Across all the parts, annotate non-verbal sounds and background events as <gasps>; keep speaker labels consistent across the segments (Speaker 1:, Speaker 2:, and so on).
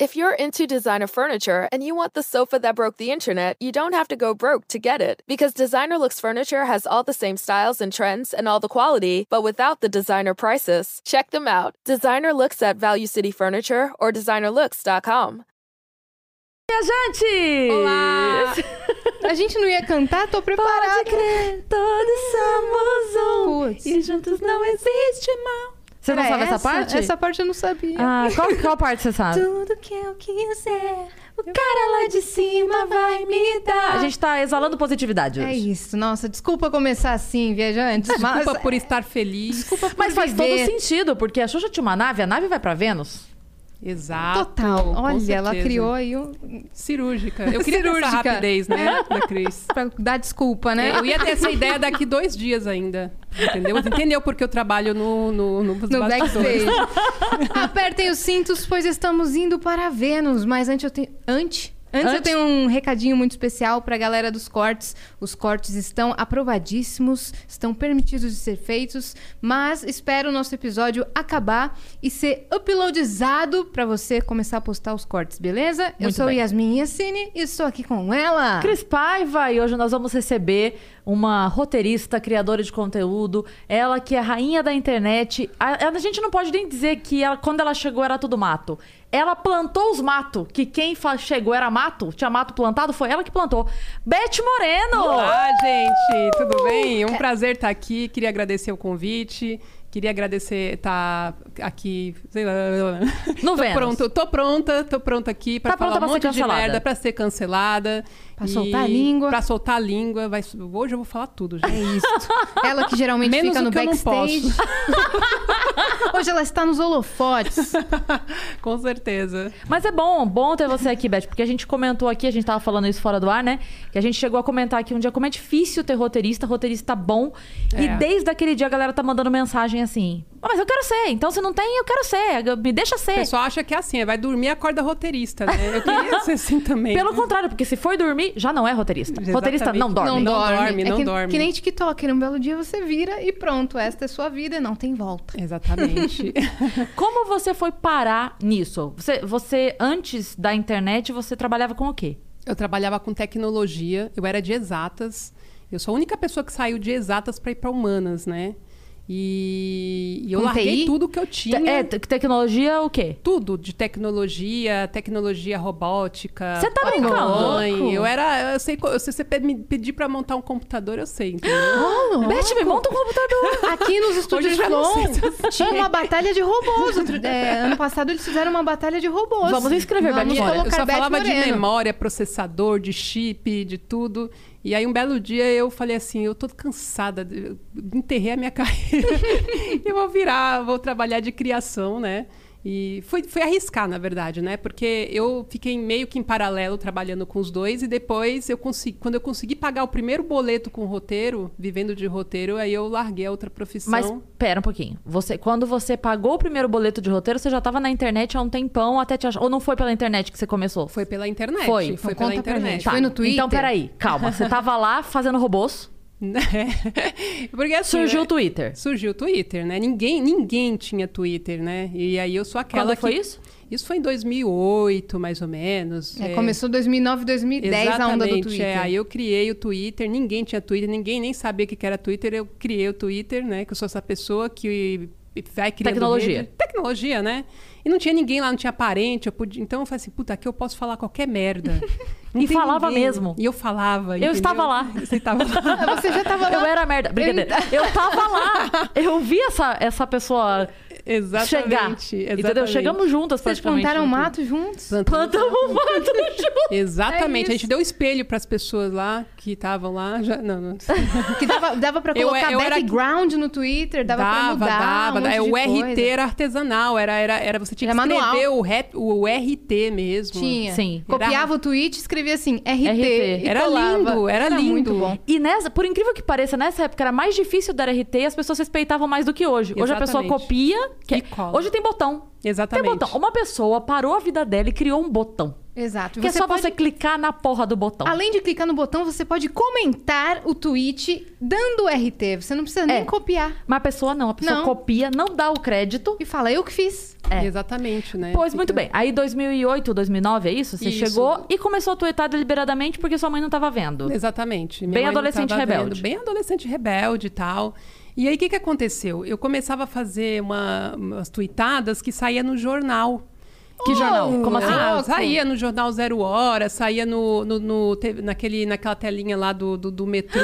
Speaker 1: If you're into designer furniture and you want the sofa that broke the internet, you don't have to go broke to get it. Because Designer Looks Furniture has all the same styles and trends and all the quality, but without the designer prices. Check them out. Designer Looks at Value City Furniture or designerlooks.com.
Speaker 2: Minha gente!
Speaker 3: Olá! A gente não ia cantar? Tô preparada.
Speaker 2: Pode crer, todos somos um.
Speaker 3: Putz.
Speaker 2: E juntos não existe mal. Você não
Speaker 3: Era
Speaker 2: sabe essa,
Speaker 3: essa
Speaker 2: parte?
Speaker 3: Essa parte eu não sabia.
Speaker 2: Ah, qual, qual parte você sabe?
Speaker 3: Tudo que eu quiser.
Speaker 2: O cara lá de cima vai me dar. A gente tá exalando positividade hoje.
Speaker 3: É isso. Nossa, desculpa começar assim, viajantes.
Speaker 4: Desculpa
Speaker 3: mas...
Speaker 4: por estar feliz. Desculpa.
Speaker 2: Mas faz
Speaker 3: viver.
Speaker 2: todo sentido, porque a Xuxa tinha uma nave, a nave vai pra Vênus.
Speaker 4: Exato.
Speaker 3: Total.
Speaker 4: com
Speaker 3: Olha, ela
Speaker 4: certeza.
Speaker 3: criou aí um...
Speaker 4: Cirúrgica. Eu queria ter
Speaker 3: Cirúrgica.
Speaker 4: essa rapidez, né, da Cris?
Speaker 3: pra dar desculpa, né?
Speaker 4: Eu ia ter essa ideia daqui dois dias ainda. Entendeu? Você entendeu porque eu trabalho no, no, no, nos
Speaker 3: No
Speaker 4: bastidores.
Speaker 3: backstage. <laughs> Apertem os cintos, pois estamos indo para Vênus. Mas antes eu tenho. Antes? Antes, eu
Speaker 2: Antes?
Speaker 3: tenho um recadinho muito especial para a galera dos cortes. Os cortes estão aprovadíssimos, estão permitidos de ser feitos, mas espero o nosso episódio acabar e ser uploadizado para você começar a postar os cortes, beleza? eu
Speaker 2: Muito
Speaker 3: sou
Speaker 2: bem.
Speaker 3: Yasmin Yassine e estou aqui com ela.
Speaker 2: Cris Paiva, e hoje nós vamos receber uma roteirista, criadora de conteúdo, ela que é a rainha da internet. A, a gente não pode nem dizer que ela- quando ela chegou era tudo mato. Ela plantou os mato, que quem fa- chegou era mato, tinha mato plantado, foi ela que plantou. Beth Moreno!
Speaker 4: Olá,
Speaker 3: Uh,
Speaker 4: gente, tudo bem? É um prazer estar aqui. Queria agradecer o convite. Queria agradecer estar aqui, sei lá.
Speaker 2: No
Speaker 4: <laughs> tô
Speaker 2: Vênus.
Speaker 4: pronto, tô pronta, tô pronta aqui para
Speaker 2: Tá
Speaker 4: falar
Speaker 2: pronta pra
Speaker 4: um
Speaker 2: ser
Speaker 4: monte de
Speaker 2: cancelada.
Speaker 4: merda, para ser cancelada,
Speaker 3: Pra soltar a língua.
Speaker 4: para soltar a língua. Vai, hoje eu vou falar tudo, gente.
Speaker 3: É isso. Ela que geralmente
Speaker 4: Menos
Speaker 3: fica
Speaker 4: o
Speaker 3: no
Speaker 4: que eu não
Speaker 3: backstage.
Speaker 4: <laughs>
Speaker 3: Hoje ela está nos holofotes.
Speaker 4: Com certeza.
Speaker 2: Mas é bom, bom ter você aqui, Beth, porque a gente comentou aqui, a gente tava falando isso fora do ar, né? Que a gente chegou a comentar aqui um dia como é difícil ter roteirista, roteirista bom. E
Speaker 4: É.
Speaker 2: desde aquele dia a galera tá mandando mensagem assim: "Ah, Mas eu quero ser, então se não tem, eu quero ser, me deixa
Speaker 4: O
Speaker 2: ser.
Speaker 4: pessoal acha que é assim, é, vai dormir e acorda roteirista, né? Eu queria ser assim
Speaker 2: <laughs>
Speaker 4: também.
Speaker 2: Pelo contrário, porque se for dormir, já não é roteirista. Roteirista não
Speaker 4: Exatamente.
Speaker 2: dorme.
Speaker 3: Não,
Speaker 4: Não
Speaker 3: dorme.
Speaker 4: dorme,
Speaker 3: É
Speaker 4: não
Speaker 3: que,
Speaker 4: dorme.
Speaker 3: Que nem TikTok, num belo dia você vira e pronto, esta é sua vida, não tem
Speaker 4: <laughs>
Speaker 3: volta.
Speaker 4: Exatamente.
Speaker 2: Como você foi parar nisso? Você, você, antes da internet, você trabalhava com o quê?
Speaker 4: Eu trabalhava com tecnologia, eu era de exatas. Eu sou a única pessoa que saiu de exatas para ir para humanas, né? E, e eu
Speaker 3: Com
Speaker 4: larguei
Speaker 3: TI?
Speaker 4: tudo que eu tinha.
Speaker 2: Te- É, te- tecnologia o quê?
Speaker 4: tudo de tecnologia, tecnologia robótica.
Speaker 2: Você tá brincando?
Speaker 4: mãe. Eu era, eu sei, co- se você pe- me pedir para montar um computador, eu sei, entendeu?
Speaker 2: Beth, me monta um computador.
Speaker 3: Aqui nos
Speaker 4: eu
Speaker 3: estúdios
Speaker 4: já não
Speaker 3: Flow
Speaker 4: sei se
Speaker 3: tinha uma batalha de robôs. Outro, é, ano passado eles fizeram uma batalha de robôs.
Speaker 2: Vamos escrever,
Speaker 3: Vamos
Speaker 2: Beth Moreno.
Speaker 3: colocar
Speaker 4: eu só
Speaker 3: Beth
Speaker 4: falava de
Speaker 3: Moreno.
Speaker 4: memória, processador, de chip, de tudo. E aí um belo dia eu falei assim, eu tô cansada, eu enterrei a minha <laughs> carreira. eu vou virar, vou trabalhar de criação, né? E foi, foi arriscar, na verdade, né? Porque eu fiquei meio que em paralelo trabalhando com os dois e depois eu consegui, quando eu consegui pagar o primeiro boleto com roteiro, vivendo de roteiro, aí eu larguei a outra profissão.
Speaker 2: Mas pera um pouquinho. Você, quando você pagou o primeiro boleto de roteiro, você já tava na internet há um tempão até te achar. Ou não foi pela internet que você começou?
Speaker 4: Foi pela internet.
Speaker 2: Foi.
Speaker 4: foi
Speaker 3: Então
Speaker 4: pela
Speaker 3: conta pra
Speaker 4: internet.
Speaker 3: gente. Foi no
Speaker 4: <laughs>
Speaker 3: Twitter?
Speaker 2: Então, peraí, calma. Você tava lá fazendo robôs,
Speaker 4: Né? Porque assim,
Speaker 2: surgiu
Speaker 4: né?
Speaker 2: o Twitter.
Speaker 4: Surgiu o Twitter, né? Ninguém, ninguém tinha Twitter, né? E aí eu sou aquela
Speaker 2: Quando foi
Speaker 4: que-
Speaker 2: isso?
Speaker 4: Isso foi em 2008, mais ou menos.
Speaker 3: É, começou 2009, 2010 a
Speaker 2: um
Speaker 3: onda do
Speaker 4: Exatamente,
Speaker 3: Twitter.
Speaker 4: É, aí eu criei o Twitter, ninguém tinha Twitter, ninguém nem sabia o que que era Twitter. Eu criei o Twitter, né? Que eu sou essa pessoa que vai criando
Speaker 2: Tecnologia.
Speaker 4: rede. Tecnologia, né? E não tinha ninguém lá, não tinha parente. Eu podia... Então eu falei assim, puta, aqui eu posso falar
Speaker 2: <laughs>
Speaker 4: qualquer merda. Não
Speaker 2: E
Speaker 4: tem
Speaker 2: falava mesmo.
Speaker 4: E eu falava,
Speaker 2: Eu estava lá.
Speaker 4: Você estava lá.
Speaker 2: <laughs>
Speaker 3: Ah, Você já tava
Speaker 4: <laughs>
Speaker 3: lá.
Speaker 2: Eu era merda. Brincadeira. Eu tava lá. Eu vi essa, essa pessoa
Speaker 4: Exatamente.
Speaker 2: chegar. Entendeu?
Speaker 4: exatamente.
Speaker 2: Chegamos juntas
Speaker 3: Vocês
Speaker 2: praticamente.
Speaker 3: plantaram
Speaker 2: no Twitter.
Speaker 3: mato juntos?
Speaker 2: Plantamos mato <laughs> juntas.
Speaker 3: É
Speaker 4: Exatamente. a gente deu espelho para as pessoas lá que estavam lá. Já... Não, não.
Speaker 3: Que dava, dava pra
Speaker 4: <laughs> Eu- é,
Speaker 3: colocar
Speaker 4: eu era-
Speaker 3: background no Twitter, <laughs> dava, pra mudar. um monte
Speaker 4: É, o
Speaker 3: de
Speaker 4: RT
Speaker 3: coisa.
Speaker 4: era artesanal, era, era, era você tinha
Speaker 3: Era
Speaker 4: que escrever
Speaker 3: manual.
Speaker 4: o, rap, o RT mesmo.
Speaker 3: Tinha.
Speaker 2: Sim.
Speaker 3: Copiava o tweet e escrevia assim, RT.
Speaker 2: RT.
Speaker 3: e
Speaker 4: Era
Speaker 3: colava.
Speaker 4: lindo, era lindo.
Speaker 3: muito bom.
Speaker 2: E nessa, por incrível que pareça, nessa época era mais difícil dar RT e as pessoas respeitavam mais do que hoje. Hoje a pessoa
Speaker 4: Exatamente.
Speaker 2: copia Que- é-
Speaker 4: E cola.
Speaker 2: Hoje tem botão. Tem
Speaker 4: Exatamente.
Speaker 2: botão. Uma pessoa parou a vida dela e criou um botão.
Speaker 3: Exato. E
Speaker 2: que é só
Speaker 3: pode-
Speaker 2: você clicar na porra do botão.
Speaker 3: Além de clicar no botão, você pode comentar o tweet dando RT. Você não precisa
Speaker 2: É.
Speaker 3: nem copiar.
Speaker 2: Mas a pessoa não, a pessoa
Speaker 3: Não.
Speaker 2: copia, não dá o crédito.
Speaker 3: E fala, eu que fiz.
Speaker 2: É.
Speaker 4: Exatamente, né?
Speaker 2: Pois
Speaker 4: Fica-
Speaker 2: muito bem. Aí 2008, 2009, é isso? Você
Speaker 4: Isso.
Speaker 2: chegou e começou a tuetar deliberadamente porque sua mãe não tava vendo.
Speaker 4: Exatamente.
Speaker 2: Bem
Speaker 4: mãe não
Speaker 2: adolescente
Speaker 4: tava
Speaker 2: rebelde.
Speaker 4: vendo. Bem adolescente rebelde e tal. E aí, o que, que aconteceu? Eu começava a fazer uma, umas tuitadas que saía no jornal.
Speaker 2: Que jornal? Como assim?
Speaker 4: Ah,
Speaker 3: Louco.
Speaker 4: saía no jornal Zero Hora, saía no, no- no te- naquele, naquela telinha lá do, do,
Speaker 3: <gasps>
Speaker 4: do metrô.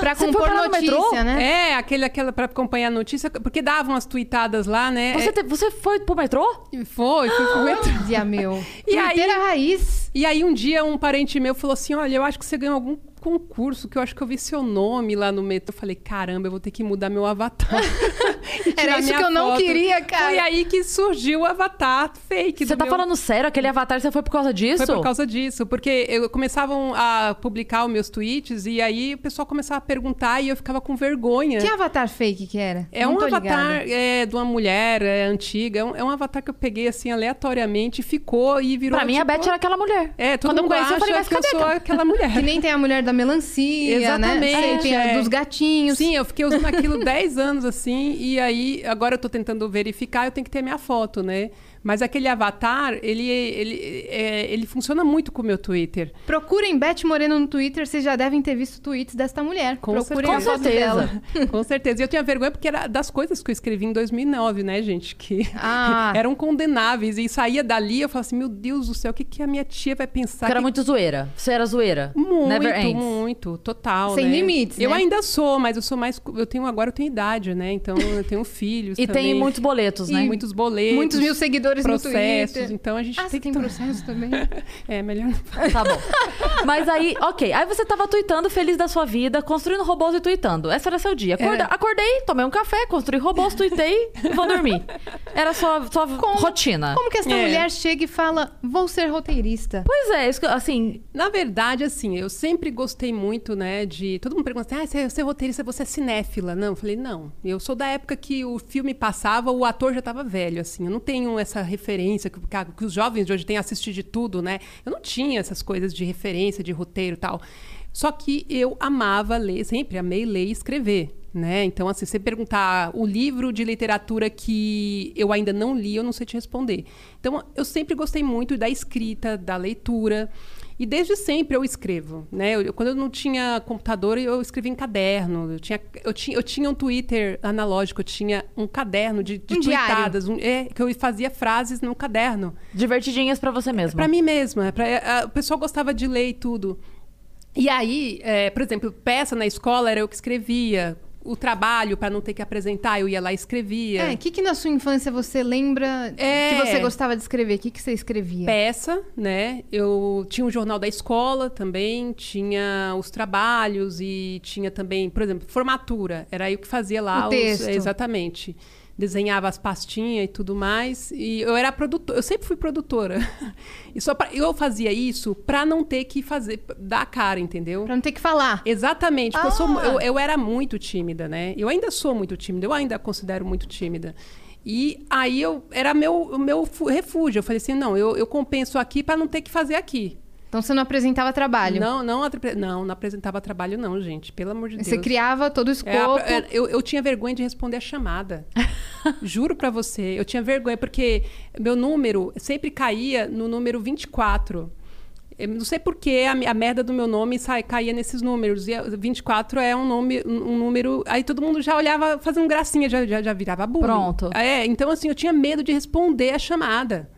Speaker 3: Pra
Speaker 2: Você foi
Speaker 3: compor
Speaker 2: parar no metrô?
Speaker 3: notícia, né?
Speaker 4: É, aquele, aquela para acompanhar a notícia, porque davam as tuitadas lá, né?
Speaker 2: Você, te- você foi pro metrô?
Speaker 4: É, foi, foi
Speaker 3: <gasps>
Speaker 4: pro metrô.
Speaker 3: Dia meu.
Speaker 4: E aí-
Speaker 3: Inteira raiz.
Speaker 4: E aí um dia um parente meu falou assim: "Olha, eu acho que você ganhou algum concurso, que eu acho que eu vi seu nome lá no metrô". Eu falei: "Caramba, eu vou ter que mudar meu avatar". <laughs> E tirar
Speaker 3: Era isso
Speaker 4: minha
Speaker 3: que eu não
Speaker 4: foto.
Speaker 3: queria, cara.
Speaker 4: Foi aí que surgiu o avatar fake
Speaker 2: Você
Speaker 4: do
Speaker 2: tá
Speaker 4: meu-
Speaker 2: falando sério? Aquele avatar você foi por causa disso?
Speaker 4: Foi por causa disso, porque eu começavam a publicar os meus tweets e aí o pessoal começava a perguntar e eu ficava com vergonha.
Speaker 3: Que avatar fake que era?
Speaker 4: É
Speaker 3: Não
Speaker 4: um
Speaker 3: tô
Speaker 4: avatar
Speaker 3: ligada.
Speaker 2: né?
Speaker 4: é, de uma mulher é, antiga, é um, é um avatar que eu peguei assim aleatoriamente, ficou e virou.
Speaker 2: Pra mim, a
Speaker 4: tipo,
Speaker 2: Beth era aquela mulher.
Speaker 4: É, todo
Speaker 2: Quando eu
Speaker 4: mundo
Speaker 2: conheci,
Speaker 4: acha
Speaker 2: eu falei, mas
Speaker 4: que eu
Speaker 2: cadê
Speaker 4: sou
Speaker 2: aquela- <laughs>
Speaker 4: aquela mulher.
Speaker 3: Que nem tem a mulher da melancia, né?
Speaker 4: Exatamente,
Speaker 3: Tem a
Speaker 4: é.
Speaker 3: dos gatinhos.
Speaker 4: Sim, eu fiquei usando
Speaker 2: <laughs>
Speaker 4: aquilo 10 anos assim, e aí agora eu tô tentando verificar, eu tenho que ter minha foto, né? Mas aquele avatar, ele, ele, é, ele funciona muito com o meu Twitter.
Speaker 3: Procurem Beth Moreno no Twitter, vocês já devem ter visto tweets desta mulher.
Speaker 4: Com
Speaker 3: Procurem a
Speaker 4: certeza.
Speaker 3: foto
Speaker 2: Com certeza.
Speaker 3: dela.
Speaker 4: <laughs> com certeza. E eu tinha vergonha porque era das coisas que eu escrevi em 2009, né, gente? Que
Speaker 3: Ah.
Speaker 4: eram condenáveis. E saía dali, eu falava assim, meu Deus do céu, o que, que a minha tia vai pensar?
Speaker 2: Porque era
Speaker 4: Que-
Speaker 2: muito zoeira. Você era zoeira.
Speaker 4: Tá Muito,
Speaker 2: Never ends.
Speaker 4: muito, total.
Speaker 3: Sem
Speaker 4: né?
Speaker 3: limites,
Speaker 4: Eu
Speaker 3: né?
Speaker 4: ainda sou, mas eu sou mais. Eu tenho agora eu tenho idade, né? Então eu tenho
Speaker 3: <laughs>
Speaker 4: filhos.
Speaker 2: E
Speaker 4: também,
Speaker 2: tem muitos boletos, né?
Speaker 4: muitos boletos.
Speaker 3: Muitos mil seguidores no
Speaker 4: processos.
Speaker 3: Twitter.
Speaker 4: Então a gente
Speaker 3: Ah, você
Speaker 4: tem que.
Speaker 3: tem processo também?
Speaker 4: <laughs> É melhor. não falar.
Speaker 2: Tá bom. Mas aí, ok. Aí você tava tweetando, feliz da sua vida, construindo robôs e tweetando. Esse era seu
Speaker 4: É.
Speaker 2: dia. Acorda- Acordei, tomei um café, construí robôs, tweetei e vou dormir. Era sua, sua rotina.
Speaker 3: Como que essa
Speaker 4: É.
Speaker 3: mulher chega e fala, vou ser roteirista?
Speaker 2: Pois é, isso que- assim,
Speaker 4: Na verdade, assim, eu sempre gostei muito, né, de... Todo mundo pergunta assim, ah, você, você é roteirista, você é cinéfila. Não, eu falei, não. Eu sou da época que o filme passava, o ator já estava velho, assim. Eu não tenho essa referência que, que a- que os jovens de hoje têm, assistir de tudo, né? Eu não tinha essas coisas de referência, de roteiro e tal. Só que eu amava ler, sempre amei ler e escrever, né? Então, assim, se você perguntar o livro de literatura que eu ainda não li, eu não sei te responder. Então, eu sempre gostei muito da escrita, da leitura. E desde sempre eu escrevo, né? Eu- eu- quando eu não tinha computador, eu escrevia em caderno. Eu tinha, eu tinha, eu tinha um Twitter analógico, eu tinha um caderno de, de
Speaker 3: Um diário.
Speaker 4: tweetadas, um- é, que eu fazia frases no caderno.
Speaker 2: divertidinhas pra você mesma.
Speaker 4: Pra mim mesma. é Pra, a- o pessoal gostava de ler e tudo. E aí, é, por exemplo, peça na escola era eu que escrevia. O trabalho, para não ter que apresentar, eu ia lá e escrevia.
Speaker 3: É, o que, que na sua infância você lembra
Speaker 4: É.
Speaker 3: que você gostava de escrever? O que, que você escrevia?
Speaker 4: peça, né? Eu tinha o jornal da escola também, tinha os trabalhos e tinha também, por exemplo, formatura. Era eu que fazia
Speaker 3: O
Speaker 4: lá os-
Speaker 3: texto.
Speaker 4: exatamente. Desenhava as pastinhas e tudo mais. E eu era produtora, eu sempre fui produtora. <laughs> E só pra, eu fazia isso pra não ter que fazer dar a cara, entendeu?
Speaker 3: Pra não ter que falar.
Speaker 4: Exatamente, porque eu, sou,
Speaker 3: Ah!
Speaker 4: eu, eu era muito tímida, né? Eu ainda sou muito tímida, eu ainda considero muito tímida. E aí eu era meu o meu fu- refúgio. Eu falei assim, não, eu, eu compenso aqui para não ter que fazer aqui.
Speaker 3: Então você não apresentava trabalho.
Speaker 4: Não, não, apre- não, não apresentava trabalho não, gente. Pelo amor de Deus.
Speaker 3: Você criava todo o
Speaker 4: É, a-
Speaker 3: escopo.
Speaker 4: é, eu, eu tinha vergonha de responder a chamada. Juro pra você, eu tinha vergonha, porque meu número sempre caía no número 24. Eu não sei por que a, mi- a merda do meu nome sai, caía nesses números. E a- 24 é um, nome, um um número. Aí todo mundo já olhava fazendo gracinha, já, já, já virava burro.
Speaker 2: Pronto.
Speaker 4: É, então assim, eu tinha medo de responder a chamada.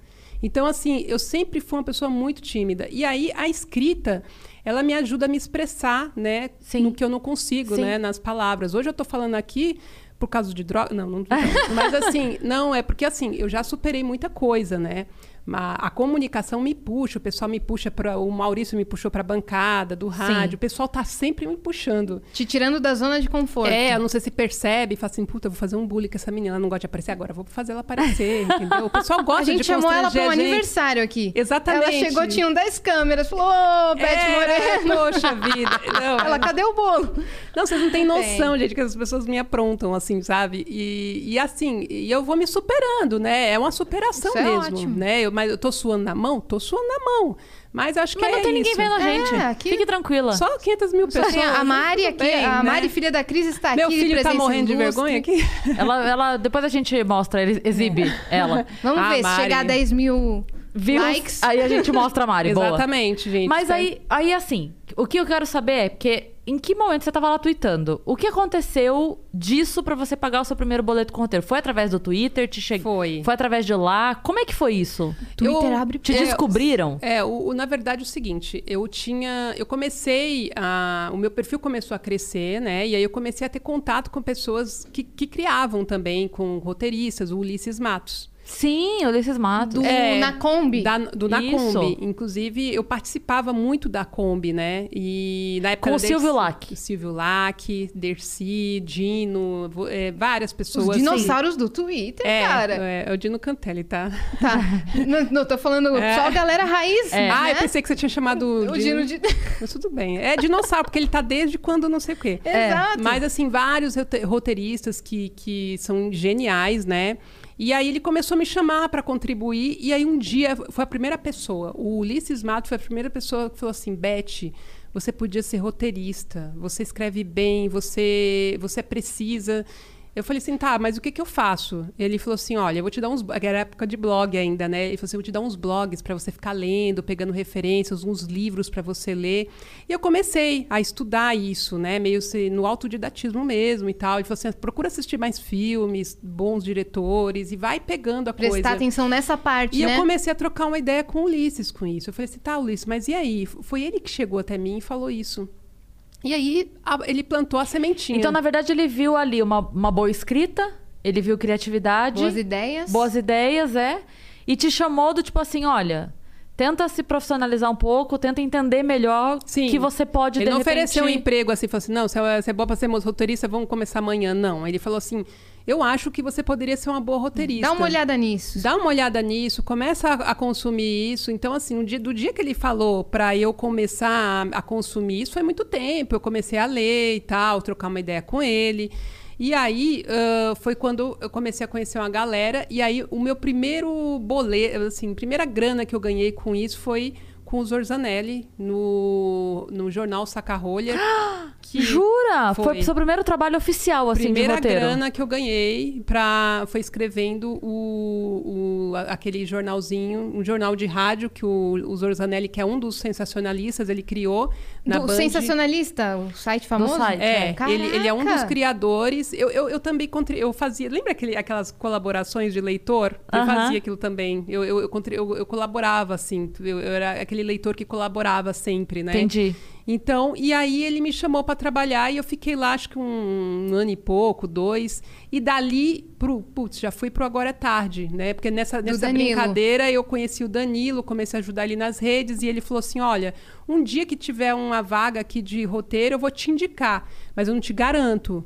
Speaker 4: Então, assim, eu sempre fui uma pessoa muito tímida. E aí, a escrita, ela me ajuda a me expressar, né?
Speaker 2: Sim.
Speaker 4: No que eu não consigo,
Speaker 2: Sim.
Speaker 4: né? Nas palavras. Hoje eu tô falando aqui
Speaker 2: <laughs>
Speaker 4: por causa de droga. Não, não. Mas assim, não, é porque assim, eu já superei muita coisa, né? Ma- A comunicação me puxa, o pessoal me puxa para o Maurício me puxou para a bancada do rádio, o pessoal tá sempre me puxando.
Speaker 3: Te tirando da zona de conforto.
Speaker 4: É, eu não sei se percebe, fala assim, puta, eu vou fazer um bullying com essa menina, ela não gosta de aparecer agora, eu vou fazer
Speaker 3: <laughs>
Speaker 4: ela aparecer, entendeu? O pessoal gosta
Speaker 3: a gente
Speaker 4: de
Speaker 3: chamou ela para um
Speaker 4: constranger a gente.
Speaker 3: aniversário aqui.
Speaker 4: Exatamente.
Speaker 3: Ela chegou, tinham 10 câmeras. Falou, ô, Beth
Speaker 4: É,
Speaker 3: Moreno. <laughs>
Speaker 4: Poxa vida. Não,
Speaker 3: Ela, É. cadê o
Speaker 4: <laughs>
Speaker 3: bolo?
Speaker 4: Não, vocês não têm noção, gente, que as pessoas me aprontam, assim, sabe? E, e assim, e eu vou me superando, né? É uma superação
Speaker 3: Isso é
Speaker 4: mesmo,
Speaker 3: ótimo.
Speaker 4: né? Eu, mas eu tô suando na mão? Tô suando na mão. Mas eu acho que
Speaker 2: Mas
Speaker 4: é
Speaker 2: não tem ninguém
Speaker 4: isso.
Speaker 2: vendo a
Speaker 3: É,
Speaker 2: gente.
Speaker 3: aqui-
Speaker 2: Fique tranquila.
Speaker 4: Só 500 mil
Speaker 3: Só
Speaker 4: pessoas.
Speaker 3: tem a Mari aqui,
Speaker 4: Tudo bem,
Speaker 3: a
Speaker 4: né?
Speaker 3: Mari, filha da Cris, está aqui.
Speaker 4: Meu filho tá
Speaker 3: presença
Speaker 4: morrendo de
Speaker 3: ilustre.
Speaker 4: vergonha aqui.
Speaker 2: Ela, ela- depois a gente mostra, ele exibe ela.
Speaker 3: Vamos
Speaker 4: Ah,
Speaker 3: ver, se
Speaker 4: Mari.
Speaker 3: chegar a 10 mil
Speaker 2: Views,
Speaker 3: likes...
Speaker 2: Aí a gente mostra
Speaker 4: <laughs>
Speaker 2: a Mari, boa.
Speaker 4: Exatamente, gente.
Speaker 2: Mas aí, aí, assim, o que eu quero saber é porque em que momento você tava lá tweetando? O que aconteceu disso pra você pagar o seu primeiro boleto com roteiro? Foi através do Twitter? Te che...
Speaker 4: Foi.
Speaker 2: Foi através de lá? Como é que foi isso?
Speaker 3: Twitter
Speaker 4: Eu-
Speaker 3: abre...
Speaker 2: Te
Speaker 4: É,
Speaker 2: descobriram?
Speaker 4: É, o, o- na verdade é o seguinte, eu tinha, eu comecei a, o meu perfil começou a crescer, né? E aí eu comecei a ter contato com pessoas que, que criavam também, com roteiristas, o Ulisses Matos.
Speaker 2: Sim, o Ulisses Matos.
Speaker 3: Do
Speaker 4: É,
Speaker 3: Na Kombi.
Speaker 4: Da, do Na
Speaker 2: Isso.
Speaker 4: Kombi. Inclusive, eu participava muito da Kombi, né? E na época
Speaker 2: Com
Speaker 4: era
Speaker 2: o Silvio
Speaker 4: Dercy-
Speaker 2: Lack.
Speaker 4: Silvio Lack, Dercy, Dino, vo- é, várias pessoas.
Speaker 3: Os dinossauros do Twitter,
Speaker 4: É,
Speaker 3: cara.
Speaker 4: é, é o Dino Cantelli, tá? <laughs>
Speaker 3: Tá. não, não, tô falando só a galera raiz, né?
Speaker 4: É. Ah, eu pensei que você tinha chamado
Speaker 3: O Dino de... <laughs>
Speaker 4: Mas tudo bem. É dinossauro, porque ele tá desde quando não sei o quê.
Speaker 3: Exato.
Speaker 4: Mas, assim, vários rote- roteiristas que, que são geniais, né? E aí ele começou a me chamar para contribuir. E aí um dia foi a primeira pessoa. O Ulisses Mato foi a primeira pessoa que falou assim: Beth, você podia ser roteirista, você escreve bem, você, você é precisa. Eu falei assim, tá, mas o que, que eu faço? Ele falou assim, olha, eu vou te dar uns... blo- Era época de blog ainda, né? Ele falou assim, eu vou te dar uns blogs para você ficar lendo, pegando referências, uns livros para você ler. E eu comecei a estudar isso, né? Meio se- no autodidatismo mesmo e tal. Ele falou assim, procura assistir mais filmes, bons diretores e vai pegando a
Speaker 3: Prestar
Speaker 4: coisa.
Speaker 3: atenção nessa parte,
Speaker 4: E
Speaker 3: né?
Speaker 4: eu comecei a trocar uma ideia com o Ulisses com isso. Eu falei assim, tá, Ulisses, mas e aí? F- Foi ele que chegou até mim e falou isso. E aí a- ele plantou a sementinha.
Speaker 2: Então, na verdade, ele viu ali uma, uma boa escrita, ele viu criatividade.
Speaker 3: Boas ideias.
Speaker 2: Boas ideias, é. E te chamou do tipo assim, olha, tenta se profissionalizar um pouco, tenta entender melhor
Speaker 4: Sim.
Speaker 2: que você pode,
Speaker 4: Ele
Speaker 2: de
Speaker 4: não
Speaker 2: repente...
Speaker 4: ofereceu um emprego assim, falou assim, não, você é, você é boa para ser roteirista, vamos começar amanhã. Não, ele falou assim, eu acho que você poderia ser uma boa roteirista.
Speaker 3: Dá uma olhada nisso.
Speaker 4: Dá uma olhada nisso, começa a, a consumir isso. Então, assim, no dia- do dia que ele falou para eu começar a, a consumir isso, foi muito tempo. Eu comecei a ler e tal, trocar uma ideia com ele. E aí ãh, foi quando eu comecei a conhecer uma galera. E aí o meu primeiro boleto, assim, primeira grana que eu ganhei com isso foi com o Zorzanelli no, no jornal Sacarrolha. que-
Speaker 2: Jura? Foi.
Speaker 4: Foi.
Speaker 2: o seu primeiro trabalho oficial, assim,
Speaker 4: primeira
Speaker 2: de roteiro.
Speaker 4: grana que eu ganhei pra, foi escrevendo o, o- a- aquele jornalzinho, um jornal de rádio que o, o Zorzanelli, que é um dos sensacionalistas, ele criou na
Speaker 3: Do
Speaker 4: Band.
Speaker 3: Sensacionalista, o site famoso?
Speaker 2: site,
Speaker 4: É,
Speaker 3: né? Caraca.
Speaker 4: ele, ele é um dos criadores. Eu, eu, eu também contri... eu fazia. Lembra aquele, aquelas colaborações de leitor? Eu
Speaker 2: Aham.
Speaker 4: fazia aquilo também. Eu, eu, eu, contri- eu- eu colaborava, assim. Eu, eu era aquele leitor que colaborava sempre, né?
Speaker 2: Entendi.
Speaker 4: Então, e aí ele me chamou para trabalhar e eu fiquei lá, acho que um, ano e pouco, dois. E dali, pro, putz, já fui pro Agora é Tarde, né? Porque nessa, nessa
Speaker 3: Danilo.
Speaker 4: brincadeira eu conheci o Danilo, comecei a ajudar ele nas redes e ele falou assim: olha, um dia que tiver uma vaga aqui de roteiro, eu vou te indicar, mas eu não te garanto.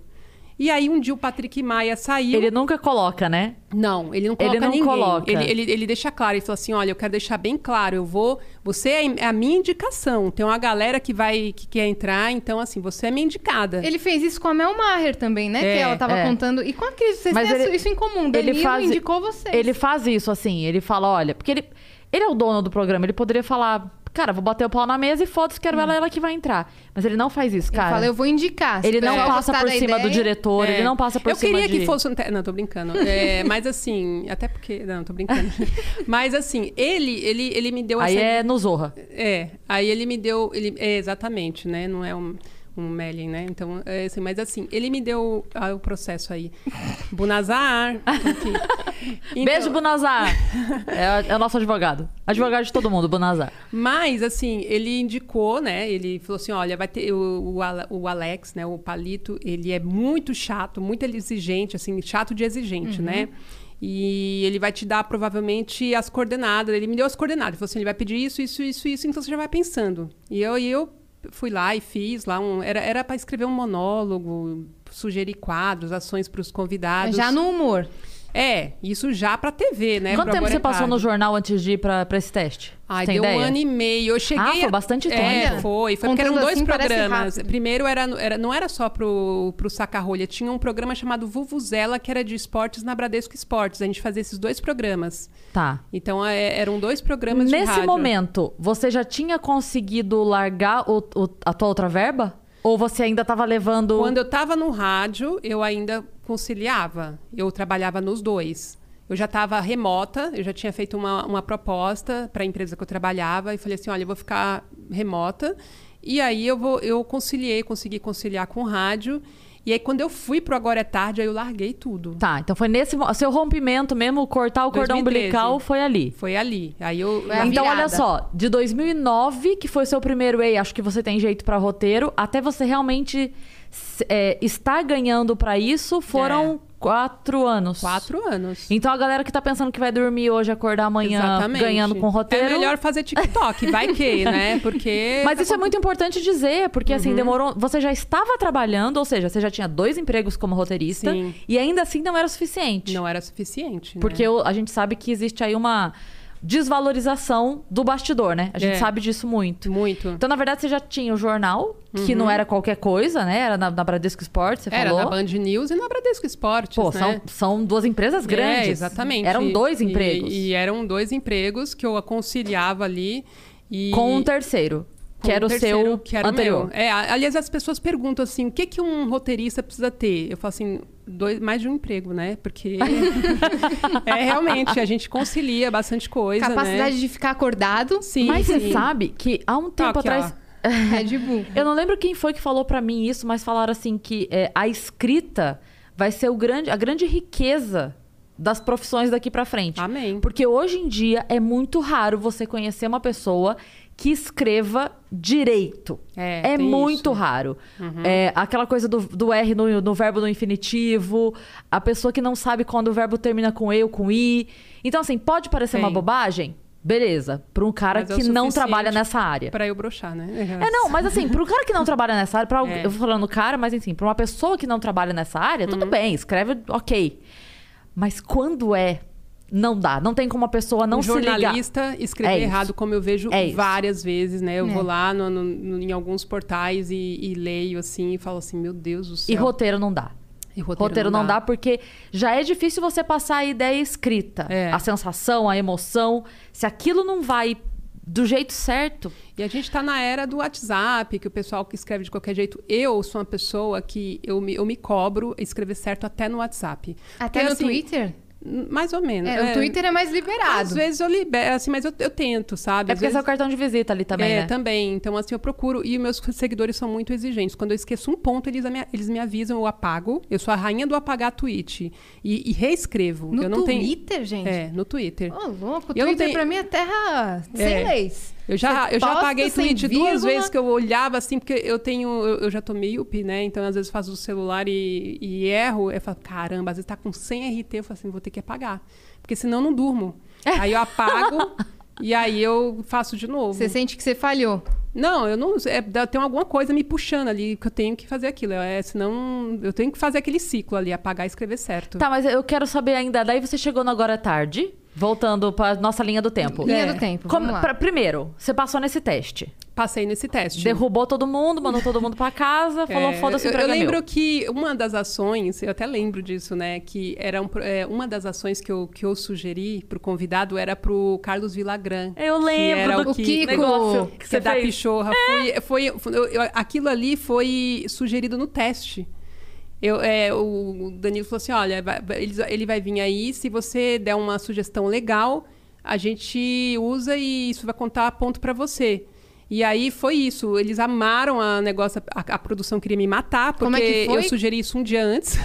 Speaker 4: E aí um dia o Patrick Maia saiu.
Speaker 2: Ele nunca coloca, né?
Speaker 4: Não, ele não
Speaker 2: Ele
Speaker 4: coloca
Speaker 2: não
Speaker 4: ninguém.
Speaker 2: coloca.
Speaker 4: Ele, ele, ele deixa claro, ele fala assim, olha, eu quero deixar bem claro, eu vou... Você é a minha indicação. Tem uma galera que vai, que quer entrar, então, assim, você é minha indicada.
Speaker 3: Ele fez isso com a Mel Maher também, né?
Speaker 4: É,
Speaker 3: que ela tava
Speaker 2: é.
Speaker 3: contando. E com a Cris, vocês
Speaker 2: Mas
Speaker 3: têm
Speaker 2: ele-
Speaker 3: isso em comum. Danilo indicou vocês.
Speaker 2: Ele faz isso, assim. Ele fala, olha... Porque ele, ele é o dono do programa. Ele poderia falar... Cara, vou bater o pau na mesa e foda-se, quero ela, ela que vai entrar. Mas ele não faz isso,
Speaker 3: Hum. Ele
Speaker 2: cara.
Speaker 3: fala, eu vou indicar. Se
Speaker 2: Ele
Speaker 3: o
Speaker 2: não
Speaker 3: pessoal
Speaker 2: passa
Speaker 3: gostar
Speaker 2: por
Speaker 3: da
Speaker 2: cima do
Speaker 3: ideia-
Speaker 2: diretor,
Speaker 4: É.
Speaker 2: ele não passa por
Speaker 4: eu
Speaker 2: cima
Speaker 4: queria
Speaker 2: de...
Speaker 4: que fosse um... te- Não, tô brincando. É, mas assim, até porque... Não, tô
Speaker 2: <laughs>
Speaker 4: brincando. mas assim, ele, ele, ele me deu
Speaker 2: Aí
Speaker 3: assim.
Speaker 4: essa...
Speaker 2: é no Zorra.
Speaker 4: É, aí ele me deu. Ele, é, exatamente, né? Não é um, um Melin, né? Então, é assim, mas assim, ele me deu ah, o processo aí. Bunazar. <laughs> porque- Então,
Speaker 2: Beijo, Bonazar!
Speaker 4: <laughs>
Speaker 2: é, é o nosso advogado. Advogado de todo mundo, Bonazar.
Speaker 4: Mas, assim, ele indicou, né? Ele falou assim: olha, vai ter o, o Ale- o Alex,
Speaker 2: Uhum.
Speaker 4: né? O Palito, ele é muito chato, muito exigente, assim, chato de exigente, né? E ele vai te dar provavelmente as coordenadas. Ele me deu as coordenadas. Ele falou assim: ele vai pedir isso, isso, isso, isso. Então você já vai pensando. E eu, e eu fui lá e fiz lá um. Era para escrever um monólogo, sugerir quadros, ações para os convidados.
Speaker 3: Já no humor.
Speaker 4: É, isso já pra TV, né?
Speaker 2: Quanto
Speaker 4: Pra
Speaker 2: tempo
Speaker 4: agora
Speaker 2: você
Speaker 4: é
Speaker 2: passou
Speaker 4: tarde.
Speaker 2: no jornal antes de ir pra, pra esse teste?
Speaker 4: Ai,
Speaker 2: Você tem
Speaker 4: deu
Speaker 2: ideia?
Speaker 4: um ano e meio. Eu cheguei.
Speaker 2: Ah, foi bastante
Speaker 4: É,
Speaker 2: tempo.
Speaker 4: foi. Foi porque eram
Speaker 3: Contando
Speaker 4: dois
Speaker 3: assim, parece
Speaker 4: programas.
Speaker 3: rápido.
Speaker 4: Primeiro era, era- não era só pro, pro Saca-Rolha, tinha um programa chamado Vuvuzela, que era de esportes na Bradesco Esportes. A gente fazia esses dois programas.
Speaker 2: Tá.
Speaker 4: Então é- eram dois programas de
Speaker 2: Nesse
Speaker 4: rádio.
Speaker 2: momento, você já tinha conseguido largar o- o- a tua outra verba? Ou você ainda tava levando.
Speaker 4: Quando eu estava no rádio, eu ainda conciliava. Eu trabalhava nos dois. Eu já estava remota, eu já tinha feito uma, uma proposta para a empresa que eu trabalhava e falei assim: olha, eu vou ficar remota. E aí eu, vou, eu conciliei, consegui conciliar com o rádio. E aí quando eu fui pro Agora é Tarde, aí eu larguei tudo.
Speaker 2: Tá, então foi nesse. mo- Seu rompimento mesmo, cortar o cordão
Speaker 4: 2013.
Speaker 2: umbilical foi ali.
Speaker 4: Foi ali. Aí eu.
Speaker 3: Foi a
Speaker 2: Então,
Speaker 3: virada.
Speaker 2: olha só, de 2009, que foi seu primeiro Ei, acho que você tem jeito pra roteiro, até você realmente s- é, estar ganhando pra isso, foram
Speaker 4: É.
Speaker 2: quatro anos.
Speaker 4: Quatro anos.
Speaker 2: Então, a galera que tá pensando que vai dormir hoje, acordar amanhã ganhando com roteiro.
Speaker 4: É melhor fazer TikTok, vai que, né? Porque.
Speaker 2: <laughs> Mas isso é muito importante dizer, porque
Speaker 4: Uhum.
Speaker 2: assim, demorou. Você já estava trabalhando, ou seja, você já tinha dois empregos como roteirista,
Speaker 4: Sim.
Speaker 2: e ainda assim não era o suficiente.
Speaker 4: Não é, era suficiente. né?
Speaker 2: Porque o- a gente sabe que existe aí uma desvalorização do bastidor, né? A gente
Speaker 4: É.
Speaker 2: sabe disso muito.
Speaker 4: Muito.
Speaker 2: Então, na verdade, você já tinha o jornal, que não era qualquer coisa, né? Era na, na Bradesco Esporte, você
Speaker 4: Uhum. Era
Speaker 2: falou.
Speaker 4: na Band News e na Bradesco Esportes,
Speaker 2: Pô,
Speaker 4: né?
Speaker 2: são, são duas empresas grandes.
Speaker 4: É, exatamente.
Speaker 2: Eram dois
Speaker 4: E-
Speaker 2: empregos.
Speaker 4: E, eram dois empregos que eu conciliava ali. E
Speaker 2: Com um terceiro,
Speaker 4: com um
Speaker 2: que era o
Speaker 4: terceiro,
Speaker 2: seu
Speaker 4: que era o
Speaker 2: anterior.
Speaker 4: meu. É, a- aliás, as pessoas perguntam assim, o que, que um roteirista precisa ter? Eu falo assim, dois, mais de um emprego, né?
Speaker 2: <laughs>
Speaker 4: Porque <laughs> é realmente, a gente concilia bastante coisa,
Speaker 3: Capacidade
Speaker 4: né?
Speaker 3: de ficar
Speaker 4: <laughs>
Speaker 3: acordado.
Speaker 4: Sim,
Speaker 2: Mas você
Speaker 4: sim. Tá,
Speaker 2: sabe que há um tempo
Speaker 4: Toque,
Speaker 2: atrás.
Speaker 3: Red Bull.
Speaker 4: Uhum.
Speaker 2: Eu não lembro quem foi que falou pra mim isso, mas falaram assim que é, a escrita vai ser o grande, a grande riqueza das profissões daqui pra frente.
Speaker 4: Amém.
Speaker 2: Porque hoje em dia é muito raro você conhecer uma pessoa que escreva direito.
Speaker 4: É, tem
Speaker 2: muito
Speaker 4: isso. Uhum.
Speaker 2: raro. É, aquela coisa do, do R no, no verbo no infinitivo, a pessoa que não sabe quando o verbo termina com eu, com i. Então, assim, pode parecer uma
Speaker 4: Tem.
Speaker 2: bobagem? Beleza, pra um cara
Speaker 4: Mas é o
Speaker 2: que não
Speaker 4: suficiente
Speaker 2: trabalha nessa área.
Speaker 4: Pra eu broxar, né?
Speaker 2: É, não, mas assim, pro cara que não trabalha nessa área, pra, algu-
Speaker 4: É.
Speaker 2: eu vou falando cara, mas assim, pra uma pessoa que não trabalha nessa área, tudo
Speaker 4: Uhum.
Speaker 2: bem, escreve, ok. Mas quando é, não dá. Não tem como a pessoa não
Speaker 4: um
Speaker 2: se ligar.
Speaker 4: jornalista escrever
Speaker 2: É isso.
Speaker 4: errado, como eu vejo
Speaker 2: É isso.
Speaker 4: várias vezes, né? Eu
Speaker 3: É.
Speaker 4: vou lá no- no- no- em alguns portais e, e leio assim e falo assim, meu Deus do céu.
Speaker 2: E roteiro não dá.
Speaker 4: E
Speaker 2: Roteiro, não dá. porque já é difícil você passar a ideia escrita.
Speaker 4: É.
Speaker 2: A sensação, a emoção. Se aquilo não vai do jeito certo, é
Speaker 4: E a gente tá na era do WhatsApp, que o pessoal que escreve de qualquer jeito. Eu sou uma pessoa que eu me, eu me cobro escrever certo até no WhatsApp.
Speaker 3: Até
Speaker 4: Porque,
Speaker 3: no
Speaker 4: assim,
Speaker 3: Twitter?
Speaker 4: Mais ou menos.
Speaker 3: É,
Speaker 4: é.
Speaker 3: O Twitter é mais
Speaker 4: Às
Speaker 3: liberado.
Speaker 4: vezes eu libero, assim, mas eu, eu tento, sabe?
Speaker 2: é
Speaker 4: Às
Speaker 2: porque esse é o
Speaker 4: vezes-
Speaker 2: cartão de visita ali também,
Speaker 4: é,
Speaker 2: né?
Speaker 4: também. Então, assim, eu procuro. E meus seguidores são muito exigentes. Quando eu esqueço um ponto, eles, me- eles me avisam, eu apago. Eu sou a rainha do apagar tweet. E, e reescrevo.
Speaker 3: No
Speaker 4: eu não tenho-
Speaker 3: Twitter, gente?
Speaker 4: É, no Twitter.
Speaker 3: Ô, louco, o
Speaker 4: Eu não
Speaker 3: Twitter
Speaker 4: tenho-
Speaker 3: pra mim é terra sem
Speaker 4: É.
Speaker 3: leis.
Speaker 4: Eu já,
Speaker 3: Você
Speaker 4: eu já
Speaker 3: posta
Speaker 4: apaguei
Speaker 3: sem
Speaker 4: tweet duas
Speaker 3: vírgula.
Speaker 4: vezes que eu olhava assim, porque eu tenho. Eu, eu já tô míope, né? Então, às vezes, faço o celular e, e erro. Eu falo, caramba, às vezes tá com 100 RT. Eu falo assim, vou ter que apagar. Porque senão eu não durmo.
Speaker 3: É.
Speaker 4: Aí eu
Speaker 3: <laughs>
Speaker 4: apago. E aí eu faço de novo.
Speaker 3: Você sente que você falhou.
Speaker 4: Não, eu não. É, dá- tem alguma coisa me puxando ali que eu tenho que fazer aquilo. É, senão eu tenho que fazer aquele ciclo ali, apagar e escrever certo.
Speaker 2: Tá, mas eu quero saber ainda. Daí você chegou no Agora é Tarde, voltando pra nossa linha do tempo.
Speaker 3: Linha
Speaker 4: É.
Speaker 3: do tempo.
Speaker 2: Como-
Speaker 3: vamos lá.
Speaker 2: pra- primeiro, você passou nesse teste.
Speaker 4: Passei nesse teste.
Speaker 2: Derrubou todo mundo, mandou todo mundo pra casa, falou
Speaker 4: <laughs> É,
Speaker 2: foda-se o
Speaker 4: eu, eu
Speaker 2: programa é
Speaker 4: lembro
Speaker 2: meu."
Speaker 4: que uma das ações, eu até lembro disso, né? Que era um pro- é, uma das ações que eu, que eu sugeri pro convidado era pro Carlos Villagrán.
Speaker 2: Eu
Speaker 4: que
Speaker 2: lembro
Speaker 4: era
Speaker 2: do
Speaker 4: o
Speaker 3: o
Speaker 4: que,
Speaker 3: Kiko.
Speaker 2: negócio
Speaker 4: que
Speaker 2: que
Speaker 4: você
Speaker 2: você
Speaker 4: dá
Speaker 2: fez. É?
Speaker 4: pichorra. Foi, foi, foi- eu- eu- aquilo ali foi sugerido no teste. Eu, é, o o Danilo falou assim: olha, vai- vai- eles- ele, vai vir aí, se você der uma sugestão legal, a gente usa e isso vai contar ponto pra você. E aí foi isso. Eles amaram a negócio, a, a produção queria me matar, porque
Speaker 3: Como é que foi?
Speaker 2: <gasps>
Speaker 4: eu sugeri isso um dia antes.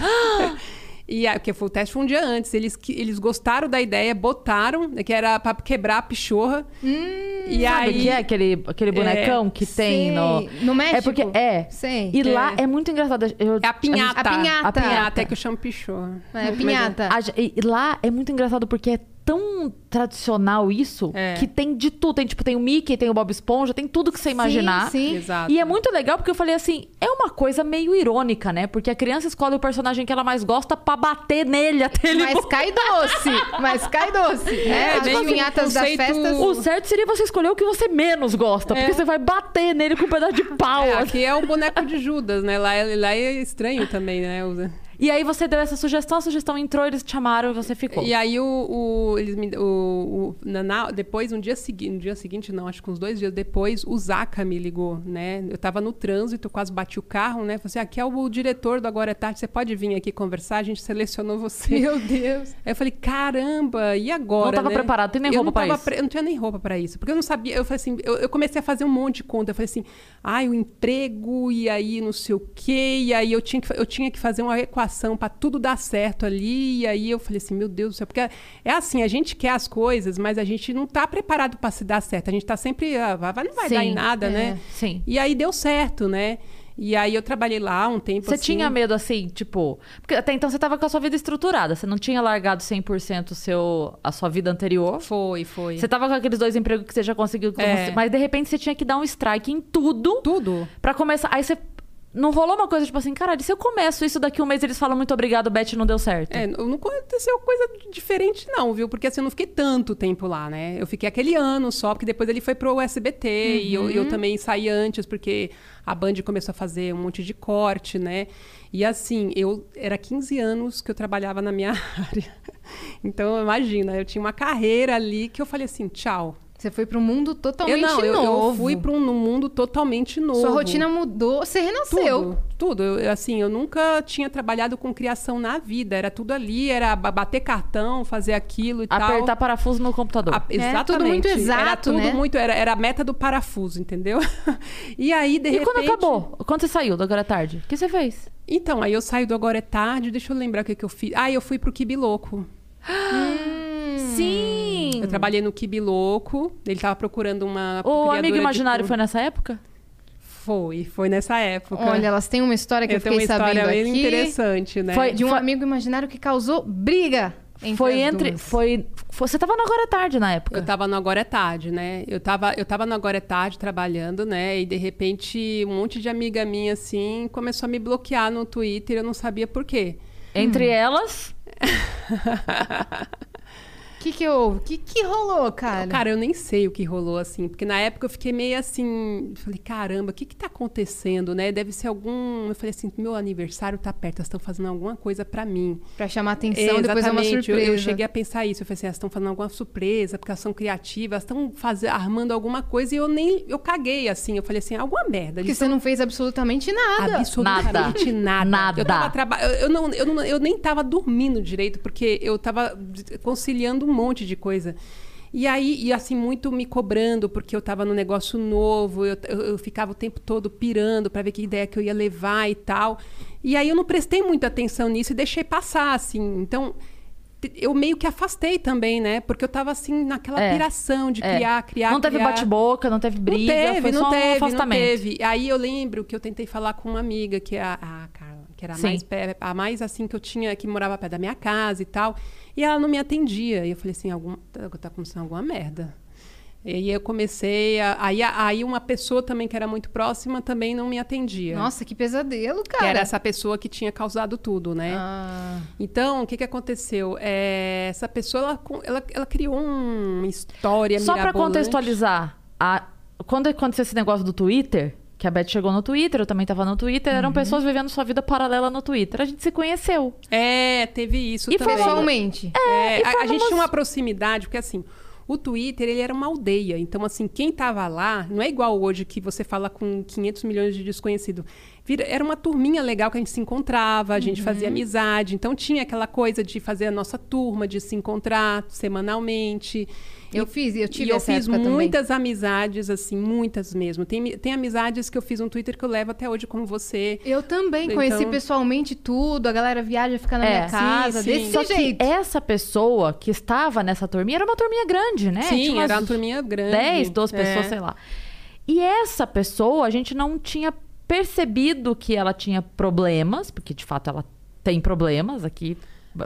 Speaker 4: E aí, porque foi, o teste foi um dia antes. Eles, que- eles gostaram da ideia, botaram, né, que era pra quebrar a pichorra. e
Speaker 2: Sabe o
Speaker 4: aí.
Speaker 2: que é aquele, aquele bonecão que tem
Speaker 3: Sei.
Speaker 2: no...
Speaker 3: No México?
Speaker 2: É porque... É.
Speaker 3: Sei.
Speaker 2: E lá
Speaker 4: É.
Speaker 2: é muito engraçado. Eu-
Speaker 4: É a pinhata.
Speaker 3: A pinhata.
Speaker 4: A pinhata, é que eu chamo pichorra.
Speaker 3: É,
Speaker 4: Mas
Speaker 3: pinhata.
Speaker 2: A ge- e lá é muito engraçado porque é tão tradicional isso
Speaker 4: É.
Speaker 2: que tem de tudo. Tem, tipo, tem o Mickey, tem o Bob Esponja, tem tudo que você imaginar.
Speaker 3: sim.
Speaker 4: Exato.
Speaker 2: E é muito legal porque eu falei assim, é uma coisa meio irônica, né? Porque a criança escolhe o personagem que ela mais gosta pra bater nele até ele
Speaker 3: Mas
Speaker 2: morrer.
Speaker 3: cai doce. Mas cai doce. né?
Speaker 4: É,
Speaker 3: As
Speaker 4: bem um
Speaker 3: pinhatas das
Speaker 4: conceito-
Speaker 3: festas.
Speaker 2: O certo seria você escolher o que você menos gosta, porque você vai bater nele com um pedaço de pau.
Speaker 4: É,
Speaker 2: assim.
Speaker 4: aqui é o boneco de Judas, né? Lá, é- lá é estranho também, né? Os-
Speaker 2: E aí você deu essa sugestão, a sugestão entrou, eles te chamaram e você ficou.
Speaker 4: E aí o, o- eles me- o- o- na- na- depois um dia seguinte, no dia seguinte não, acho que uns dois dias depois, o Zaca me ligou, né? Eu tava no trânsito, quase bati o carro, né? Falei assim, aqui é o diretor do Agora é Tarde, você pode vir aqui conversar, a gente selecionou você.
Speaker 3: Meu Deus.
Speaker 4: Aí eu falei, caramba, e agora?
Speaker 2: Não tava
Speaker 4: né?
Speaker 2: preparado, tem nem
Speaker 4: Eu
Speaker 2: roupa
Speaker 4: não
Speaker 2: pra
Speaker 4: tava
Speaker 2: isso.
Speaker 4: pre- Eu não tinha nem roupa pra isso. Porque eu não sabia. Eu falei assim, eu, eu comecei a fazer um monte de conta. Eu falei assim, ai, o emprego, e aí não sei o quê, e aí eu tinha que, fa- eu tinha que fazer uma equação pra tudo dar certo ali. E aí eu falei assim, meu Deus do céu, porque é assim, a gente quer as coisas, mas a gente não tá preparado pra se dar certo. A gente tá sempre, ah, vai, não vai dar em
Speaker 2: Sim,
Speaker 4: nada,
Speaker 2: é,
Speaker 4: né?
Speaker 2: sim.
Speaker 4: E aí deu certo, né? E aí eu trabalhei lá um tempo
Speaker 2: Você
Speaker 4: assim.
Speaker 2: tinha medo assim, tipo. Porque até então você tava com a sua vida estruturada, você não tinha largado 100% o seu, a sua vida anterior.
Speaker 4: Foi, foi.
Speaker 2: Você tava com aqueles dois empregos que você já conseguiu.
Speaker 4: É.
Speaker 2: Mas de repente você tinha que dar um strike em tudo.
Speaker 4: Tudo.
Speaker 2: Pra começar. Aí você. Não rolou uma coisa tipo assim, caralho, se eu começo isso daqui um mês, eles falam muito obrigado, Beth, não deu certo.
Speaker 4: É, não não aconteceu coisa diferente, não, viu? Porque assim, eu não fiquei tanto tempo lá, né? Eu fiquei aquele ano só, porque depois ele foi pro SBT e eu,
Speaker 3: Uhum.
Speaker 4: eu também saí antes, porque a Band começou a fazer um monte de corte, né? E assim, eu era 15 anos que eu trabalhava na minha <laughs> área. Então, imagina, eu tinha uma carreira ali que eu falei assim, tchau.
Speaker 3: Você foi pro mundo
Speaker 4: Eu
Speaker 3: totalmente
Speaker 4: não, eu, eu
Speaker 3: novo.
Speaker 4: fui para um mundo totalmente novo.
Speaker 3: Sua rotina mudou. Você renasceu.
Speaker 4: Tudo, tudo. Eu, eu, assim, eu nunca tinha trabalhado com criação na vida. Era tudo ali, era ba- bater cartão, fazer aquilo e tal.
Speaker 2: Apertar parafuso no computador.
Speaker 4: A- exatamente.
Speaker 3: tudo muito
Speaker 4: Era
Speaker 3: exato,
Speaker 4: tudo
Speaker 3: né?
Speaker 4: muito, era, era a meta do parafuso, entendeu? <laughs> e aí, de
Speaker 2: E
Speaker 4: repente...
Speaker 2: quando acabou? Quando você saiu do agora é tarde? O que você fez?
Speaker 4: Então, aí eu saio do Agora é Tarde, deixa eu lembrar o que, que eu fiz. Ah, eu fui pro Kibi Louco.
Speaker 3: Hum.
Speaker 2: Sim!
Speaker 4: Eu trabalhei no Kibi Louco, ele tava procurando uma
Speaker 2: O
Speaker 4: criadora
Speaker 2: amigo
Speaker 4: de
Speaker 2: imaginário
Speaker 4: cor.
Speaker 2: foi nessa época?
Speaker 4: Foi, foi nessa época.
Speaker 3: Olha, elas têm uma história que eu,
Speaker 4: eu tenho uma
Speaker 3: fiquei
Speaker 4: história
Speaker 3: sabendo
Speaker 4: bem
Speaker 3: aqui.
Speaker 4: interessante, né?
Speaker 2: Foi-
Speaker 3: De um amigo imaginário que causou briga. Entre
Speaker 2: foi
Speaker 3: as
Speaker 2: entre.
Speaker 3: duas.
Speaker 2: Foi, foi- Você tava no agora é tarde na época.
Speaker 4: Eu tava no Agora é Tarde, né? Eu tava, eu tava no Agora é Tarde trabalhando, né? E de repente um monte de amiga minha, assim, começou a me bloquear no Twitter, eu não sabia por quê. Hum.
Speaker 2: Entre elas.
Speaker 3: O que que houve? O que que rolou, cara?
Speaker 4: Cara, eu nem sei o que rolou, assim, porque na época eu fiquei meio assim, falei, caramba, o que que tá acontecendo, né? Deve ser algum. Eu falei assim, meu aniversário tá perto, elas estão fazendo alguma coisa pra mim.
Speaker 3: Pra chamar atenção,
Speaker 4: É,
Speaker 3: depois é uma
Speaker 4: exatamente.
Speaker 3: surpresa.
Speaker 4: Eu- Eu, cheguei a pensar isso. Eu falei assim, elas estão fazendo alguma surpresa, porque elas são criativas, estão faze- armando alguma coisa e eu nem. Eu caguei, assim. Eu falei assim, alguma merda.
Speaker 3: Porque
Speaker 4: eles
Speaker 3: você não fez absolutamente nada.
Speaker 4: Absolutamente nada.
Speaker 2: Nada.
Speaker 4: Eu, tava traba- eu- eu não, eu, não- eu nem tava dormindo direito, porque eu tava conciliando um monte de coisa. E aí, e assim, muito me cobrando, porque eu tava num negócio novo, eu, eu- eu ficava o tempo todo pirando para ver que ideia que eu ia levar e tal. E aí eu não prestei muita atenção nisso e deixei passar, assim. Então, te- eu meio que afastei também, né? Porque eu tava assim, naquela
Speaker 2: É.
Speaker 4: piração de
Speaker 2: É.
Speaker 4: criar, criar.
Speaker 2: Não teve
Speaker 4: criar.
Speaker 2: bate-boca, não teve briga,
Speaker 4: não teve,
Speaker 2: foi
Speaker 4: não
Speaker 2: só
Speaker 4: teve,
Speaker 2: um
Speaker 4: não
Speaker 2: afastamento.
Speaker 4: teve. Aí eu lembro que eu tentei falar com uma amiga que é a, a Carla, que era a
Speaker 2: Sim.
Speaker 4: mais, pé- a mais assim que eu tinha, que morava perto da minha casa e tal, e ela não me atendia. E eu falei assim, algum, tá tá acontecendo alguma merda. E aí eu comecei, a, aí, a- aí uma pessoa também que era muito próxima também não me atendia.
Speaker 3: Nossa, que pesadelo,
Speaker 4: que
Speaker 3: cara.
Speaker 4: era essa pessoa que tinha causado tudo, né?
Speaker 3: Ah.
Speaker 4: Então, o que, que aconteceu? É, essa pessoa, ela, co- ela, ela criou uma história
Speaker 2: Só pra
Speaker 4: mirabolante.
Speaker 2: contextualizar, a- quando aconteceu esse negócio do Twitter, que a Beth chegou no Twitter, eu também tava no Twitter,
Speaker 4: Uhum.
Speaker 2: eram pessoas vivendo sua vida paralela no Twitter. A gente se conheceu.
Speaker 4: É, teve isso
Speaker 2: E foi
Speaker 4: também.
Speaker 3: Pessoalmente.
Speaker 4: É,
Speaker 2: e
Speaker 4: a, a
Speaker 2: formamos-
Speaker 4: gente tinha uma proximidade, porque assim, o Twitter, ele era uma aldeia. Então, assim, quem tava lá, não é igual hoje que você fala com 500 milhões de desconhecidos. vira- era uma turminha legal que a gente se encontrava, a gente
Speaker 3: Uhum.
Speaker 4: fazia amizade. Então tinha aquela coisa de fazer a nossa turma, de se encontrar semanalmente.
Speaker 3: Eu
Speaker 4: E-
Speaker 3: fiz, eu tive
Speaker 4: e eu
Speaker 3: essa
Speaker 4: fiz
Speaker 3: época também.
Speaker 4: muitas amizades, assim, muitas mesmo. Tem, tem amizades que eu fiz no Twitter que eu levo até hoje como você.
Speaker 3: Eu também conheci
Speaker 4: Então-
Speaker 3: pessoalmente tudo, a galera viaja, fica na
Speaker 2: É.
Speaker 3: minha
Speaker 2: Sim,
Speaker 3: casa,
Speaker 4: sim. é
Speaker 3: desse
Speaker 2: Só
Speaker 3: jeito.
Speaker 2: que essa pessoa que estava nessa turminha era uma turminha grande, né?
Speaker 4: Sim,
Speaker 2: Tinha umas
Speaker 4: era uma turminha grande.
Speaker 2: 10, 12
Speaker 4: É.
Speaker 2: pessoas, sei lá. E essa pessoa, a gente não tinha percebido que ela tinha problemas, porque de fato ela tem problemas aqui.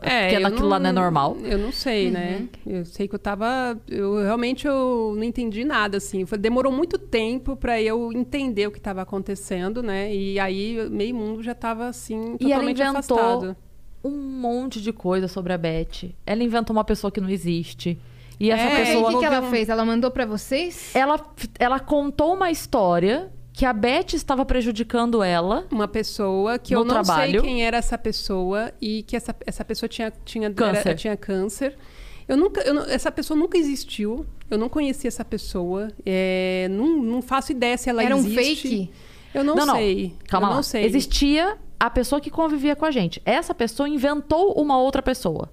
Speaker 4: É,
Speaker 2: porque
Speaker 4: eu
Speaker 2: aquilo lá não é normal. Uhum.
Speaker 4: Eu não sei, né? Eu sei que eu tava. Eu realmente eu não entendi nada, assim. Foi- Demorou muito tempo pra eu entender o que estava acontecendo, né? E aí meio mundo já tava assim,
Speaker 2: E ela
Speaker 4: totalmente
Speaker 2: inventou
Speaker 4: afastado.
Speaker 2: um monte de coisa sobre a Beth. Ela inventou uma pessoa que não existe. E essa
Speaker 4: É,
Speaker 3: E aí, o
Speaker 2: pessoa.
Speaker 3: que, que ela
Speaker 4: Envolveu um-
Speaker 3: fez? Ela mandou pra
Speaker 4: É
Speaker 3: vocês?
Speaker 2: Ela, ela contou uma história que a Beth estava prejudicando ela.
Speaker 4: Uma pessoa que
Speaker 2: No
Speaker 4: eu não
Speaker 2: trabalho.
Speaker 4: sei quem era essa pessoa e que essa, essa pessoa tinha, tinha,
Speaker 2: Câncer.
Speaker 4: era- tinha câncer. Eu nunca, eu não- essa pessoa nunca existiu. Eu não conheci essa pessoa. É, não, não faço ideia se ela
Speaker 3: Era um
Speaker 4: existe.
Speaker 3: fake?
Speaker 4: Eu não, sei.
Speaker 2: Calma
Speaker 4: eu
Speaker 2: lá.
Speaker 4: não sei.
Speaker 2: Existia a pessoa que convivia com a gente. Essa pessoa inventou uma outra pessoa.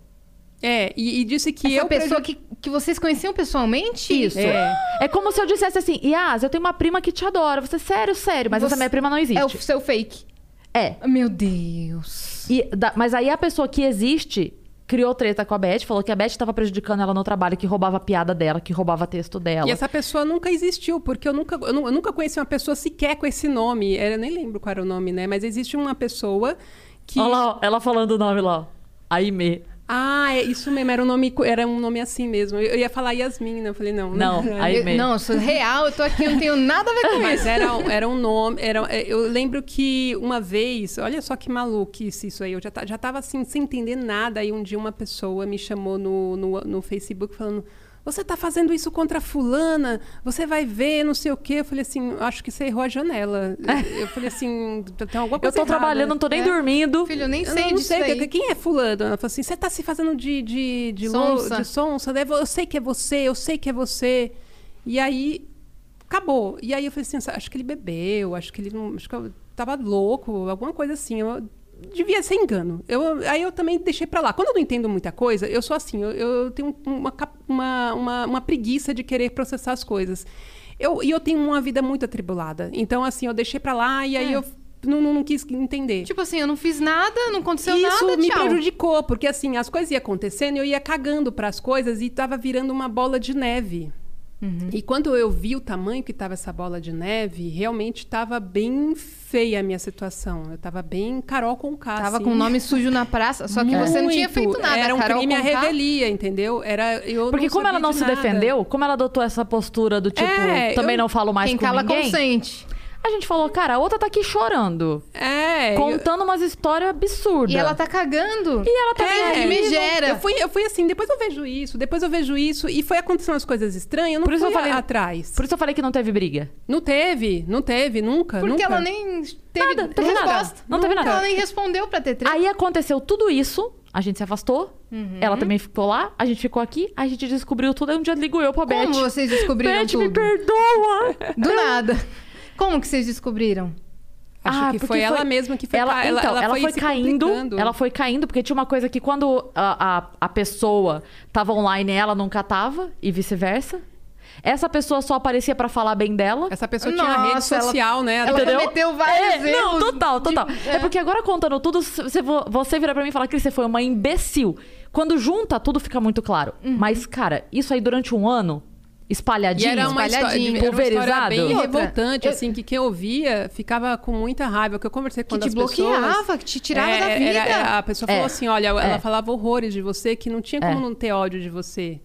Speaker 4: É, e, e disse que
Speaker 3: Essa
Speaker 4: eu
Speaker 3: pessoa
Speaker 4: prejudi-
Speaker 3: que, que vocês conheciam pessoalmente?
Speaker 2: Isso.
Speaker 4: É.
Speaker 2: É como se eu dissesse assim: Yas, eu tenho uma prima que te adora. Você, sério, sério, mas
Speaker 3: Você-
Speaker 2: essa minha prima não
Speaker 3: É o
Speaker 2: existe.
Speaker 3: seu fake.
Speaker 2: É.
Speaker 3: Meu Deus.
Speaker 2: E da- mas aí a pessoa que existe criou treta com a Beth, falou que a Beth estava prejudicando ela no trabalho, que roubava a piada dela, que roubava texto dela.
Speaker 4: E essa pessoa nunca existiu, porque eu nunca, eu nu- eu nunca conheci uma pessoa sequer com esse nome. Era- Eu nem lembro qual era o nome, né? Mas existe uma pessoa que.
Speaker 2: Olha lá, ó, ela falando o nome lá. ó. Aime.
Speaker 4: Ah, é isso mesmo, era um nome, co- era um nome assim mesmo. Eu eu ia falar Yasmin, né? Eu falei, não.
Speaker 2: Não,
Speaker 4: <laughs>
Speaker 2: aí-
Speaker 3: Eu-
Speaker 2: mesmo.
Speaker 3: não, eu sou real, eu tô aqui, eu não tenho nada a ver com
Speaker 4: Mas
Speaker 3: isso.
Speaker 4: era, um- era um nome. Era, é, eu lembro que uma vez, olha só que maluquice isso aí. Eu já, ta- já tava assim, sem entender nada. Aí um dia uma pessoa me chamou no, no, no Facebook falando. Você tá fazendo isso contra fulana, você vai ver, não sei o quê. Eu falei assim, acho que você errou a janela. Eu falei assim, tem alguma
Speaker 2: Eu
Speaker 4: coisa
Speaker 2: tô
Speaker 4: errada. né?
Speaker 2: trabalhando, não tô nem
Speaker 3: É.
Speaker 2: dormindo.
Speaker 3: Filho, eu nem
Speaker 4: Eu
Speaker 3: sei
Speaker 4: não
Speaker 3: disso
Speaker 4: sei,
Speaker 3: daí.
Speaker 4: que- quem é fulano? Ela falou assim, você tá se fazendo de, de, de, lou-
Speaker 3: Sonsa.
Speaker 4: de sonsa, né? eu sei que é você, eu sei que é você. E aí, acabou. E aí eu falei assim, acho que ele bebeu, acho que ele não, acho que eu tava louco, alguma coisa assim. Eu, devia ser engano. Eu, aí eu também deixei pra lá. Quando eu não entendo muita coisa, eu sou assim, eu, eu tenho uma, cap- uma, uma, uma preguiça de querer processar as coisas. Eu, e eu tenho uma vida muito atribulada. Então, assim, eu deixei pra lá
Speaker 3: É.
Speaker 4: e aí eu não, não, não quis entender.
Speaker 3: Tipo assim, eu não fiz nada, não aconteceu
Speaker 4: Isso
Speaker 3: nada,
Speaker 4: me
Speaker 3: tchau.
Speaker 4: prejudicou, porque assim, as coisas iam acontecendo, eu ia cagando para as coisas e tava virando uma bola de neve.
Speaker 3: Uhum.
Speaker 4: E quando eu vi o tamanho que estava essa bola de neve, realmente estava bem feia a minha situação. Eu estava bem Carol com K. assim.
Speaker 3: Tava com o nome sujo na praça, só que você não tinha feito nada,
Speaker 4: Ah, Era um
Speaker 3: Carol
Speaker 4: crime à
Speaker 3: Conká.
Speaker 4: revelia, entendeu? Era, eu
Speaker 2: Porque
Speaker 4: não
Speaker 2: como ela
Speaker 4: sabia
Speaker 2: não
Speaker 4: de
Speaker 2: se
Speaker 4: nada.
Speaker 2: defendeu, como ela adotou essa postura do tipo,
Speaker 4: É,
Speaker 2: também
Speaker 4: eu-
Speaker 2: não falo mais
Speaker 3: Quem
Speaker 2: com
Speaker 3: cala
Speaker 2: ninguém.
Speaker 3: consente.
Speaker 2: A gente falou, cara, a outra tá aqui chorando,
Speaker 4: É, eu-
Speaker 2: contando umas histórias absurdas.
Speaker 3: E ela tá cagando.
Speaker 2: E ela tá
Speaker 3: é,
Speaker 2: cagando.
Speaker 3: me gera.
Speaker 4: Eu fui, eu fui assim, depois eu vejo isso, depois eu vejo isso, e foi acontecendo as coisas estranhas, eu não
Speaker 2: Por isso
Speaker 4: fui
Speaker 2: eu falei-
Speaker 4: a- atrás.
Speaker 2: Por isso eu falei que não teve briga.
Speaker 4: Não teve, não teve, nunca.
Speaker 3: Porque
Speaker 4: nunca.
Speaker 3: ela nem teve
Speaker 2: Nada, não teve nada.
Speaker 3: resposta.
Speaker 2: Não teve nada.
Speaker 3: Ela nem respondeu pra ter treta.
Speaker 2: Aí aconteceu tudo isso, a gente se afastou,
Speaker 3: Uhum.
Speaker 2: ela também ficou lá, a gente ficou aqui, a gente descobriu tudo, aí um dia ligo eu pra
Speaker 3: Como
Speaker 2: Beth.
Speaker 3: vocês descobriram
Speaker 2: Beth,
Speaker 3: tudo?
Speaker 2: me perdoa!
Speaker 3: Do nada. Como que vocês descobriram?
Speaker 4: Acho
Speaker 2: Ah,
Speaker 4: que
Speaker 2: porque
Speaker 4: foi ela mesma que foi
Speaker 2: ela,
Speaker 4: ca-
Speaker 2: então, ela, foi,
Speaker 4: se
Speaker 2: caindo.
Speaker 4: complicando.
Speaker 2: Ela foi caindo, porque tinha uma coisa que quando a, a, a pessoa tava online, ela nunca tava, e vice-versa. Essa pessoa só aparecia pra falar bem dela.
Speaker 4: Essa pessoa
Speaker 3: Nossa,
Speaker 4: tinha rede
Speaker 3: ela-
Speaker 4: social, né?
Speaker 3: ela
Speaker 4: Entendeu?
Speaker 3: cometeu vários
Speaker 2: é, Não,
Speaker 3: erros
Speaker 2: total,
Speaker 3: de-
Speaker 2: total.
Speaker 3: é.
Speaker 2: É. porque agora contando tudo, você, você vira pra mim e fala, Cris, você foi uma imbecil. Quando junta, tudo fica muito claro. Mas, cara, isso aí durante um ano,
Speaker 4: Uhum. E
Speaker 2: espalhadinho.
Speaker 4: era uma história,
Speaker 3: espalhadinho,
Speaker 4: era uma história
Speaker 2: pulverizado.
Speaker 4: bem
Speaker 3: E outra,
Speaker 4: revoltante,
Speaker 3: eu-
Speaker 4: assim, que quem ouvia ficava com muita raiva. Que eu conversei com
Speaker 3: Que
Speaker 4: as
Speaker 3: te
Speaker 4: pessoas...
Speaker 3: bloqueava, que te tirava
Speaker 4: É,
Speaker 3: da vida.
Speaker 4: era- era- a pessoa falou
Speaker 2: É.
Speaker 4: assim, olha, ela
Speaker 2: É.
Speaker 4: falava horrores de você, que não tinha como não ter ódio de você.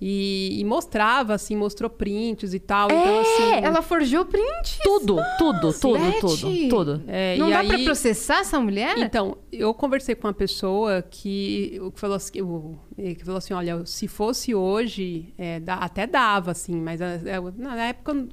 Speaker 4: E, e mostrava, assim, mostrou prints e tal. Então, assim...
Speaker 3: Ela forjou print.
Speaker 2: Tudo, tudo, tudo,
Speaker 3: Beth!
Speaker 2: tudo, tudo.
Speaker 4: é,
Speaker 3: não
Speaker 4: e
Speaker 3: dá
Speaker 4: aí...
Speaker 3: pra processar essa mulher?
Speaker 4: Então, eu conversei com uma pessoa que, que falou assim, o- eh, que falou assim, olha, se fosse hoje, eh, dá- até dava, assim, mas eh, eu- na na época... eu-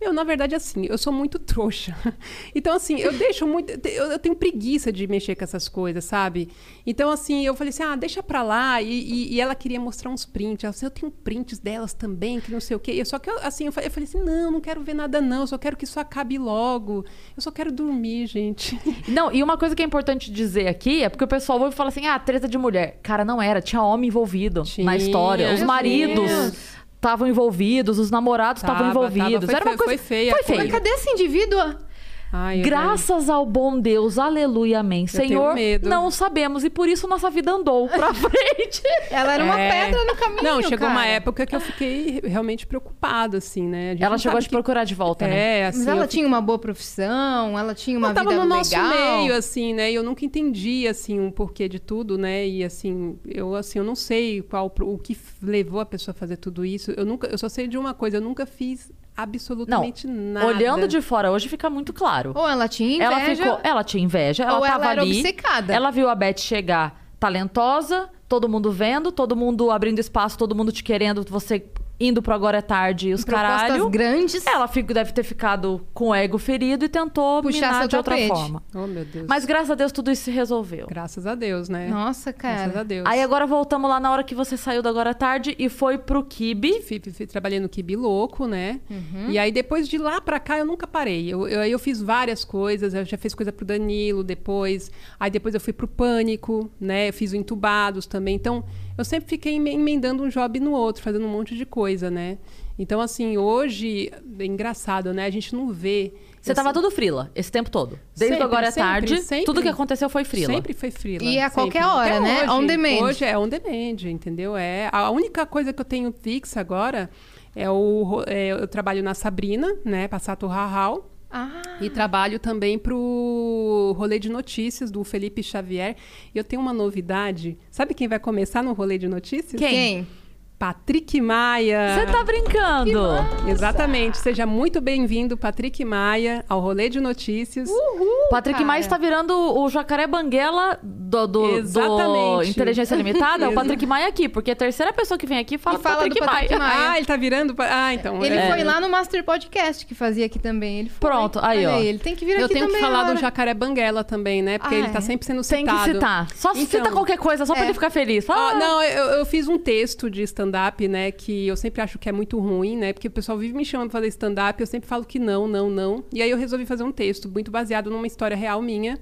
Speaker 4: Meu, na verdade, assim, eu sou muito trouxa. <laughs> Então, assim, eu deixo muito... Eu, eu tenho preguiça de mexer com essas coisas, sabe? Então, assim, eu falei assim, ah, deixa pra lá. E, e- e ela queria mostrar uns prints. Ela disse, eu tenho prints delas também, que não sei o quê. Eu, só que, eu, assim, eu fa- eu falei assim, não, não quero ver nada, não. Eu só quero que isso acabe logo. Eu só quero dormir, gente. <laughs>
Speaker 2: Não, e uma coisa que é importante dizer aqui é porque o pessoal vai falar assim: ah, treta de mulher. Cara, não era, tinha homem envolvido na
Speaker 4: Tinha.
Speaker 2: história. Os
Speaker 4: Meu
Speaker 2: maridos
Speaker 3: Deus.
Speaker 2: estavam envolvidos, os namorados estavam
Speaker 4: Tava, tava.
Speaker 2: envolvidos.
Speaker 4: Foi
Speaker 2: era uma
Speaker 4: fe-
Speaker 2: coisa.
Speaker 4: foi feia
Speaker 2: Foi
Speaker 4: a coisa.
Speaker 3: Mas cadê essa indivídua?
Speaker 4: Ai, eu-
Speaker 2: Graças ao bom Deus, aleluia, amém.
Speaker 4: tenho
Speaker 2: Senhor,
Speaker 4: medo.
Speaker 2: não sabemos e por isso nossa vida andou <laughs> pra frente.
Speaker 3: Ela era uma
Speaker 4: É.
Speaker 3: pedra no caminho.
Speaker 4: Não, chegou
Speaker 3: cara.
Speaker 4: uma época que eu fiquei realmente preocupada, assim, né? A gente
Speaker 2: Ela
Speaker 4: não
Speaker 2: chegou a
Speaker 4: sabe
Speaker 2: te procurar de volta,
Speaker 4: que...
Speaker 2: né?
Speaker 4: É, assim,
Speaker 3: Mas ela
Speaker 4: eu
Speaker 3: tinha uma boa profissão, ela tinha uma
Speaker 4: eu tava
Speaker 3: vida
Speaker 4: no
Speaker 3: legal.
Speaker 4: nosso meio, assim, né? E eu nunca entendi, assim, um porquê de tudo, né? E, assim, eu, assim, eu não sei qual, pro- o que f- levou a pessoa a fazer tudo isso. Eu, nunca, eu só sei de uma coisa, eu nunca fiz
Speaker 2: Não,
Speaker 4: absolutamente nada.
Speaker 2: olhando de fora hoje fica muito claro.
Speaker 3: Ou ela tinha inveja.
Speaker 2: Ela ficou,
Speaker 4: é.
Speaker 2: ela tinha inveja, ela
Speaker 3: Ou ela
Speaker 2: tava
Speaker 3: era
Speaker 2: ali.
Speaker 3: obcecada.
Speaker 2: Ela viu a Beth chegar talentosa, todo mundo vendo, todo mundo abrindo espaço, todo mundo te querendo, você indo pro agora é tarde e os
Speaker 3: Propostas
Speaker 2: caralho.
Speaker 3: grandes.
Speaker 2: Ela fico- deve ter ficado com o ego ferido e tentou
Speaker 3: Puxar
Speaker 2: minar
Speaker 3: seu
Speaker 2: de outra
Speaker 3: tapete.
Speaker 2: forma.
Speaker 4: Oh, meu Deus.
Speaker 2: Mas graças a Deus tudo isso se resolveu.
Speaker 4: Graças a Deus, né?
Speaker 3: Nossa, cara.
Speaker 4: Graças a Deus.
Speaker 2: Aí agora voltamos lá na hora que você saiu do agora é tarde e foi pro Kibe.
Speaker 4: Fui- fui- fui- trabalhei no Kibi Louco, né?
Speaker 2: Uhum.
Speaker 4: E aí depois de lá pra cá eu nunca parei. Eu, eu, aí eu fiz várias coisas, eu já fiz coisa pro Danilo depois. Aí depois eu fui pro Pânico, né? Eu fiz o Entubados também. Então eu sempre fiquei emen- emendando um job no outro, fazendo um monte de coisa, né? Então assim, hoje é engraçado, né? A gente não vê.
Speaker 2: Você
Speaker 4: Eu
Speaker 2: tava
Speaker 4: se-
Speaker 2: tudo frila esse tempo todo. Desde
Speaker 4: Sempre,
Speaker 2: o agora é
Speaker 4: sempre,
Speaker 2: tarde,
Speaker 4: sempre.
Speaker 2: tudo que aconteceu foi frila.
Speaker 4: Sempre foi frila.
Speaker 3: E é a
Speaker 4: sempre.
Speaker 3: qualquer hora,
Speaker 4: Até
Speaker 3: né?
Speaker 4: hoje.
Speaker 3: On demand.
Speaker 4: Hoje é on demand, entendeu? É a única coisa que eu tenho fixa agora é o ro- é, eu trabalho na Sabrina, né? Passato Rahal.
Speaker 3: Ah,
Speaker 4: E trabalho também pro rolê de notícias do Felipe Xavier. E eu tenho uma novidade. Sabe quem vai começar no rolê de notícias?
Speaker 3: quem?
Speaker 4: Patrick Maia.
Speaker 2: Você tá brincando?
Speaker 4: Exatamente. Seja muito bem-vindo, Patrick Maia, ao rolê de notícias.
Speaker 3: Uhul,
Speaker 2: Patrick
Speaker 3: cara.
Speaker 2: Maia está virando o jacaré banguela do, do, do
Speaker 4: Exatamente.
Speaker 2: Inteligência Limitada.
Speaker 4: <laughs>
Speaker 2: é o Patrick Maia aqui, porque a terceira pessoa que vem aqui fala,
Speaker 3: E fala
Speaker 2: Patrick,
Speaker 3: do Patrick
Speaker 2: Maia.
Speaker 3: Maia.
Speaker 4: Ah, ele tá virando. pa- Ah, então.
Speaker 3: Ele
Speaker 4: é.
Speaker 3: foi lá no Master Podcast que fazia aqui também. Ele foi.
Speaker 2: Pronto, aí,
Speaker 3: Olha
Speaker 2: ó.
Speaker 3: Ele tem que vir
Speaker 4: Eu
Speaker 3: aqui
Speaker 4: tenho que
Speaker 3: também
Speaker 4: falar
Speaker 3: agora.
Speaker 4: do Jacaré Banguela também, né? Porque
Speaker 3: Ah,
Speaker 4: ele tá
Speaker 3: é.
Speaker 4: sempre sendo
Speaker 2: Tem
Speaker 4: citado.
Speaker 2: que citar. Só cita
Speaker 4: Então,
Speaker 2: qualquer coisa, só pra
Speaker 3: é.
Speaker 2: ele ficar feliz. Fala,
Speaker 4: Ó, Ah, não, eu, eu fiz um texto de stand-up, né? Que eu sempre acho que é muito ruim, né? Porque o pessoal vive me chamando pra fazer stand-up, eu sempre falo que não, não, não. E aí eu resolvi fazer um texto muito baseado numa história real minha.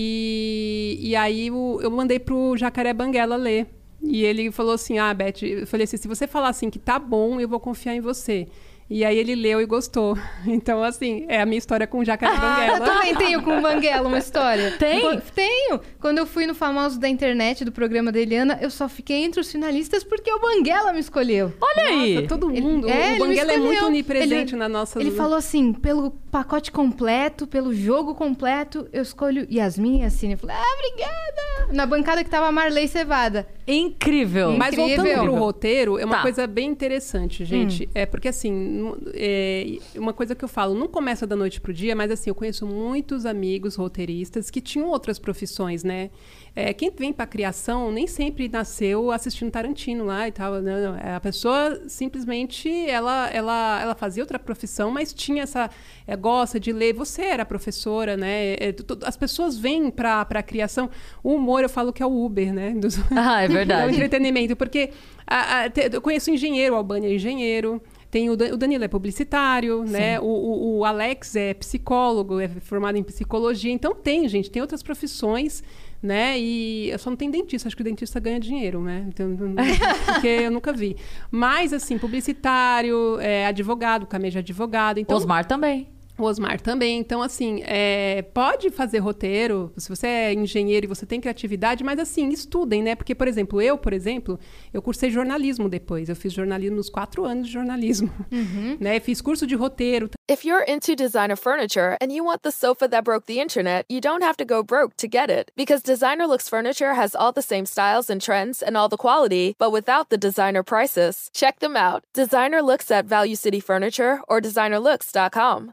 Speaker 4: E, e aí o- eu mandei pro Jacaré Banguela ler. E ele falou assim: Ah, Beth, eu falei assim: se você falar assim que tá bom, eu vou confiar em você. E aí ele leu e gostou. <laughs> Então, assim, é a minha história com o Jacaré
Speaker 3: Eu
Speaker 4: Banguela.
Speaker 3: também
Speaker 4: <laughs>
Speaker 3: tenho com o Banguela uma história.
Speaker 2: Tem?
Speaker 3: Qu- Tenho. Quando eu fui no famoso da internet do programa da Eliana, eu só fiquei entre os finalistas porque o Banguela me escolheu.
Speaker 2: Olha aí.
Speaker 4: Nossa, todo
Speaker 3: Ele- é,
Speaker 4: mundo. o
Speaker 3: ele me
Speaker 4: Banguela é muito
Speaker 3: escolheu.
Speaker 4: onipresente
Speaker 3: Ele-
Speaker 4: na nossa
Speaker 3: Ele falou assim: pelo pacote completo, pelo jogo completo, eu escolho Yasmin e Yassine. Eu falei, ah, obrigada! Na bancada que tava a Marley Cevada.
Speaker 2: Incrível.
Speaker 4: Mas
Speaker 3: Incrível.
Speaker 4: voltando pro roteiro, é uma
Speaker 2: Tá. Hum.
Speaker 4: coisa bem interessante, gente. É porque, assim, nu- é, uma coisa que eu falo, não começa da noite pro dia, mas, assim, eu conheço muitos amigos roteiristas que tinham outras profissões, né? É, quem vem pra criação nem sempre nasceu assistindo Tarantino lá e tal. Não, não. É, A pessoa, simplesmente, ela, ela, ela fazia outra profissão, mas tinha essa... é, gosta de ler. Você era professora, né? É, tu- tu- as pessoas vêm pra, pra criação. O humor, eu falo que é o Uber, né? Dos-
Speaker 2: Ah, é
Speaker 4: <laughs> é o
Speaker 2: verdade.
Speaker 4: entretenimento, porque a- a- te- eu conheço engenheiro, o Albani é engenheiro. Tem o, Dan- o Danilo é publicitário, né? O, o- o Alex é psicólogo, é formado em psicologia. Então tem, gente, tem outras profissões, né? E eu só não tem dentista, acho que o dentista ganha dinheiro, né? Então, não- porque eu nunca vi. Mas, assim, publicitário, é, advogado, o Camejo é advogado. Então,
Speaker 2: Osmar também.
Speaker 4: o Osmar também. Então, assim, é, pode fazer roteiro, se você é engenheiro e você tem criatividade, mas assim, estudem, né? Porque, por exemplo, eu, por exemplo, eu cursei jornalismo depois. Eu fiz jornalismo nos quatro anos de jornalismo. <laughs> Né? Fiz curso de roteiro
Speaker 1: If you're into designer furniture and you want the sofa that broke the internet, you don't have to go broke to get it. Because Designer Looks Furniture has all the same styles and trends and all the quality, but without the designer prices. Check them out. Designer Looks at Value City Furniture or designerlooks.com.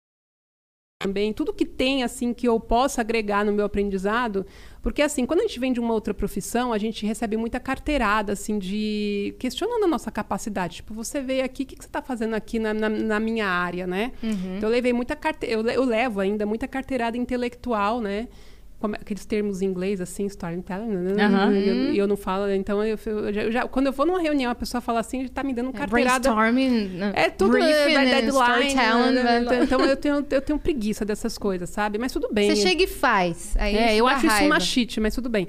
Speaker 4: também tudo que tem assim que eu possa agregar no meu aprendizado, porque assim, quando a gente vem de uma outra profissão, a gente recebe muita carteirada assim de questionando a nossa capacidade, tipo, você veio aqui, o que, que você está fazendo aqui na, na, na minha área, né? Então eu levei muita carteira, eu, le- eu levo ainda muita carteirada intelectual, né? Como é- aqueles termos em inglês assim, storytelling,
Speaker 2: Aham.
Speaker 4: e eu, né, e eu não falo, então eu, eu já- eu já- quando eu vou numa reunião, a pessoa fala assim, tá me dando carteirada.
Speaker 3: Brainstorming. né?
Speaker 4: É tudo
Speaker 3: briefing,
Speaker 4: é, vai
Speaker 3: né?
Speaker 4: deadline.
Speaker 3: storytelling,
Speaker 4: né?
Speaker 3: vai-
Speaker 4: Então, então eu tenho, eu tenho preguiça dessas coisas, sabe? Mas tudo bem.
Speaker 3: Você chega e faz. Aí
Speaker 4: É, eu
Speaker 3: dá
Speaker 4: acho isso
Speaker 3: raiva.
Speaker 4: uma cheat, mas
Speaker 3: <laughs>
Speaker 4: tudo bem.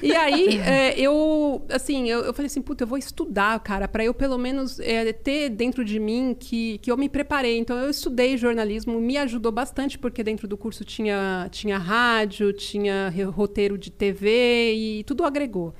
Speaker 4: E aí, é, eu, assim, eu, eu falei assim, puta, eu vou estudar, cara, pra eu pelo menos é, ter dentro de mim que, que eu me preparei. Então, eu estudei jornalismo, me ajudou bastante, porque dentro do curso tinha, tinha rádio, tinha re- roteiro de TV e tudo agregou.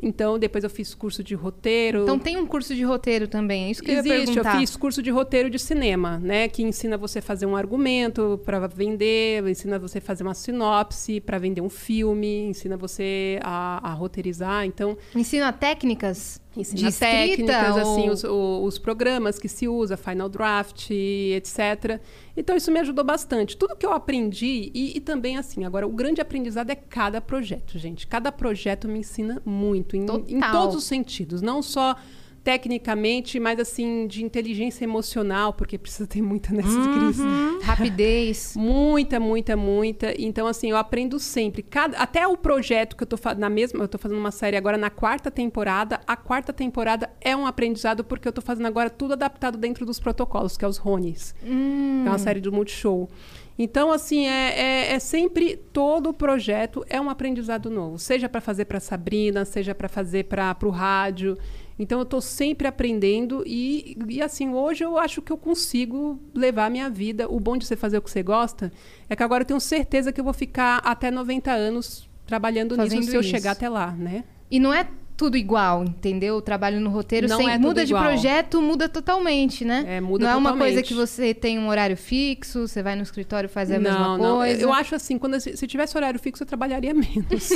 Speaker 4: Então, depois eu fiz curso de roteiro.
Speaker 3: Então tem um curso de roteiro também, é isso que eu ia
Speaker 4: Existe, eu
Speaker 3: perguntar.
Speaker 4: fiz curso de roteiro de cinema, né? Que ensina você a fazer um argumento para vender, ensina você a fazer uma sinopse para vender um filme, ensina você a, a roteirizar. Então,
Speaker 3: Ensina técnicas
Speaker 4: ensina
Speaker 3: de escrita
Speaker 4: técnicas,
Speaker 3: ou-
Speaker 4: assim, os, <laughs> o- os programas que se usa, Final Draft, etc. Então, isso me ajudou bastante. Tudo que eu aprendi, e, e também, assim, agora, o grande aprendizado é cada projeto, gente. Cada projeto me ensina muito, em, em
Speaker 3: Total.
Speaker 4: todos os sentidos. Não só tecnicamente, mas, assim, de inteligência emocional, porque precisa ter muita nessas
Speaker 3: Uhum.
Speaker 4: crises.
Speaker 3: rapidez.
Speaker 4: Muita, muita, muita. Então, assim, eu aprendo sempre. Cada, até o projeto que eu tô fa- na mesma, eu tô fazendo uma série agora na quarta temporada. A quarta temporada é um aprendizado porque eu tô fazendo agora tudo adaptado dentro dos protocolos, que é os Ronis. É uma série do Multishow. Então, assim, é, é, é sempre todo projeto é um aprendizado novo. Seja para fazer para Sabrina, seja para fazer para o rádio. Então, eu estou sempre aprendendo e, e, assim, hoje eu acho que eu consigo levar a minha vida. O bom de você fazer o que você gosta é que agora eu tenho certeza que eu vou ficar até 90 anos trabalhando
Speaker 3: Fazendo
Speaker 4: nisso se eu
Speaker 3: isso.
Speaker 4: chegar até lá, né?
Speaker 3: E não é tudo igual, entendeu? O trabalho no roteiro
Speaker 4: Não
Speaker 3: sem-
Speaker 4: é tudo
Speaker 3: muda de
Speaker 4: igual.
Speaker 3: projeto, muda totalmente, né?
Speaker 4: É, muda
Speaker 3: não é uma
Speaker 4: totalmente.
Speaker 3: coisa que você tem um horário fixo, você vai no escritório fazer a mesma
Speaker 4: não, não.
Speaker 3: coisa.
Speaker 4: Eu acho assim, quando eu- se se tivesse horário fixo, eu trabalharia <laughs> menos.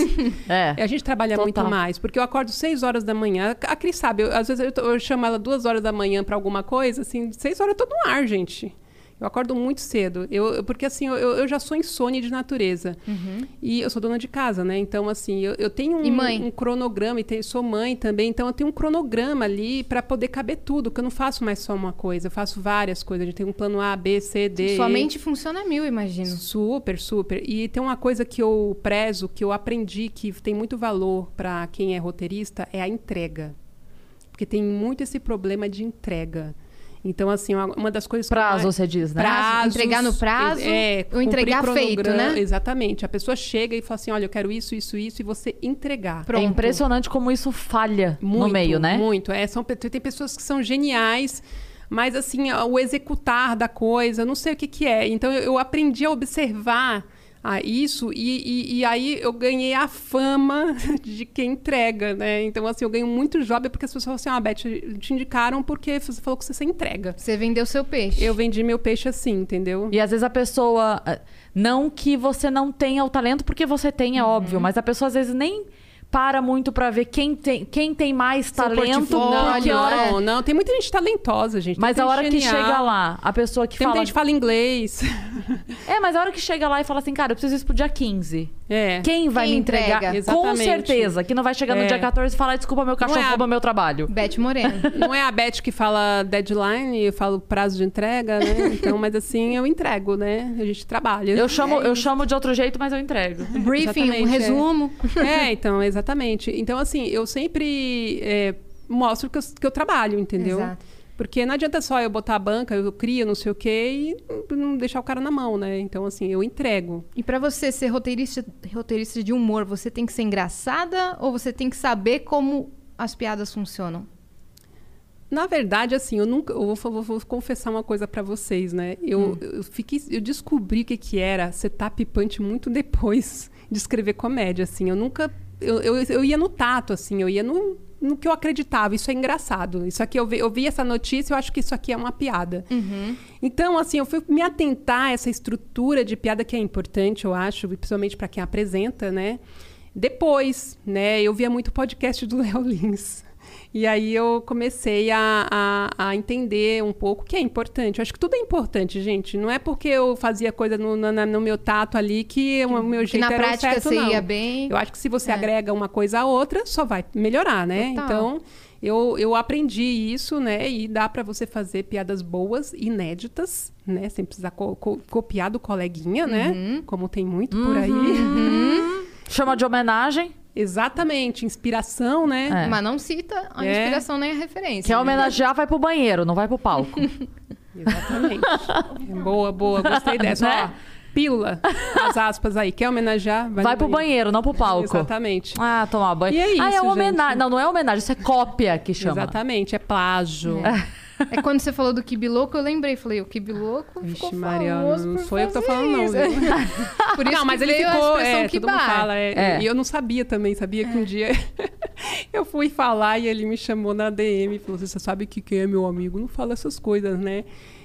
Speaker 2: É.
Speaker 4: A gente trabalha
Speaker 2: Total.
Speaker 4: muito mais, porque eu acordo 6 horas da manhã. A Cris sabe, eu- às vezes eu, tô- eu chamo ela 2 horas da manhã pra alguma coisa, assim, 6 horas eu tô no ar, gente. Eu acordo muito cedo. Eu, eu- porque assim, eu, eu já sou insônia de natureza. E eu sou dona de casa, né? Então, assim, eu, eu tenho um,
Speaker 3: Uhum. E mãe?
Speaker 4: um cronograma, e tenho- sou mãe também, então eu tenho um cronograma ali pra poder caber tudo, que eu não faço mais só uma coisa, eu faço várias coisas. A gente tem um plano A, B, C, D.
Speaker 3: Sua
Speaker 4: E.
Speaker 3: mente funciona mil, imagino.
Speaker 4: Super, super. E tem uma coisa que eu prezo, que eu aprendi, que tem muito valor para quem é roteirista, é a entrega. Porque tem muito esse problema de entrega. Então, assim, uma uma das coisas... que eu mais-
Speaker 2: Prazo, você diz, né?
Speaker 3: Prazo, entregar no prazo,
Speaker 4: é,
Speaker 3: ou entregar
Speaker 4: cumprir
Speaker 3: feito,
Speaker 4: cronograma,
Speaker 3: né?
Speaker 4: Exatamente. A pessoa chega e fala assim, olha, eu quero isso, isso, isso, e você entregar.
Speaker 2: É impressionante como isso falha no meio, né?
Speaker 4: Muito, é, são, pe- tem pessoas que são geniais, mas assim, a- o executar da coisa, eu não sei o que que é. Então eu, eu aprendi a observar a isso e, e- e aí eu ganhei a fama <laughs> de quem entrega, né? Então assim, eu ganho muito job porque as pessoas falam assim, ah, Beth, te indicaram porque você falou que você se entrega.
Speaker 3: Você vendeu seu peixe.
Speaker 4: Eu vendi meu peixe assim, entendeu?
Speaker 2: E é às vezes a pessoa. eh, Não que você não tenha o talento, porque você tem,
Speaker 4: Uhum.
Speaker 2: é óbvio, mas a pessoa às vezes nem para muito pra ver quem tem, quem tem mais talento.
Speaker 4: Seu portfólio,
Speaker 2: porque a hora-
Speaker 4: não, não, tem muita gente talentosa, gente. tem
Speaker 2: né? Mas a
Speaker 4: muita
Speaker 2: hora
Speaker 4: gente
Speaker 2: que
Speaker 4: genial.
Speaker 2: chega lá, a pessoa que
Speaker 4: Tem muita
Speaker 2: fala.
Speaker 4: gente que fala inglês. <laughs>
Speaker 2: É, mas a hora que chega lá e fala assim, cara, eu preciso isso pro dia 15.
Speaker 4: É.
Speaker 2: Quem vai
Speaker 3: Quem
Speaker 2: me entregar?
Speaker 3: entrega?
Speaker 2: Com
Speaker 4: Exatamente.
Speaker 2: certeza, que não vai chegar no
Speaker 4: É.
Speaker 2: dia 14 e falar, desculpa, meu cachorro
Speaker 4: é a-
Speaker 2: rouba meu trabalho.
Speaker 3: Beth
Speaker 4: <laughs>
Speaker 3: Moreno.
Speaker 4: Não é a Beth que fala deadline, eu falo prazo de entrega, né? Então, mas assim, eu entrego, né? A gente trabalha.
Speaker 2: Eu chamo, eu chamo de outro jeito, mas eu entrego.
Speaker 3: Briefing, um
Speaker 4: Exatamente, é.
Speaker 3: resumo.
Speaker 4: É, então, exatamente. Então, assim, eu sempre é, mostro que eu, que eu trabalho, entendeu?
Speaker 3: Exato.
Speaker 4: Porque não adianta só eu botar a banca, eu crio, não sei o quê, e não deixar o cara na mão, né? Então, assim, eu entrego.
Speaker 3: E pra você ser roteirista, roteirista de humor, você tem que ser engraçada ou você tem que saber como as piadas funcionam?
Speaker 4: Na verdade, assim, eu nunca. Eu vou, fa- vou- vou confessar uma coisa pra vocês, né? Eu, eu fiquei, eu descobri o que, que era setup punch muito <laughs> depois de escrever comédia, assim. Eu nunca. Eu, eu, eu ia no tato, assim, eu ia no. no que eu acreditava. Isso é engraçado. Isso aqui eu vi, eu vi essa notícia, eu acho que isso aqui é uma piada. Então, assim, eu fui me atentar a essa estrutura de piada que é importante, eu acho, principalmente para quem apresenta, né? Depois, né, eu via muito podcast do <laughs> Léo Lins. E aí eu comecei a, a, a entender um pouco o que é importante. Eu acho que tudo é importante, gente. Não é porque eu fazia coisa no, na- na- no meu tato ali que o meu jeito
Speaker 3: na
Speaker 4: era o
Speaker 3: prática
Speaker 4: certo,
Speaker 3: você
Speaker 4: não.
Speaker 3: ia bem. É.
Speaker 4: Eu acho que se você agrega uma coisa a outra, só vai melhorar, né?
Speaker 3: Total.
Speaker 4: Então, eu, eu aprendi isso, né? E dá pra você fazer piadas boas, inéditas, né? Sem precisar co- co- copiar do coleguinha,
Speaker 3: Uhum.
Speaker 4: né? Como tem muito por aí.
Speaker 2: Chama de homenagem,
Speaker 4: <laughs> Exatamente, inspiração, né?
Speaker 2: É.
Speaker 3: Mas não cita a
Speaker 4: É.
Speaker 3: inspiração nem a referência.
Speaker 2: quer é
Speaker 3: né?
Speaker 2: homenagear, vai pro banheiro, não vai pro
Speaker 4: <laughs>
Speaker 2: palco.
Speaker 4: Exatamente. <laughs> boa, boa, gostei dessa.
Speaker 2: Né?
Speaker 4: Ó, pílula, as aspas aí. Quer homenagear?
Speaker 2: Vai
Speaker 4: no
Speaker 2: pro banheiro, não pro palco.
Speaker 4: Exatamente.
Speaker 2: Ah, tomar banho.
Speaker 4: E é
Speaker 2: ah, é
Speaker 4: isso,
Speaker 2: homenagem.
Speaker 4: gente.
Speaker 2: Não, não é homenagem, isso é cópia que chama.
Speaker 4: Exatamente, é plágio.
Speaker 3: É quando você falou do Kibiloco, eu lembrei. Falei, o Kibiloco ficou
Speaker 4: Ah, Vixe,
Speaker 3: famoso
Speaker 4: Mariana, não
Speaker 3: por
Speaker 4: sou eu que tô
Speaker 3: fazer
Speaker 4: falando, não.
Speaker 3: isso.
Speaker 4: viu?
Speaker 3: <laughs> Por isso
Speaker 4: não, mas
Speaker 3: que
Speaker 4: ele
Speaker 3: veio a
Speaker 4: ficou.
Speaker 3: expressão
Speaker 4: É,
Speaker 3: que É.
Speaker 4: todo mundo
Speaker 3: bar.
Speaker 4: fala. é.
Speaker 2: É.
Speaker 4: E eu não sabia também, sabia que um dia <laughs> eu fui falar e ele me chamou na DM e falou: Você sabe que quem é meu amigo não fala essas coisas, né?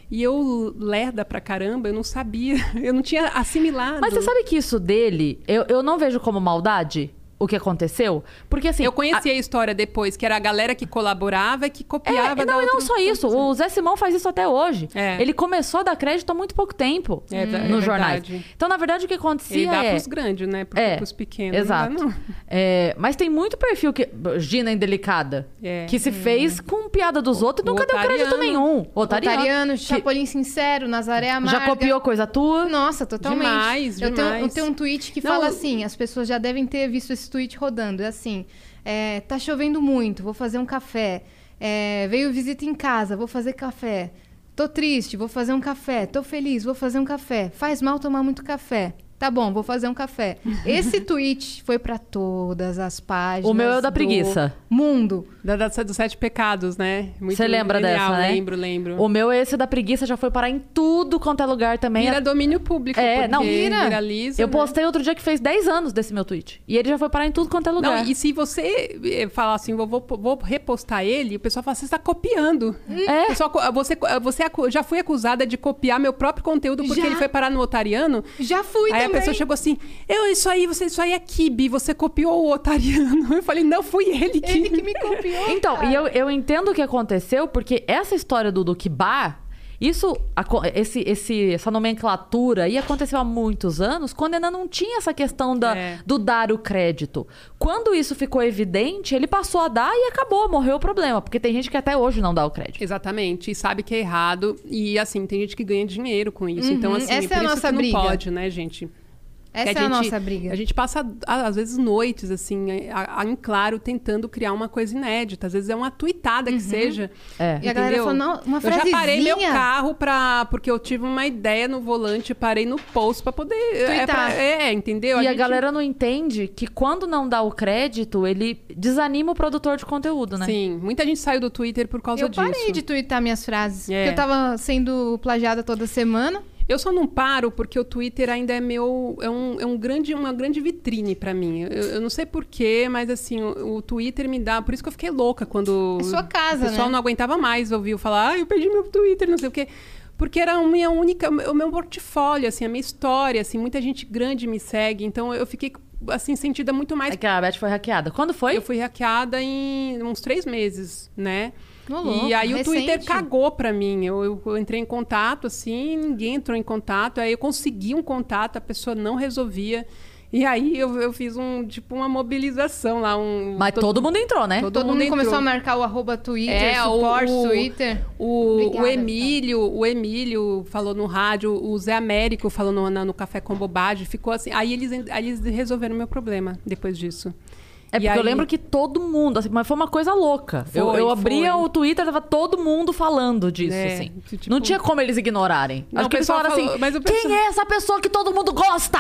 Speaker 4: E eu, lerda pra caramba, eu não sabia, <laughs> eu não tinha assimilado.
Speaker 2: Mas você sabe que isso dele, eu, eu não vejo como maldade o que aconteceu? Porque assim.
Speaker 4: Eu
Speaker 2: a-
Speaker 4: conheci a história depois, que era a galera que colaborava e que
Speaker 2: É,
Speaker 4: copiava.
Speaker 2: e não,
Speaker 4: da
Speaker 2: e não
Speaker 4: outra
Speaker 2: só isso.
Speaker 4: pessoa.
Speaker 2: O Zé Simão faz isso até hoje.
Speaker 4: É.
Speaker 2: Ele começou a dar crédito há muito pouco tempo
Speaker 4: É, é
Speaker 2: nos
Speaker 4: verdade.
Speaker 2: jornais. Então, na verdade, o que
Speaker 4: Ele
Speaker 2: acontecia
Speaker 4: dá
Speaker 2: é...
Speaker 4: pros grandes, né? Porque
Speaker 2: É,
Speaker 4: pros pequenos.
Speaker 2: exato.
Speaker 4: Não dá, não.
Speaker 2: É, mas tem muito perfil que... Gina Indelicada.
Speaker 4: É.
Speaker 2: Que se fez com piada dos outros e
Speaker 4: o
Speaker 2: nunca deu crédito
Speaker 4: Otariano.
Speaker 2: nenhum. Otariano.
Speaker 3: Otariano, Chapolin Sincero, Nazaré Amarga.
Speaker 2: Já copiou coisa tua.
Speaker 3: Nossa, totalmente.
Speaker 4: Demais,
Speaker 3: eu, tenho, eu
Speaker 4: demais.
Speaker 3: tenho um tweet que
Speaker 4: Não,
Speaker 3: fala
Speaker 4: eu-
Speaker 3: assim: as pessoas já devem ter visto esse tweet rodando. É assim: é, tá chovendo muito, vou fazer um café. É, veio visita em casa, vou fazer café. Tô triste, vou fazer um café. Tô feliz, vou fazer um café. Faz mal tomar muito café. Tá bom, vou fazer um café. Esse tweet foi pra todas as páginas.
Speaker 2: O meu é o da
Speaker 3: do
Speaker 2: preguiça.
Speaker 3: Mundo.
Speaker 4: Da, da, dos sete pecados, né? Muito
Speaker 2: Você lembra
Speaker 4: genial,
Speaker 2: dessa, né?
Speaker 4: Lembro, lembro.
Speaker 2: O meu, esse da preguiça, já foi parar em tudo quanto é lugar também.
Speaker 4: Vira domínio público.
Speaker 2: É,
Speaker 4: porque
Speaker 2: não,
Speaker 3: vira.
Speaker 4: Viraliza,
Speaker 2: Eu
Speaker 4: né?
Speaker 2: postei outro dia que fez 10 anos desse meu tweet. E ele já foi parar em tudo quanto é
Speaker 4: Não,
Speaker 2: lugar.
Speaker 4: e se você eh, falar assim, vou, vou, vou repostar ele, o pessoal fala, você está copiando.
Speaker 2: É.
Speaker 4: O pessoal co- você, você acu- já fui acusada de copiar meu próprio conteúdo porque
Speaker 3: Já.
Speaker 4: ele foi parar no otariano.
Speaker 3: Já fui
Speaker 4: aí
Speaker 3: também.
Speaker 4: a pessoa chegou assim, eu, isso aí, você, isso aí é kibe, você copiou o otariano. <laughs> Eu falei, não, fui ele que.
Speaker 3: Ele que me
Speaker 4: é
Speaker 3: copiou.
Speaker 2: Então,
Speaker 3: cara.
Speaker 2: e eu, eu entendo o que aconteceu, porque essa história do Duquibá, isso, aco- esse, esse, essa nomenclatura aí aconteceu há muitos anos, quando ainda não tinha essa questão da,
Speaker 4: É.
Speaker 2: do dar o crédito. Quando isso ficou evidente, ele passou a dar e acabou, morreu o problema. Porque tem gente que até hoje não dá o crédito.
Speaker 4: <laughs> Exatamente, e sabe que é errado. E assim, tem gente que ganha dinheiro com isso. Então,
Speaker 3: Uhum,
Speaker 4: assim,
Speaker 3: essa é
Speaker 4: por
Speaker 3: a
Speaker 4: isso
Speaker 3: nossa
Speaker 4: que
Speaker 3: briga.
Speaker 4: não pode, né, gente?
Speaker 3: Essa
Speaker 4: Que
Speaker 3: é a nossa briga.
Speaker 4: A gente passa, a- às vezes, noites, assim, a- a- em claro, tentando criar uma coisa inédita. Às vezes é uma tuitada que seja.
Speaker 2: É.
Speaker 3: E a Uhum. galera
Speaker 4: entendeu?
Speaker 3: fala, "Não, uma
Speaker 4: Eu já parei meu
Speaker 3: frasezinha."
Speaker 4: carro pra, porque eu tive uma ideia no volante, parei no post pra poder... É,
Speaker 3: Tuitar.
Speaker 4: pra- é, entendeu?
Speaker 2: E a
Speaker 4: gente-
Speaker 2: galera não entende que quando não dá o crédito, ele desanima o produtor de conteúdo, né?
Speaker 4: Sim, muita gente saiu do Twitter por causa
Speaker 3: Eu
Speaker 4: disso.
Speaker 3: parei de twittar minhas frases,
Speaker 4: É.
Speaker 3: porque eu tava sendo plagiada toda semana.
Speaker 4: Eu só não paro porque o Twitter ainda é meu. É, um, é um grande, uma grande vitrine pra mim. Eu, eu não sei porquê, mas assim, o, o Twitter me dá. Por isso que eu fiquei louca quando.
Speaker 3: É sua casa,
Speaker 4: O pessoal
Speaker 3: né?
Speaker 4: não aguentava mais ouvir eu falar, ah, eu perdi meu Twitter, não sei o quê. Porque era a minha única, o meu portfólio, assim, a minha história, assim, muita gente grande me segue, então eu fiquei, assim, sentida muito mais
Speaker 2: É que a Beth foi hackeada. Quando foi?
Speaker 4: eu fui hackeada em uns três meses, né?
Speaker 3: Ô, louco,
Speaker 4: e aí o
Speaker 3: recente.
Speaker 4: Twitter cagou pra mim. Eu, eu- eu entrei em contato, assim, ninguém entrou em contato. Aí eu consegui um contato, a pessoa não resolvia. E aí eu, eu fiz um tipo uma mobilização lá, um.
Speaker 2: Mas todo mundo entrou, né?
Speaker 4: Todo
Speaker 3: Todo, mundo
Speaker 4: mundo
Speaker 3: começou
Speaker 4: entrou.
Speaker 3: a marcar o arroba Twitter,
Speaker 4: É, o-
Speaker 3: suporte
Speaker 4: o-
Speaker 3: Twitter.
Speaker 4: O,
Speaker 3: Obrigada,
Speaker 4: o Emílio, o Emílio falou no rádio, o Zé Américo falou no, na- no Café com Bobagem, ficou assim. Aí eles, aí eles resolveram meu problema depois disso.
Speaker 2: É
Speaker 4: E
Speaker 2: porque eu
Speaker 4: aí-
Speaker 2: lembro que todo mundo, assim, mas foi uma coisa louca. eu,
Speaker 4: Foi,
Speaker 2: eu abria
Speaker 4: foi.
Speaker 2: o Twitter, tava todo mundo falando disso,
Speaker 4: É,
Speaker 2: assim.
Speaker 4: tipo-
Speaker 2: Não tinha como eles ignorarem.
Speaker 4: Não,
Speaker 2: Acho que
Speaker 4: o
Speaker 2: eles falaram
Speaker 4: pessoal
Speaker 2: assim:
Speaker 4: falou, mas o
Speaker 2: quem
Speaker 4: pessoal-
Speaker 2: é essa pessoa que todo mundo
Speaker 4: <laughs>
Speaker 2: gosta?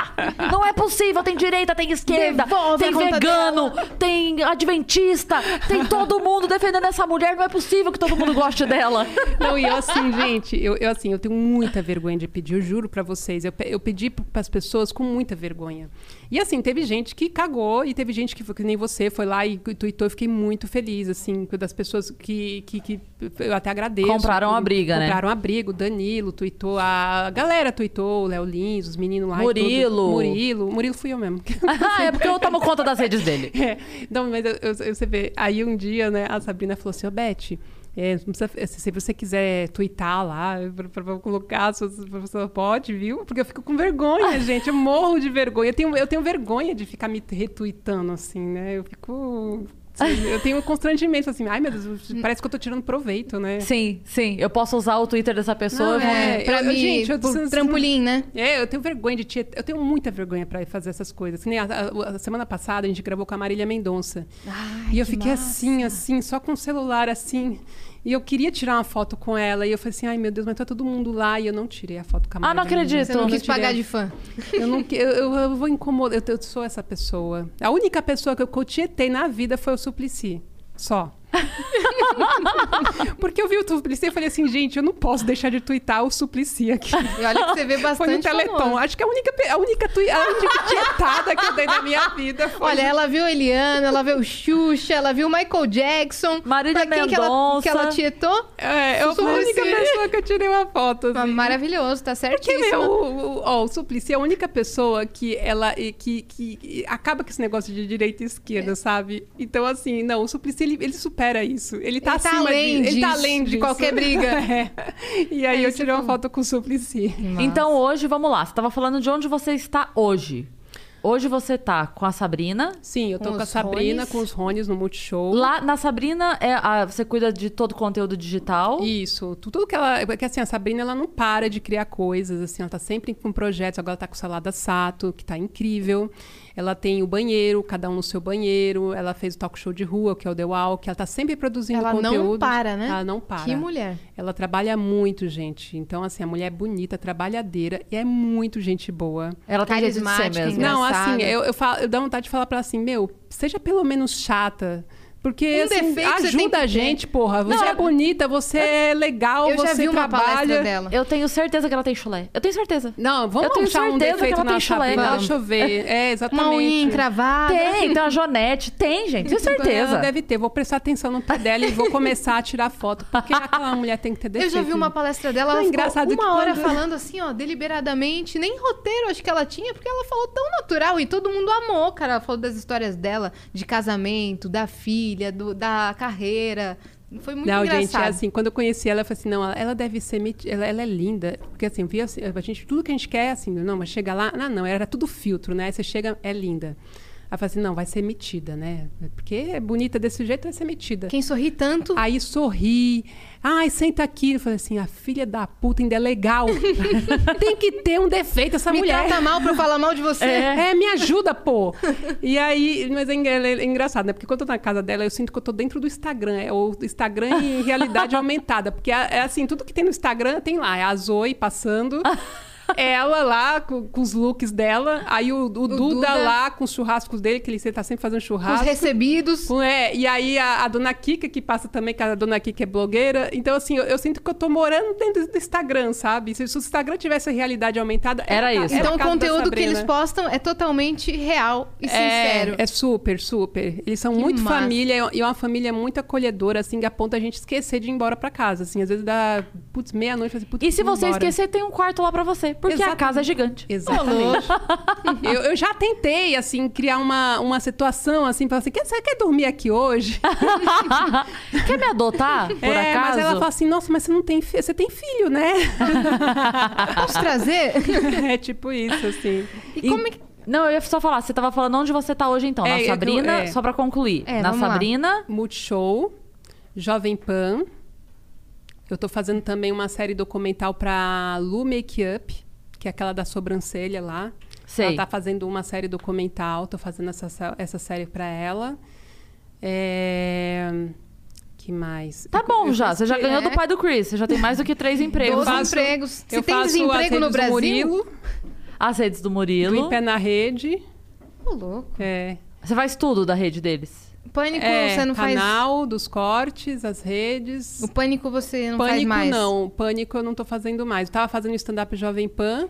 Speaker 2: Não é possível, tem direita, tem esquerda,
Speaker 3: Devolve a
Speaker 2: tem
Speaker 3: conta
Speaker 2: vegano, tem adventista, tem todo mundo defendendo essa mulher, não é possível que todo mundo goste
Speaker 4: <laughs>
Speaker 2: dela.
Speaker 4: Não, e eu assim, gente, eu, eu assim, eu tenho muita vergonha de pedir, eu juro pra vocês. Eu, pe- eu pedi para as pessoas com muita vergonha. E assim, teve gente que cagou e teve gente que foi que nem nem você foi lá e tweetou. Eu fiquei muito feliz, assim, das pessoas que, que, que eu até agradeço.
Speaker 2: Compraram a briga, né?
Speaker 4: Compraram a briga. O Danilo tweetou, a galera tweetou, o Léo Lins, os meninos lá. e
Speaker 2: Murilo.
Speaker 4: tudo. Murilo. Murilo fui eu mesmo.
Speaker 2: Ah, é porque eu tomo conta das redes dele.
Speaker 4: <laughs> É, não, mas eu, eu- eu- você vê, aí um dia, né, a Sabrina falou assim, ô Beth, é, não precisa- se, se você quiser twittar lá, pra, pra- pra colocar, se você se você pode, viu? Porque eu fico com vergonha, gente, eu morro de vergonha. Eu tenho, eu tenho vergonha de ficar me retweetando, assim, né? Eu fico... sei, Eu tenho um constrangimento, assim, ai meu Deus, parece que eu tô tirando proveito,
Speaker 2: <laughs>
Speaker 4: né?
Speaker 2: Sim, sim. Eu posso usar o Twitter dessa pessoa. eu
Speaker 4: Não,
Speaker 2: vou-
Speaker 4: é,
Speaker 3: É, pra
Speaker 4: eu- eu-
Speaker 3: mim,
Speaker 4: gente, eu-
Speaker 3: por
Speaker 4: se- se-
Speaker 3: trampolim, né?
Speaker 4: É, eu tenho vergonha de te... Eu tenho muita vergonha pra fazer essas coisas. Que nem a, a- a semana passada a gente gravou com a Marília Mendonça. e eu
Speaker 3: que
Speaker 4: fiquei
Speaker 3: massa.
Speaker 4: assim, assim, só com o celular assim. E eu queria tirar uma foto com ela. E eu falei assim, ai meu Deus, mas tá todo mundo lá. E eu não tirei a foto com a
Speaker 2: Ah,
Speaker 4: Marília
Speaker 2: não acredito.
Speaker 4: Mendonça.
Speaker 3: Você não
Speaker 2: Eu
Speaker 3: quis
Speaker 4: tirei a
Speaker 3: pagar de fã.
Speaker 4: Eu, não, que- eu, eu- eu vou incomodar. Eu, eu sou essa pessoa. A única pessoa que eu cotietei na vida foi o Suplicy. Só. <laughs> Porque eu vi o Suplicy e falei assim, gente, eu não posso deixar de tuitar o Suplicy aqui.
Speaker 3: E olha que você vê bastante
Speaker 4: <laughs> Foi no Teleton.
Speaker 3: famoso.
Speaker 4: Acho que a única, pe- a única, tui, a
Speaker 3: <laughs>
Speaker 4: única tietada que eu dei na minha vida foi.
Speaker 3: Olha, ela viu a Eliana, ela viu o Xuxa, ela viu o Michael Jackson.
Speaker 2: Marília
Speaker 3: pra quem que ela, que ela
Speaker 2: Mendonça.
Speaker 3: tietou?
Speaker 4: é, eu sou a única
Speaker 3: Suplicy.
Speaker 4: pessoa que eu tirei uma foto.
Speaker 3: Ah,
Speaker 4: assim.
Speaker 3: Maravilhoso, tá
Speaker 4: Porque,
Speaker 3: certíssimo.
Speaker 4: meu, o, o, ó, o Suplicy é a única pessoa que ela e que, que- que acaba com esse negócio de direita e esquerda,
Speaker 3: É.
Speaker 4: sabe? Então, assim, não, o Suplicy ele, ele supera isso. Ele tá
Speaker 3: Ele tá
Speaker 4: acima
Speaker 3: além
Speaker 4: de, ele tá
Speaker 3: disso,
Speaker 4: além
Speaker 3: de
Speaker 4: disso.
Speaker 3: qualquer briga.
Speaker 4: <laughs> É. E aí
Speaker 3: É
Speaker 4: eu
Speaker 3: isso
Speaker 4: tirei uma
Speaker 3: mesmo.
Speaker 4: foto com o Suplicy.
Speaker 2: Então hoje, vamos lá. Você tava falando de onde você está hoje. Hoje você tá com a Sabrina.
Speaker 4: Sim, eu tô
Speaker 3: Com
Speaker 4: com, a
Speaker 3: os
Speaker 4: Sabrina,
Speaker 3: Rones.
Speaker 4: com os Rones no Multishow.
Speaker 2: Lá na Sabrina, é a- você cuida de todo o conteúdo digital.
Speaker 4: Isso, tu- tudo que ela. Porque assim, a Sabrina ela não para de criar coisas, assim, ela tá sempre com projetos, agora ela tá com salada sato, que tá incrível. Ela tem o banheiro, cada um no seu banheiro, ela fez o talk show de rua, que é o The Walk, ela tá sempre produzindo
Speaker 3: Ela não
Speaker 4: conteúdo.
Speaker 3: para, né?
Speaker 4: Ela não para.
Speaker 3: Que mulher.
Speaker 4: Ela trabalha muito, gente. Então, assim, a mulher é bonita, trabalhadeira e é muito gente boa.
Speaker 2: Ela tem jeito de ser
Speaker 3: Carismática,
Speaker 2: mesmo.
Speaker 4: Não,
Speaker 3: engraçada.
Speaker 4: assim, eu, eu, falo, eu dá vontade de falar pra ela assim, meu, seja pelo menos chata. Porque
Speaker 3: Um
Speaker 4: assim,
Speaker 3: defeito você tem que
Speaker 4: ajuda a
Speaker 3: ter.
Speaker 4: gente, porra. Você é bonita, você é legal,
Speaker 3: eu
Speaker 4: você
Speaker 3: já vi uma
Speaker 4: trabalha.
Speaker 3: palestra dela.
Speaker 2: Eu tenho certeza que ela tem chulé. Eu tenho certeza.
Speaker 4: Não,
Speaker 2: Eu
Speaker 4: vamos
Speaker 2: tenho
Speaker 4: achar um
Speaker 2: certeza que
Speaker 4: defeito
Speaker 2: ela
Speaker 4: na
Speaker 2: tem chulé.
Speaker 4: Sabrina.
Speaker 2: Vamos.
Speaker 4: Deixa eu <laughs> ver. É, exatamente.
Speaker 3: Uma unha encravada.
Speaker 2: Tem, tem a Jonete. Tem, gente. Tenho certeza.
Speaker 4: <laughs> Tipo, Ela deve ter. Vou prestar atenção no pé dela e vou começar a tirar foto. Porque aquela mulher tem que ter
Speaker 3: Eu
Speaker 4: defeito.
Speaker 3: já vi uma palestra dela,
Speaker 4: Não,
Speaker 3: ela
Speaker 4: é engraçado
Speaker 3: ficou uma
Speaker 4: que
Speaker 3: hora
Speaker 4: quando-
Speaker 3: falando assim, ó, deliberadamente, nem roteiro acho que ela tinha, porque ela falou tão natural e todo mundo amou, cara. Ela falou das histórias dela, de casamento, da filha, do- da carreira. Foi muito
Speaker 4: não, gente, é
Speaker 3: engraçado.
Speaker 4: assim, quando eu conheci ela, eu falei assim, não, ela, ela deve ser, meti- ela, ela é linda, porque assim, eu vi assim, a gente, tudo que a gente quer é assim, não, mas chega lá, não, não, era tudo filtro, né, você chega, é linda. Aí eu falei assim, não, vai ser metida, né, porque é bonita desse jeito, vai ser metida.
Speaker 3: Quem sorri tanto.
Speaker 4: Aí sorri. Ai, senta aqui. Eu falei assim, a filha da puta ainda
Speaker 3: <laughs>
Speaker 4: é legal. <laughs> Tem que ter um defeito essa
Speaker 3: me
Speaker 4: mulher.
Speaker 3: trata mal pra eu falar mal de você.
Speaker 4: <laughs> É. me ajuda, pô. E aí, mas é, engra- é engraçado, né? Porque quando eu tô na casa dela, eu sinto que eu tô dentro do Instagram. É o Instagram em realidade aumentada. Porque é, é assim, tudo que tem no Instagram tem lá. É a Zoe passando. Ela lá com, com os looks dela. Aí o, o Duda,
Speaker 3: Duda.
Speaker 4: lá com os churrascos dele, que ele sempre tá sempre fazendo
Speaker 3: Os
Speaker 4: churrasco.
Speaker 3: recebidos.
Speaker 4: Com- É, e aí a, a dona Kika, que passa também, que a dona Kika é blogueira. Então, assim, eu, eu sinto que eu tô morando dentro do Instagram, sabe? Se, se o Instagram tivesse a realidade aumentada.
Speaker 2: Era
Speaker 4: a ca-
Speaker 2: isso.
Speaker 4: a
Speaker 3: Então o
Speaker 4: casa da
Speaker 3: conteúdo que
Speaker 4: Sabrina.
Speaker 3: eles postam é totalmente real e sincero.
Speaker 4: É, é super, super. Eles são
Speaker 3: Que
Speaker 4: muito
Speaker 3: massa.
Speaker 4: família e é uma família muito acolhedora, assim, que a ponto a gente esquecer de ir embora pra casa. Assim, às vezes dá, putz, meia-noite, fala assim, putz,
Speaker 2: E se
Speaker 4: vamos
Speaker 2: você
Speaker 4: embora.
Speaker 2: esquecer, tem um quarto lá pra você. Porque a
Speaker 4: Exatamente.
Speaker 2: casa é gigante. <laughs>
Speaker 4: <laughs> Exatamente. <laughs> eu, eu já tentei, assim, criar uma, uma situação, assim, falar assim, "Quer- você quer dormir aqui hoje?
Speaker 2: Quer me adotar, por
Speaker 4: é,
Speaker 2: acaso?
Speaker 4: mas ela fala assim, nossa, mas você não tem filho, você tem filho, né?
Speaker 2: <laughs>
Speaker 4: <laughs>
Speaker 3: Posso trazer?
Speaker 4: é tipo isso, assim.
Speaker 3: E
Speaker 2: E-
Speaker 3: como é que.
Speaker 2: Não, eu ia só falar. Você tava falando onde você tá hoje, então.
Speaker 4: É,
Speaker 2: na
Speaker 4: é que eu-
Speaker 2: Sabrina,
Speaker 4: é.
Speaker 2: só pra concluir.
Speaker 3: É,
Speaker 2: na
Speaker 3: vamos lá.
Speaker 2: Sabrina...
Speaker 4: Multishow, Jovem Pan. Eu tô fazendo também uma série documental pra Lu Makeup, que é aquela da sobrancelha lá.
Speaker 2: Sei.
Speaker 4: Ela tá fazendo uma série documental, tô fazendo essa, sé- essa série pra ela. É... Que mais?
Speaker 2: Tá
Speaker 4: Eu-
Speaker 2: bom
Speaker 4: eu-
Speaker 2: já, você já
Speaker 4: é.
Speaker 2: ganhou do pai do Chris. Você já tem mais do que
Speaker 3: <laughs>
Speaker 2: três empregos.
Speaker 3: né? Doze
Speaker 4: faço-
Speaker 3: empregos. Se
Speaker 4: eu
Speaker 3: tem
Speaker 4: faço as
Speaker 3: desemprego
Speaker 4: redes
Speaker 3: no
Speaker 4: do
Speaker 3: Brasil.
Speaker 4: Murilo,
Speaker 2: As redes do
Speaker 4: do
Speaker 2: Murilo.
Speaker 4: Em Pé na Rede.
Speaker 3: Ô, tá louco.
Speaker 4: É,
Speaker 2: Você faz tudo da rede deles.
Speaker 3: Pânico
Speaker 4: é,
Speaker 3: você não faz.
Speaker 4: canal dos cortes, as redes.
Speaker 3: O pânico você não
Speaker 4: pânico
Speaker 3: faz mais.
Speaker 4: não, pânico eu não tô fazendo mais. Eu tava fazendo stand-up Jovem Pan.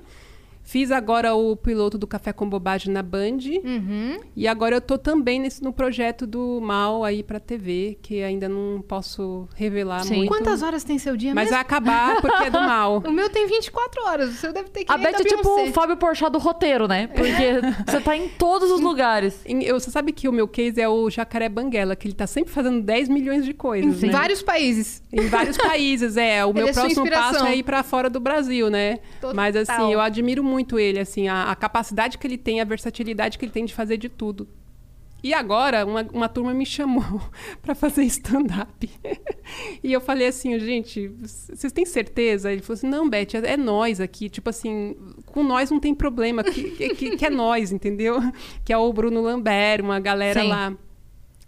Speaker 4: Fiz agora o piloto do Café com Bobagem na Band.
Speaker 3: Uhum.
Speaker 4: E agora eu tô também nesse, no projeto do Mal aí pra TV, que ainda não posso revelar
Speaker 2: Sim.
Speaker 4: muito.
Speaker 3: Quantas horas tem seu dia
Speaker 4: Então, Mas
Speaker 3: mesmo?
Speaker 4: vai acabar porque é do mal.
Speaker 3: <laughs> O meu tem 24 horas. O seu deve ter que
Speaker 2: A
Speaker 3: nem
Speaker 2: Beth
Speaker 3: da
Speaker 2: é tipo
Speaker 3: Beyoncé.
Speaker 2: o Fábio Porchat do roteiro, né? Porque
Speaker 3: <laughs>
Speaker 2: você tá em todos os lugares.
Speaker 4: Em- eu- Você sabe que o meu case é o Jacaré Banguela, que ele tá sempre fazendo 10 milhões de coisas,
Speaker 3: Em
Speaker 4: né?
Speaker 3: vários países.
Speaker 4: Em vários países, é. O meu
Speaker 3: é sua
Speaker 4: próximo
Speaker 3: inspiração.
Speaker 4: passo é ir pra fora do Brasil, né?
Speaker 3: Total.
Speaker 4: Mas assim, eu admiro muito ele, assim, a, a capacidade que ele tem, a versatilidade que ele tem de fazer de tudo. E agora, uma, uma turma me chamou <laughs> pra fazer stand-up. <laughs> e eu falei assim, gente, vocês têm certeza? Ele falou assim, não, Beth, é, é nós aqui. Tipo assim, com nós não tem problema, que, que- que- que é nós, entendeu? <laughs> Que é o Bruno Lambert, uma galera
Speaker 2: Sim.
Speaker 4: lá.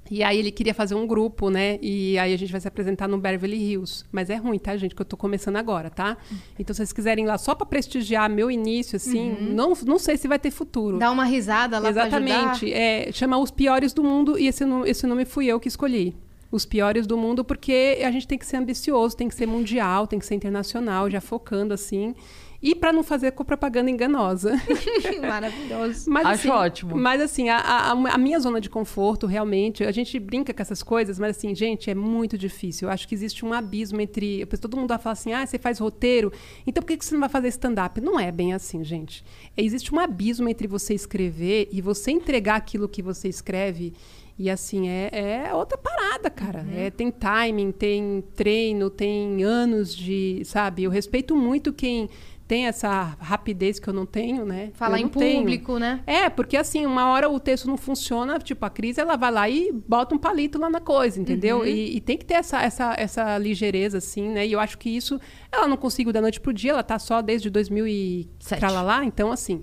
Speaker 4: E aí ele queria fazer um grupo, né? E aí a gente vai se apresentar no Beverly Hills. Mas é ruim, tá, gente? Que eu tô começando agora, tá? Então, se vocês quiserem ir lá só pra prestigiar meu início, assim, não, não sei se vai ter futuro.
Speaker 3: Dá uma risada lá pra ajudar.
Speaker 4: Exatamente. É, chama Os Piores do Mundo, e esse, no- esse nome fui eu que escolhi. Os Piores do Mundo, porque a gente tem que ser ambicioso, tem que ser mundial, tem que ser internacional, já focando, assim. E pra não fazer com propaganda enganosa. <laughs>
Speaker 3: <laughs> Maravilhoso.
Speaker 4: Mas,
Speaker 2: Acho
Speaker 4: assim,
Speaker 2: ótimo.
Speaker 4: Mas assim, a, a- a minha zona de conforto, realmente, a gente brinca com essas coisas, mas assim, gente, é muito difícil. Eu acho que existe um abismo entre. Todo mundo vai falar assim, ah, você faz roteiro, então por que que você não vai fazer stand-up? Não é bem assim, gente. É, Existe um abismo entre você escrever e você entregar aquilo que você escreve. E assim, é, é outra parada, cara.
Speaker 2: Uhum.
Speaker 4: É, tem timing, tem treino, tem anos de. Sabe? Eu respeito muito quem tem essa rapidez que eu não tenho, né?
Speaker 3: Falar
Speaker 4: Eu
Speaker 3: em
Speaker 4: não tenho.
Speaker 3: público, né?
Speaker 4: É, porque assim, uma hora o texto não funciona, tipo, a Cris, ela vai lá e bota um palito lá na coisa,
Speaker 3: Uhum.
Speaker 4: entendeu? E, e tem que ter essa, essa, essa ligeireza, assim, né? E eu acho que isso, ela não conseguiu da noite pro dia, ela tá só desde 2000 e
Speaker 2: Sete.
Speaker 4: tralalá, então assim...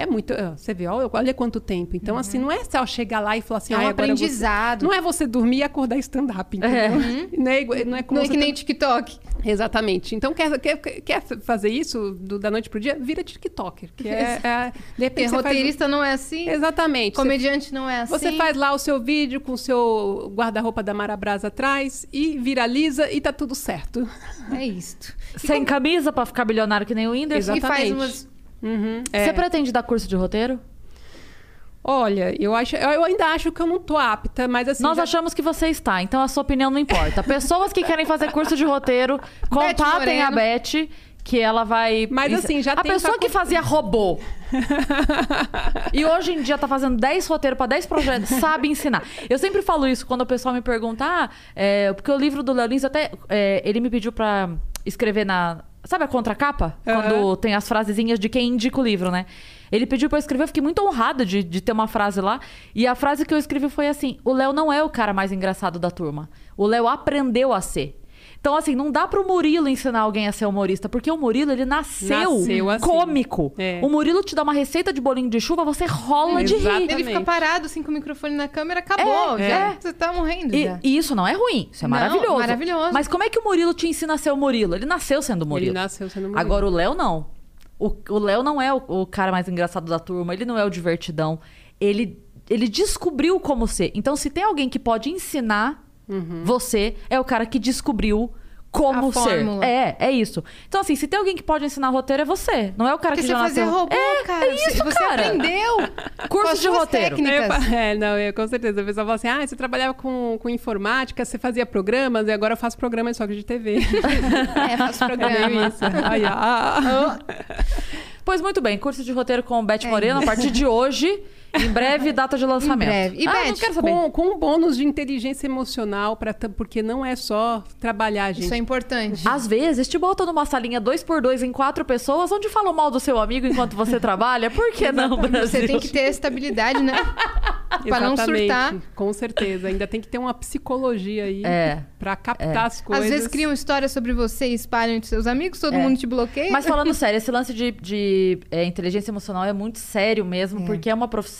Speaker 4: É muito. ah, Você vê, olha, olha quanto tempo. Então, assim, não é só chegar lá e falar assim.
Speaker 3: Uhum. É um
Speaker 4: "Ai, agora eu vou-"
Speaker 3: aprendizado.
Speaker 4: Não é você dormir e acordar stand-up. entendeu? Não é, igual- não é como
Speaker 3: Não é
Speaker 4: você
Speaker 3: que
Speaker 4: tá-
Speaker 3: nem TikTok.
Speaker 4: Exatamente. Então, quer, quer, quer fazer isso do- da noite pro dia? Vira TikToker. Que é, é, de
Speaker 3: Porque
Speaker 4: repente você faz-
Speaker 3: roteirista não é assim,
Speaker 4: Exatamente. Você-
Speaker 3: comediante não é assim.
Speaker 4: Você faz lá o seu vídeo com o seu guarda-roupa da Marabras atrás e viraliza e tá tudo certo.
Speaker 3: É isto.
Speaker 2: Sem camisa pra ficar bilionário que nem o Whindersson.
Speaker 3: E faz
Speaker 4: Exatamente.
Speaker 3: umas...
Speaker 4: Uhum, é.
Speaker 2: Você pretende dar curso de roteiro?
Speaker 4: Olha, eu, acho, eu ainda acho que eu não tô apta, mas assim.
Speaker 2: Nós
Speaker 4: já-
Speaker 2: achamos que você está, então a sua opinião não importa. Pessoas que querem fazer curso de roteiro, contatem
Speaker 3: Moreno.
Speaker 2: a Beth, que ela vai.
Speaker 4: Mas, assim, já
Speaker 2: A
Speaker 4: tem
Speaker 2: pessoa que
Speaker 4: facu-
Speaker 2: fazia robô e hoje em dia tá fazendo 10 roteiros pra 10 projetos, sabe ensinar. Eu sempre falo isso quando o pessoal me pergunta, ah, é, porque o livro do Léo Lins até. é, ele me pediu pra escrever na. Sabe a contracapa? Quando tem as frasezinhas de quem indica o livro, né? Ele pediu pra eu escrever, eu fiquei muito honrada de, de ter uma frase lá. E a frase que eu escrevi foi assim: O Léo não é o cara mais engraçado da turma. O Léo aprendeu a ser. Então, assim, não dá pro Murilo ensinar alguém a ser humorista, porque o Murilo, ele nasceu,
Speaker 4: Nasceu assim.
Speaker 2: cômico.
Speaker 4: É.
Speaker 2: O Murilo te dá uma receita de bolinho de chuva, você rola de rir.
Speaker 4: Exatamente.
Speaker 3: Ele fica parado, assim, com o microfone na câmera, acabou.
Speaker 2: É,
Speaker 3: já.
Speaker 2: é.
Speaker 3: Você tá morrendo
Speaker 2: E,
Speaker 3: já.
Speaker 2: e isso não é ruim, isso é
Speaker 3: Não,
Speaker 2: maravilhoso.
Speaker 3: maravilhoso.
Speaker 2: Mas como é que o Murilo te ensina a ser o Murilo? Ele nasceu sendo o Murilo.
Speaker 4: Ele nasceu sendo Murilo.
Speaker 2: Agora o Léo não. O o Léo não é o, o cara mais engraçado da turma, ele não é o divertidão. Ele, ele descobriu como ser. Então, se tem alguém que pode ensinar você, é o cara que descobriu como
Speaker 3: Uhum. A
Speaker 2: ser.
Speaker 3: fórmula.
Speaker 2: É, é isso. Então, assim, se tem alguém que pode ensinar roteiro, é você. Não é o cara que
Speaker 3: Porque você
Speaker 2: já
Speaker 3: fazia
Speaker 2: nasceu...
Speaker 3: robô,
Speaker 2: é,
Speaker 3: cara.
Speaker 2: É isso,
Speaker 3: você, você
Speaker 2: cara.
Speaker 3: aprendeu. com as
Speaker 2: Curso de
Speaker 3: suas
Speaker 2: roteiro.
Speaker 4: Eu
Speaker 3: técnicas.
Speaker 4: fa- <laughs> é, não, eu, com certeza. O pessoal fala assim: ah, você trabalhava com, com informática, você fazia programas, e agora eu faço programas só que de <laughs> TV.
Speaker 3: <laughs> É, faço
Speaker 4: <laughs> Meio
Speaker 3: programa.
Speaker 4: isso. Aí, ah.
Speaker 2: Pois muito bem, curso de roteiro com Beth
Speaker 3: É.
Speaker 2: Moreno a partir de hoje. Em breve, data
Speaker 3: <laughs>
Speaker 2: de lançamento.
Speaker 3: breve. E,
Speaker 2: ah,
Speaker 3: Beth,
Speaker 2: não quero saber.
Speaker 4: com, com um bônus de inteligência emocional, pra, t- porque não é só trabalhar, gente.
Speaker 3: Isso é importante.
Speaker 2: Às vezes te botam numa salinha dois por dois em quatro pessoas, onde falam mal do seu amigo enquanto você trabalha. Por que não, Brasil?
Speaker 3: Você tem que ter estabilidade,
Speaker 4: <laughs>
Speaker 3: né? pra não surtar.
Speaker 4: Com certeza. Ainda tem que ter uma psicologia aí
Speaker 2: É.
Speaker 4: pra captar as coisas.
Speaker 3: Às vezes um- criam histórias sobre você e espalham entre seus amigos, todo
Speaker 2: É.
Speaker 3: mundo te bloqueia.
Speaker 2: Mas falando sério, esse lance de, de, é, inteligência emocional é muito sério mesmo, porque é uma profissão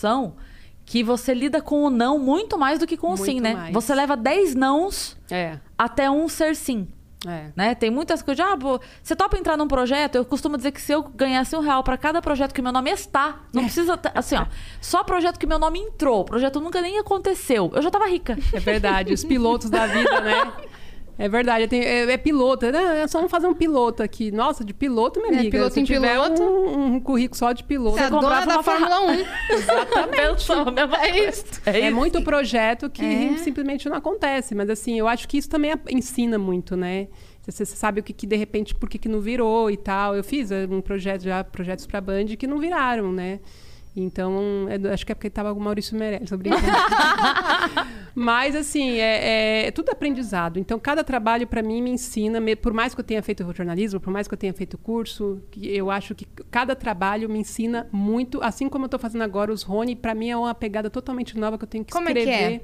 Speaker 2: que você lida com o não muito mais do que com o
Speaker 4: Muito
Speaker 2: sim, né?
Speaker 4: mais.
Speaker 2: Você leva dez nãos
Speaker 4: É,
Speaker 2: até um ser sim.
Speaker 4: é.
Speaker 2: né? Tem muitas coisas. de, Ah, pô, você topa entrar num projeto? Eu costumo dizer que se eu ganhasse um real pra cada projeto que meu nome está, não precisa. ta- Assim, ó. Só projeto que meu nome entrou. Projeto nunca nem aconteceu. Eu já tava rica.
Speaker 4: É verdade. Os pilotos da vida, né? É verdade, eu tenho- é, é piloto. Ah, só vamos fazer um piloto aqui. Nossa, de piloto, minha
Speaker 3: É,
Speaker 4: amiga.
Speaker 3: piloto
Speaker 4: Se
Speaker 3: em
Speaker 4: tiver
Speaker 3: piloto.
Speaker 4: Um, um currículo só de piloto.
Speaker 3: Você é a dona
Speaker 2: comprava
Speaker 3: da
Speaker 2: uma
Speaker 3: Fórmula
Speaker 4: <laughs>
Speaker 3: 1.
Speaker 2: Pensou, mesmo.
Speaker 3: É isso.
Speaker 2: É,
Speaker 4: É
Speaker 2: isso.
Speaker 4: muito projeto que
Speaker 3: É.
Speaker 4: simplesmente não acontece. Mas assim, eu acho que isso também a- ensina muito, né? Você você sabe o que, que, de repente, por que, que não virou e tal. Eu fiz eh, um projeto já, projetos pra Band que não viraram, né? Então, é- acho que é porque tava com o Maurício Meirelles, tô brincando. Mas, assim, é, é- é tudo aprendizado. Então, cada trabalho, para mim, me ensina, me- por mais que eu tenha feito jornalismo, por mais que eu tenha feito curso, que eu acho que cada trabalho me ensina muito. Assim como eu estou fazendo agora os Rony, para mim é uma pegada totalmente nova que eu tenho que
Speaker 3: Como é que
Speaker 4: escrever.
Speaker 3: é?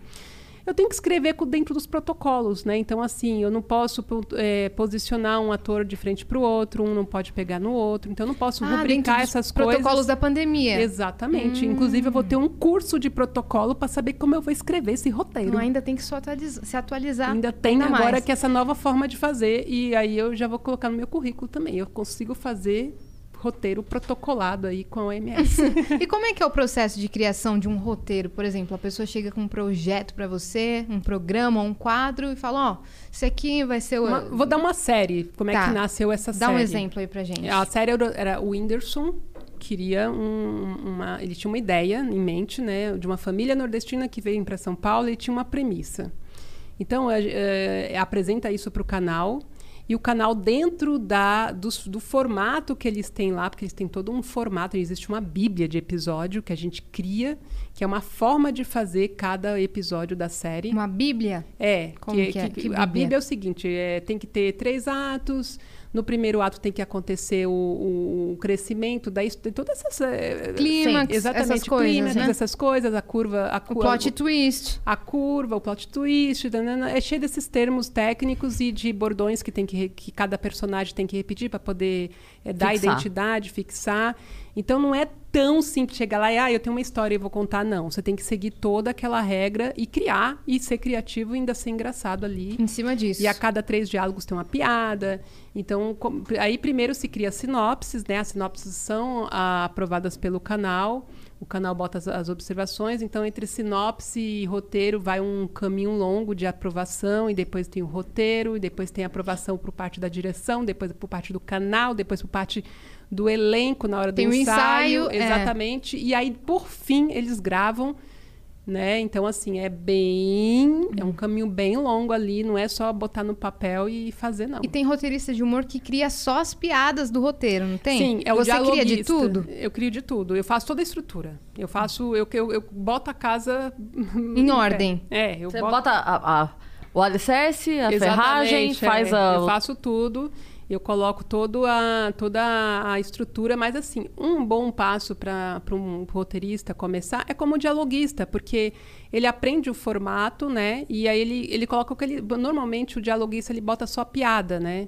Speaker 4: Eu tenho que escrever co- dentro dos protocolos, né? Então, assim, eu não posso po- eh, posicionar um ator de frente para o outro, um não pode pegar no outro. Então, eu não posso
Speaker 3: Ah, dentro
Speaker 4: rubricar
Speaker 3: dos
Speaker 4: essas
Speaker 3: protocolos
Speaker 4: coisas.
Speaker 3: da pandemia. Hum.
Speaker 4: Exatamente. Inclusive, eu vou ter um curso de protocolo para saber como eu vou escrever esse roteiro.
Speaker 3: Então ainda tem que só atualiza- se atualizar.
Speaker 4: Ainda tem
Speaker 3: tá. ainda
Speaker 4: agora
Speaker 3: mais. <laughs>
Speaker 4: que é essa nova forma de fazer e aí eu já vou colocar no meu currículo também. Eu consigo fazer roteiro protocolado aí com a
Speaker 3: <laughs>
Speaker 4: OMS.
Speaker 3: E como é que é o processo de criação de um roteiro? Por exemplo, a pessoa chega com um projeto pra você, um programa, um quadro e fala, ó, isso aqui vai ser o...
Speaker 4: Uma- vou dar uma série. Como é
Speaker 3: Tá.
Speaker 4: que nasceu essa
Speaker 3: Dá
Speaker 4: série? É
Speaker 3: um exemplo aí pra gente.
Speaker 4: A série era, era o Whindersson queria um- uma, ele tinha uma ideia em mente, né, de uma família nordestina que veio para São Paulo e tinha uma premissa. Então a- eh, apresenta isso para o canal e o canal dentro da dos- do, formato que eles têm lá, porque eles têm todo um formato, existe uma bíblia de episódio que a gente cria, que é uma forma de fazer cada episódio da série.
Speaker 3: Uma bíblia?
Speaker 4: É,
Speaker 3: Como que é? Que
Speaker 4: a
Speaker 3: Bíblia?
Speaker 4: Bíblia é o seguinte, é, tem que ter três atos. No primeiro ato tem que acontecer o, o- o crescimento da his- de todas essas é,
Speaker 3: Clímax,
Speaker 4: exatamente
Speaker 3: essas coisas,
Speaker 4: clímax,
Speaker 3: né?
Speaker 4: essas coisas, a curva, a
Speaker 3: O
Speaker 4: cu-
Speaker 3: um plot twist.
Speaker 4: a curva, o plot twist, tanana, é cheio desses termos técnicos e de bordões que tem que, re- que cada personagem tem que repetir para poder é, dar
Speaker 2: Fixar.
Speaker 4: identidade, fixar. Então não é tão simples chegar lá e ah, eu tenho uma história e vou contar não. Você tem que seguir toda aquela regra e criar e ser criativo e ainda ser engraçado ali.
Speaker 3: Em cima disso.
Speaker 4: E a cada três diálogos tem uma piada. Então, com- aí primeiro se cria sinopses, né? As sinopses são ah, aprovadas pelo canal. O canal bota as, as observações. Então, entre sinopse e roteiro vai um caminho longo de aprovação. E depois tem o roteiro. E depois tem a aprovação por parte da direção. Depois por parte do canal. Depois por parte do elenco na hora
Speaker 3: Tem o
Speaker 4: do ensaio.
Speaker 3: ensaio, é.
Speaker 4: Exatamente. E aí, por fim, eles gravam né? Então, assim, é bem.
Speaker 3: Uhum.
Speaker 4: É um caminho bem longo ali, não é só botar no papel e fazer, não.
Speaker 3: E tem roteirista de humor que cria só as piadas do roteiro, não tem?
Speaker 4: Sim, é o
Speaker 3: Você cria de
Speaker 4: dialoguista.
Speaker 3: tudo?
Speaker 4: Eu crio de tudo. Eu faço toda a estrutura. Eu faço. Eu, eu, eu boto a casa. <laughs>
Speaker 3: Em ordem.
Speaker 4: É, eu
Speaker 2: Você
Speaker 4: boto.
Speaker 2: bota a- a- o alicerce, a ferragem,
Speaker 4: Exatamente,
Speaker 2: faz
Speaker 4: é.
Speaker 2: a.
Speaker 4: Eu faço tudo, eu coloco todo a, toda a estrutura, mas assim, um bom passo para um roteirista começar é como dialoguista, porque ele aprende o formato, né? E aí ele, ele coloca o que ele. Normalmente o dialoguista ele bota só piada, né?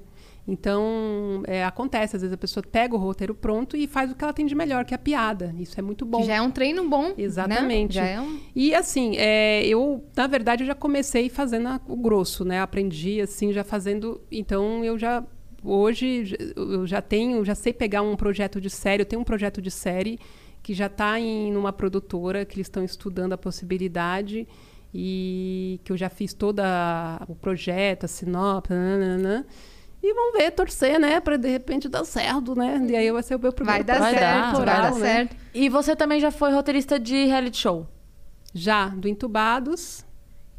Speaker 4: Então, é, acontece, às vezes a pessoa pega o roteiro pronto e faz o que ela tem de melhor, que é a piada. Isso é muito bom.
Speaker 3: Que já é um treino bom, né?
Speaker 4: Exatamente.
Speaker 3: Já é um...
Speaker 4: E assim, é, eu, na verdade, eu já comecei fazendo a- o grosso, né? Aprendi, assim, já fazendo. Então, eu já. Hoje, j- eu já tenho, já sei pegar um projeto de série. Eu tenho um projeto de série que já está em uma produtora, que eles estão estudando a possibilidade. E que eu já fiz todo o projeto, a sinopse, né, nananã. E vamos ver, torcer, né? Para de repente dar certo, né? E aí vai ser o meu primeiro
Speaker 3: Uhum. Vai dar
Speaker 2: Vai
Speaker 4: projeto
Speaker 2: dar,
Speaker 3: certo, vai
Speaker 4: autoral,
Speaker 3: dar
Speaker 4: né?
Speaker 3: certo.
Speaker 2: E você também já foi roteirista de reality show.
Speaker 4: Já, do Entubados,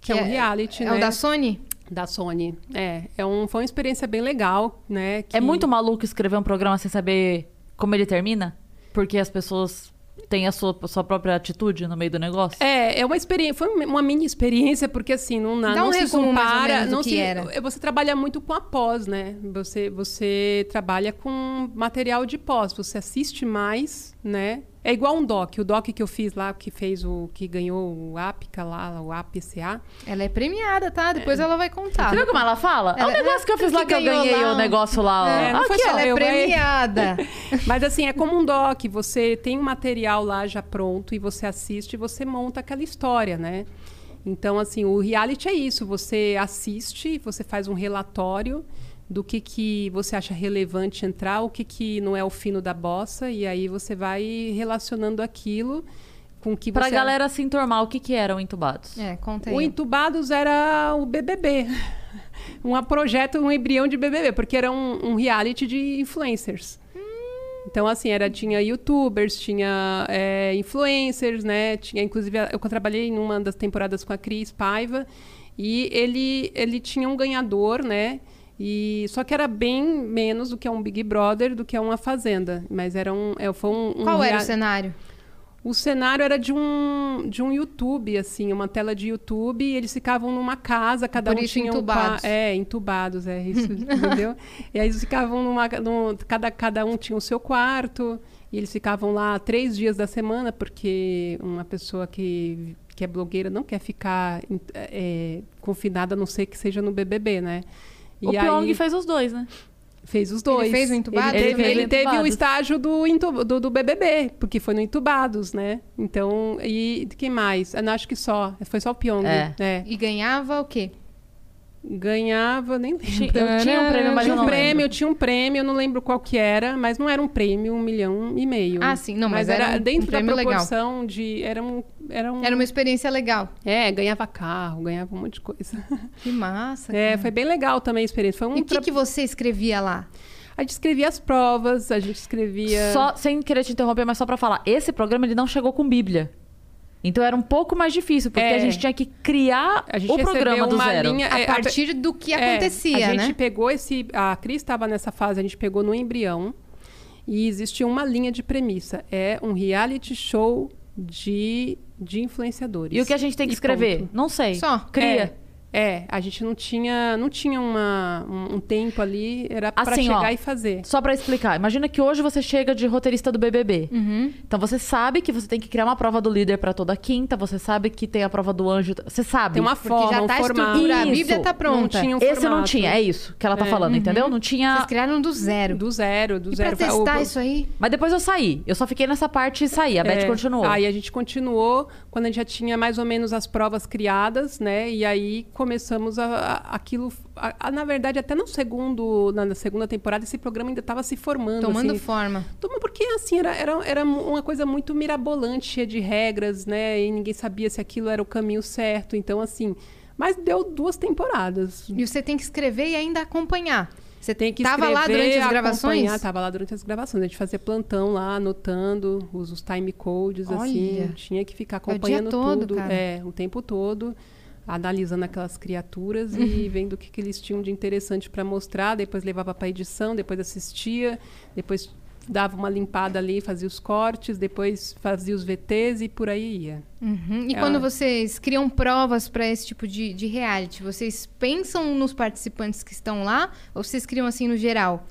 Speaker 4: que, é um reality,
Speaker 3: é,
Speaker 4: né?
Speaker 3: o da Sony?
Speaker 4: da Sony. É, é um, foi uma experiência bem legal, né? que-
Speaker 2: É muito maluco escrever um programa sem saber como ele termina? Porque as pessoas têm a sua, sua própria atitude no meio do negócio?
Speaker 4: É, é uma experiência, foi uma uma mini experiência, porque assim, não, na-
Speaker 3: Dá um
Speaker 4: não se
Speaker 3: resumo, mais ou
Speaker 4: compara.
Speaker 3: menos, do
Speaker 4: Não
Speaker 3: que
Speaker 4: se, É,
Speaker 3: era.
Speaker 4: Você trabalha muito com a pós, né? Você, você trabalha com material de pós, você assiste mais, né? É igual um doc, o doc que eu fiz lá, que fez o. que ganhou o APCA lá, o APCA.
Speaker 3: Ela é premiada, tá? Depois ela vai contar.
Speaker 2: Você viu como ela fala? É,
Speaker 3: Ela-
Speaker 2: o negócio que eu fiz
Speaker 3: que
Speaker 2: lá que eu
Speaker 3: ganhou
Speaker 2: ganhei
Speaker 3: lá
Speaker 2: o
Speaker 3: um-
Speaker 2: negócio lá. ó.
Speaker 4: É, não foi
Speaker 3: Aqui,
Speaker 4: só
Speaker 3: ela é
Speaker 4: eu, vai.
Speaker 3: premiada.
Speaker 4: <laughs> Mas assim, é como um doc, você tem um material lá já pronto e você assiste e você monta aquela história, né? Então, assim, o reality é isso, você assiste, você faz um relatório do que, que você acha relevante entrar, o que, que não é o fino da bossa, e aí você vai relacionando aquilo com que
Speaker 2: Pra
Speaker 4: você...
Speaker 2: galera se entormar, o que que eram entubados?
Speaker 3: É, conta aí.
Speaker 4: O Entubados era o BBB. <laughs> Um projeto, um embrião de BBB, porque era um, um reality de influencers. Então, assim, era, tinha youtubers, tinha é, influencers, né? Tinha, inclusive, eu trabalhei numa das temporadas com a Cris Paiva. E ele, ele tinha um ganhador, né? E, só que era bem menos do que é um Big Brother, do que é uma Fazenda. Mas era um... é, foi um, um
Speaker 3: Qual era o
Speaker 4: rea-
Speaker 3: cenário?
Speaker 4: o cenário era de um, de um YouTube, assim, uma tela de YouTube, e eles ficavam numa casa, cada
Speaker 3: Por
Speaker 4: um
Speaker 3: isso
Speaker 4: tinha
Speaker 3: entubados.
Speaker 4: um pa... É, entubados, é isso, <laughs> entendeu? E aí eles ficavam numa. num- cada, cada um tinha o seu quarto, e eles ficavam lá três dias da semana, porque uma pessoa que, que é blogueira não quer ficar em- é, confinada, a não ser que seja no BBB, né?
Speaker 2: O Pyong fez os dois, né?
Speaker 4: Fez os dois.
Speaker 3: Ele fez o Entubados?
Speaker 4: Ele
Speaker 2: Ele
Speaker 4: teve,
Speaker 2: fez o
Speaker 4: ele teve o
Speaker 2: Entubados.
Speaker 4: estágio do, entu- do, do BBB, porque foi no Entubados, né? Então, e quem mais? Eu não, acho que só. Foi só o Pyong.
Speaker 2: É.
Speaker 4: né?
Speaker 3: E ganhava o quê?
Speaker 4: Ganhava, nem lembro.
Speaker 2: Ti- Eu tinha um prêmio, mas
Speaker 4: tinha
Speaker 2: eu
Speaker 4: um
Speaker 2: não
Speaker 4: prêmio,
Speaker 2: lembro.
Speaker 4: tinha um prêmio, eu não lembro qual que era, mas não era um prêmio, um milhão e meio.
Speaker 3: Ah, sim, não, mas era um- um
Speaker 4: dentro da
Speaker 3: prêmio legal.
Speaker 4: proporção de. Era um, era um.
Speaker 3: Era uma experiência legal.
Speaker 4: É, ganhava carro, ganhava um monte de coisa.
Speaker 3: Que massa.
Speaker 4: É,
Speaker 3: cara.
Speaker 4: foi bem legal também a experiência. Foi um
Speaker 3: E o que,
Speaker 4: tra-
Speaker 3: que você escrevia lá?
Speaker 4: A gente escrevia as provas, a gente escrevia.
Speaker 2: Só, sem querer te interromper, mas só pra falar, esse programa ele não chegou com Bíblia. Então era um pouco mais difícil, porque
Speaker 4: É.
Speaker 2: a gente tinha que criar
Speaker 4: A gente
Speaker 2: o
Speaker 4: recebeu
Speaker 2: programa do
Speaker 4: uma
Speaker 2: zero.
Speaker 4: linha-
Speaker 3: A
Speaker 4: é,
Speaker 3: partir do que
Speaker 4: É,
Speaker 3: acontecia,
Speaker 4: A gente
Speaker 3: né?
Speaker 4: pegou esse. A Cris estava nessa fase, a gente pegou no embrião. E existia uma linha de premissa. É um reality show de, de influenciadores.
Speaker 2: E o que a gente tem que
Speaker 4: E
Speaker 2: escrever?
Speaker 4: ponto.
Speaker 2: Não sei.
Speaker 3: Só.
Speaker 2: Cria.
Speaker 4: É, é, a gente não tinha, não tinha uma, um, um tempo ali, era pra
Speaker 2: Assim,
Speaker 4: chegar
Speaker 2: ó.
Speaker 4: e fazer.
Speaker 2: Só pra explicar, imagina que hoje você chega de roteirista do BBB.
Speaker 4: Uhum.
Speaker 2: Então você sabe que você tem que criar uma prova do líder pra toda quinta, você sabe que tem a prova do anjo, você sabe.
Speaker 4: Tem uma
Speaker 3: Porque
Speaker 4: forma,
Speaker 3: já
Speaker 4: um
Speaker 3: tá
Speaker 4: formato.
Speaker 3: estruturada, a
Speaker 2: Isso.
Speaker 3: Bíblia tá pronta.
Speaker 4: Não tinha um
Speaker 2: Esse eu não
Speaker 4: formato. uhum.
Speaker 2: tinha, é isso que ela tá falando, entendeu? Não tinha.
Speaker 3: Vocês criaram do zero.
Speaker 4: Do zero, do
Speaker 3: E
Speaker 4: zero. tá,
Speaker 3: pra testar
Speaker 4: O-
Speaker 3: isso aí?
Speaker 2: Mas depois eu saí. Eu só fiquei nessa parte e saí. A Beth
Speaker 4: É.
Speaker 2: continuou.
Speaker 4: Aí a gente continuou, quando a gente já tinha mais ou menos as provas criadas, né? E aí começamos a, a- aquilo. a- a- na verdade, até no segundo, na, na segunda temporada, esse programa ainda estava se formando.
Speaker 3: Tomando
Speaker 4: assim.
Speaker 3: forma.
Speaker 4: Toma, porque assim, era, era, era uma coisa muito mirabolante, cheia de regras, né? E ninguém sabia se aquilo era o caminho certo. Então, assim. Mas deu duas temporadas.
Speaker 3: E você tem que escrever e ainda acompanhar. Você
Speaker 4: Tem que
Speaker 3: Tava lá
Speaker 4: escrever,
Speaker 3: durante as gravações?
Speaker 4: acompanhar. tá? Tava lá durante as gravações. A gente fazia plantão lá, anotando os, os time codes, assim.
Speaker 3: Olha.
Speaker 4: Tinha que ficar
Speaker 3: dia
Speaker 4: acompanhando
Speaker 3: todo,
Speaker 4: tudo.
Speaker 3: cara.
Speaker 4: É, o tempo todo. Analisando aquelas
Speaker 3: <laughs>
Speaker 4: criaturas e vendo o que, que eles tinham de interessante para mostrar. Depois levava para edição, depois assistia, depois dava uma limpada ali, fazia os cortes, depois fazia os VTs e por aí ia.
Speaker 3: Uhum. E
Speaker 4: É.
Speaker 3: quando vocês criam provas para esse tipo de, de reality, vocês pensam nos participantes que estão lá ou vocês criam assim no geral?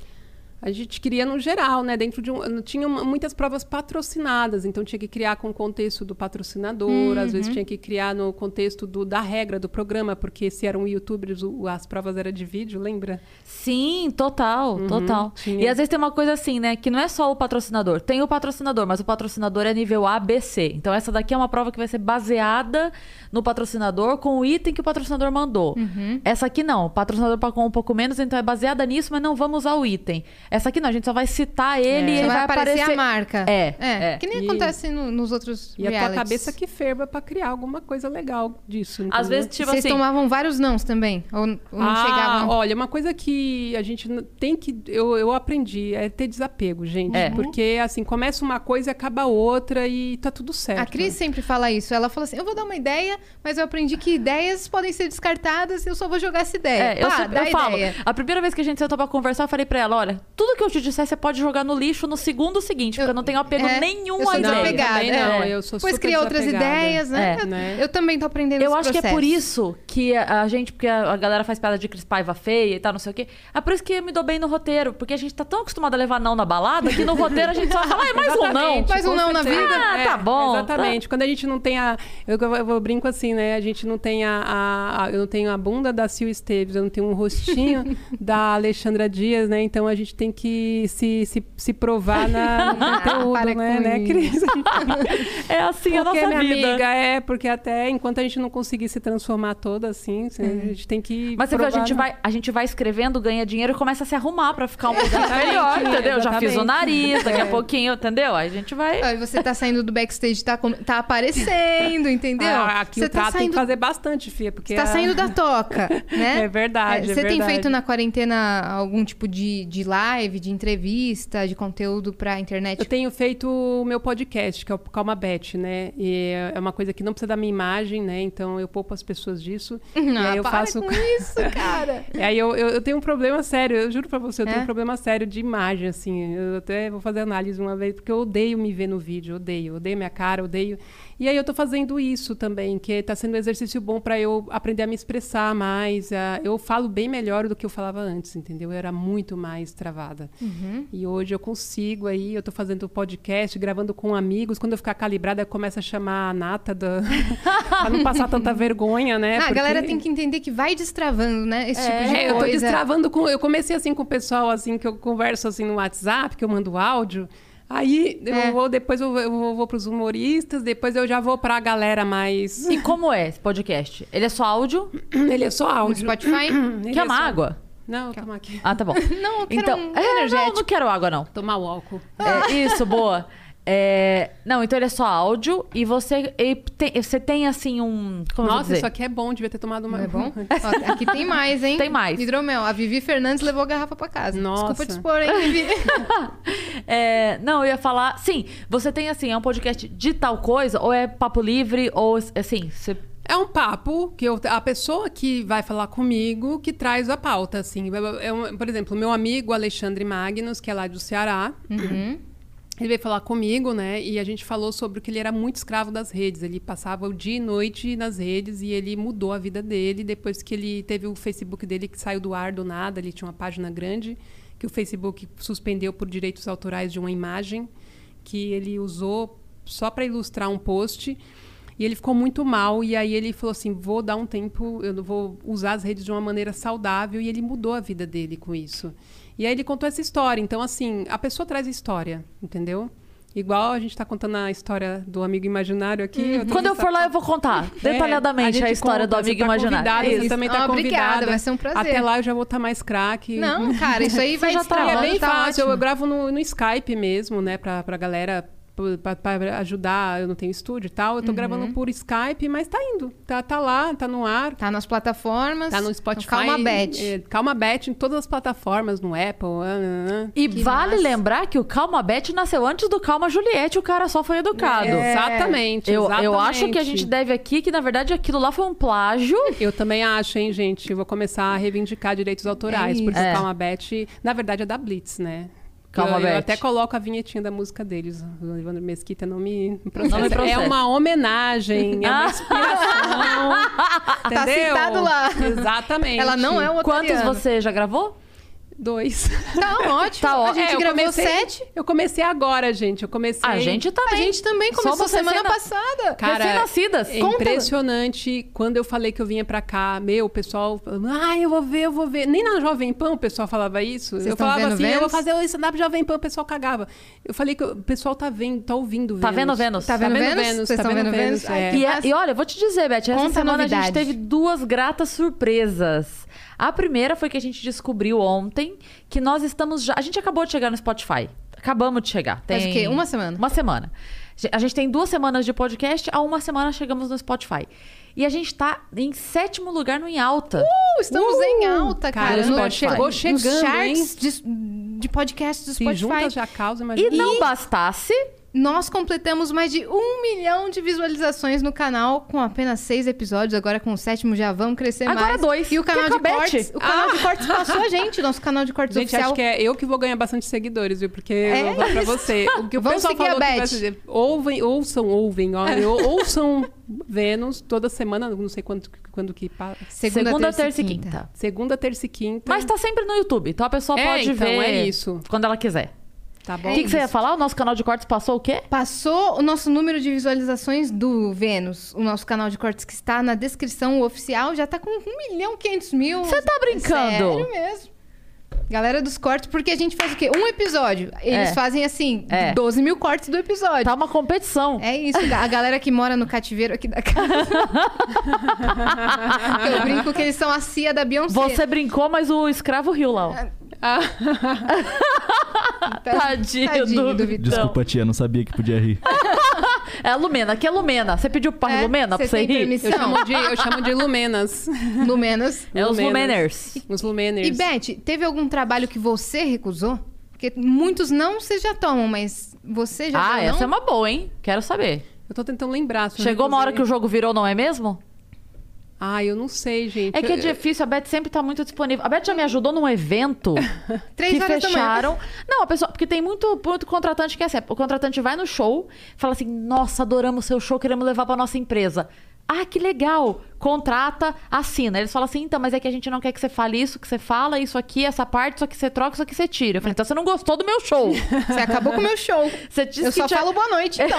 Speaker 4: A gente queria no geral, né? Dentro de um. Tinha uma- muitas provas patrocinadas, então tinha que criar com o contexto do patrocinador, às vezes tinha que criar no contexto do- da regra do programa, porque se eram youtubers, o- as provas eram de vídeo, lembra?
Speaker 2: Sim, total,
Speaker 3: Uhum,
Speaker 2: total.
Speaker 4: tinha.
Speaker 2: E às vezes tem uma coisa assim, né? Que não é só o patrocinador. Tem o patrocinador, mas o patrocinador é nível ABC. Então essa daqui é uma prova que vai ser baseada no patrocinador com o item que o patrocinador mandou.
Speaker 3: Uhum.
Speaker 2: Essa aqui não. O patrocinador pagou um pouco menos, então é baseada nisso, mas não vamos usar o item. Essa aqui não, a gente só vai citar ele e
Speaker 3: É. Só
Speaker 2: ele
Speaker 3: vai
Speaker 2: vai
Speaker 3: aparecer, a marca.
Speaker 2: É,
Speaker 3: é.
Speaker 2: é.
Speaker 3: Que nem
Speaker 4: E-
Speaker 3: acontece no- nos outros
Speaker 4: E a tua
Speaker 3: realities.
Speaker 4: cabeça que ferva pra criar alguma coisa legal disso.
Speaker 2: Às
Speaker 4: entendeu?
Speaker 2: vezes, tipo
Speaker 3: Vocês
Speaker 2: assim.
Speaker 3: tomavam vários nãos também? Ou, ou não
Speaker 4: ah,
Speaker 3: chegavam?
Speaker 4: olha, uma coisa que a gente n- tem que. Eu, eu aprendi é ter desapego, gente.
Speaker 2: É.
Speaker 4: Porque, assim, começa uma coisa e acaba outra e tá tudo certo.
Speaker 3: A Cris sempre fala isso. Ela fala assim: eu vou dar uma ideia, mas eu aprendi que ideias podem ser descartadas e eu só vou jogar essa ideia.
Speaker 2: É, eu,
Speaker 3: Pá,
Speaker 2: sempre-
Speaker 3: dá
Speaker 2: eu falo.
Speaker 3: ideia.
Speaker 2: A primeira vez que a gente sentou pra conversar, eu falei pra ela: olha, tudo que eu te disser, você pode jogar no lixo no segundo seguinte,
Speaker 4: Tipo,
Speaker 2: porque eu,
Speaker 3: Eu-
Speaker 2: não tenho apego
Speaker 3: é,
Speaker 2: nenhum
Speaker 3: eu sou
Speaker 2: à
Speaker 4: não,
Speaker 2: ideia.
Speaker 3: desapegada.
Speaker 4: também não,
Speaker 2: é.
Speaker 4: eu sou
Speaker 3: Depois
Speaker 4: super
Speaker 3: cria outras
Speaker 4: desapegada.
Speaker 3: ideias, né?
Speaker 2: É.
Speaker 3: Eu-
Speaker 4: Né?
Speaker 3: Eu também tô aprendendo
Speaker 2: Eu
Speaker 3: esse
Speaker 2: acho que é
Speaker 3: processo.
Speaker 2: por isso que a a gente, porque a a galera faz piada de Cris Paiva feia e tal, não sei o quê. É por isso que eu me dou bem no roteiro, porque a gente tá tão acostumado a levar não na balada que no roteiro a gente só fala, ah, é mais um não.
Speaker 3: Mas- Mais um
Speaker 4: com
Speaker 3: não na
Speaker 4: certeza.
Speaker 3: vida?
Speaker 2: Ah, tá bom,
Speaker 4: É, Exatamente. Quando a gente não tem a. Eu, eu- eu brinco assim, né? A gente não tem a.
Speaker 2: <laughs>
Speaker 4: a- a- eu não tenho a bunda da Sil Esteves, eu não tenho um rostinho da Alexandra Dias, né? Então a gente tem tem que se, se, se
Speaker 2: <laughs>
Speaker 4: provar na, no
Speaker 3: Ah,
Speaker 4: conteúdo,
Speaker 3: para
Speaker 4: né,
Speaker 3: com
Speaker 4: né, Cris?
Speaker 2: É assim a
Speaker 4: porque,
Speaker 2: nossa
Speaker 4: minha
Speaker 2: vida.
Speaker 4: amiga, é, porque até enquanto a gente não conseguir se transformar toda assim, a gente tem que.
Speaker 2: Mas você viu, a
Speaker 4: provar
Speaker 2: gente,
Speaker 4: na-
Speaker 2: vai, a gente vai escrevendo, ganha dinheiro e começa a se arrumar pra ficar um pouquinho
Speaker 4: Exatamente,
Speaker 2: melhor, entendeu? Já fiz o
Speaker 4: exatamente.
Speaker 2: nariz, daqui
Speaker 3: É.
Speaker 2: a pouquinho, entendeu? Aí a gente vai.
Speaker 3: Aí você tá saindo do backstage, tá, com- tá aparecendo, entendeu?
Speaker 4: Ah, aqui
Speaker 3: você
Speaker 4: o prato
Speaker 3: tá saindo,
Speaker 4: tem que fazer bastante, Fia, porque.
Speaker 3: você tá
Speaker 4: a-
Speaker 3: saindo da
Speaker 4: <laughs>
Speaker 3: toca, né?
Speaker 4: É verdade, é
Speaker 3: Você tem
Speaker 4: verdade.
Speaker 3: feito na quarentena algum tipo de, de live, de entrevista, de conteúdo pra internet?
Speaker 4: Eu tenho feito o meu podcast, que é o Calma Bet, né? E é é uma coisa que não precisa da minha imagem, né? Então eu poupo as pessoas
Speaker 3: <laughs>
Speaker 4: disso. e
Speaker 3: Ah,
Speaker 4: aí eu
Speaker 3: para
Speaker 4: faço. <laughs>
Speaker 3: com isso, cara.
Speaker 4: E aí eu, eu, eu tenho um problema sério, eu juro pra você, eu tenho
Speaker 3: É?
Speaker 4: um problema sério de imagem, assim. Eu até vou fazer análise uma vez, porque eu odeio me ver no vídeo, odeio, odeio minha cara, odeio. E aí eu tô fazendo isso também, que tá sendo um exercício bom pra eu aprender a me expressar mais. a- eu falo bem melhor do que eu falava antes, entendeu? Eu era muito mais travada.
Speaker 3: Uhum.
Speaker 4: E hoje eu consigo aí, eu tô fazendo podcast, gravando com amigos. Quando eu ficar calibrada, eu começo a chamar a nata da... <laughs> pra não passar tanta vergonha, né?
Speaker 3: ah, a galera
Speaker 4: Porque-
Speaker 3: tem que entender que vai destravando, né? Esse tipo de
Speaker 4: é,
Speaker 3: coisa.
Speaker 4: eu tô destravando com. Eu comecei assim com o pessoal assim que eu converso assim no WhatsApp, que eu mando áudio. Aí eu
Speaker 3: É.
Speaker 4: vou, depois eu vou, eu vou- vou pros humoristas, depois eu já vou pra galera mais. <clears throat>
Speaker 2: E como é esse podcast? Ele é só áudio?
Speaker 4: Ele é só
Speaker 3: No
Speaker 4: áudio.
Speaker 3: Spotify?
Speaker 4: Ele
Speaker 2: Quer
Speaker 4: é
Speaker 2: uma
Speaker 4: só-
Speaker 2: água?
Speaker 4: Não, toma aqui.
Speaker 2: Ah, tá bom.
Speaker 3: <laughs> Não, eu quero
Speaker 2: Então,
Speaker 3: um
Speaker 2: é, não,
Speaker 3: energético.
Speaker 2: não quero água, não.
Speaker 4: Tomar o álcool.
Speaker 2: É, isso, boa. É, não, então ele é só áudio e você, e tem, você tem assim um. Como eu vou
Speaker 4: Nossa,
Speaker 2: dizer?
Speaker 4: isso aqui é bom, devia ter tomado uma.
Speaker 3: Não é
Speaker 4: <laughs>
Speaker 3: bom? Ó, aqui tem mais, hein?
Speaker 2: Tem mais.
Speaker 3: Hidromel. A Vivi Fernandes levou a garrafa pra casa.
Speaker 4: Nossa.
Speaker 3: Desculpa te expor, hein, <laughs> Vivi?
Speaker 2: É, não, eu ia falar. Sim, você tem assim, é um podcast de tal coisa, ou é papo livre, ou assim, você.
Speaker 4: É um papo que eu- a pessoa que vai falar comigo que traz a pauta, assim. É um- por exemplo, meu amigo Alexandre Magnus, que é lá do Ceará, ele veio falar comigo, né? E a gente falou sobre que ele era muito escravo das redes. Ele passava o dia e noite nas redes e ele mudou a vida dele depois que ele teve o Facebook dele que saiu do ar do nada. Ele tinha uma página grande que o Facebook suspendeu por direitos autorais de uma imagem que ele usou só para ilustrar um post. E ele ficou muito mal, e aí ele falou assim: vou dar um tempo, eu não vou usar as redes de uma maneira saudável, e ele mudou a vida dele com isso. E aí ele contou essa história. Então, assim, a pessoa traz história, entendeu? Igual a gente está contando a história do amigo imaginário aqui. tô
Speaker 2: Quando eu for lá, eu vou contar
Speaker 4: é,
Speaker 2: detalhadamente a,
Speaker 4: gente
Speaker 2: história
Speaker 4: conta,
Speaker 2: do amigo
Speaker 4: você tá
Speaker 2: imaginário. É
Speaker 4: convidada,
Speaker 2: Isso.
Speaker 4: Você também
Speaker 3: Ah,
Speaker 4: tá
Speaker 3: obrigada,
Speaker 4: convidada.
Speaker 3: vai ser um prazer.
Speaker 4: Até lá eu já vou estar mais craque.
Speaker 3: Não, cara, isso aí vai
Speaker 2: já tá
Speaker 4: E é
Speaker 3: destravando,
Speaker 4: bem
Speaker 3: tá
Speaker 4: fácil. Eu,
Speaker 3: ótimo.
Speaker 4: eu gravo no, no Skype mesmo, né? Pra, pra galera. Pra, pra ajudar, eu não tenho estúdio e tal. Eu tô gravando por Skype, mas tá indo. Tá, tá lá, tá no ar.
Speaker 3: Tá nas plataformas.
Speaker 4: Tá no
Speaker 3: Então,
Speaker 4: Spotify.
Speaker 3: Calma, Beth.
Speaker 4: é, calma Bet em todas as plataformas, no Apple. ah, ah,
Speaker 2: E
Speaker 3: Que
Speaker 2: vale
Speaker 3: massa.
Speaker 2: lembrar que o Calma Beth nasceu antes do Calma Juliette, o cara só foi
Speaker 4: ah.
Speaker 2: educado.
Speaker 4: Exatamente,
Speaker 2: Eu,
Speaker 4: exatamente.
Speaker 2: eu acho que a gente deve aqui que, na verdade, aquilo lá foi um plágio.
Speaker 4: Eu também acho, hein, gente? Eu vou começar a reivindicar direitos autorais,
Speaker 3: isso.
Speaker 4: porque
Speaker 2: É.
Speaker 4: o Calma Bet, na verdade, é da Blitz, né?
Speaker 2: Calma
Speaker 4: eu,
Speaker 2: Bet.
Speaker 4: eu até coloco a vinhetinha da música deles. O Evandro Mesquita não me processa.
Speaker 2: Não me processa.
Speaker 4: É uma homenagem, é uma inspiração.
Speaker 3: <laughs> Tá
Speaker 4: entendeu?
Speaker 3: citado lá.
Speaker 4: Exatamente.
Speaker 3: Ela não é o
Speaker 2: Quantos
Speaker 3: otariano.
Speaker 2: você já gravou?
Speaker 4: Dois.
Speaker 3: Tá ótimo.
Speaker 2: Tá ó-
Speaker 3: a gente
Speaker 4: É, eu
Speaker 3: gravou
Speaker 4: comecei-
Speaker 3: sete.
Speaker 4: Eu comecei agora, gente. Eu comecei.
Speaker 2: A gente também.
Speaker 3: A gente também
Speaker 2: Só
Speaker 3: começou
Speaker 2: você
Speaker 3: semana
Speaker 2: sendo-
Speaker 3: passada.
Speaker 4: Cara,
Speaker 2: Recém-nascidas.
Speaker 4: É
Speaker 2: Conta.
Speaker 4: impressionante quando eu falei que eu vinha pra cá, meu, o pessoal falando, ah, eu vou ver, eu vou ver. Nem na Jovem Pan o pessoal falava isso. eu
Speaker 3: tão
Speaker 4: falava
Speaker 3: vendo
Speaker 4: assim, eu vou
Speaker 3: Vênus?
Speaker 4: fazer o stand-up Jovem Pan, o pessoal cagava. Eu falei que o pessoal tá vendo, tá ouvindo Vênus.
Speaker 2: Tá vendo Vênus?
Speaker 3: Tá vendo Vênus? Vocês
Speaker 4: tá
Speaker 3: tão
Speaker 4: vendo
Speaker 3: vendo
Speaker 4: Vênus.
Speaker 3: Vênus?
Speaker 4: é.
Speaker 3: Ai,
Speaker 2: E, é-
Speaker 3: Mas-
Speaker 2: e olha, vou te dizer, Beth, essa
Speaker 3: Conta a
Speaker 2: semana a gente
Speaker 3: novidade.
Speaker 2: teve duas gratas surpresas. A primeira foi que a gente descobriu ontem que nós estamos já. A gente acabou de chegar no Spotify. Acabamos de chegar. Tem
Speaker 3: Faz o quê? Uma semana?
Speaker 2: Uma semana. Ge- A gente tem duas semanas de podcast, a uma semana chegamos no Spotify. E a gente tá em sétimo lugar no Em Alta.
Speaker 3: Uh, estamos
Speaker 4: Uh,
Speaker 3: em alta,
Speaker 4: cara,
Speaker 3: cara.
Speaker 4: no Spotify. Chegou
Speaker 3: nos
Speaker 4: chegando,
Speaker 3: charts De, de podcasts do
Speaker 4: Se juntas
Speaker 3: Spotify.
Speaker 4: já causa,
Speaker 2: E
Speaker 4: imagina.
Speaker 2: não bastasse,
Speaker 3: Nós completamos mais de um milhão de visualizações no canal com apenas seis episódios. Agora com o sétimo já vamos crescer
Speaker 2: Agora
Speaker 3: mais.
Speaker 2: dois.
Speaker 3: E o
Speaker 2: Que Ah. é
Speaker 3: canal
Speaker 2: com
Speaker 3: de
Speaker 2: a Beth.
Speaker 3: cortes. O canal de cortes passou a gente, nosso canal de cortes
Speaker 4: Gente,
Speaker 3: oficial.
Speaker 4: acho que é eu que vou ganhar bastante seguidores, viu? Porque
Speaker 3: É
Speaker 4: eu vou falar pra você. O que o
Speaker 3: Vamos
Speaker 4: pessoal
Speaker 3: seguir a
Speaker 4: falou que vai
Speaker 3: Beth.
Speaker 4: fazer- Ouvem, ouçam, ouvem, ó. Eu- ouçam Vênus toda semana, não sei quando, quando que passa.
Speaker 2: segunda, terça e quinta.
Speaker 4: Segunda, terça e quinta.
Speaker 2: Mas tá sempre no YouTube, então a pessoa
Speaker 4: É,
Speaker 2: pode
Speaker 4: então,
Speaker 2: ver
Speaker 4: é isso.
Speaker 2: quando ela quiser.
Speaker 4: Tá
Speaker 2: O
Speaker 4: bom?
Speaker 2: que, que você ia falar? O nosso canal de cortes passou o quê?
Speaker 3: Passou o nosso número de visualizações do Vênus, o nosso canal de cortes que está na descrição o oficial, já tá com 1 milhão e 500 um mil.
Speaker 2: Você tá brincando?
Speaker 3: Sério mesmo. Galera dos cortes, porque a gente faz o quê? Um episódio. Eles
Speaker 2: É.
Speaker 3: fazem, assim,
Speaker 2: É.
Speaker 3: 12 mil cortes do episódio.
Speaker 2: Tá uma competição.
Speaker 3: É isso, a galera que mora no cativeiro aqui da
Speaker 4: <laughs>
Speaker 3: casa. Que eu brinco que eles são a CIA da Beyoncé.
Speaker 2: Você brincou, mas o escravo riu lá. ó.
Speaker 3: É.
Speaker 4: Ah,
Speaker 3: Tá?
Speaker 2: Tadinho, do Vitão.
Speaker 5: Desculpa, tia, não sabia que podia rir.
Speaker 2: É a Lumena, aqui é a Lumena. Você pediu pra
Speaker 3: É,
Speaker 2: Lumena pra
Speaker 3: você
Speaker 2: você
Speaker 3: tem
Speaker 2: rir?
Speaker 4: eu,
Speaker 3: permissão, <laughs>
Speaker 4: chamo de, eu chamo de Lumenas.
Speaker 3: no menos.
Speaker 2: <laughs> É os
Speaker 4: Lumenas.
Speaker 2: Lumeners.
Speaker 4: Os Lumeners.
Speaker 3: E Beth, teve algum trabalho que você recusou? Porque muitos não vocês já tomam, mas você já
Speaker 2: Ah,
Speaker 3: deu
Speaker 2: essa é
Speaker 3: não?
Speaker 2: uma boa, hein? Quero saber.
Speaker 4: Eu tô tentando lembrar. se eu
Speaker 2: Chegou uma hora que o
Speaker 4: recusei.
Speaker 2: jogo virou, não é mesmo?
Speaker 4: Ah, eu não sei, gente.
Speaker 2: É que é
Speaker 4: Eu-
Speaker 2: difícil, a Beth sempre tá muito disponível. A Beth já me ajudou num evento
Speaker 3: <laughs> Três
Speaker 2: que
Speaker 3: horas da manhã.
Speaker 2: fecharam. Não, a pessoa. Porque tem muito, muito contratante que é assim: o contratante vai no show, fala assim: nossa, adoramos seu show, queremos levar pra nossa empresa. Ah, que legal! Contrata, assina. Eles falam assim: então, mas é que a gente não quer que você fale isso, que você fala, isso aqui, essa parte, isso aqui você troca, isso aqui você tira. Eu falei: então você não gostou do meu
Speaker 3: <laughs>
Speaker 2: show.
Speaker 3: Você acabou com o
Speaker 2: <laughs>
Speaker 3: meu show.
Speaker 2: Você disse
Speaker 3: eu
Speaker 2: que
Speaker 3: só
Speaker 2: tinha-
Speaker 3: falo boa
Speaker 2: <laughs>
Speaker 3: noite, então.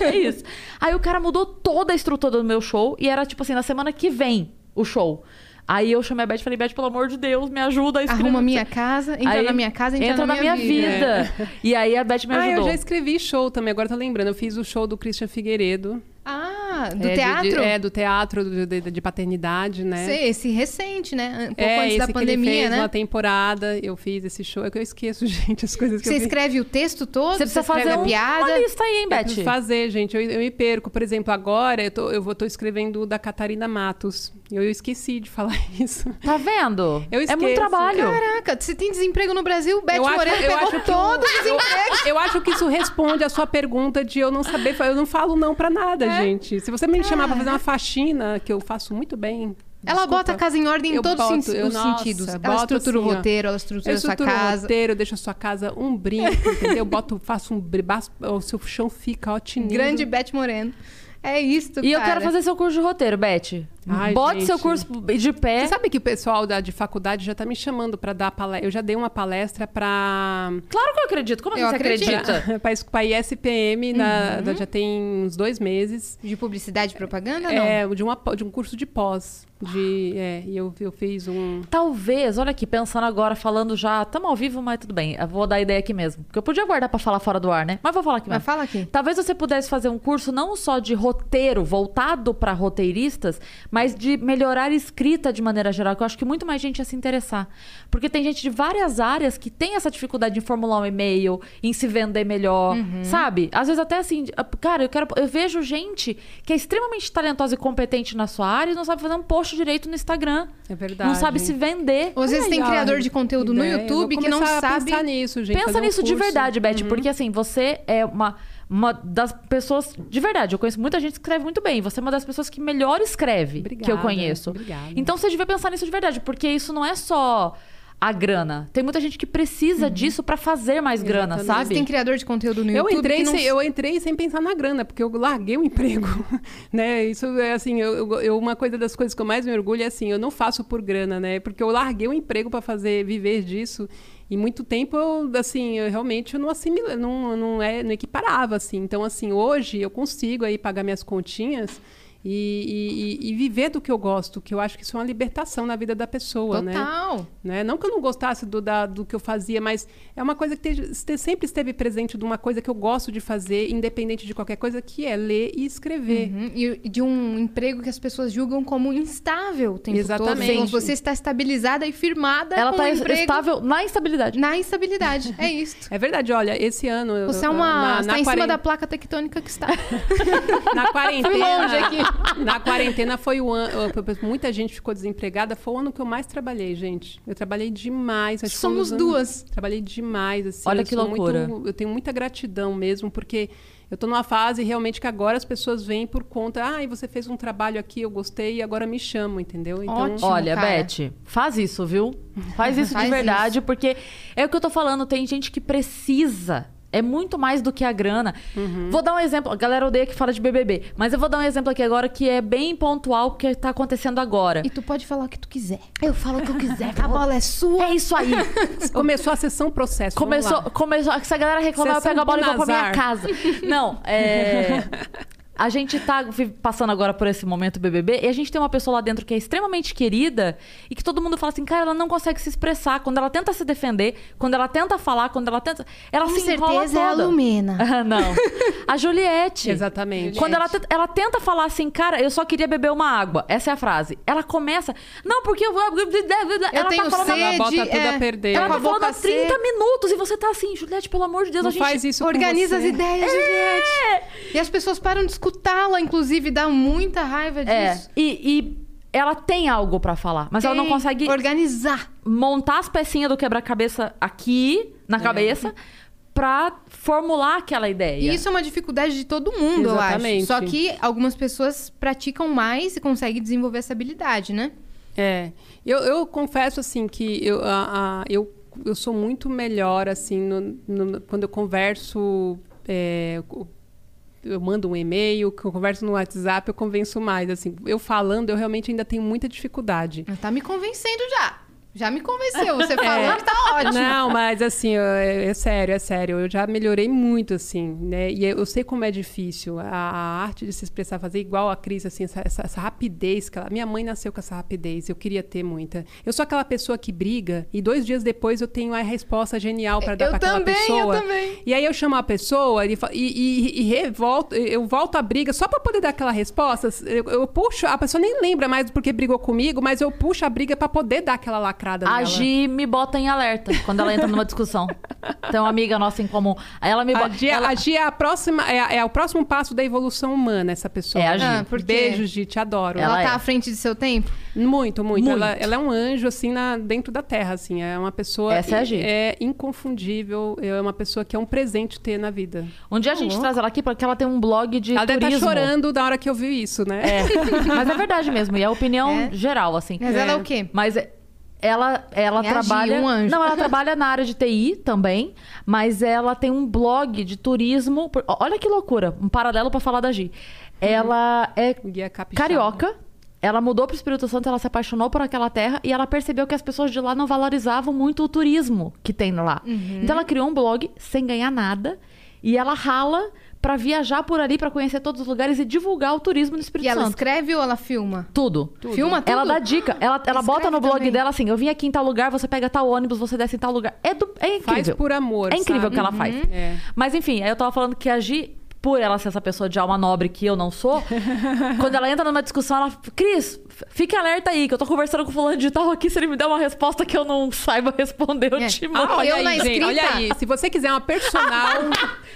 Speaker 2: é isso. Aí o cara mudou toda a estrutura do meu show e era tipo assim, na semana que vem o show. Aí eu chamei a Beth e falei, Beth, pelo amor de Deus, me ajuda a escrever.
Speaker 3: Arruma minha casa, entra
Speaker 2: Aí,
Speaker 3: na minha É. casa, entra,
Speaker 2: na, minha vida. E aí a Beth me
Speaker 4: Ah, eu
Speaker 2: ajudou.
Speaker 4: já escrevi show também, agora tô lembrando. Eu fiz o show do Christian Figueiredo.
Speaker 3: Ah,
Speaker 4: É,
Speaker 3: do
Speaker 4: de-
Speaker 3: teatro?
Speaker 4: de- é, do teatro do- de, de paternidade, né?
Speaker 3: Sei, Esse recente, né? Um pouco
Speaker 4: É,
Speaker 3: antes
Speaker 4: esse
Speaker 3: da
Speaker 4: que ele
Speaker 3: pandemia,
Speaker 4: fez
Speaker 3: né?
Speaker 4: uma temporada, eu fiz esse show. É que eu esqueço, <laughs> gente, as coisas que
Speaker 3: Você
Speaker 4: eu fiz.
Speaker 3: escreve o texto todo?
Speaker 2: Você precisa
Speaker 3: escreve
Speaker 2: fazer
Speaker 3: a
Speaker 2: um-
Speaker 3: piada? é
Speaker 2: uma lista aí, hein,
Speaker 4: Eu preciso
Speaker 2: Beth?
Speaker 4: fazer, gente. Eu, eu me perco. Por exemplo, agora eu tô, eu vou, tô escrevendo o da Catarina Matos. E eu esqueci de falar <laughs> isso.
Speaker 3: um
Speaker 2: Tá vendo? é
Speaker 4: Eu
Speaker 2: muito
Speaker 4: esqueço.
Speaker 2: trabalho.
Speaker 3: Caraca, você tem desemprego no Brasil? Beth
Speaker 4: Eu acho-
Speaker 3: Moreno
Speaker 4: eu
Speaker 3: pegou
Speaker 4: acho que o-
Speaker 3: todo o desemprego.
Speaker 4: Eu acho que isso responde a sua pergunta de eu não saber. fa- Eu não falo não pra nada, gente. Se você me chamar pra fazer uma faxina, que eu faço muito bem.
Speaker 3: Ela
Speaker 4: desculpa.
Speaker 3: bota a casa em ordem em
Speaker 4: Eu
Speaker 3: todos os
Speaker 4: boto,
Speaker 3: sen-
Speaker 4: eu-
Speaker 3: os
Speaker 4: nossa,
Speaker 3: sentidos. Ela
Speaker 4: boto
Speaker 3: estrutura
Speaker 4: assim,
Speaker 3: o
Speaker 4: ó.
Speaker 3: roteiro, ela estrutura
Speaker 4: Eu
Speaker 3: a sua
Speaker 4: estruturo o
Speaker 3: casa.
Speaker 4: roteiro, eu deixo a sua casa um brinco, <laughs> entendeu? Eu boto, faço um bribaço, o seu chão fica ótimo.
Speaker 3: Grande Beth Moreno. É isso,
Speaker 2: E eu
Speaker 3: cara.
Speaker 2: quero fazer seu curso de roteiro, Beth.
Speaker 4: Ai,
Speaker 2: Bote seu
Speaker 4: gente.
Speaker 2: curso de pé.
Speaker 4: Você sabe que o pessoal da, de faculdade já tá me chamando pra dar palestra. Eu já dei uma palestra pra
Speaker 2: Claro que eu acredito. Como assim
Speaker 3: Eu
Speaker 2: você
Speaker 3: acredito.
Speaker 2: acredita?
Speaker 4: pra <laughs> es- pra ISPM, na- da- já tem uns dois meses.
Speaker 3: De publicidade e
Speaker 2: Ah,
Speaker 3: propaganda, não?
Speaker 4: É, de, uma, pó- de um curso de pós. De, é, e eu, eu fiz um.
Speaker 2: Talvez, olha aqui, pensando agora, falando já, estamos ao vivo, mas tudo bem. Eu vou dar ideia aqui mesmo. Porque eu podia guardar pra falar fora do ar, né? Mas vou falar aqui
Speaker 3: Mas
Speaker 2: mesmo.
Speaker 3: fala aqui.
Speaker 2: Talvez você pudesse fazer um curso não só de roteiro, voltado para roteiristas, mas de melhorar a escrita de maneira geral, que eu acho que muito mais gente ia se interessar. Porque tem gente de várias áreas que tem essa dificuldade em formular um e-mail, em se vender melhor,
Speaker 3: Uhum.
Speaker 2: sabe? Às vezes até assim, cara, eu quero eu vejo gente que é extremamente talentosa e competente na sua área e não sabe fazer um post direito no Instagram.
Speaker 4: É verdade.
Speaker 2: Não sabe se vender.
Speaker 3: Ou às vezes tem
Speaker 4: Ai, ó,
Speaker 3: criador de conteúdo no
Speaker 4: ideia.
Speaker 3: YouTube
Speaker 4: Vou
Speaker 3: que não
Speaker 4: começar a
Speaker 3: sabe.
Speaker 4: Pensar nisso, gente.
Speaker 2: Pensa
Speaker 4: fazer um
Speaker 2: nisso de
Speaker 4: curso. Uhum.
Speaker 2: verdade, Beth, porque assim, você é uma, uma das pessoas. De verdade, eu conheço muita gente que escreve muito bem. Você é uma das pessoas que melhor escreve que eu
Speaker 4: Obrigada,
Speaker 2: conheço.
Speaker 4: obrigada.
Speaker 2: Então você devia pensar nisso de verdade, porque isso não é só a grana. Tem muita gente que precisa disso pra fazer mais grana,
Speaker 4: Uhum. Exatamente.
Speaker 2: sabe?
Speaker 3: Tem criador de conteúdo no
Speaker 4: Eu
Speaker 3: YouTube que
Speaker 4: entrei,
Speaker 3: não
Speaker 4: sem, eu entrei sem pensar na grana, porque eu larguei o emprego, <laughs> né? Isso é assim, eu, eu- eu- uma coisa das coisas que eu mais me orgulho é assim, eu não faço por grana, né? Porque eu larguei o emprego para fazer viver disso. E muito tempo eu, assim, eu realmente eu não assimila, não, não é, não equiparava assim. Então assim, hoje eu consigo aí pagar minhas continhas. E, e- e- e viver do que eu gosto, que eu acho que isso é uma libertação na vida da pessoa, né?
Speaker 3: Total.
Speaker 4: né? Não que eu não gostasse do, da- do que eu fazia, mas é uma coisa que te- este- sempre esteve presente de uma coisa que eu gosto de fazer, independente de qualquer coisa, que é ler e escrever.
Speaker 3: Uhum, E de um emprego que as pessoas julgam como instável o tempo
Speaker 4: Exatamente.
Speaker 3: todo. Então, Você está estabilizada e firmada
Speaker 2: Ela
Speaker 3: com
Speaker 4: um
Speaker 2: tá
Speaker 3: o
Speaker 2: es-
Speaker 3: emprego
Speaker 2: estável na instabilidade.
Speaker 3: na instabilidade. É isso.
Speaker 4: É verdade, olha, esse ano. eu-
Speaker 3: Você é
Speaker 4: eu-
Speaker 3: uma. está em cima
Speaker 4: quaren-
Speaker 3: da placa tectônica que está.
Speaker 4: na
Speaker 3: longe
Speaker 4: quarentena.
Speaker 3: um aqui.
Speaker 4: na quarentena foi o ano. Muita gente ficou desempregada. Foi o ano que eu mais trabalhei, gente. Eu trabalhei demais. acho que foi um
Speaker 3: Somos
Speaker 4: dos anos-
Speaker 3: duas.
Speaker 4: Trabalhei demais, assim.
Speaker 2: Olha
Speaker 4: eu
Speaker 2: que
Speaker 4: sou
Speaker 2: loucura.
Speaker 4: muito- eu tenho muita gratidão mesmo, porque eu tô numa fase realmente que agora as pessoas vêm por conta. Ah, e você fez um trabalho aqui, eu gostei, e agora me chamam, entendeu? Então,
Speaker 3: Ótimo.
Speaker 2: Olha,
Speaker 3: cara.
Speaker 2: Beth, faz isso, viu? Faz isso
Speaker 3: Faz
Speaker 2: de verdade, porque é o que eu tô falando, tem gente que precisa. É muito mais do que a grana.
Speaker 3: Uhum.
Speaker 2: Vou dar um exemplo. A galera odeia que fala de BBB. Mas eu vou dar um exemplo aqui agora que é bem pontual, porque tá acontecendo agora.
Speaker 3: <laughs> E tu pode falar o que tu quiser.
Speaker 2: Eu falo o que eu quiser.
Speaker 3: A bola é sua.
Speaker 2: É isso aí.
Speaker 4: Começou a sessão processo. vamos lá.
Speaker 2: Começou, começou. Se a galera reclamar, eu
Speaker 4: Sessão
Speaker 2: pego a bola e
Speaker 4: do
Speaker 2: vou pra minha
Speaker 4: <laughs> Nazar.
Speaker 2: casa. Não, é. A gente tá vi- passando agora por esse momento BBB e a gente tem uma pessoa lá dentro que é extremamente querida e que todo mundo fala assim, cara, ela não consegue se expressar. Quando ela tenta se defender, quando ela tenta falar, quando ela tenta... Ela
Speaker 3: Com
Speaker 2: se enrola
Speaker 3: certeza é a
Speaker 2: toda.
Speaker 3: Lumena.
Speaker 2: Ah, <laughs> não. A Juliette.
Speaker 4: Exatamente.
Speaker 2: Quando ela, te- ela tenta falar assim, cara, eu só queria beber uma água. Essa é a frase. Ela começa. Não, porque eu. Eu ela
Speaker 3: tenho
Speaker 2: tá falando.
Speaker 3: sede,
Speaker 4: Ela bota tudo
Speaker 3: é,
Speaker 4: a perder.
Speaker 2: Ela
Speaker 3: com
Speaker 2: tá
Speaker 3: a boca
Speaker 2: falando há 30
Speaker 3: seca.
Speaker 2: minutos e você tá assim, Juliette, pelo amor de Deus,
Speaker 4: Não
Speaker 2: a gente.
Speaker 4: faz isso com
Speaker 3: Organiza as
Speaker 4: você.
Speaker 3: ideias, Juliette. E as pessoas param de escutá-la, inclusive, dá muita raiva
Speaker 2: É.
Speaker 3: disso.
Speaker 2: E, e ela tem algo pra falar, mas ela não
Speaker 3: Tem
Speaker 2: consegue
Speaker 3: Organizar.
Speaker 2: montar as pecinhas do quebra-cabeça aqui,
Speaker 4: É.
Speaker 2: na cabeça, pra formular aquela ideia.
Speaker 3: E isso é uma dificuldade de todo mundo,
Speaker 4: Exatamente.
Speaker 3: eu acho. Só que algumas pessoas praticam mais e conseguem desenvolver essa habilidade, né?
Speaker 4: É. Eu, eu confesso, assim, que eu, a, a- eu, eu sou muito melhor, assim, no- no- quando eu converso. é, co- eu mando um e-mail, que eu converso no WhatsApp, eu convenço mais. Assim, eu falando, eu realmente ainda tenho muita dificuldade.
Speaker 3: Ela Tá me convencendo já. Já me convenceu. Você falou que tá ótimo.
Speaker 4: Não, mas assim, eu- é, é sério, é sério. Eu já melhorei muito, assim, né? E eu eu sei como é difícil. A, a arte de se expressar, fazer igual a Cris, assim, essa, essa- essa rapidez que ela. Minha mãe nasceu com essa rapidez, eu queria ter muita. Eu sou aquela pessoa que briga e dois dias depois eu tenho a resposta genial para dar
Speaker 3: Eu
Speaker 4: para aquela
Speaker 3: também, eu
Speaker 4: pessoa.
Speaker 3: também.
Speaker 4: E aí eu chamo a pessoa e, fa- e, e- e revolto, eu volto a briga só para poder dar aquela resposta. Eu, eu puxo, a pessoa nem lembra mais porque brigou comigo, mas eu puxo a briga para poder dar aquela lacrada
Speaker 2: A
Speaker 4: nela.
Speaker 2: Gi me bota em alerta quando ela entra numa
Speaker 4: <laughs>
Speaker 2: discussão. Tem uma amiga nossa em comum. Tipo, Ela me
Speaker 4: A
Speaker 2: bota.
Speaker 4: Gi, a Gi é, a próxima, é, a- é o próximo passo da evolução humana, essa pessoa.
Speaker 2: É, a Gi.
Speaker 3: Ah, por quê?
Speaker 4: Beijo, Gi, te adoro.
Speaker 3: Ela,
Speaker 2: Ela
Speaker 3: tá
Speaker 2: é.
Speaker 3: à frente de seu tempo?
Speaker 4: Muito, muito. Ela,
Speaker 2: Muito.
Speaker 4: ela é um anjo, assim, na- dentro da terra, assim. É uma pessoa...
Speaker 2: Essa é a Gi.
Speaker 4: É inconfundível. É uma pessoa que é um presente ter na vida.
Speaker 2: Um dia a gente traz ela aqui porque ela tem um blog de
Speaker 4: Uhum. ela deve
Speaker 2: turismo.
Speaker 4: estar chorando da hora que eu vi isso, né?
Speaker 2: É. Mas é verdade mesmo, e é
Speaker 4: <laughs>
Speaker 2: opinião
Speaker 3: É.
Speaker 2: geral, assim.
Speaker 3: Mas ela é o quê?
Speaker 2: Mas é- ela, ela
Speaker 3: É a Gi,
Speaker 2: trabalha.
Speaker 3: um anjo.
Speaker 2: Não, ela trabalha na área de TI também, mas ela tem um blog de turismo. por- Olha que loucura, um paralelo pra falar da Gi. Ela
Speaker 3: Uhum.
Speaker 2: é
Speaker 4: Guia capixaba.
Speaker 2: carioca. Ela mudou pro Espírito Santo, ela se apaixonou por aquela terra e ela percebeu que as pessoas de lá não valorizavam muito o turismo que tem lá.
Speaker 3: Uhum.
Speaker 2: Então ela criou um blog sem ganhar nada e ela rala pra viajar por ali, pra conhecer todos os lugares e divulgar o turismo no Espírito
Speaker 3: E ela
Speaker 2: Santo.
Speaker 3: escreve ou ela filma?
Speaker 2: Tudo.
Speaker 3: Filma tudo?
Speaker 2: Ela dá dica. Ela, ela
Speaker 3: Escreve
Speaker 2: bota no blog
Speaker 3: também.
Speaker 2: dela assim: eu vim aqui em tal lugar, você pega tal ônibus, você desce em tal lugar. É, do- é incrível.
Speaker 4: Faz por amor,
Speaker 2: É incrível o
Speaker 4: sabe?
Speaker 2: que ela faz.
Speaker 4: É.
Speaker 2: Mas enfim, aí eu tava falando que a Gi, por ela ser essa pessoa de alma nobre que eu não sou, quando ela entra numa discussão, ela. Cris, f- fique alerta aí, que eu tô conversando com o fulano de tal aqui, se ele me der uma resposta que eu não saiba responder, eu
Speaker 3: É.
Speaker 2: te mando.
Speaker 4: Ah, olha
Speaker 3: Eu na
Speaker 4: aí, gente,
Speaker 3: escrita.
Speaker 4: olha aí. Se você quiser uma personal...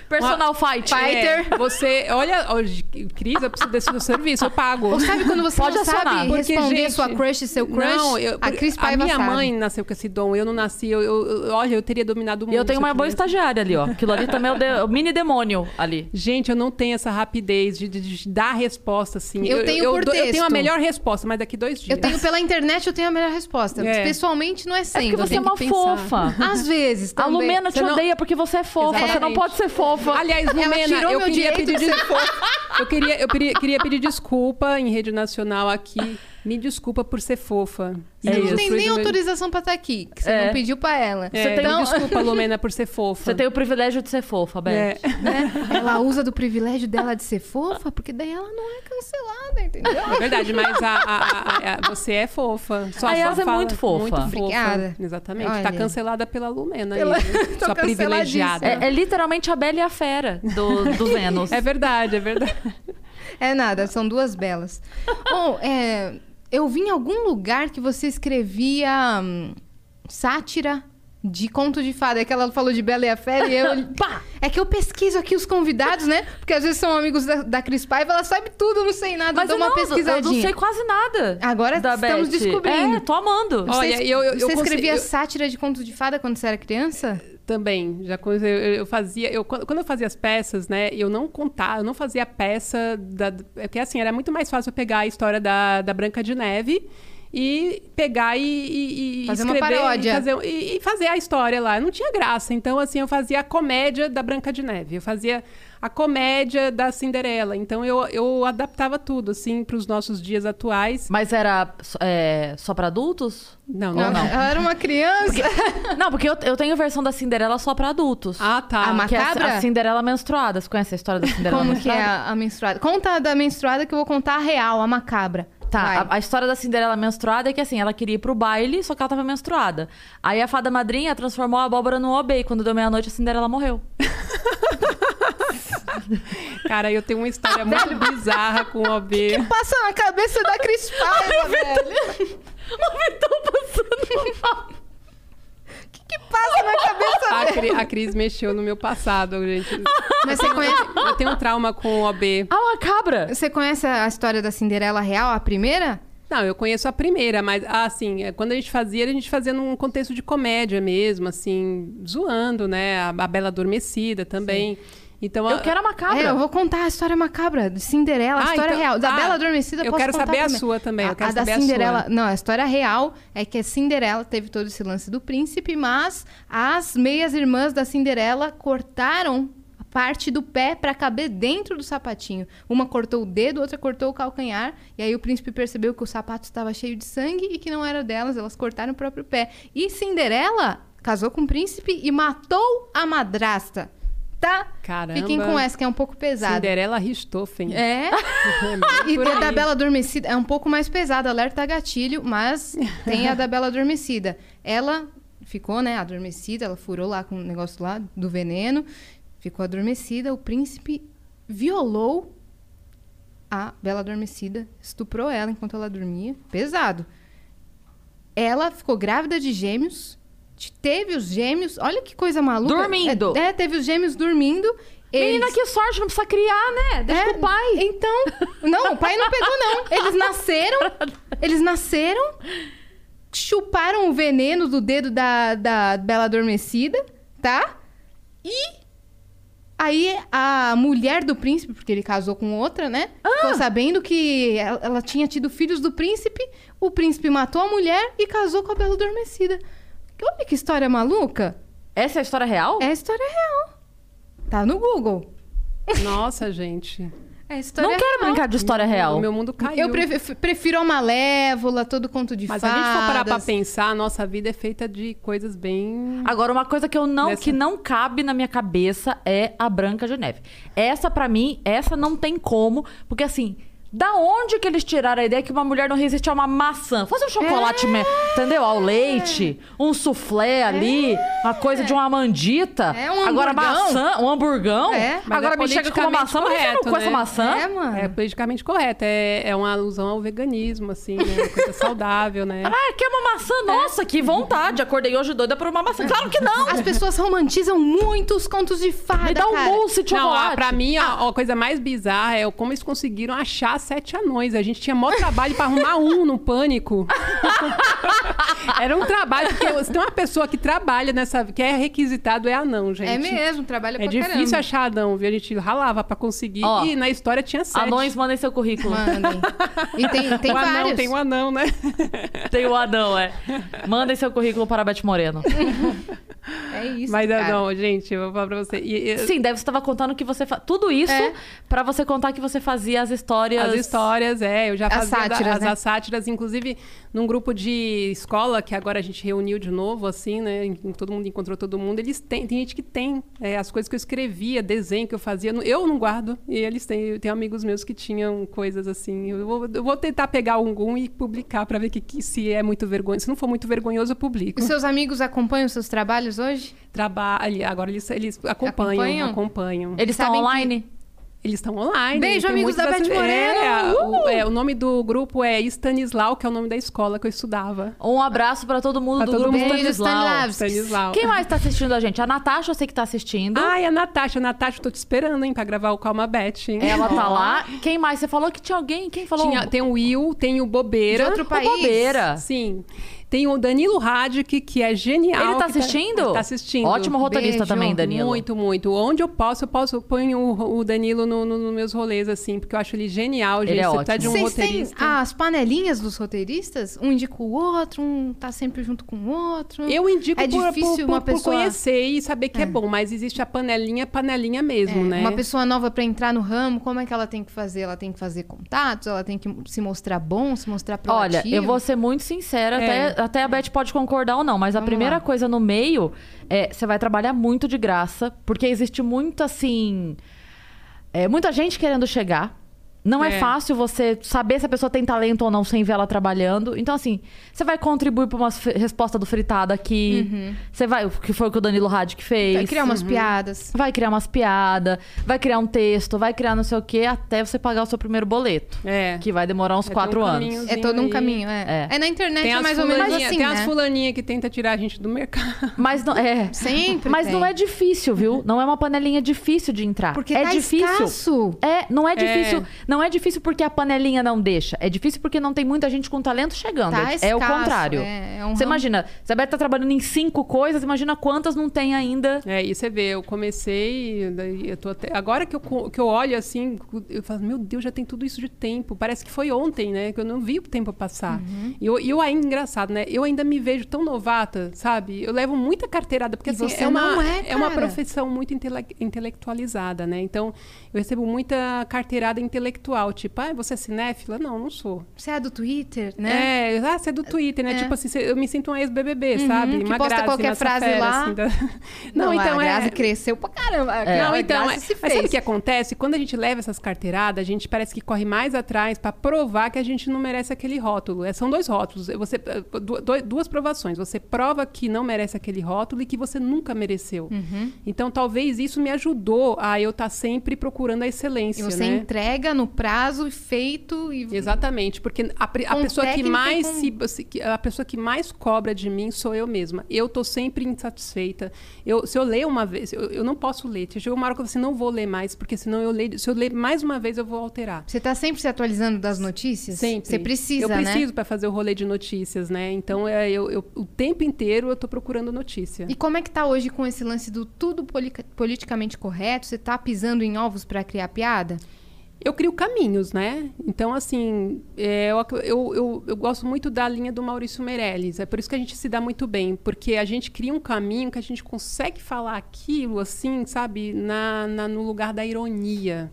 Speaker 2: Personal fight.
Speaker 3: <laughs> Fighter.
Speaker 4: É, você... Olha, ó, Gi- Cris, eu preciso desse seu serviço, eu pago.
Speaker 3: Ou sabe quando você
Speaker 2: Pode
Speaker 3: não
Speaker 2: acionar.
Speaker 3: sabe
Speaker 4: Porque,
Speaker 3: responder
Speaker 4: gente,
Speaker 3: sua crush, seu crush?
Speaker 4: Não, eu-
Speaker 3: a Cris
Speaker 4: a
Speaker 3: Paiva
Speaker 4: minha
Speaker 3: sabe.
Speaker 2: né?
Speaker 4: mãe nasceu com esse dom. Eu não nasci. Eu, eu- eu- olha, eu teria dominado
Speaker 2: E
Speaker 4: o mundo.
Speaker 2: eu tenho
Speaker 4: se
Speaker 2: uma boa
Speaker 4: tivesse.
Speaker 2: estagiária ali, ó. Aquilo ali também é o, de- o mini demônio ali.
Speaker 4: Gente, eu não tenho essa rapidez de, de- de dar resposta assim.
Speaker 3: Eu tenho por
Speaker 4: dou- Eu tenho a
Speaker 3: texto.
Speaker 4: melhor resposta, mas daqui dois dias.
Speaker 3: Eu tenho pela internet, eu tenho a melhor resposta.
Speaker 4: É.
Speaker 3: Pessoalmente não é
Speaker 2: É
Speaker 3: sempre.
Speaker 2: porque você é uma
Speaker 4: que pensar.
Speaker 2: fofa.
Speaker 3: Às vezes
Speaker 2: A
Speaker 3: também.
Speaker 2: Lumena te
Speaker 4: Você não-
Speaker 2: odeia porque você Ah, é fofa. Você não
Speaker 4: Exatamente.
Speaker 2: pode ser fofa.
Speaker 4: Aliás,
Speaker 3: Ela tirou
Speaker 4: Lumena, eu
Speaker 3: meu
Speaker 4: queria
Speaker 3: direito
Speaker 4: pedir
Speaker 3: de ser
Speaker 4: desculpa. Eu queria, eu queria, queria pedir desculpa em rede nacional aqui. Me desculpa por ser fofa.
Speaker 3: Você
Speaker 2: É
Speaker 3: não
Speaker 2: isso.
Speaker 3: tem nem autorização Então- pra estar aqui. Que você
Speaker 2: É.
Speaker 3: não pediu pra ela.
Speaker 4: É,
Speaker 2: tem-
Speaker 4: me desculpa, Lumena, por ser fofa.
Speaker 2: Você tem o privilégio de ser fofa, Beth.
Speaker 4: É.
Speaker 3: né? Ela usa do privilégio dela de ser fofa, porque daí ela não é cancelada, entendeu?
Speaker 4: É verdade, mas a, a- a- a- você é fofa. Sua
Speaker 2: A Yas
Speaker 4: sua
Speaker 2: é
Speaker 4: fala-
Speaker 2: muito fofa.
Speaker 3: Obrigada.
Speaker 4: Exatamente.
Speaker 3: Olha.
Speaker 4: Tá cancelada pela Lumena.
Speaker 3: Pela- <laughs>
Speaker 4: aí, né?
Speaker 3: Tô
Speaker 4: Sua privilegiada.
Speaker 2: É, é literalmente a Bela e a Fera do, <laughs> do Vênus.
Speaker 4: É verdade, é verdade.
Speaker 3: É nada, são duas belas.
Speaker 2: <laughs>
Speaker 3: Bom, é, eu vi em algum lugar que você escrevia hum, sátira de conto de fada. É que ela falou de Bela e a Fera
Speaker 2: <laughs>
Speaker 3: e eu...
Speaker 2: Pá!
Speaker 3: É que eu pesquiso aqui os convidados, né? Porque às vezes são amigos da, da Cris Paiva, ela sabe tudo, eu não sei nada, eu
Speaker 2: Mas
Speaker 3: dou
Speaker 2: eu
Speaker 3: uma
Speaker 2: não,
Speaker 3: pesquisadinha.
Speaker 2: eu não sei é quase nada.
Speaker 3: Agora
Speaker 2: da
Speaker 3: estamos
Speaker 2: Beth.
Speaker 3: descobrindo.
Speaker 2: É, tô amando.
Speaker 4: Ó, Olha,
Speaker 3: você,
Speaker 4: eu- eu- eu
Speaker 3: você escrevia
Speaker 4: consegui- eu-
Speaker 3: sátira de conto de fada quando você era criança?
Speaker 4: Também, já quando eu, eu fazia, eu quando quando eu fazia as peças, né, eu não contava, eu não é fazia a peça da, porque assim, era muito mais fácil eu pegar a história da, da Branca de Neve e pegar e, e- e
Speaker 3: Fazer uma
Speaker 4: escrever
Speaker 3: paródia.
Speaker 4: E fazer, um, e- e fazer a história lá. Não tinha graça. Então, assim, eu fazia a comédia da Branca de Neve. Eu fazia a comédia da Cinderela. Então, eu, eu adaptava tudo, assim, para os nossos dias atuais.
Speaker 2: Mas era é, só pra <laughs> adultos?
Speaker 4: Não,
Speaker 3: Não,
Speaker 4: não, não.
Speaker 3: Ela era uma criança.
Speaker 2: Não, porque eu, eu tenho versão da Cinderela só pra adultos.
Speaker 4: Ah, tá.
Speaker 3: Ah, mas-
Speaker 2: que é
Speaker 3: macabra?
Speaker 2: a, a Cinderela menstruada. Você conhece a história da Cinderela
Speaker 3: Como que é
Speaker 2: menstruada?
Speaker 3: a, a menstruada? Conta a da menstruada que eu vou contar a real, a macabra. Vai.
Speaker 2: Tá, a, a história da Cinderela menstruada é que assim, ela queria ir pro baile, só que ela tava menstruada. Aí a fada madrinha transformou a abóbora no obey. e Quando deu meia-noite, a Cinderela morreu.
Speaker 4: Cara, eu tenho uma história
Speaker 3: <laughs>
Speaker 4: muito bizarra com o OB.
Speaker 3: Passa na cabeça da
Speaker 4: <laughs>
Speaker 2: <laughs>
Speaker 3: Cris Paiva, velho.
Speaker 2: O Vitão passando mal.
Speaker 3: Que passa na cabeça
Speaker 4: A,
Speaker 3: dela?
Speaker 4: Cri- a Cris mexeu no meu passado,
Speaker 3: <laughs>
Speaker 4: gente.
Speaker 3: Mas você conhece,
Speaker 4: Eu tenho um trauma com o OB.
Speaker 2: Ah, uma cabra!
Speaker 3: você conhece a história da Cinderela real, a primeira?
Speaker 4: Não, eu conheço a primeira, mas ah, assim, é, quando a gente fazia, a gente fazia num contexto de comédia mesmo, assim, zoando, né? A, a Bela Adormecida também. Então, a-
Speaker 2: Eu quero uma cabra.
Speaker 3: É, eu vou contar a história macabra de Cinderela, a
Speaker 4: Ah,
Speaker 3: história
Speaker 4: então-
Speaker 3: real. Da
Speaker 4: ah,
Speaker 3: Bela Adormecida,
Speaker 4: eu
Speaker 3: posso
Speaker 4: quero
Speaker 3: contar
Speaker 4: saber a
Speaker 3: também.
Speaker 4: sua também, eu
Speaker 3: A-
Speaker 4: quero
Speaker 3: a da
Speaker 4: saber a
Speaker 3: Cinderela,
Speaker 4: sua.
Speaker 3: não, a história real é que a Cinderela teve todo esse lance do príncipe, mas as meias irmãs da Cinderela cortaram a parte do pé pra caber dentro do sapatinho. Uma cortou o dedo, outra cortou o calcanhar, e aí o príncipe percebeu que o sapato estava cheio de sangue e que não era delas, elas cortaram o próprio pé. E Cinderela casou com o príncipe e matou a madrasta. Tá?
Speaker 4: Caramba.
Speaker 3: Fiquem com essa que é um pouco pesada.
Speaker 4: Cinderela Richthofen.
Speaker 2: <laughs>
Speaker 4: <laughs>
Speaker 3: É. E tem a da Bela Adormecida. É um pouco mais pesada, alerta gatilho,
Speaker 2: <laughs>
Speaker 3: mas tem a da Bela Adormecida. Ela ficou, né, adormecida, ela furou lá com o negócio lá do veneno, ficou adormecida. O príncipe violou a Bela Adormecida, estuprou ela enquanto ela dormia. Pesado. Ela ficou grávida de gêmeos, te- teve os gêmeos, olha que coisa maluca.
Speaker 2: Dormindo.
Speaker 3: É, é, teve os gêmeos dormindo.
Speaker 2: Menina,
Speaker 3: eles-
Speaker 2: que sorte, não precisa criar, né? Deixa
Speaker 3: é,
Speaker 2: pro pai.
Speaker 3: Então, não, o pai não pegou não. Eles nasceram, eles nasceram, chuparam o veneno do dedo da, da Bela Adormecida, tá? E aí a mulher do príncipe, porque ele casou com outra, né? Ficou sabendo que ela, ela tinha tido filhos do príncipe, o príncipe matou a mulher e casou com a Bela Adormecida. Olha que história maluca.
Speaker 2: Essa é a história real?
Speaker 3: É a história real. Tá no Google.
Speaker 4: Nossa, gente.
Speaker 3: É a história
Speaker 2: Não quero
Speaker 3: real.
Speaker 2: brincar de história real.
Speaker 4: O meu mundo caiu.
Speaker 3: Eu pref- prefiro a Malévola, todo conto de
Speaker 4: Mas se a
Speaker 3: fadas.
Speaker 4: gente for parar pra pensar, a nossa vida é feita de coisas bem.
Speaker 2: Agora, uma coisa que eu não
Speaker 4: Nessa-
Speaker 2: que não cabe na minha cabeça é a Branca de Neve. Essa, pra mim, essa não tem como, porque assim, da onde que eles tiraram a ideia que uma mulher não resiste a uma maçã? Fazer um chocolate,
Speaker 3: É.
Speaker 2: me- entendeu? Ao leite, um soufflé ali, uma coisa de uma mandita.
Speaker 3: É, um
Speaker 2: Agora,
Speaker 3: hamburgão.
Speaker 2: maçã, um hamburgão.
Speaker 3: É.
Speaker 4: Mas
Speaker 2: Agora
Speaker 4: é
Speaker 2: me chega com uma maçã,
Speaker 4: politicamente
Speaker 2: mas você não
Speaker 4: correto,
Speaker 2: com essa
Speaker 4: né?
Speaker 2: maçã.
Speaker 3: É, mano.
Speaker 4: É politicamente correta. É, é uma alusão ao veganismo, assim, né? Uma
Speaker 3: <laughs>
Speaker 4: Coisa saudável, né?
Speaker 2: Ah, quer uma maçã?
Speaker 3: É.
Speaker 2: Nossa, que vontade. Acordei hoje doida por uma maçã. Claro que não!
Speaker 3: As pessoas romantizam muito os contos de fada,
Speaker 2: Me dá um
Speaker 3: cara.
Speaker 2: bolso de
Speaker 4: Não,
Speaker 2: chocolate.
Speaker 4: ah, pra mim, a, a coisa mais bizarra é o como eles conseguiram achar sete anões. A gente tinha maior trabalho pra arrumar um
Speaker 3: <laughs>
Speaker 4: no pânico. Era um trabalho, porque se tem uma pessoa que trabalha nessa. que é requisitado, é anão, gente.
Speaker 3: É mesmo, trabalha
Speaker 4: É
Speaker 3: pra
Speaker 4: difícil
Speaker 3: caramba.
Speaker 4: achar anão, viu? A gente ralava pra conseguir.
Speaker 2: Ó,
Speaker 4: e na história tinha sete.
Speaker 2: Anões, mandem seu currículo.
Speaker 3: Mandem. E tem,
Speaker 4: <laughs>
Speaker 3: tem
Speaker 4: o anão,
Speaker 3: vários.
Speaker 4: tem um anão, né?
Speaker 2: Tem o anão, é. Mandem seu currículo para a Beth Moreno.
Speaker 3: É isso,
Speaker 4: Mas
Speaker 3: cara.
Speaker 4: não, gente, eu vou falar pra você. E- e-
Speaker 2: Sim, deve você estava contando que você fa... tudo isso
Speaker 3: É.
Speaker 2: pra você contar que você fazia as histórias.
Speaker 4: As histórias, é. Eu já
Speaker 3: As
Speaker 4: fazia da-
Speaker 3: sátiras,
Speaker 4: as,
Speaker 3: né?
Speaker 4: as sátiras, inclusive num grupo de escola que agora a gente reuniu de novo, assim, né? em- em Todo mundo encontrou todo mundo. Eles têm, tem gente que tem é, as coisas que eu escrevia, desenho que eu fazia. não- Eu não guardo e eles têm. Eu tenho amigos meus que tinham coisas assim. Eu vou, eu vou tentar pegar algum e publicar pra ver que, que se é muito vergonhoso. Se não for muito vergonhoso, eu publico.
Speaker 3: Os seus amigos acompanham os seus trabalhos hoje?
Speaker 4: Trabalho. Agora eles, eles acompanham,
Speaker 3: Acompanham?
Speaker 4: acompanham.
Speaker 2: Eles estão
Speaker 3: Sabem que-
Speaker 2: online?
Speaker 4: Eles estão online.
Speaker 3: Beijo,
Speaker 4: tem
Speaker 3: amigos
Speaker 4: muitos
Speaker 3: da Beth
Speaker 4: assin-
Speaker 3: Moreno!
Speaker 4: É, a-
Speaker 3: Uhul!
Speaker 4: o, é, o nome do grupo é Stanislau, que é o nome da escola que eu estudava.
Speaker 2: Um abraço pra todo mundo
Speaker 4: Pra
Speaker 2: do
Speaker 4: todo
Speaker 2: grupo
Speaker 4: mundo.
Speaker 3: Beijo,
Speaker 2: Stanislau.
Speaker 3: Stanislavski.
Speaker 4: Stanislau.
Speaker 2: Ah, Quem mais tá assistindo a gente? A Natasha, eu sei que tá assistindo.
Speaker 4: Ai, a Natasha. Natasha, eu tô te esperando, hein, pra gravar o Calma Beth, hein?
Speaker 2: Ela tá lá. Quem mais? Você falou que tinha alguém? Quem falou?
Speaker 4: Tinha- tem o Will, tem o
Speaker 3: De
Speaker 4: Bobeira.
Speaker 3: outro país?
Speaker 2: bobeira.
Speaker 4: Sim. Tem o Danilo Radic, que é genial.
Speaker 2: Ele tá
Speaker 4: que
Speaker 2: assistindo?
Speaker 4: Tá assistindo.
Speaker 2: Ótimo roteirista
Speaker 3: Beijo.
Speaker 2: também, Danilo.
Speaker 4: Muito, muito. Onde eu posso, eu posso eu ponho o, o Danilo nos no, nos meus rolês, assim, porque eu acho ele genial,
Speaker 2: Ele
Speaker 4: gente.
Speaker 2: é
Speaker 4: Você
Speaker 2: ótimo.
Speaker 4: tá de um
Speaker 3: Vocês têm
Speaker 4: roteirista.
Speaker 3: as panelinhas dos roteiristas? Um indica o outro, um tá sempre junto com o outro.
Speaker 4: Eu indico
Speaker 3: É
Speaker 4: por, por-
Speaker 3: difícil
Speaker 4: por-
Speaker 3: uma
Speaker 4: por
Speaker 3: pessoa-
Speaker 4: conhecer e saber que é. bom, mas existe a panelinha, panelinha
Speaker 3: É,
Speaker 4: mesmo, né?
Speaker 3: Uma pessoa nova pra entrar no ramo, como é que ela tem que fazer? Ela tem que fazer contatos, ela tem que se mostrar bom, se mostrar proativa.
Speaker 2: Olha, eu vou ser muito sincera,
Speaker 4: É.
Speaker 2: até, até a Beth pode concordar ou não, mas a
Speaker 3: Vamos
Speaker 2: primeira
Speaker 3: lá.
Speaker 2: coisa no meio é você vai trabalhar muito de graça, porque existe muito assim. é, muita gente querendo chegar. Não é.
Speaker 4: É.
Speaker 2: fácil você saber se a pessoa tem talento ou não sem ver ela trabalhando. Então, assim, você vai contribuir para uma resposta do fritada aqui. Você vai, que foi o que o Danilo Radic fez. Uhum.
Speaker 3: Vai criar umas piadas.
Speaker 2: Vai criar umas piadas, vai criar um texto, vai criar não sei o quê, até você pagar o seu primeiro boleto.
Speaker 4: É.
Speaker 2: Que vai demorar uns
Speaker 4: É, tem um
Speaker 2: quatro anos.
Speaker 4: caminhozinho
Speaker 3: É todo um
Speaker 4: aí.
Speaker 3: caminho, é.
Speaker 2: É.
Speaker 3: É, na internet
Speaker 4: Tem
Speaker 3: é
Speaker 4: as
Speaker 3: mais ou menos
Speaker 4: fulaninha-
Speaker 3: assim,
Speaker 4: tem
Speaker 3: né?
Speaker 4: as fulaninha que tenta tirar a gente do mercado.
Speaker 2: Mas não é.
Speaker 3: Sempre
Speaker 2: Mas
Speaker 3: tem.
Speaker 2: não é difícil, viu? Não é uma panelinha difícil de entrar.
Speaker 3: Porque
Speaker 2: é
Speaker 3: tá
Speaker 2: difícil.
Speaker 3: escasso.
Speaker 2: É, não é difícil. Não é difícil porque a panelinha não deixa. É difícil porque não tem muita gente com talento chegando.
Speaker 3: Tá
Speaker 2: é o
Speaker 3: escasso,
Speaker 2: contrário.
Speaker 3: é- é um
Speaker 2: Você
Speaker 3: ramo-
Speaker 2: imagina, se a Beth tá trabalhando em cinco coisas, imagina quantas não tem ainda.
Speaker 4: É, e você vê, eu comecei, daí eu tô até- agora que eu, co- que eu olho assim, eu falo, meu Deus, já tem tudo isso de tempo. Parece que foi ontem, né? Que eu não vi o tempo passar.
Speaker 3: Uhum.
Speaker 4: E eu, e eu ainda, engraçado, né? Eu ainda me vejo tão novata, sabe? Eu levo muita carteirada, porque
Speaker 3: E
Speaker 4: assim,
Speaker 3: você
Speaker 4: é uma,
Speaker 3: não é,
Speaker 4: uma
Speaker 3: cara.
Speaker 4: profissão muito intele- intelectualizada, né? Então, eu recebo muita carteirada intelectual, tipo, ah, você é cinéfila? Não, não sou.
Speaker 3: Você é do Twitter, né?
Speaker 4: É, ah, você é do Twitter, né?
Speaker 3: É. Uhum,
Speaker 4: Tipo assim, cê- eu me sinto um ex-BBB, sabe?
Speaker 3: que
Speaker 4: Uma
Speaker 3: posta
Speaker 4: Grazi
Speaker 3: qualquer
Speaker 4: nessa
Speaker 3: frase
Speaker 4: fera,
Speaker 3: lá.
Speaker 4: assim, da- <laughs> Não, então
Speaker 3: a Grazi
Speaker 4: é.
Speaker 3: cresceu pra caramba.
Speaker 4: Não,
Speaker 3: A
Speaker 4: então,
Speaker 3: Grazi
Speaker 4: é-
Speaker 3: se
Speaker 4: mas sabe o
Speaker 3: fez.
Speaker 4: que acontece? Quando a gente leva essas carteiradas, a gente parece que corre mais atrás para provar que a gente não merece aquele rótulo. É, São dois rótulos. Você, é, du- du- duas provações. Você prova que não merece aquele rótulo e que você nunca mereceu. Então, talvez isso me ajudou a eu estar sempre procurando a
Speaker 3: E
Speaker 4: excelência,
Speaker 3: você
Speaker 4: né?
Speaker 3: entrega no prazo e feito e
Speaker 4: Exatamente, porque a, pri- a
Speaker 3: Com
Speaker 4: pessoa que
Speaker 3: técnica,
Speaker 4: mais
Speaker 3: com-
Speaker 4: se- se- que- a pessoa que mais cobra de mim sou eu mesma. Eu tô sempre insatisfeita. Eu, se eu ler uma vez, eu, eu não posso ler. Chegou uma hora que eu falei assim, não vou ler mais, porque senão eu leio, se eu ler mais uma vez eu vou alterar.
Speaker 3: Você tá sempre se atualizando das notícias?
Speaker 4: Sempre.
Speaker 3: Você precisa,
Speaker 4: Eu preciso
Speaker 3: né?
Speaker 4: para fazer o rolê de notícias, né? Então é, eu, eu- o tempo inteiro eu tô procurando notícia.
Speaker 3: E como é que tá hoje com esse lance do tudo polica- politicamente correto? Você tá pisando em ovos pra criar piada?
Speaker 4: Eu crio caminhos, né? Então, assim, é, eu, ac- eu, eu, eu gosto muito da linha do Maurício Meirelles. É por isso que a gente se dá muito bem. Porque a gente cria um caminho que a gente consegue falar aquilo, assim, sabe? Na, na- no lugar da ironia.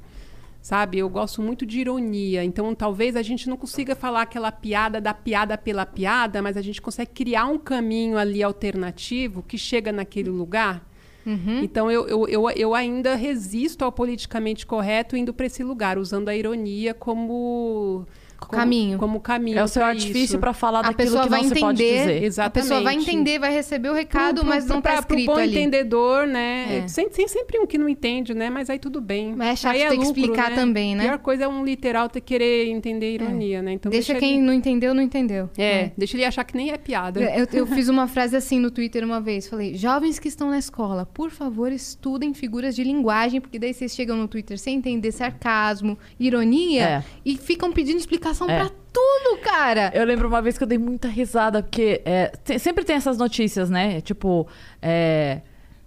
Speaker 4: Sabe? Eu gosto muito de ironia. Então, talvez a gente não consiga falar aquela piada da piada pela piada, mas a gente consegue criar um caminho ali alternativo que chega naquele lugar.
Speaker 3: Hum?
Speaker 4: Então, eu, eu, eu, eu ainda resisto ao politicamente correto indo para esse lugar, usando a ironia como, como
Speaker 3: Caminho.
Speaker 4: Como caminho
Speaker 2: É o seu
Speaker 4: pra
Speaker 2: artifício
Speaker 4: isso.
Speaker 2: pra falar
Speaker 3: A
Speaker 2: daquilo
Speaker 3: pessoa
Speaker 2: que
Speaker 3: vai
Speaker 2: não se pode
Speaker 3: entender.
Speaker 2: dizer.
Speaker 4: Exatamente.
Speaker 3: A pessoa vai entender, vai receber o recado,
Speaker 4: Pro- pro-
Speaker 3: mas não tá
Speaker 4: pra- pro
Speaker 3: escrito
Speaker 4: bom
Speaker 3: ali.
Speaker 4: entendedor, né?
Speaker 3: É.
Speaker 4: Sem- tem sempre um que não entende, né? Mas aí tudo bem.
Speaker 3: Mas é chato
Speaker 4: aí
Speaker 3: ter que explicar também, né? É.
Speaker 4: A pior coisa é um literal ter querer entender a ironia, né? Então
Speaker 3: Deixa quem
Speaker 4: ele...
Speaker 3: não entendeu, não entendeu.
Speaker 4: É, deixa ele achar que nem é piada.
Speaker 3: Eu, eu fiz uma frase assim no Twitter uma vez. Falei, jovens que estão na escola, por favor, estudem figuras de linguagem, porque daí vocês chegam no Twitter sem entender sarcasmo, ironia,
Speaker 2: É.
Speaker 3: e ficam pedindo explicação
Speaker 2: É.
Speaker 3: pra tudo, cara.
Speaker 2: Eu lembro uma vez que eu dei muita risada, porque é, te- sempre tem essas notícias, né? Tipo, é,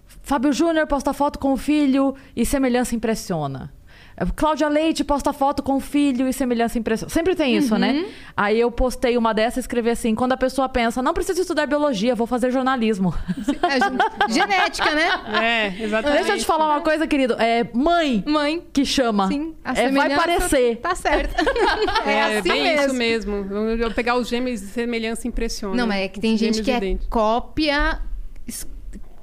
Speaker 2: Fábio Júnior posta foto com o filho e semelhança impressiona. É, Cláudia Leite posta foto com o filho e semelhança impressiona. Sempre tem isso, né?
Speaker 3: Uhum.
Speaker 2: Aí eu postei uma dessa e escrevi assim: quando a pessoa pensa, não preciso estudar biologia, vou fazer jornalismo. <laughs>
Speaker 3: É, gen- genética,
Speaker 4: <laughs>
Speaker 3: né?
Speaker 4: É, exatamente.
Speaker 2: Deixa eu te falar uma coisa, querido. É mãe
Speaker 3: Mãe.
Speaker 2: que chama.
Speaker 3: Sim, a
Speaker 2: é, vai
Speaker 3: semelhança
Speaker 2: parecer.
Speaker 3: Tá certo. É,
Speaker 4: É,
Speaker 3: assim
Speaker 4: bem
Speaker 3: mesmo.
Speaker 4: isso mesmo. Eu, eu pegar os gêmeos de semelhança impressiona.
Speaker 3: Não, mas é que tem
Speaker 4: Os
Speaker 3: gente
Speaker 4: gêmeos
Speaker 3: que é
Speaker 4: idênticos.
Speaker 3: cópia es-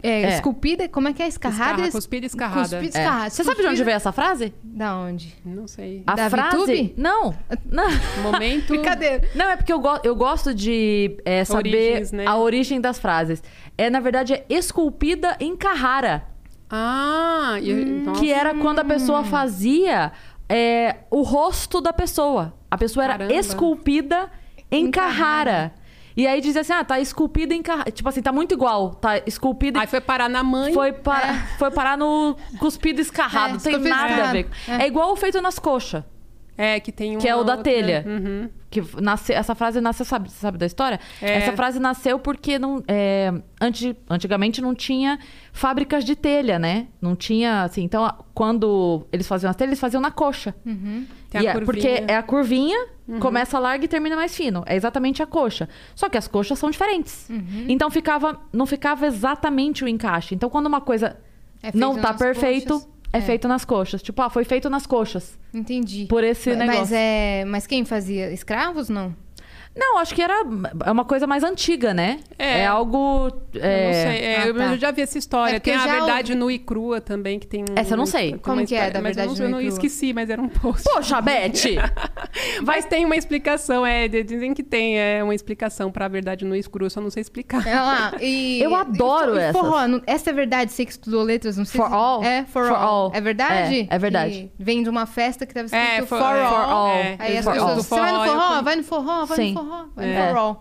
Speaker 3: é,
Speaker 2: É.
Speaker 3: esculpida. Como é que é? Escarrada?
Speaker 4: Escarra,
Speaker 3: Es-
Speaker 4: cuspida e escarrada.
Speaker 3: Cuspida, e
Speaker 4: É.
Speaker 3: escarrada.
Speaker 2: Você sabe de onde
Speaker 3: Cuspida-
Speaker 2: veio essa frase?
Speaker 3: Da onde?
Speaker 4: Não sei.
Speaker 2: A
Speaker 3: tá. Da
Speaker 2: frase?
Speaker 3: VTube? <laughs>
Speaker 2: Não. Não.
Speaker 4: Momento.
Speaker 3: Ah, Brincadeira.
Speaker 2: Não, é porque eu, go- eu gosto de é, saber
Speaker 4: Origens, né?
Speaker 2: a origem das frases. É, na verdade, é esculpida em Carrara,
Speaker 4: Ah, e,
Speaker 3: Hum,
Speaker 4: nossa.
Speaker 3: é
Speaker 2: que era quando a pessoa fazia é, o rosto da pessoa. A pessoa era
Speaker 4: Caramba.
Speaker 2: esculpida em Carrara. E aí dizia assim, ah, tá esculpida em Carrara. Tipo assim, tá muito igual, tá esculpida...
Speaker 4: Aí foi parar na mãe.
Speaker 2: Foi, para-
Speaker 4: é.
Speaker 2: foi parar no cuspido escarrado.
Speaker 3: É,
Speaker 2: não tem
Speaker 3: cuspido
Speaker 2: nada a É
Speaker 3: escarrado.
Speaker 2: ver. com- É. igual o feito nas coxas.
Speaker 4: É, que tem um.
Speaker 2: Que é o da telha.
Speaker 4: Uhum.
Speaker 2: Que nasce, essa frase nasceu, sabe, você sabe da história?
Speaker 4: É.
Speaker 2: Essa frase nasceu porque não, é, anti- antigamente não tinha fábricas de telha, né? Não tinha, assim, então a- quando eles faziam as telhas, eles faziam na coxa.
Speaker 3: Uhum.
Speaker 4: Tem a
Speaker 2: E é-
Speaker 4: curvinha. Uhum.
Speaker 2: porque é a curvinha, começa larga e termina mais fino. É exatamente a coxa. Só que as coxas são diferentes.
Speaker 3: Uhum.
Speaker 2: Então ficava, não ficava exatamente o encaixe. Então quando uma coisa
Speaker 3: É feito
Speaker 2: não tá
Speaker 3: nas
Speaker 2: perfeito,
Speaker 3: coxas.
Speaker 2: é,
Speaker 3: É.
Speaker 2: feito nas coxas. Tipo, ah, foi feito nas coxas.
Speaker 3: Entendi.
Speaker 2: Por esse
Speaker 3: mas,
Speaker 2: negócio.
Speaker 3: Mas, é, mas quem fazia? Escravos, não?
Speaker 2: Não, acho que era é uma coisa mais antiga, né?
Speaker 4: É.
Speaker 2: algo. é,
Speaker 4: Eu não sei, é,
Speaker 3: Ah,
Speaker 4: eu-
Speaker 3: tá.
Speaker 4: eu já vi essa história.
Speaker 3: É porque
Speaker 4: tem a
Speaker 3: já o-
Speaker 4: verdade nua e crua também, que tem um-
Speaker 2: Essa eu não sei.
Speaker 4: tem
Speaker 3: Como
Speaker 4: uma
Speaker 3: que é,
Speaker 4: história-
Speaker 3: da
Speaker 4: mas eu não-
Speaker 3: verdade nua
Speaker 4: Eu
Speaker 3: e
Speaker 4: não
Speaker 3: crua?
Speaker 4: esqueci, mas era um post.
Speaker 2: Poxa, Beth!
Speaker 4: <laughs> Mas tem uma explicação, é. de- Dizem que tem é, uma explicação pra verdade nua e crua, eu só não sei explicar.
Speaker 3: Olha É lá, Ah, e-
Speaker 2: Eu adoro
Speaker 3: e
Speaker 2: essas.
Speaker 3: Forró, não- essa é verdade, você que estudou letras, não sei
Speaker 2: For
Speaker 3: se...
Speaker 2: all?
Speaker 3: É, for,
Speaker 2: For
Speaker 3: all.
Speaker 2: all.
Speaker 3: É verdade?
Speaker 2: É, é verdade.
Speaker 3: Que vem de uma festa que tava escrito
Speaker 4: É,
Speaker 3: for,
Speaker 4: for- é,
Speaker 3: all.
Speaker 4: for all.
Speaker 2: É,
Speaker 3: Aí as
Speaker 2: for
Speaker 3: pessoas,
Speaker 2: all.
Speaker 3: você vai no
Speaker 4: For all, eu
Speaker 3: forró,
Speaker 4: fui-
Speaker 3: vai no forró, vai
Speaker 2: Sim.
Speaker 3: no forró, vai
Speaker 2: É.
Speaker 3: no forró.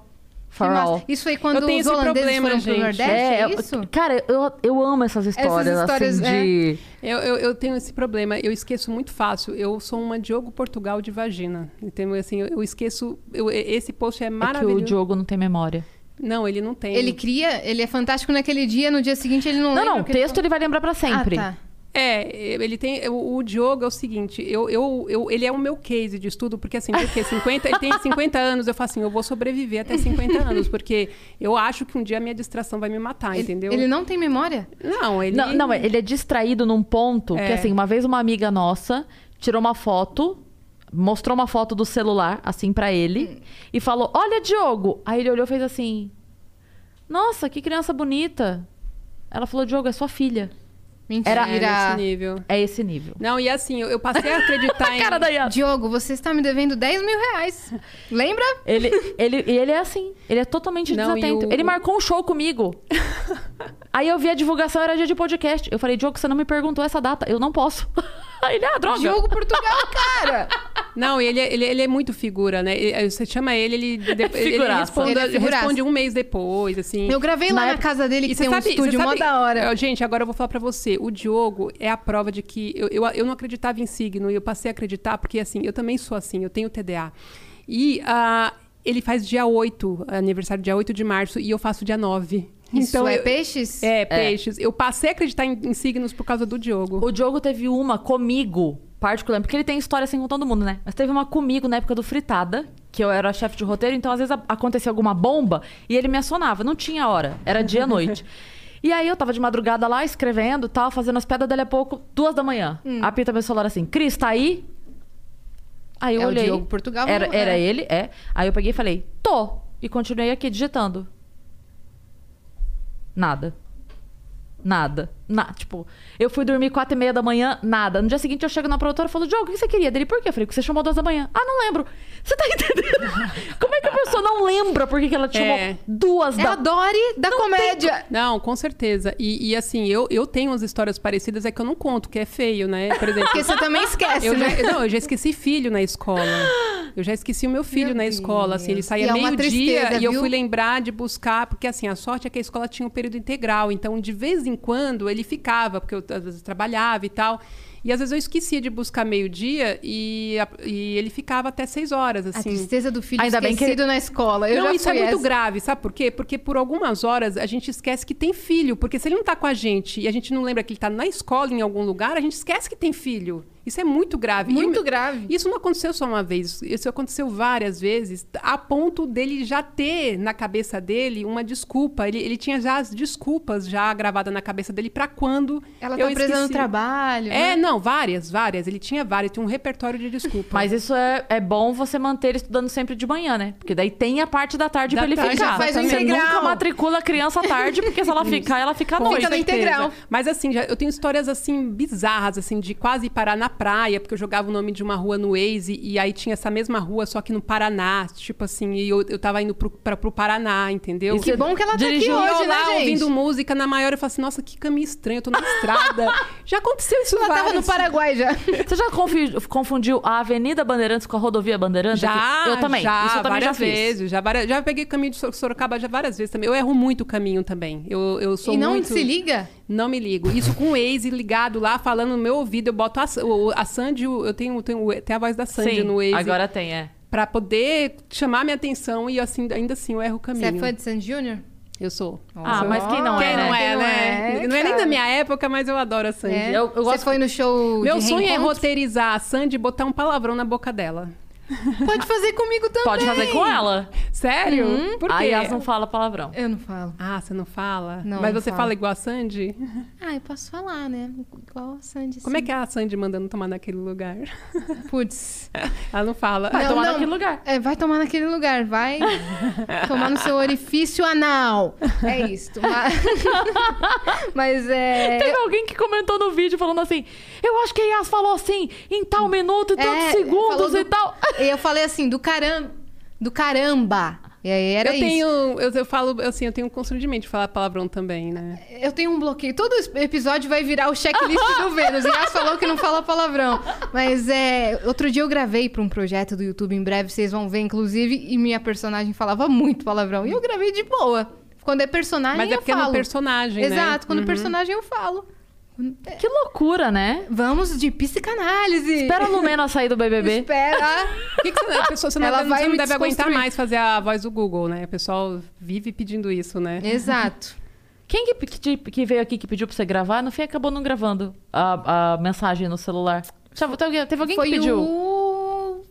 Speaker 3: Que
Speaker 2: For
Speaker 3: massa.
Speaker 2: all.
Speaker 3: Isso foi quando
Speaker 4: Eu tenho
Speaker 3: os
Speaker 4: esse
Speaker 3: holandeses
Speaker 4: problema,
Speaker 3: foram pro
Speaker 4: gente.
Speaker 3: Nordeste,
Speaker 2: É,
Speaker 3: é
Speaker 2: eu-
Speaker 3: isso?
Speaker 2: Cara, eu, eu amo essas histórias,
Speaker 3: histórias, é.
Speaker 2: assim, de.
Speaker 4: Eu, eu, eu tenho esse problema, eu esqueço muito fácil. Eu sou uma Diogo Portugal de vagina. Então, assim, eu, eu esqueço. eu- e- esse post é
Speaker 2: É que o
Speaker 4: maravilhoso.
Speaker 2: Diogo não tem memória.
Speaker 4: Não, ele não tem.
Speaker 3: Ele cria, ele é fantástico naquele dia, no dia seguinte ele
Speaker 2: Não,
Speaker 3: não lembra.
Speaker 2: não, o
Speaker 3: o que ele
Speaker 2: texto ele vai lembrar pra
Speaker 3: falou.
Speaker 2: sempre.
Speaker 3: Ah, tá.
Speaker 4: É, ele tem. O, o Diogo é o seguinte, eu, eu, eu- ele é o meu case de estudo, porque assim,
Speaker 2: <laughs>
Speaker 4: porque 50, ele tem 50 anos, eu falo assim, eu vou sobreviver até 50 anos, porque eu acho que um dia a minha distração vai me matar,
Speaker 3: Ele-
Speaker 4: Ah, entendeu?
Speaker 3: Ele não tem memória?
Speaker 4: Não, ele.
Speaker 2: Não, não, ele é distraído num ponto
Speaker 4: É.
Speaker 2: que, assim, uma vez uma amiga nossa tirou uma foto, mostrou uma foto do celular, assim, pra
Speaker 3: Hum.
Speaker 2: ele, e falou: Olha, Diogo! Aí ele olhou e fez assim: Nossa, que criança bonita. Ela falou: Diogo, é sua filha.
Speaker 3: Mentira.
Speaker 4: É, nesse nível.
Speaker 2: É esse nível.
Speaker 4: Não, e assim, eu, eu passei
Speaker 2: <laughs>
Speaker 4: a acreditar
Speaker 2: A
Speaker 4: em.
Speaker 2: cara da Ian.
Speaker 3: Diogo, você está me devendo 10 mil reais. Lembra?
Speaker 2: Ele, ele, e ele é assim, ele é totalmente
Speaker 4: Não, e
Speaker 2: desatento.
Speaker 4: o-
Speaker 2: Ele marcou um show
Speaker 4: <laughs>
Speaker 2: comigo. Aí eu vi a divulgação, era dia de podcast. Eu falei, Diogo, você não me perguntou essa data. Eu não posso. <laughs> Aí ele, ah, droga.
Speaker 3: Diogo Portugal, cara!
Speaker 4: Não, ele, é- ele, ele é muito figura, né? Ele- você chama ele, ele, de- ele,
Speaker 2: figuraça.
Speaker 4: responde,
Speaker 3: Ele é figuraça.
Speaker 4: responde um mês depois, assim.
Speaker 3: Eu gravei lá
Speaker 2: Na
Speaker 3: na,
Speaker 2: época-
Speaker 3: casa dele, que
Speaker 4: você
Speaker 3: tem um
Speaker 4: sabe-
Speaker 3: estúdio
Speaker 4: você
Speaker 3: mó
Speaker 4: sabe-
Speaker 3: da hora.
Speaker 4: Eu- Gente, agora eu vou falar pra você. O Diogo é a prova de que eu, eu, eu não acreditava em signo e eu passei a acreditar, porque assim, eu também sou assim, eu tenho TDA. E ah, ele faz dia 8, aniversário dia 8 de março, e eu faço dia 9.
Speaker 3: Isso é
Speaker 4: eu-
Speaker 3: peixes?
Speaker 4: É, peixes. Eu passei a acreditar em, em signos por causa do Diogo.
Speaker 2: O Diogo teve uma comigo, particular, porque ele tem história assim com todo mundo, né? Mas teve uma comigo na época do Fritada, que eu era chefe de roteiro, então às vezes a- acontecia alguma bomba e ele me acionava. Não tinha hora, era dia
Speaker 3: <laughs>
Speaker 2: e noite. E aí eu tava de madrugada lá, escrevendo, tal, fazendo as pedras, dali a pouco, duas da manhã.
Speaker 3: Hum.
Speaker 2: Apita meu celular assim, Cris, tá aí? Aí eu
Speaker 3: É o
Speaker 2: olhei.
Speaker 3: Diogo Portugal,
Speaker 2: era,
Speaker 3: não é?
Speaker 2: era ele, é. Aí eu peguei e falei, tô. E continuei aqui digitando. Nada. Nada. Na, tipo, eu fui dormir quatro e meia da manhã, nada. No dia seguinte eu chego na produtora e falo, Diogo, o que você queria dele? Por quê? Eu falei, porque você chamou duas da manhã. Ah, não lembro. Você tá <laughs> entendendo? Como é que a pessoa não lembra por que que ela te chamou
Speaker 4: É.
Speaker 2: duas
Speaker 3: É
Speaker 2: da
Speaker 3: a Dory da comédia.
Speaker 4: Não, com certeza. E, e, assim, eu, eu tenho umas histórias parecidas, é que eu não conto, que é feio, né? Por
Speaker 3: <laughs>
Speaker 4: exemplo,
Speaker 3: Porque você também esquece,
Speaker 4: Eu
Speaker 3: né?
Speaker 4: já, não, eu já esqueci filho na escola. Eu já esqueci o meu filho
Speaker 3: Meu
Speaker 4: na
Speaker 3: Deus.
Speaker 4: escola, assim,
Speaker 3: E
Speaker 4: ele
Speaker 3: é
Speaker 4: saía
Speaker 3: uma
Speaker 4: meio-dia
Speaker 3: tristeza,
Speaker 4: e eu
Speaker 3: viu?
Speaker 4: fui lembrar de buscar, porque assim, a sorte é que a escola tinha um período integral, então de vez em quando ele ficava, porque eu às vezes trabalhava e tal. E às vezes eu esquecia de buscar meio-dia e, a- e ele ficava até seis horas,
Speaker 3: A
Speaker 4: assim.
Speaker 3: tristeza do filho
Speaker 2: Ainda bem
Speaker 3: esquecido
Speaker 2: que ele-
Speaker 3: na escola. Eu
Speaker 4: não,
Speaker 3: já
Speaker 4: isso é
Speaker 3: fui
Speaker 4: muito
Speaker 3: essa.
Speaker 4: grave, sabe por quê? Porque por algumas horas a gente esquece que tem filho. Porque se ele não tá com a gente e a gente não lembra que ele tá na escola, em algum lugar, a gente esquece que tem filho. Isso é muito grave. E o
Speaker 3: Muito
Speaker 4: meu-
Speaker 3: grave.
Speaker 4: isso não aconteceu só uma vez, isso aconteceu várias vezes, a ponto dele já ter na cabeça dele uma desculpa. Ele, ele tinha já as desculpas já gravada na cabeça dele pra quando
Speaker 3: Ela
Speaker 4: eu
Speaker 3: tá presa no
Speaker 4: esqueci.
Speaker 3: trabalho. né?
Speaker 4: É, não, várias, várias. Ele tinha várias, tinha um repertório de
Speaker 3: <laughs>
Speaker 4: desculpa.
Speaker 2: Mas isso é, é bom você manter estudando sempre de manhã, né? Porque daí tem a parte da tarde
Speaker 4: Da
Speaker 2: pra ele
Speaker 4: tarde,
Speaker 2: ficar.
Speaker 4: já faz
Speaker 3: um
Speaker 2: você
Speaker 3: integral.
Speaker 2: nunca matricula a criança à tarde, porque se ela ficar, ela fica à
Speaker 4: Com
Speaker 2: noite.
Speaker 3: Fica na
Speaker 4: é certeza.
Speaker 3: integral.
Speaker 4: Mas assim, já- eu tenho histórias assim bizarras, assim, de quase parar na praia, porque eu jogava o nome de uma rua no Waze e aí tinha essa mesma rua, só que no Paraná. Tipo assim, e eu, eu tava indo pro, pra, pro Paraná, entendeu?
Speaker 2: E
Speaker 3: Que bom que ela tá aqui
Speaker 2: Dirigiu
Speaker 4: E
Speaker 3: hoje,
Speaker 4: eu lá
Speaker 3: né, gente?
Speaker 4: ouvindo música na maior, eu falo assim, nossa, que caminho estranho, eu tô na estrada. <laughs> Já aconteceu isso
Speaker 3: Ela
Speaker 4: várias
Speaker 3: tava no Paraguai já.
Speaker 2: Você já confi- confundiu a Avenida Bandeirantes com a Rodovia Bandeirantes?
Speaker 4: Já,
Speaker 2: aqui? Eu também.
Speaker 4: Já,
Speaker 2: Isso eu também já
Speaker 4: várias
Speaker 2: fiz.
Speaker 4: vezes. Já, várias- já peguei o caminho de Sor- Sorocaba já várias vezes também. Eu erro muito o caminho também. Eu, eu sou
Speaker 3: E não
Speaker 4: muito...
Speaker 3: se liga?
Speaker 4: Não me ligo. Isso com o Waze ligado lá, falando no meu ouvido. Eu boto a, Sa- o- a Sandy, eu tenho, tenho até a voz da Sandy
Speaker 2: Sim,
Speaker 4: no Waze.
Speaker 2: agora tem, é.
Speaker 4: Pra poder chamar minha atenção e assim, ainda assim eu erro o
Speaker 3: Você
Speaker 4: caminho.
Speaker 3: é fã de Sandy Júnior?
Speaker 4: Eu sou.
Speaker 2: Ah, mas quem não
Speaker 4: Quem
Speaker 2: é,
Speaker 4: não
Speaker 2: né?
Speaker 4: é,
Speaker 3: Quem não
Speaker 4: né? Não
Speaker 3: é,
Speaker 4: é, nem
Speaker 3: cara.
Speaker 4: da minha época, mas eu adoro a Sandy.
Speaker 3: É.
Speaker 2: Eu- eu
Speaker 3: Você
Speaker 2: gosto-
Speaker 3: foi no show
Speaker 4: Meu
Speaker 3: de
Speaker 4: sonho é
Speaker 3: reencontro?
Speaker 4: roteirizar a Sandy e botar um palavrão na boca dela.
Speaker 3: Pode fazer comigo também.
Speaker 2: Pode fazer com ela.
Speaker 4: Sério?
Speaker 3: Uhum.
Speaker 4: Por quê?
Speaker 2: A Yas não fala palavrão.
Speaker 3: Eu não falo.
Speaker 4: Ah, você não fala?
Speaker 3: Não,
Speaker 4: Mas
Speaker 3: não
Speaker 4: você
Speaker 3: falo.
Speaker 4: fala igual a Sandy?
Speaker 3: Ah, eu posso falar, né? Igual a Sandy. assim.
Speaker 4: Como é que é a Sandy mandando tomar naquele lugar?
Speaker 3: é?
Speaker 4: <laughs>
Speaker 3: Putz.
Speaker 4: Ela não fala.
Speaker 2: Vai
Speaker 3: Não,
Speaker 2: tomar
Speaker 3: não.
Speaker 2: naquele lugar.
Speaker 3: É, vai tomar naquele lugar,
Speaker 2: <laughs>
Speaker 3: vai tomar no seu orifício anal. É isso. Mas, <laughs> mas é.
Speaker 2: Teve alguém que comentou no vídeo falando assim: Eu acho que a Yas falou assim, em tal minuto, em tantos
Speaker 3: É, falou
Speaker 2: segundos
Speaker 3: do-
Speaker 2: e tal.
Speaker 3: E eu falei assim, do caramba. Do caramba. E aí era
Speaker 4: eu
Speaker 3: isso.
Speaker 4: tenho. Eu, eu falo, assim, eu tenho um constrangimento de falar palavrão também, né?
Speaker 3: Eu tenho um bloqueio. Todo es- episódio vai virar o checklist
Speaker 4: <laughs>
Speaker 3: do Vênus. E Yas falou que não fala palavrão. Mas é. Outro dia eu gravei pra um projeto do YouTube, em breve vocês vão ver, inclusive, e minha personagem falava muito palavrão. E eu gravei de boa. Quando é personagem,
Speaker 4: Mas é
Speaker 3: eu
Speaker 4: porque é no
Speaker 3: falo.
Speaker 4: personagem, né?
Speaker 3: Exato, quando é personagem eu falo. É.
Speaker 2: Que loucura, né?
Speaker 3: Vamos de psicanálise.
Speaker 2: Espera a Lumena sair do BBB.
Speaker 3: <laughs> Espera.
Speaker 4: Por que, que você, a pessoa, você não,
Speaker 3: Ah, Ela
Speaker 4: deve,
Speaker 3: vai
Speaker 4: você não
Speaker 3: me
Speaker 4: deve aguentar
Speaker 3: desconstruir.
Speaker 4: mais fazer a voz do Google, né? O pessoal vive pedindo isso, né?
Speaker 3: É. Exato.
Speaker 2: Quem que, que, te- que veio aqui que pediu pra você gravar, no fim acabou não gravando a, a mensagem no celular? Já- Teve alguém, teve alguém
Speaker 3: foi
Speaker 2: que pediu?
Speaker 3: o.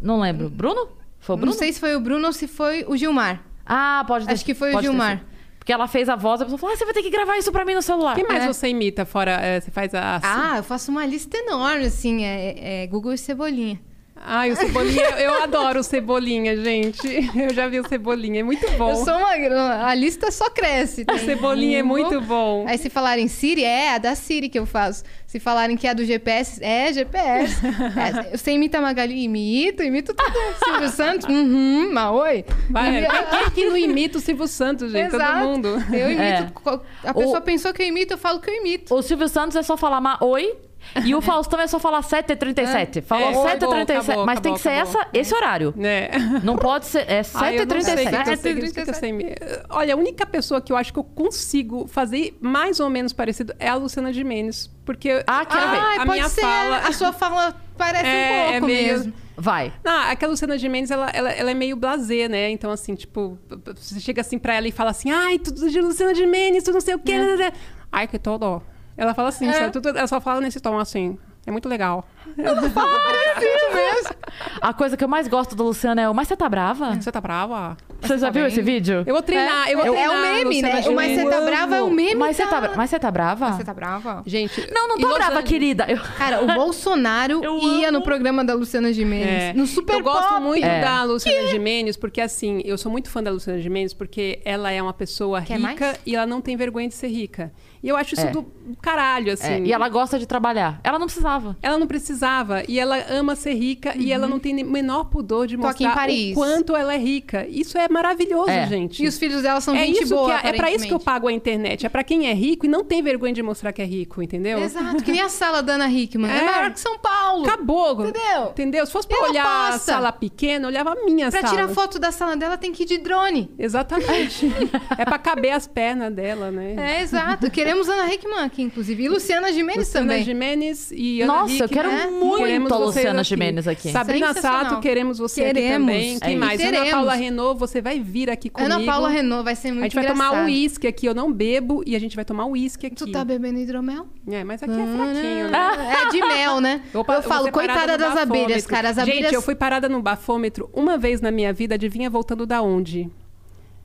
Speaker 2: Não lembro. Bruno? Foi o Bruno?
Speaker 3: Não sei se foi o Bruno ou se foi o Gilmar.
Speaker 2: Ah, pode ter
Speaker 3: Acho que foi o
Speaker 2: pode ter
Speaker 3: Gilmar.
Speaker 2: sido. Porque ela fez a voz, a pessoa falou: ah, você vai ter que gravar isso pra mim no celular.
Speaker 4: Quem mais
Speaker 3: É.
Speaker 4: você imita fora. é, você faz a.
Speaker 3: Ah, eu faço uma lista enorme, assim. É, é Google e Cebolinha.
Speaker 4: Ai, o Cebolinha. eu adoro o Cebolinha, gente. Eu já vi o Cebolinha. É muito bom.
Speaker 3: Eu sou uma. A lista só cresce.
Speaker 4: O Cebolinha é muito bom.
Speaker 3: Aí se falarem Siri, é a da Siri que eu faço. Se falarem que é a do GPS, é GPS. É, você imita a Magali? Imito, imito tudo. Silvio Santos? Uhum, Maoi.
Speaker 4: Vai,
Speaker 3: Imita-
Speaker 4: quem, quem que não imita o Silvio Santos, gente?
Speaker 3: Exato.
Speaker 4: Todo mundo.
Speaker 3: Eu imito.
Speaker 2: É.
Speaker 3: co- A
Speaker 2: O-
Speaker 3: pessoa pensou que eu imito, eu falo que eu imito.
Speaker 2: O Silvio Santos é só falar ma oi. E
Speaker 4: <laughs>
Speaker 2: o Faustão é só falar 7h37. Falou
Speaker 4: É,
Speaker 2: 7h37. Mas
Speaker 4: acabou,
Speaker 2: tem que ser
Speaker 4: acabou,
Speaker 2: essa, esse horário.
Speaker 4: Né?
Speaker 2: Não pode ser. É
Speaker 4: <laughs> Ai, eu não sei o que
Speaker 2: 7h37.
Speaker 4: tá que eu sei, o que que eu sei me- Olha, a única pessoa que eu acho que eu consigo fazer mais ou menos parecido é a Luciana de Menes. Porque
Speaker 2: Ah, quero ver.
Speaker 4: a
Speaker 3: pode
Speaker 4: minha
Speaker 3: ser.
Speaker 4: fala.
Speaker 3: A sua fala parece um
Speaker 4: É, é
Speaker 3: pouco
Speaker 4: meio-
Speaker 3: mesmo.
Speaker 2: Vai.
Speaker 4: Ah, aquela Luciana de Mendes, ela, ela, ela é meio blasé, né? Então, assim, tipo, você chega assim pra ela e fala assim, ai, tudo de Luciana de Mendes, tu não sei o
Speaker 3: Hum.
Speaker 4: quê. né? Ai, que todo. Ela fala
Speaker 3: É.
Speaker 4: assim, sabe? Tudo- ela só fala nesse tom assim. É muito legal.
Speaker 3: Hum. Parecido mesmo.
Speaker 2: A coisa que eu mais gosto do Luciano é o Mas você tá brava?
Speaker 4: Você tá brava?
Speaker 2: Você já viu esse vídeo?
Speaker 4: Eu vou treinar, eu vou
Speaker 3: É
Speaker 4: treinar.
Speaker 3: o meme,
Speaker 4: Luciana
Speaker 3: né?
Speaker 4: de
Speaker 3: O Mas Você
Speaker 4: Mendes.
Speaker 3: Tá Brava é o meme
Speaker 2: Mas você
Speaker 3: da-
Speaker 2: tá, bra- mas você tá brava?
Speaker 3: Você tá brava?
Speaker 4: Gente,
Speaker 2: Não, não
Speaker 4: e Ah,
Speaker 2: tô
Speaker 4: Los
Speaker 2: brava,
Speaker 4: Angeles?
Speaker 2: querida. Eu...
Speaker 3: Cara, o
Speaker 4: <laughs>
Speaker 3: Bolsonaro
Speaker 2: Eu
Speaker 3: ia
Speaker 2: amo.
Speaker 3: no programa da Luciana Gimenez.
Speaker 4: É.
Speaker 3: No Super
Speaker 4: Eu gosto
Speaker 3: Pop.
Speaker 4: muito
Speaker 2: É.
Speaker 4: da Luciana Gimenez, porque assim, eu sou muito fã da Luciana Gimenez, porque ela é uma pessoa
Speaker 3: Quer
Speaker 4: rica
Speaker 3: mais?
Speaker 4: e ela não tem vergonha de ser rica. E eu acho isso
Speaker 2: É.
Speaker 4: do caralho, assim.
Speaker 2: É, e ela gosta de trabalhar. Ela não precisava.
Speaker 4: Ela não precisava, e ela ama ser rica, e ela não tem nem- menor pudor de
Speaker 3: Uhum. Tô aqui em
Speaker 4: mostrar
Speaker 3: Paris.
Speaker 4: o quanto ela é rica. Isso é maravilhoso,
Speaker 2: É.
Speaker 4: gente.
Speaker 3: E os filhos dela são
Speaker 4: é
Speaker 3: gente
Speaker 4: isso
Speaker 3: boa,
Speaker 4: que é, é pra isso que eu
Speaker 3: aparentemente.
Speaker 4: pago a internet. É pra quem é rico e não tem vergonha de mostrar que é rico, entendeu?
Speaker 3: Exato, que nem a sala da Ana Hickman. É,
Speaker 4: É.
Speaker 3: maior que São Paulo.
Speaker 4: Acabou.
Speaker 3: Entendeu?
Speaker 4: Entendeu? Se fosse
Speaker 3: E
Speaker 4: pra
Speaker 3: ela
Speaker 4: olhar a
Speaker 3: passa.
Speaker 4: sala pequena, eu olhava a minha
Speaker 3: Pra
Speaker 4: sala.
Speaker 3: tirar foto da sala dela tem que ir de drone.
Speaker 4: Exatamente.
Speaker 3: <laughs>
Speaker 4: é pra caber as pernas dela, né?
Speaker 3: É, exato. Queremos Ana Hickman aqui, inclusive. E Luciana Gimenez
Speaker 4: Luciana
Speaker 3: também.
Speaker 4: Gimenez e Ana
Speaker 2: Nossa, eu
Speaker 4: Hickman.
Speaker 2: quero muito
Speaker 4: Queremos
Speaker 2: a
Speaker 4: vocês
Speaker 2: Luciana Gimenez aqui.
Speaker 4: Sabrina
Speaker 3: Sensacional.
Speaker 4: Sato, queremos você
Speaker 3: Queremos.
Speaker 4: aqui também. Quem
Speaker 2: É
Speaker 4: mais?
Speaker 3: isso.
Speaker 4: Ana
Speaker 3: Queremos.
Speaker 4: Paula Renault, você vai vir aqui comigo.
Speaker 3: Ana Paula Renault vai ser muito
Speaker 4: A gente vai
Speaker 3: engraçado.
Speaker 4: tomar um uísque aqui, eu não bebo, e a gente vai tomar um uísque aqui.
Speaker 3: Tu tá bebendo hidromel?
Speaker 4: É, mas aqui é fraquinho, né?
Speaker 3: É de mel, né?
Speaker 4: <laughs> Opa,
Speaker 3: eu falo,
Speaker 4: vou ser parada
Speaker 3: coitada
Speaker 4: no
Speaker 3: das
Speaker 4: bafômetro.
Speaker 3: abelhas, cara. As abelhas...
Speaker 4: Gente, eu fui parada no bafômetro uma vez na minha vida, adivinha voltando da onde?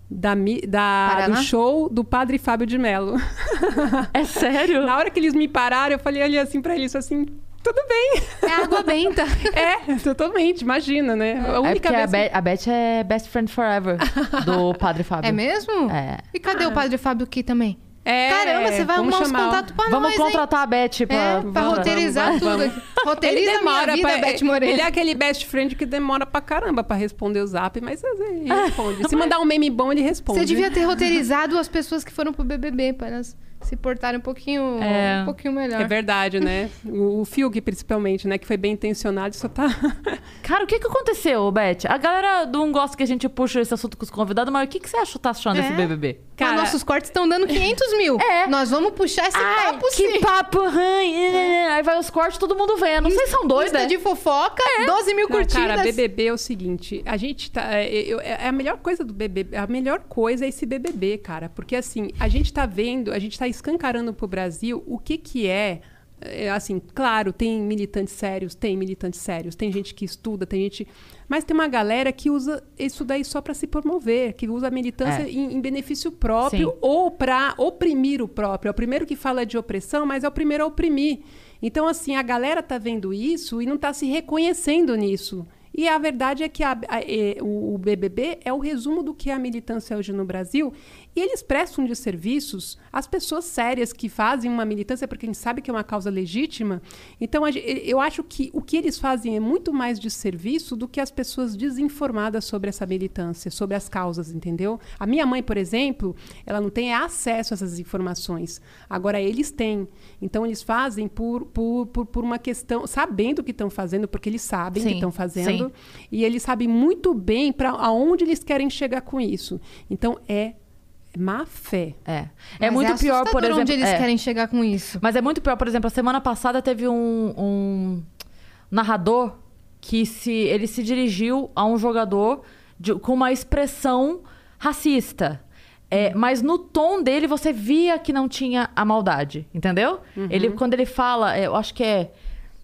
Speaker 4: Da, mi- da,
Speaker 3: Paraná?
Speaker 4: do show do padre Fábio de Mello.
Speaker 2: É sério?
Speaker 4: Na hora que eles me pararam, eu falei ali assim pra eles, assim, tudo bem.
Speaker 3: É água benta.
Speaker 4: É, <laughs> totalmente, imagina, né? A
Speaker 2: É
Speaker 4: única
Speaker 2: porque a,
Speaker 4: vez
Speaker 2: Be- a Beth é best friend forever
Speaker 4: <laughs>
Speaker 2: do Padre Fábio.
Speaker 3: É mesmo?
Speaker 2: <laughs> É.
Speaker 3: E cadê o padre Fábio aqui também?
Speaker 4: que- É,
Speaker 3: Caramba, você vai
Speaker 4: vamos
Speaker 3: arrumar uns
Speaker 4: chamar.
Speaker 3: contatos pra
Speaker 2: Vamos
Speaker 3: nós,
Speaker 4: é
Speaker 2: contratar a Beth pra...
Speaker 3: hein? É, pra
Speaker 2: pra-
Speaker 3: roteirizar
Speaker 4: vamos,
Speaker 3: tudo.
Speaker 4: vamos.
Speaker 3: aqui. Roteiriza a minha vida,
Speaker 4: pra-
Speaker 3: Beth Moreira.
Speaker 4: Ele é aquele best friend que demora pra caramba pra responder o zap, mas às vezes
Speaker 3: Ah,
Speaker 4: ele responde. Se mandar um meme bom, ele responde.
Speaker 3: Você devia ter roteirizado as pessoas que foram pro BBB, para se portarem um pouquinho,
Speaker 2: É.
Speaker 3: um pouquinho melhor.
Speaker 4: É verdade, né? O, o Fiuk, principalmente, né? Que foi bem intencionado, só tá.
Speaker 2: Cara, o que que aconteceu, Beth? A galera não gosta que a gente puxa esse assunto com os convidados, mas o que que você achou, tá achando desse
Speaker 3: É.
Speaker 2: BBB?
Speaker 3: Mas
Speaker 4: Cara-
Speaker 3: nossos cortes estão dando 500 mil.
Speaker 2: É.
Speaker 3: Nós vamos puxar esse
Speaker 2: Ai,
Speaker 3: papo
Speaker 2: que
Speaker 3: sim. É.
Speaker 2: papo ruim. Aí vai os cortes, todo mundo vendo. Vocês são dois,
Speaker 3: Lista
Speaker 2: né?
Speaker 3: é de fofoca, 12 mil
Speaker 4: Não,
Speaker 3: curtidas.
Speaker 4: Cara, BBB é o seguinte, a gente tá. é, eu- é a melhor coisa do BBB, a melhor coisa é esse BBB, cara. Porque assim, a gente tá vendo, a gente tá escancarando pro Brasil o que que é. é, Assim, claro, tem militantes sérios, tem militantes sérios, tem gente que estuda, tem gente. Mas tem uma galera que usa isso daí só pra se promover, que usa a militância
Speaker 2: É.
Speaker 4: em, em benefício próprio
Speaker 2: Sim.
Speaker 4: ou pra oprimir o próprio. É o primeiro que fala de opressão, mas é o primeiro a oprimir. Então, assim, a galera tá vendo isso e não tá se reconhecendo nisso. E a verdade é que a- a- é, o, o BBB é o resumo do que é a militância hoje no Brasil. E eles prestam de serviços às pessoas sérias que fazem uma militância, porque a gente sabe que é uma causa legítima. Então, a ge- eu acho que o que eles fazem é muito mais de serviço do que as pessoas desinformadas sobre essa militância, sobre as causas, entendeu? A minha mãe, por exemplo, ela não tem acesso a essas informações. Agora, eles têm. Então, eles fazem por, por, por, por uma questão, sabendo o que estão fazendo, porque eles sabem o que
Speaker 2: Sim,
Speaker 4: estão fazendo.
Speaker 2: sim.
Speaker 4: E eles sabem muito bem para aonde eles querem chegar com isso. Então, é má fé.
Speaker 2: É.
Speaker 3: Mas
Speaker 2: é muito pior, por
Speaker 3: assustador
Speaker 2: exemplo.
Speaker 3: onde eles
Speaker 2: é.
Speaker 3: querem chegar com isso.
Speaker 2: Mas é muito pior, por exemplo, a semana passada teve um, um narrador que se ele se dirigiu a um jogador de- com uma expressão racista.
Speaker 4: Uhum.
Speaker 2: É, mas no tom dele você via que não tinha a maldade, entendeu?
Speaker 4: Uhum.
Speaker 2: Ele quando ele fala, é, eu acho que é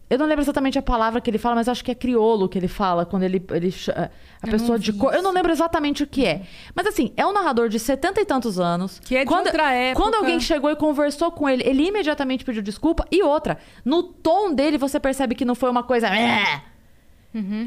Speaker 2: eu não lembro exatamente a palavra que ele fala, mas acho que é criolo que ele fala quando ele, ele ch- a pessoa de cor. Eu não lembro exatamente o que é. Mas assim, é um narrador de setenta e tantos anos.
Speaker 4: Uhum. Que é de
Speaker 2: quando,
Speaker 4: outra época.
Speaker 2: Quando alguém chegou e conversou com ele, ele imediatamente pediu desculpa. E outra, no tom dele você percebe que não foi uma coisa. "Ah".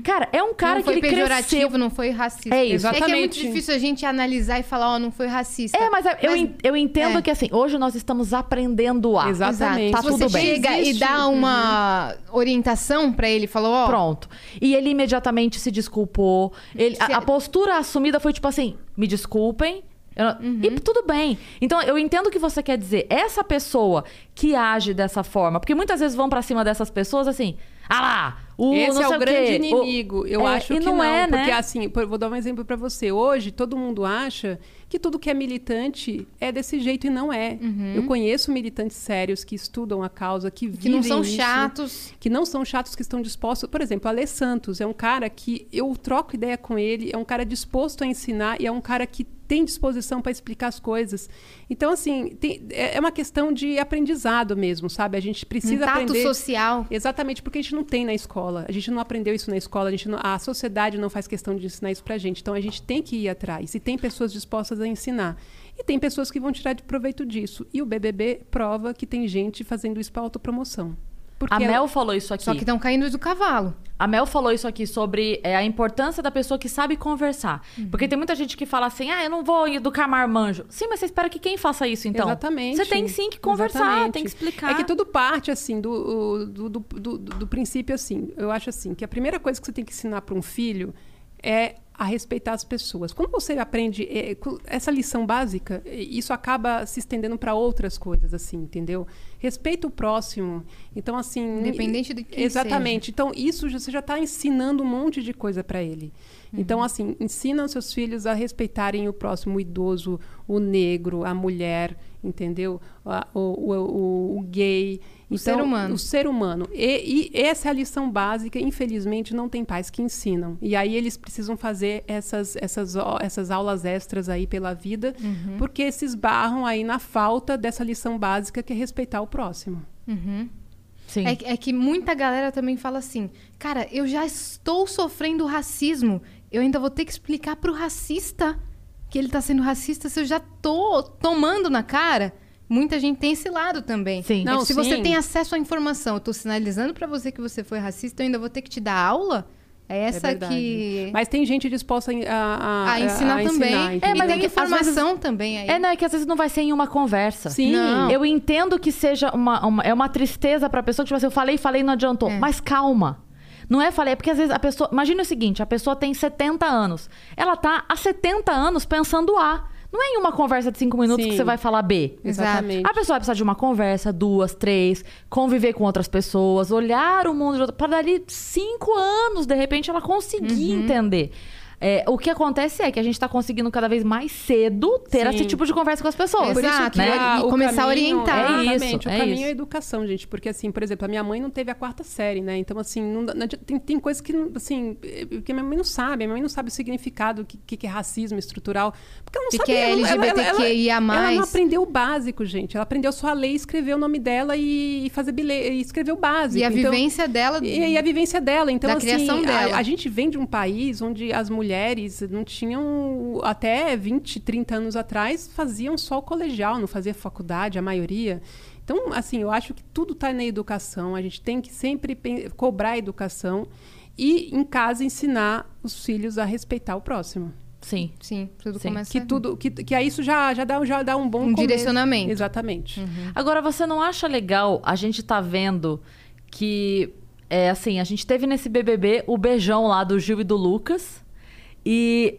Speaker 2: Cara, é um cara
Speaker 3: Uhum. não
Speaker 2: que
Speaker 3: foi
Speaker 2: ele
Speaker 3: pejorativo,
Speaker 2: cresceu.
Speaker 3: não foi racista.
Speaker 2: É isso.
Speaker 3: É que é muito
Speaker 4: Exatamente.
Speaker 3: difícil a gente analisar e falar, ó, não foi racista.
Speaker 2: É, mas, eu, en- eu entendo
Speaker 3: é.
Speaker 2: que assim, hoje nós estamos aprendendo a.
Speaker 4: Exato. Exatamente.
Speaker 2: Tá
Speaker 3: Se você
Speaker 2: tudo bem. Uhum.
Speaker 3: chega e
Speaker 4: Existe.
Speaker 3: dá uma orientação pra ele, falou, ó,
Speaker 2: Pronto. E ele imediatamente se desculpou. Ele, a,
Speaker 3: Se-
Speaker 2: a postura assumida foi tipo assim: me desculpem. eu não-
Speaker 4: Uhum.
Speaker 2: E tudo bem. Então, eu entendo o que você quer dizer. Essa pessoa que age dessa forma, porque muitas vezes vão pra cima dessas pessoas assim, ah lá, o não
Speaker 4: Esse é
Speaker 2: sei
Speaker 4: o grande
Speaker 2: quê, o-"
Speaker 4: inimigo. Eu
Speaker 2: É,
Speaker 4: acho
Speaker 2: e
Speaker 4: que
Speaker 2: não,
Speaker 4: não,
Speaker 2: é, né?
Speaker 4: porque assim, pô, eu vou dar um exemplo para você. Hoje todo mundo acha que tudo que é militante é desse jeito e não é.
Speaker 2: Uhum.
Speaker 4: Eu conheço militantes sérios que estudam a causa, que
Speaker 3: que
Speaker 4: vivem
Speaker 3: não são
Speaker 4: isso,
Speaker 3: chatos.
Speaker 4: que não são chatos, que estão dispostos. Por exemplo, Alê Santos é um cara que eu troco ideia com ele, é um cara disposto a ensinar e é um cara que tem disposição para explicar as coisas. Então, assim, tem- é é uma questão de aprendizado mesmo, sabe? A gente
Speaker 3: Um
Speaker 4: precisa
Speaker 3: tato
Speaker 4: aprender.
Speaker 3: social.
Speaker 4: Exatamente, porque a gente não tem na escola. A gente não aprendeu isso na escola, a, gente não- a sociedade não faz questão de ensinar isso pra gente. Então a gente tem que ir atrás. E tem pessoas dispostas a ensinar. E tem pessoas que vão tirar de proveito disso. E o BBB prova que tem gente fazendo isso pra autopromoção. Porque é
Speaker 2: A
Speaker 4: ela-
Speaker 2: Mel falou isso aqui.
Speaker 3: Só que estão caindo do cavalo.
Speaker 2: A Mel falou isso aqui sobre é, a importância da pessoa que sabe conversar.
Speaker 4: Uhum.
Speaker 2: Porque tem muita gente que fala assim: ah, eu não vou educar marmanjo. Sim, mas você espera que quem faça isso, então?
Speaker 4: Exatamente.
Speaker 2: Você tem sim que conversar,
Speaker 4: Exatamente.
Speaker 2: tem que explicar.
Speaker 4: É que tudo parte, assim, do, do, do, do- do princípio, assim. Eu acho, assim, que a primeira coisa que você tem que ensinar para um filho é a respeitar as pessoas. Quando você aprende eh, cu- essa lição básica, eh, isso acaba se estendendo para outras coisas, assim, entendeu? Respeita o próximo. Então, assim... ni-
Speaker 3: Independente do que
Speaker 4: Exatamente. Exatamente. Então, isso já- você já está ensinando um monte de coisa para ele.
Speaker 3: Uhum.
Speaker 4: Então, assim, ensina os seus filhos a respeitarem o próximo, o idoso, o negro, a mulher, entendeu? A- O, o- o- o gay. O
Speaker 3: ser humano.
Speaker 4: O ser humano. E, e essa é a lição básica. Infelizmente, não tem pais que ensinam. E aí eles precisam fazer essas, essas, au- essas aulas extras aí pela vida,
Speaker 3: Uhum.
Speaker 4: porque se esbarram aí na falta dessa lição básica que é respeitar o próximo.
Speaker 2: Sim.
Speaker 3: É, que- é que muita galera também fala assim, cara, eu já estou sofrendo racismo, eu ainda vou ter que explicar pro racista que ele tá sendo racista se eu já tô tomando na cara. Muita gente tem esse lado também.
Speaker 2: Sim.
Speaker 3: É que
Speaker 4: Não,
Speaker 3: se você
Speaker 4: sim.
Speaker 3: tem acesso à informação, eu tô sinalizando pra você que você foi racista, eu ainda vou ter que te dar aula? É
Speaker 4: É
Speaker 3: essa
Speaker 4: verdade.
Speaker 3: que
Speaker 4: Mas tem gente disposta a, a- a-
Speaker 3: a ensinar
Speaker 4: a
Speaker 3: também.
Speaker 4: ensinar,
Speaker 2: É,
Speaker 3: É,
Speaker 2: mas
Speaker 3: mas
Speaker 2: é
Speaker 3: tem
Speaker 2: que às
Speaker 3: informação também aí.
Speaker 2: É, não, é que às vezes não vai ser em uma conversa.
Speaker 4: Sim.
Speaker 3: Não.
Speaker 2: Eu entendo que seja uma, uma- é uma tristeza pra pessoa, tipo assim, eu falei, falei, não adiantou.
Speaker 3: É.
Speaker 2: Mas calma. Não é falei, é porque às vezes a pessoa. Imagina o seguinte: a pessoa tem 70 anos. Ela tá há 70 anos pensando A. Não é em uma conversa de cinco minutos
Speaker 4: Sim.
Speaker 2: que você vai falar B.
Speaker 4: Exatamente.
Speaker 2: A pessoa vai precisar de uma conversa, duas, três, conviver com outras pessoas, olhar o mundo de outra... Para dali cinco anos, de repente, ela conseguir
Speaker 4: Uhum.
Speaker 2: entender. É, o que acontece é que a gente tá conseguindo cada vez mais cedo ter
Speaker 4: Sim.
Speaker 2: esse tipo de conversa com as pessoas.
Speaker 4: Por isso
Speaker 3: Exato,
Speaker 4: que
Speaker 2: né?
Speaker 4: a-
Speaker 3: E
Speaker 4: o
Speaker 3: começar a
Speaker 4: caminho-
Speaker 3: orientar.
Speaker 2: É
Speaker 4: Exatamente,
Speaker 2: isso,
Speaker 4: o
Speaker 2: é
Speaker 4: caminho
Speaker 2: isso.
Speaker 4: é a educação, gente. Porque, assim, por exemplo, a minha mãe não teve a quarta série, né? Então, assim, não dá- não adianta- tem, tem coisas que, não- assim, eh, que minha mãe não sabe. A minha mãe não sabe o significado, o que, que que é racismo estrutural. Porque ela não
Speaker 3: Que
Speaker 4: sabe.
Speaker 3: que é
Speaker 4: ela- ela-
Speaker 3: LGBTQIA+.
Speaker 4: Ela, ela, não aprendeu o básico, gente. Ela aprendeu só a lei, escrever o nome dela e, e fazer bilhete, e escrever o básico.
Speaker 3: E a
Speaker 4: Então,
Speaker 3: vivência dela.
Speaker 4: e, e a vivência dela. Então,
Speaker 3: Da
Speaker 4: assim,
Speaker 3: criação
Speaker 4: a-
Speaker 3: dela.
Speaker 4: A, gente vem de um país onde as mulheres não tinham, até 20, 30 anos atrás, faziam só o colegial, não fazia faculdade, a maioria. Então, assim, eu acho que tudo está na educação. A gente tem que sempre pen- cobrar a educação e, em casa, ensinar os filhos a respeitar o próximo.
Speaker 2: Sim.
Speaker 3: Sim, tudo
Speaker 2: Sim,
Speaker 3: começa.
Speaker 4: Que tudo, que, que aí isso já, já, dá, já dá um bom
Speaker 3: Um
Speaker 4: começo.
Speaker 3: direcionamento. Uhum.
Speaker 4: Exatamente.
Speaker 2: Uhum. Agora, você não acha legal a gente tá vendo que, é assim, a gente teve nesse BBB o beijão lá do Gil e do Lucas. E,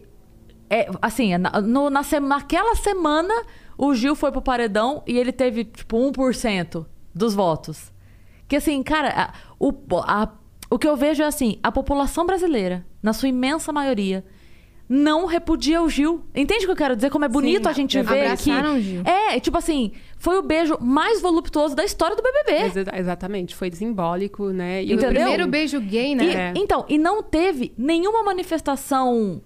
Speaker 2: é, assim, na, no- na sema- naquela semana, o Gil foi pro paredão e ele teve, tipo, 1% dos votos. Que, assim, cara, a- o, po- a- o que eu vejo é assim: a população brasileira, na sua imensa maioria. Não repudia o Gil. Entende o que eu quero dizer? Como é bonito a gente ver que.
Speaker 3: abraçaram o Gil.
Speaker 2: É, tipo assim, foi o beijo mais voluptuoso da história do
Speaker 4: Mas,
Speaker 2: BBB.
Speaker 4: exa- exatamente, foi simbólico, né? E
Speaker 3: O
Speaker 2: Entendeu?
Speaker 3: primeiro beijo gay, né?
Speaker 2: E-
Speaker 4: É.
Speaker 2: Então, e não teve nenhuma manifestação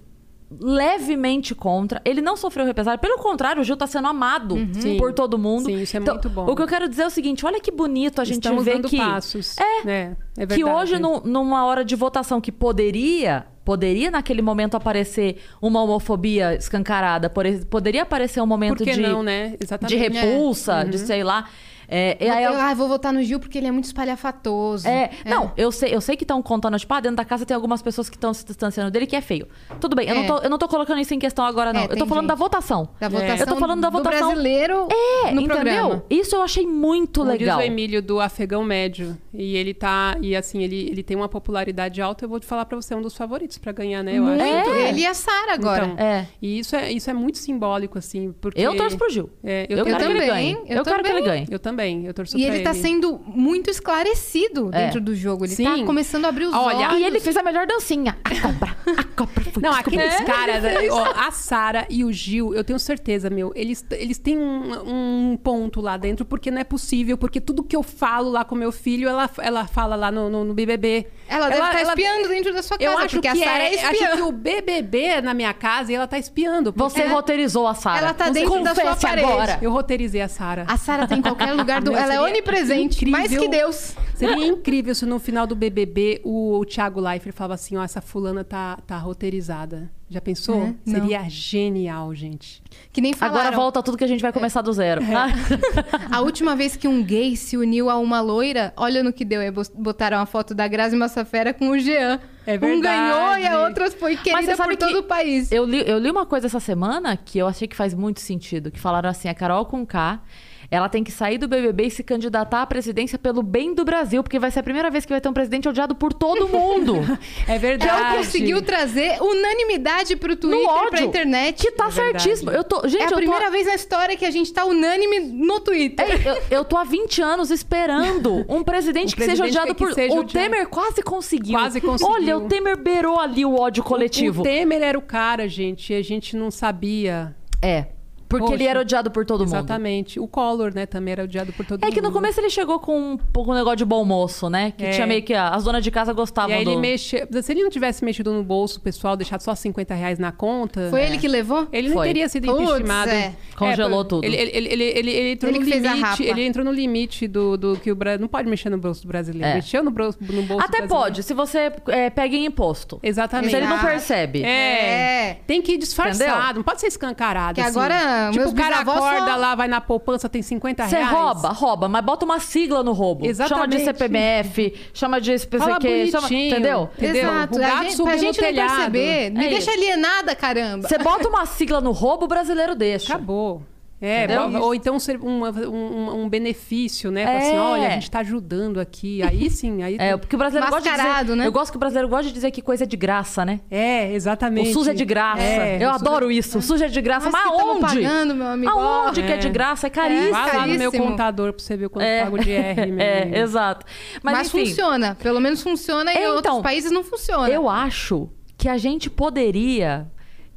Speaker 2: levemente contra. Ele não sofreu represália. Pelo contrário, o Gil tá sendo amado
Speaker 4: Uhum. Sim.
Speaker 2: por todo mundo.
Speaker 4: Sim, isso é
Speaker 2: Então,
Speaker 4: muito bom.
Speaker 2: O que eu quero dizer é o seguinte, olha que bonito a gente
Speaker 4: Estamos
Speaker 2: vê
Speaker 4: dando
Speaker 2: que...
Speaker 4: passos.
Speaker 2: É,
Speaker 4: né? É
Speaker 2: que
Speaker 4: verdade.
Speaker 2: hoje, num- numa hora de votação que poderia, poderia naquele momento aparecer uma homofobia escancarada, por ex- poderia aparecer um momento
Speaker 4: Por que
Speaker 2: de,
Speaker 4: não, né? Uhum.
Speaker 2: de
Speaker 4: Exatamente.
Speaker 2: repulsa, de sei lá. É, e
Speaker 3: Vou-
Speaker 2: aí eu-
Speaker 3: Ah, eu vou votar no Gil porque ele é muito espalhafatoso.
Speaker 2: É, não, eu sei, eu sei que estão contando, tipo, ah, dentro da casa tem algumas pessoas que estão se distanciando dele, que é feio. Tudo bem, eu,
Speaker 3: É.
Speaker 2: não tô, eu não tô colocando isso em questão agora, não.
Speaker 3: É,
Speaker 2: eu tô
Speaker 3: tem
Speaker 2: falando da
Speaker 3: gente.
Speaker 2: votação.
Speaker 3: Da votação
Speaker 2: É. Eu tô falando da
Speaker 3: do
Speaker 2: votação.
Speaker 3: brasileiro
Speaker 2: É,
Speaker 3: no
Speaker 2: entendeu?
Speaker 3: programa.
Speaker 2: Isso eu achei muito
Speaker 4: Como
Speaker 2: legal.
Speaker 4: Diz o Emílio do Afegão Médio. E ele tá. E assim, ele, ele tem uma popularidade alta. Eu vou te falar pra você, é um dos favoritos pra ganhar, né? Eu acho.
Speaker 2: Muito. É.
Speaker 3: Ele e a Sara agora.
Speaker 4: Então,
Speaker 2: É.
Speaker 4: E isso é, isso é muito simbólico, assim. Porque...
Speaker 2: Eu torço pro Gil.
Speaker 4: É, eu,
Speaker 2: Eu, quero
Speaker 4: também.
Speaker 2: que ele
Speaker 3: também,
Speaker 2: ganhe.
Speaker 3: eu
Speaker 2: Eu, quero que ele
Speaker 3: também.
Speaker 2: ganhe.
Speaker 4: Eu também, eu torço
Speaker 3: E
Speaker 4: pra
Speaker 3: ele tá sendo muito esclarecido
Speaker 2: É.
Speaker 3: dentro do jogo. Ele
Speaker 4: Sim.
Speaker 3: tá começando a abrir os
Speaker 4: Olha,
Speaker 3: olhos.
Speaker 2: E ele fez a melhor dancinha. A cobra, a cobra foi.
Speaker 4: Não,
Speaker 2: descobrir.
Speaker 3: É.
Speaker 4: aqueles caras,
Speaker 3: <laughs>
Speaker 4: ó, a Sara e o Gil, eu tenho certeza, meu, eles, eles têm um, um ponto lá dentro, porque não é possível, porque tudo que eu falo lá com meu filho, ela, ela fala lá no, no, no BBB.
Speaker 3: Ela deve estar espiando dentro da sua casa,
Speaker 4: Eu acho
Speaker 3: porque a
Speaker 4: que
Speaker 3: Sara é,
Speaker 4: é,
Speaker 3: espiã.
Speaker 4: acho que o BBB é na minha casa e ela tá espiando. porque
Speaker 2: Você roteirizou a Sara.
Speaker 3: É. Ela tá dentro da
Speaker 2: Confesse
Speaker 3: sua parede.
Speaker 2: agora.
Speaker 4: Eu roteirizei <laughs> a Sara.
Speaker 3: A Sara tá em qualquer lugar do.
Speaker 4: Meu,
Speaker 3: Ela é
Speaker 4: seria
Speaker 3: onipresente,
Speaker 4: incrível.
Speaker 3: mais que Deus.
Speaker 4: Seria incrível se no final do BBB o, o Thiago Leifert falava assim, ó, essa fulana tá, tá roteirizada. Já pensou?
Speaker 3: É, não.
Speaker 4: Seria genial, gente.
Speaker 3: Que nem falaram. É.
Speaker 2: Agora volta tudo que a gente vai começar do zero. <laughs>
Speaker 3: <laughs> A última vez que um gay se uniu a uma loira, olha no que deu. é, bos- Botaram a foto da Grazi Massafera com o Jean.
Speaker 4: É
Speaker 3: Um
Speaker 4: verdade.
Speaker 3: ganhou e a outra foi querida
Speaker 2: você
Speaker 3: por
Speaker 2: sabe que
Speaker 3: todo o país.
Speaker 2: Eu li, eu li uma coisa essa semana que eu achei que faz muito sentido. Que falaram assim, a Carol Conká, ela tem que sair do BBB e se candidatar à presidência pelo bem do Brasil. Porque vai ser a primeira vez que vai ter um presidente odiado por todo
Speaker 3: <laughs>
Speaker 2: mundo.
Speaker 4: É
Speaker 3: Ela
Speaker 4: verdade.
Speaker 3: conseguiu trazer unanimidade pro Twitter,
Speaker 2: ódio.
Speaker 3: pra internet.
Speaker 2: que
Speaker 4: É
Speaker 2: tá certíssimo. Eu tô, É gente,
Speaker 3: é a
Speaker 2: eu tô-
Speaker 3: primeira vez na história que a gente tá unânime no Twitter.
Speaker 2: Ei, eu, eu tô há 20 anos
Speaker 3: <laughs>
Speaker 2: esperando um presidente
Speaker 4: Um
Speaker 2: que seja
Speaker 4: presidente
Speaker 2: odiado
Speaker 4: que
Speaker 2: por.
Speaker 4: seja
Speaker 2: o
Speaker 4: odiado.
Speaker 2: Temer quase conseguiu.
Speaker 4: Quase conseguiu.
Speaker 2: Olha, o Temer beirou ali o ódio coletivo.
Speaker 4: O Temer era o cara, gente, e a gente não sabia.
Speaker 2: É. Porque
Speaker 4: Poxa.
Speaker 2: ele era odiado por todo mundo.
Speaker 4: Exatamente. O Collor, né, também era odiado por todo
Speaker 2: É
Speaker 4: mundo.
Speaker 2: que no começo ele chegou com um, pouco um negócio de bom moço, né? Que
Speaker 4: Uhum. É.
Speaker 2: tinha meio que ah, as donas de casa
Speaker 4: E
Speaker 2: gostavam
Speaker 4: aí
Speaker 2: do...
Speaker 4: ele mexeu. Se ele não tivesse mexido no bolso pessoal, deixado só 50 reais na conta. É.
Speaker 3: Foi ele que levou?
Speaker 4: Ele não
Speaker 2: Foi.
Speaker 4: teria sido
Speaker 3: Putz,
Speaker 4: impeachmentado.
Speaker 3: é.
Speaker 2: Congelou
Speaker 4: por-
Speaker 2: tudo.
Speaker 4: Ele, ele, ele, ele, ele entrou
Speaker 3: Ele
Speaker 4: no
Speaker 3: que fez a
Speaker 4: limite.
Speaker 3: rapa.
Speaker 4: Ele entrou no limite do, do que o Brasil. Não pode mexer no bolso do brasileiro.
Speaker 2: É.
Speaker 4: Mexeu no, bro- no bolso
Speaker 2: Até
Speaker 4: brasileiro.
Speaker 2: pode, se você é, pega em imposto.
Speaker 4: Exatamente. Ah.
Speaker 2: Mas ele não
Speaker 3: Exato.
Speaker 2: percebe.
Speaker 4: É.
Speaker 3: É.
Speaker 4: Tem que ir disfarçado,
Speaker 2: Entendeu?
Speaker 4: não pode ser escancarado.
Speaker 3: Que
Speaker 4: assim.
Speaker 3: agora,
Speaker 4: Tipo,
Speaker 3: meus
Speaker 4: o cara
Speaker 3: bisavós só-
Speaker 4: acorda lá, vai na poupança, tem 50
Speaker 2: Você
Speaker 4: tá, reais.
Speaker 2: rouba, rouba, mas bota uma sigla no roubo. Chama de
Speaker 4: Exatamente.
Speaker 2: CPMF, chama de
Speaker 4: Fala
Speaker 2: PCQ, chama,
Speaker 4: bonitinho.
Speaker 2: entendeu?
Speaker 4: Entendeu?
Speaker 3: Exato.
Speaker 4: O
Speaker 3: A
Speaker 4: gato
Speaker 3: gente,
Speaker 4: subiu
Speaker 3: pra
Speaker 4: no
Speaker 3: gente não
Speaker 4: telhado.
Speaker 3: perceber. Me
Speaker 2: É
Speaker 3: deixa alienada, caramba.
Speaker 2: Você bota uma sigla no roubo, o brasileiro deixa.
Speaker 4: Acabou. É,
Speaker 2: Entendeu?
Speaker 4: prova- ou então ser um, um, um benefício, né? Falar
Speaker 2: É.
Speaker 4: assim, olha, a gente tá ajudando aqui. Aí sim, aí.
Speaker 2: É, porque o brasileiro gosta de dizer,
Speaker 3: Mascarado, né?
Speaker 2: Eu gosto que o brasileiro gosta de dizer que coisa é de graça, né?
Speaker 4: É,
Speaker 2: O
Speaker 4: exatamente.
Speaker 2: SUS é de graça.
Speaker 4: É,
Speaker 2: eu
Speaker 4: o SUS
Speaker 2: adoro isso. O SUS é de graça.
Speaker 3: Mas
Speaker 2: Mas,
Speaker 3: que tamo
Speaker 2: aonde?
Speaker 3: pagando, meu amigo.
Speaker 2: Aonde que é de
Speaker 4: É.
Speaker 2: graça? É caríssimo.
Speaker 4: Vai lá no meu
Speaker 3: Caríssimo.
Speaker 4: contador pra você ver quanto
Speaker 2: É.
Speaker 4: pago de R,
Speaker 2: <laughs>
Speaker 4: meu
Speaker 2: é,
Speaker 4: amigo.
Speaker 2: exato. Mas,
Speaker 3: Mas
Speaker 2: enfim,
Speaker 3: funciona. Pelo menos funciona e
Speaker 2: É,
Speaker 3: em outros
Speaker 2: então,
Speaker 3: países não funciona.
Speaker 2: eu acho que a gente poderia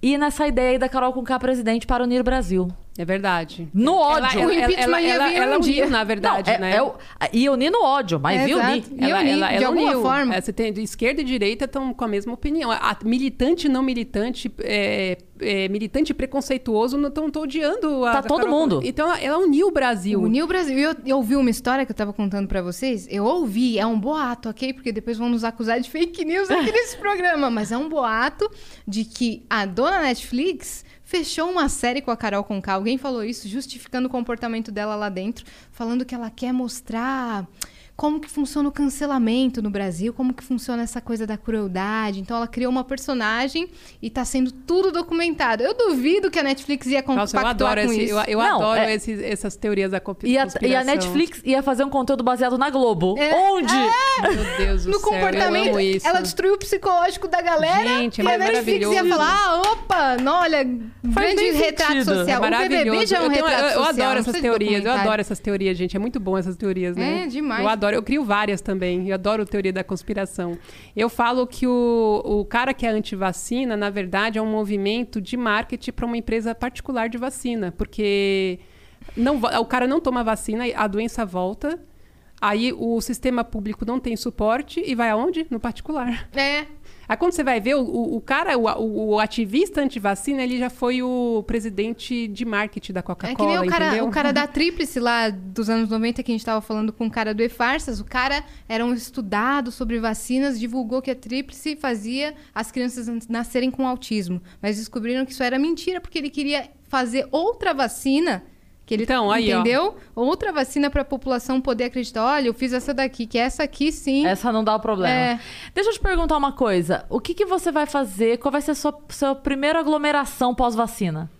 Speaker 2: ir nessa ideia aí da Carol com K presidente para unir o Brasil.
Speaker 4: É verdade.
Speaker 2: No ódio.
Speaker 3: O impeachment ia vir um
Speaker 4: uniu,
Speaker 3: dia.
Speaker 4: na é verdade,
Speaker 2: Não, é-
Speaker 4: né?
Speaker 2: é o- e unir no ódio, mas
Speaker 3: É,
Speaker 2: viu?
Speaker 3: exato.
Speaker 2: unir.
Speaker 3: E eu li, de alguma
Speaker 4: uniu.
Speaker 3: forma.
Speaker 4: É, você tem de esquerda e direita estão com a mesma opinião. A- militante e não militante, é, é, militante e preconceituoso não estão odiando. A,
Speaker 2: Tá
Speaker 4: a
Speaker 2: todo
Speaker 4: Carol-
Speaker 2: mundo.
Speaker 4: Então ela- ela uniu o Brasil.
Speaker 3: Uniu o Brasil. E Eu, eu ouvi uma história que eu tava contando pra vocês. Eu ouvi, é um boato, ok? Porque depois vão nos acusar de fake news aqui
Speaker 4: <laughs>
Speaker 3: nesse programa. Mas é um boato de que a dona Netflix fechou uma série com a Carol Conká. Alguém falou isso, justificando o comportamento dela lá dentro, falando que ela quer mostrar. Como que funciona o cancelamento no Brasil? Como que funciona essa coisa da crueldade? Então ela criou uma personagem e tá sendo tudo documentado. Eu duvido que a Netflix ia con-
Speaker 4: Nossa, eu
Speaker 3: compactuar
Speaker 4: adoro,
Speaker 3: com
Speaker 4: esse-
Speaker 3: isso.
Speaker 4: eu, eu
Speaker 2: Não,
Speaker 4: adoro
Speaker 2: é-
Speaker 4: esses- essas teorias da co-
Speaker 2: E a,
Speaker 4: conspiração.
Speaker 2: e a Netflix ia fazer um conteúdo baseado na Globo.
Speaker 4: É.
Speaker 2: Onde?
Speaker 4: Meu Deus do
Speaker 3: no
Speaker 4: céu, eu
Speaker 3: comportamento.
Speaker 4: amo isso.
Speaker 3: Ela destruiu o psicológico da galera.
Speaker 4: Gente, é
Speaker 3: e a Netflix
Speaker 4: maravilhoso.
Speaker 3: ia falar: ah, opa, não, olha, grande
Speaker 2: bem
Speaker 3: retrato
Speaker 2: sentido.
Speaker 4: É
Speaker 3: social. o BBB
Speaker 4: maravilhoso.
Speaker 3: já é um
Speaker 4: eu, tenho-
Speaker 3: retrato
Speaker 4: eu- eu
Speaker 3: social.
Speaker 4: adoro
Speaker 3: não
Speaker 4: essas
Speaker 3: sei se
Speaker 4: teorias, eu
Speaker 3: documentário.
Speaker 4: adoro essas teorias, gente. É muito bom essas teorias, né?
Speaker 3: É, demais.
Speaker 4: Eu adoro, eu crio várias também. Eu adoro teoria da conspiração. Eu falo que o, o cara que é antivacina, na verdade, é um movimento de marketing para uma empresa particular de vacina, porque não, va- o cara não toma vacina, a doença volta. Aí o sistema público não tem suporte e vai aonde? No particular.
Speaker 3: É.
Speaker 4: Aí quando você vai ver, o, o- o cara, o, o- o ativista antivacina, ele já foi o presidente de marketing da
Speaker 3: É
Speaker 4: Coca-Cola,
Speaker 3: que nem o cara,
Speaker 4: entendeu?
Speaker 3: o
Speaker 4: <laughs>
Speaker 3: cara da Tríplice lá dos anos 90 que a gente tava falando com o cara do E-Farsas. O cara era um estudado sobre vacinas, divulgou que a Tríplice fazia as crianças nas- nascerem com autismo. Mas descobriram que isso era mentira porque ele queria fazer outra vacina. Que ele,
Speaker 4: Então, aí, ó.
Speaker 3: entendeu? Outra vacina para a população poder acreditar. Olha, eu fiz essa daqui, que essa aqui sim.
Speaker 2: Essa não dá o problema.
Speaker 3: É.
Speaker 2: Deixa eu te perguntar uma coisa. O que, que você vai fazer? Qual vai ser a sua, sua primeira aglomeração pós-vacina?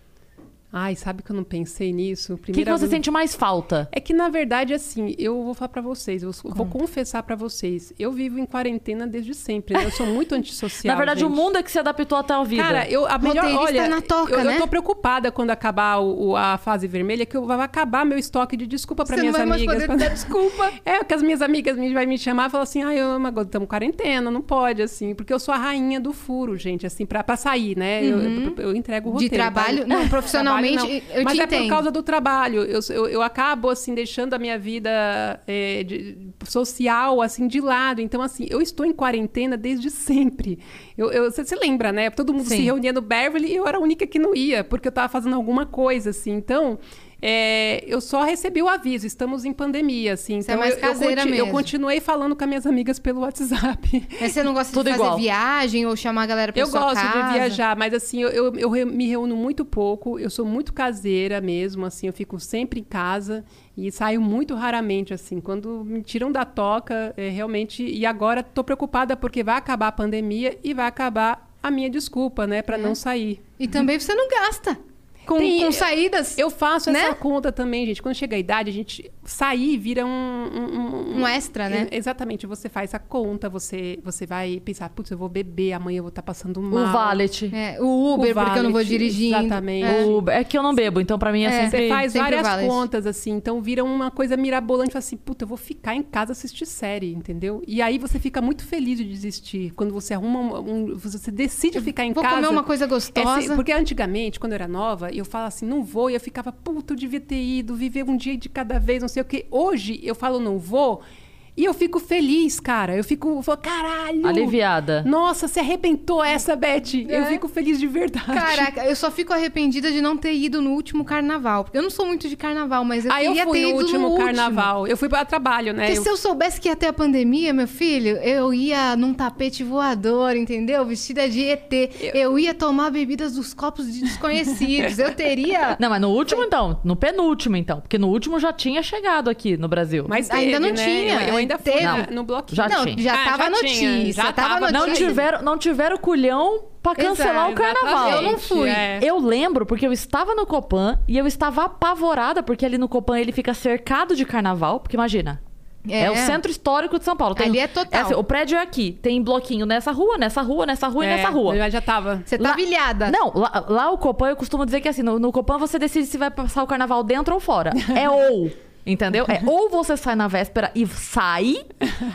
Speaker 4: Ai, sabe que eu não pensei nisso?
Speaker 2: O que, que
Speaker 4: Primeira
Speaker 2: você
Speaker 4: vez-
Speaker 2: sente mais falta?
Speaker 4: É que, na verdade, assim, eu vou falar pra vocês, eu vou confessar pra vocês. Eu vivo em quarentena desde sempre, né? eu sou
Speaker 3: <laughs>
Speaker 4: muito antissocial,
Speaker 2: Na verdade, o
Speaker 4: gente.
Speaker 2: mundo é que se adaptou até a vida.
Speaker 4: Cara, eu a melhor,
Speaker 3: Roteirista
Speaker 4: olha,
Speaker 3: na toca,
Speaker 4: eu, eu
Speaker 3: né?
Speaker 4: tô preocupada quando acabar o- o- a fase vermelha, que eu, vai acabar meu estoque de desculpa pra
Speaker 3: Você não
Speaker 4: minhas
Speaker 3: vai mais
Speaker 4: amigas.
Speaker 3: poder dar
Speaker 4: <laughs>
Speaker 3: desculpa.
Speaker 4: É, porque as minhas amigas me, vai me chamar e falar assim, ai, eu agora estamos quarentena, não pode, assim, porque eu sou a rainha do furo, gente, assim, pra, pra sair, né? Eu- Eu, eu entrego o
Speaker 3: Uhum. De
Speaker 4: roteiro.
Speaker 3: trabalho?
Speaker 4: tá?
Speaker 3: Não, profissionalmente,
Speaker 4: <laughs> Trabalho,
Speaker 3: eu te
Speaker 4: Mas é
Speaker 3: entendo.
Speaker 4: por causa do trabalho. Eu, eu, eu acabo, assim, deixando a minha vida é, de- social, assim, de lado. Então, assim, eu estou em quarentena desde sempre. Eu, eu- você se lembra, né? Todo mundo se
Speaker 2: Sim.
Speaker 4: reunia reunia no Beverly e eu era a única que não ia, porque eu tava fazendo alguma coisa, assim. Então, é, eu só recebi o aviso, estamos em pandemia, assim.
Speaker 3: Você
Speaker 4: então,
Speaker 3: é mais
Speaker 4: eu- eu,
Speaker 3: caseira
Speaker 4: conti- eu
Speaker 3: mesmo.
Speaker 4: continuei falando com as minhas amigas pelo WhatsApp.
Speaker 3: Mas você não gosta
Speaker 2: Tudo
Speaker 3: de fazer
Speaker 2: igual.
Speaker 3: viagem ou chamar a galera pra
Speaker 4: Eu
Speaker 3: sua
Speaker 4: gosto
Speaker 3: casa?
Speaker 4: de viajar, mas assim, eu, eu, eu re- me reúno muito pouco, eu sou muito caseira mesmo, assim, eu fico sempre em casa e saio muito raramente, assim. Quando me tiram da toca, é, realmente. E agora tô preocupada porque vai acabar a pandemia e vai acabar a minha desculpa, né,
Speaker 3: É.
Speaker 4: Pra não sair.
Speaker 3: E também você não gasta com,
Speaker 4: Tem-
Speaker 3: com saídas.
Speaker 4: Eu faço
Speaker 3: é, Né?
Speaker 4: essa conta também, gente. Quando chega a idade, a gente sair vira um. Um,
Speaker 3: Um extra, né?
Speaker 4: E- Exatamente. Você faz a conta, você, você vai pensar, putz, eu vou beber, amanhã eu vou estar passando mal.
Speaker 2: O valet.
Speaker 3: É, o Uber, porque eu não vou
Speaker 4: valet,
Speaker 3: dirigindo.
Speaker 4: Exatamente.
Speaker 3: É.
Speaker 2: O- É. que eu não bebo, então pra mim é,
Speaker 3: É.
Speaker 2: sempre...
Speaker 4: Você faz
Speaker 3: Sempre
Speaker 4: várias
Speaker 3: valet.
Speaker 4: contas, assim, então vira uma coisa mirabolante, fala assim, puta, eu vou ficar em casa assistir série, entendeu? E aí você fica muito feliz de desistir. Quando você arruma um. um- você decide ficar em
Speaker 3: Vou
Speaker 4: casa.
Speaker 3: comer uma coisa gostosa.
Speaker 4: É, se- porque antigamente, quando eu era nova, eu falava assim, não vou, e eu ficava, puta, eu devia ter ido, viver um dia de cada vez, não sei o quê. Hoje eu falo, não vou, e eu fico feliz, cara. Eu fico, eu falo, caralho.
Speaker 2: Aliviada.
Speaker 4: Nossa, se arrebentou essa, Beth. Eu
Speaker 3: É.
Speaker 4: fico feliz de verdade.
Speaker 3: Caraca, eu só fico arrependida de não ter ido no último carnaval. Porque eu não sou muito de carnaval, mas eu
Speaker 4: Aí Ah, eu
Speaker 3: queria
Speaker 4: fui
Speaker 3: ter
Speaker 4: no
Speaker 3: ido
Speaker 4: último
Speaker 3: no
Speaker 4: carnaval. Eu fui para trabalho, né?
Speaker 3: Porque
Speaker 4: Eu-
Speaker 3: se eu soubesse que ia ter a pandemia, meu filho, eu ia num tapete voador, entendeu? Vestida de ET. Eu, ia tomar bebidas dos copos de desconhecidos. eu
Speaker 4: <laughs>
Speaker 3: teria.
Speaker 2: Não, mas no último então, no penúltimo então, porque no último já tinha chegado aqui no Brasil.
Speaker 4: Mas
Speaker 3: Ainda
Speaker 4: teve,
Speaker 3: não
Speaker 4: né?
Speaker 3: tinha,
Speaker 4: Eu, eu ainda foi
Speaker 3: teve?
Speaker 4: na- no bloquinho.
Speaker 2: Já
Speaker 3: Não,
Speaker 2: tinha.
Speaker 3: já
Speaker 4: Ah,
Speaker 3: tava
Speaker 4: já
Speaker 3: notícia.
Speaker 4: tinha, já
Speaker 3: tava
Speaker 4: tava.
Speaker 2: Não
Speaker 3: notícia.
Speaker 2: tiveram, não tiveram culhão pra cancelar
Speaker 3: Exato,
Speaker 2: o carnaval.
Speaker 3: exatamente. Eu não fui.
Speaker 4: É.
Speaker 2: Eu lembro porque eu estava no Copan e eu estava apavorada porque ali no Copan ele fica cercado de carnaval, porque imagina. É.
Speaker 3: É.
Speaker 2: o centro histórico de São Paulo.
Speaker 3: Ali é total.
Speaker 2: assim, o prédio é aqui. Tem bloquinho nessa rua, nessa rua, nessa rua e
Speaker 4: É,
Speaker 2: nessa rua.
Speaker 4: Já, já tava.
Speaker 3: Você tá tava ilhada.
Speaker 2: Não, lá, lá o Copan, eu costumo dizer que assim, no, no Copan você decide se vai passar o carnaval dentro ou fora.
Speaker 3: <laughs>
Speaker 2: É ou. Entendeu? É ou você sai na véspera e sai,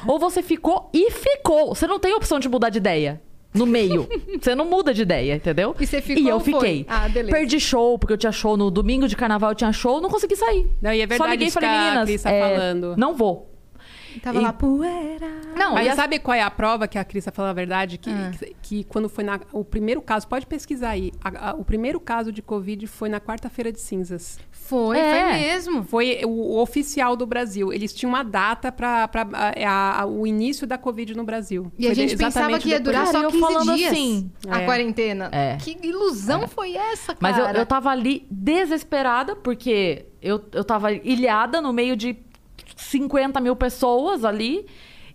Speaker 2: ou você ficou e ficou. Você não tem opção de mudar de ideia. No meio. Você não muda de ideia, entendeu?
Speaker 3: E você ficou
Speaker 2: E eu
Speaker 3: ou foi?
Speaker 2: fiquei.
Speaker 3: Ah, beleza.
Speaker 2: Perdi show, porque eu tinha show no domingo de carnaval, eu tinha show, não consegui sair.
Speaker 4: Não, e é
Speaker 2: Só
Speaker 4: verdade
Speaker 2: liguei e
Speaker 4: isso
Speaker 2: falei,
Speaker 4: que a
Speaker 2: meninas,
Speaker 4: Cris tá
Speaker 2: é,
Speaker 4: falando."
Speaker 2: não vou.
Speaker 3: Tava
Speaker 2: E-
Speaker 3: lá, poeira.
Speaker 2: Não,
Speaker 4: Mas
Speaker 2: e assim, as-
Speaker 4: sabe qual é a prova que a Cris tá falando a verdade? Que,
Speaker 3: Ah.
Speaker 4: que, que quando foi na, o primeiro caso, pode pesquisar aí. A- a- o primeiro caso de Covid foi na quarta-feira de cinzas.
Speaker 3: Foi,
Speaker 2: É.
Speaker 3: foi mesmo.
Speaker 4: Foi o, o oficial do Brasil. Eles tinham uma data para é o início da Covid no Brasil.
Speaker 3: E a
Speaker 4: Foi
Speaker 3: gente
Speaker 4: exatamente
Speaker 3: pensava que ia
Speaker 4: depois-
Speaker 3: durar
Speaker 2: Cara,
Speaker 3: só
Speaker 2: eu
Speaker 3: 15
Speaker 2: falando
Speaker 3: dias
Speaker 2: assim,
Speaker 3: a
Speaker 4: é.
Speaker 3: quarentena.
Speaker 2: É.
Speaker 3: Que ilusão foi essa, cara?
Speaker 2: Mas eu, eu tava ali desesperada, porque eu, eu tava ilhada no meio de 50 mil pessoas ali.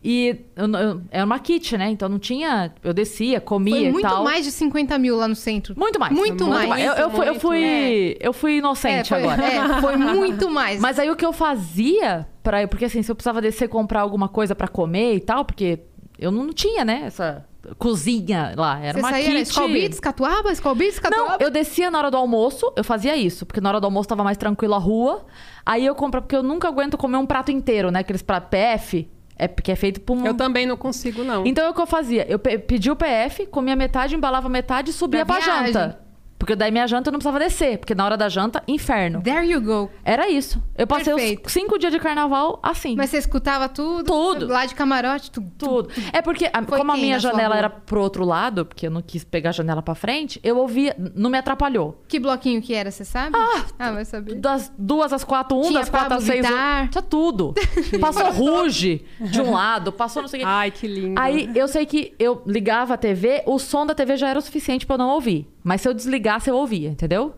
Speaker 2: E eu n- eu- era uma kit, né? Então não tinha. Eu descia, comia
Speaker 3: Foi
Speaker 2: e
Speaker 3: muito
Speaker 2: tal.
Speaker 3: mais de 50 mil lá no centro.
Speaker 2: Muito mais.
Speaker 3: Muito mais.
Speaker 2: Eu, eu fui, eu,
Speaker 4: Muito,
Speaker 2: fui,
Speaker 3: muito.
Speaker 2: eu fui inocente
Speaker 3: foi,
Speaker 2: agora.
Speaker 3: é, foi muito mais.
Speaker 2: Mas aí o que eu fazia para porque assim, se eu precisava descer e comprar alguma coisa pra comer e tal, porque eu não tinha, né, essa cozinha lá, era
Speaker 3: Você
Speaker 2: uma
Speaker 3: saía
Speaker 2: kit.
Speaker 3: na Skol Beats, Catuaba? Skol Beats,
Speaker 2: Não,
Speaker 3: Catuaba?
Speaker 2: eu descia na hora do almoço, eu fazia isso, porque na hora do almoço tava mais tranquilo a rua. Aí eu comprava, porque eu nunca aguento comer um prato inteiro, né? Aqueles pratos PF, é porque é feito por um.
Speaker 4: Eu também não consigo, não.
Speaker 2: Então o que eu fazia? Eu pe- pedia o PF, comia metade, embalava metade e subia
Speaker 3: Pra
Speaker 2: pra
Speaker 3: viagem.
Speaker 2: janta. Porque daí minha janta eu não precisava descer, porque na hora da janta, inferno.
Speaker 3: There you go.
Speaker 2: Era isso. Eu passei
Speaker 3: Perfeito.
Speaker 2: os cinco dias de carnaval assim.
Speaker 3: Mas você escutava tudo?
Speaker 2: Tudo.
Speaker 3: Lá de camarote, tudo.
Speaker 2: Tudo. É porque, a-
Speaker 3: Foi
Speaker 2: como a
Speaker 3: quem
Speaker 2: minha
Speaker 3: na sua
Speaker 2: janela
Speaker 3: rua?
Speaker 2: era pro outro lado, porque eu não quis pegar a janela pra frente, eu ouvia. Não me atrapalhou.
Speaker 3: Que bloquinho que era, você sabe? Ah, vai saber.
Speaker 2: Das duas às quatro, um
Speaker 3: Tinha
Speaker 2: das quatro às
Speaker 3: Pablo
Speaker 2: seis.
Speaker 3: Vittar.
Speaker 2: Um, tinha
Speaker 3: <laughs>
Speaker 2: tudo. Passou ruge de um lado, passou não sei o quê.
Speaker 3: Ah.
Speaker 4: Ai, que lindo.
Speaker 2: Aí eu sei que eu ligava a TV, o som da TV já era o suficiente pra eu não ouvir. Mas se eu desligasse, eu ouvia, entendeu?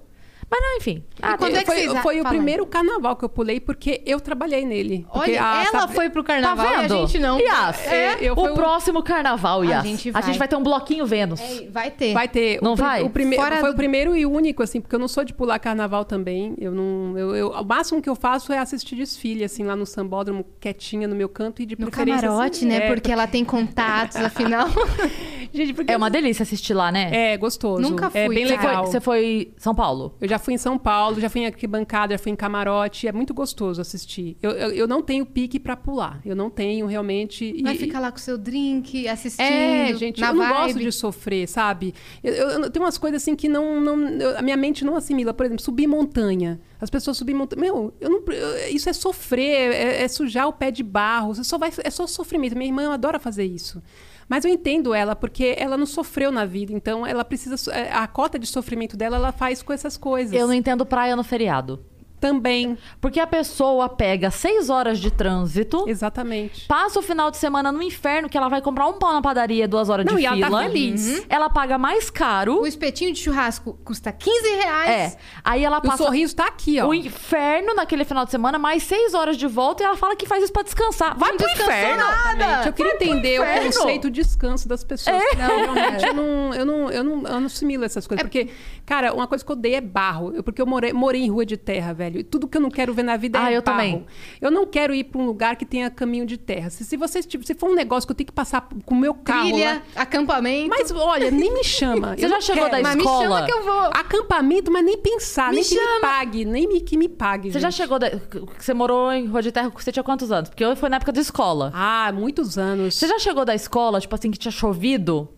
Speaker 2: Mas não, enfim. Ah,
Speaker 3: quando
Speaker 2: eu-
Speaker 3: é que
Speaker 4: foi,
Speaker 3: vocês a-
Speaker 4: foi o
Speaker 3: falam?
Speaker 4: primeiro carnaval que eu pulei porque eu trabalhei nele. Porque
Speaker 3: Olha,
Speaker 4: a-
Speaker 3: ela
Speaker 4: sabe-
Speaker 3: foi pro
Speaker 2: Tá
Speaker 3: carnaval
Speaker 2: vendo?
Speaker 3: e a gente não. tá-
Speaker 2: Yas,
Speaker 4: É, eu fui
Speaker 2: o
Speaker 4: o-
Speaker 2: próximo carnaval, Yas. A gente,
Speaker 3: gente
Speaker 2: vai.
Speaker 3: vai.
Speaker 2: ter um bloquinho Vênus.
Speaker 3: É, vai ter.
Speaker 4: Vai ter.
Speaker 2: Não
Speaker 4: o, pri-
Speaker 2: vai?
Speaker 4: O prime...
Speaker 3: Fora
Speaker 4: Foi
Speaker 3: do-
Speaker 4: o primeiro e único, assim, porque eu não sou de pular carnaval também. Eu não. Eu, eu- o máximo que eu faço é assistir desfile, assim, lá no sambódromo, quietinha no meu canto e de
Speaker 3: No
Speaker 4: preferência.
Speaker 3: camarote,
Speaker 4: assim,
Speaker 3: né?
Speaker 4: é,
Speaker 3: Porque ela tem contatos,
Speaker 2: <laughs>
Speaker 3: afinal.
Speaker 4: Gente, porque. <laughs>
Speaker 2: É uma delícia assistir lá, né?
Speaker 4: É, gostoso.
Speaker 3: Nunca
Speaker 4: É
Speaker 3: fui,
Speaker 4: bem
Speaker 3: cara.
Speaker 2: Foi-
Speaker 4: legal.
Speaker 2: Você foi São Paulo?
Speaker 4: Eu já fui em São Paulo, já fui em arquibancada, já fui em camarote. É muito gostoso assistir. Eu, eu, eu não tenho pique pra pular. Eu não tenho realmente. e-
Speaker 3: Vai ficar lá com seu drink, assistindo.
Speaker 4: É, gente,
Speaker 3: na
Speaker 4: eu não
Speaker 3: vibe.
Speaker 4: gosto de sofrer, sabe? Eu, eu- eu- tem umas coisas assim que não, não eu- a minha mente não assimila. Por exemplo, subir montanha. As pessoas subir montanha. Meu, eu não, eu- isso é sofrer, é, é sujar o pé de barro. Você só vai, é só sofrimento. Minha irmã adora fazer isso. Mas eu entendo ela, porque ela não sofreu na vida. Então, ela precisa. so- é, A cota de sofrimento dela, ela faz com essas coisas.
Speaker 2: Eu não entendo praia no feriado.
Speaker 4: Também.
Speaker 2: Porque a pessoa pega seis horas de trânsito,
Speaker 4: Exatamente.
Speaker 2: passa o final de semana no inferno, que ela vai comprar um pão na padaria, duas horas
Speaker 4: Não,
Speaker 2: de
Speaker 4: e ela
Speaker 2: fila.
Speaker 4: tá feliz.
Speaker 2: Uhum. Ela paga mais
Speaker 3: O
Speaker 2: caro.
Speaker 3: espetinho de churrasco custa 15 reais.
Speaker 2: É. Aí ela
Speaker 4: E O
Speaker 2: passa
Speaker 4: sorriso tá aqui, ó.
Speaker 2: o inferno naquele final de semana, mais seis horas de volta, e ela fala que faz isso pra descansar. Vai pro
Speaker 3: descansou
Speaker 2: inferno!
Speaker 4: Exatamente. Eu queria entender o
Speaker 2: inferno. É.
Speaker 4: conceito de descanso das pessoas. Não, realmente, eu não, eu, não, eu, não, eu não assimilo essas coisas. Porque, cara, uma coisa que eu odeio é barro. Eu- porque eu morei, morei em rua de terra, velho. E tudo que eu não quero ver na vida
Speaker 2: Ah,
Speaker 4: é
Speaker 2: eu
Speaker 4: barro.
Speaker 2: também.
Speaker 4: Eu não quero ir pra um lugar que tenha caminho de terra. Se, se, vocês, tipo, se for um negócio que eu tenho que passar com o meu carro
Speaker 3: Trilha,
Speaker 4: lá...
Speaker 3: acampamento.
Speaker 4: né? Mas, olha, nem me chama.
Speaker 2: Você
Speaker 4: Eu
Speaker 2: já
Speaker 4: não
Speaker 2: chegou
Speaker 4: quero.
Speaker 2: da
Speaker 3: Mas me
Speaker 2: escola.
Speaker 3: chama que eu vou.
Speaker 4: Ah, Acampamento, mas nem pensar,
Speaker 3: Me
Speaker 4: nem que
Speaker 3: chama.
Speaker 4: me pague, nem me, que me pague.
Speaker 2: Você já
Speaker 4: gente.
Speaker 2: chegou da... Você morou em Rua de Terra, você tinha quantos anos? Porque eu foi na época da escola.
Speaker 4: Ah, muitos anos.
Speaker 2: Você já chegou da escola, tipo assim, que tinha chovido?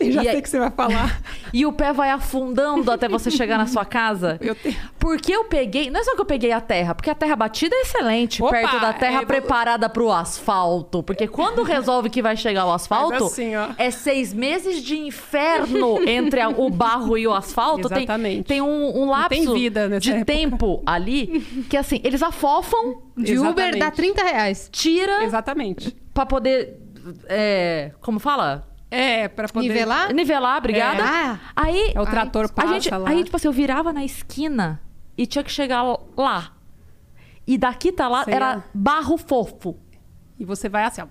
Speaker 4: Eu já
Speaker 2: E
Speaker 4: sei
Speaker 2: aí-
Speaker 4: o que você vai falar.
Speaker 2: E o pé vai afundando até você chegar na sua casa?
Speaker 4: <laughs> Eu tenho-
Speaker 2: Porque eu peguei. Não é só que eu peguei a terra, porque a terra batida é excelente
Speaker 4: Opa,
Speaker 2: perto da terra
Speaker 4: é,
Speaker 2: preparada pro asfalto. Porque
Speaker 4: <laughs>
Speaker 2: quando resolve que vai chegar o asfalto,
Speaker 4: Faz assim, ó.
Speaker 2: é seis meses de inferno entre a- o barro e o asfalto. Tem-
Speaker 4: Exatamente.
Speaker 2: Tem, um, um
Speaker 4: Não
Speaker 2: lapso
Speaker 4: tem vida nessa
Speaker 2: de
Speaker 4: época.
Speaker 2: tempo ali que, assim, eles afofam,
Speaker 3: de Uber
Speaker 4: Exatamente.
Speaker 3: dá 30 reais.
Speaker 2: tira
Speaker 4: <laughs> Exatamente.
Speaker 2: pra poder. é, como fala?
Speaker 4: É, pra poder...
Speaker 3: Nivelar?
Speaker 2: Nivelar, obrigada.
Speaker 3: É. Ah.
Speaker 2: Aí.
Speaker 4: É o trator
Speaker 2: A
Speaker 4: passa
Speaker 2: gente,
Speaker 4: lá.
Speaker 2: aí, tipo assim, eu virava na esquina e tinha que chegar lá. E daqui tá lá,
Speaker 4: Sei
Speaker 2: era
Speaker 4: lá.
Speaker 2: barro fofo.
Speaker 4: E você vai assim, ó.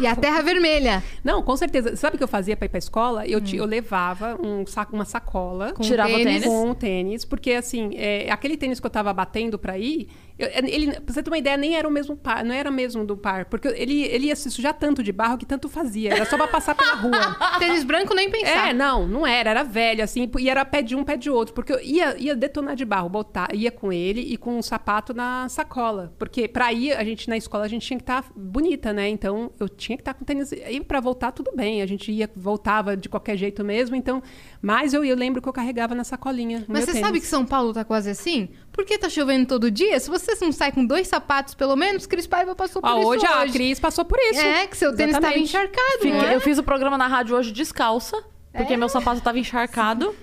Speaker 3: E a Terra
Speaker 4: <laughs>
Speaker 3: Vermelha.
Speaker 4: Não, com certeza. Sabe o que eu fazia para ir pra escola? Eu, ti- eu levava um saco, uma sacola
Speaker 3: Com
Speaker 2: Tirava o Hum. tênis.
Speaker 4: com o tênis, porque assim, é, aquele tênis que eu tava batendo pra ir, eu- é, ele, pra você ter uma ideia, nem era o mesmo par, não era mesmo do par, porque ele, ele ia se sujar tanto de barro que tanto fazia, era só pra passar pela rua.
Speaker 3: Tênis branco nem pensar.
Speaker 4: É, não, não era, era velho, assim, e era pé de um, pé de outro, porque eu ia, ia detonar de barro, botar, ia com ele e com um sapato na sacola, porque pra ir, a gente, na escola, a gente tinha que estar bonita, né, então eu tinha que estar com tênis, e pra voltar, tudo bem, a gente ia, voltava de qualquer jeito mesmo, então, mas eu, eu lembro que eu carregava na sacolinha o
Speaker 3: Mas
Speaker 4: meu
Speaker 3: você
Speaker 4: tênis.
Speaker 3: sabe que São Paulo tá quase assim? Por que tá chovendo todo dia? Se você não sai com dois sapatos, pelo menos, Cris Paiva passou por
Speaker 4: Ah,
Speaker 3: isso
Speaker 4: hoje
Speaker 3: hoje.
Speaker 4: a Cris passou por isso.
Speaker 3: É, que seu tênis estava
Speaker 4: Exatamente.
Speaker 3: encharcado, É.
Speaker 2: Fiquei-
Speaker 3: não é?
Speaker 2: Eu fiz o programa na rádio hoje descalça, porque meu sapato tava encharcado.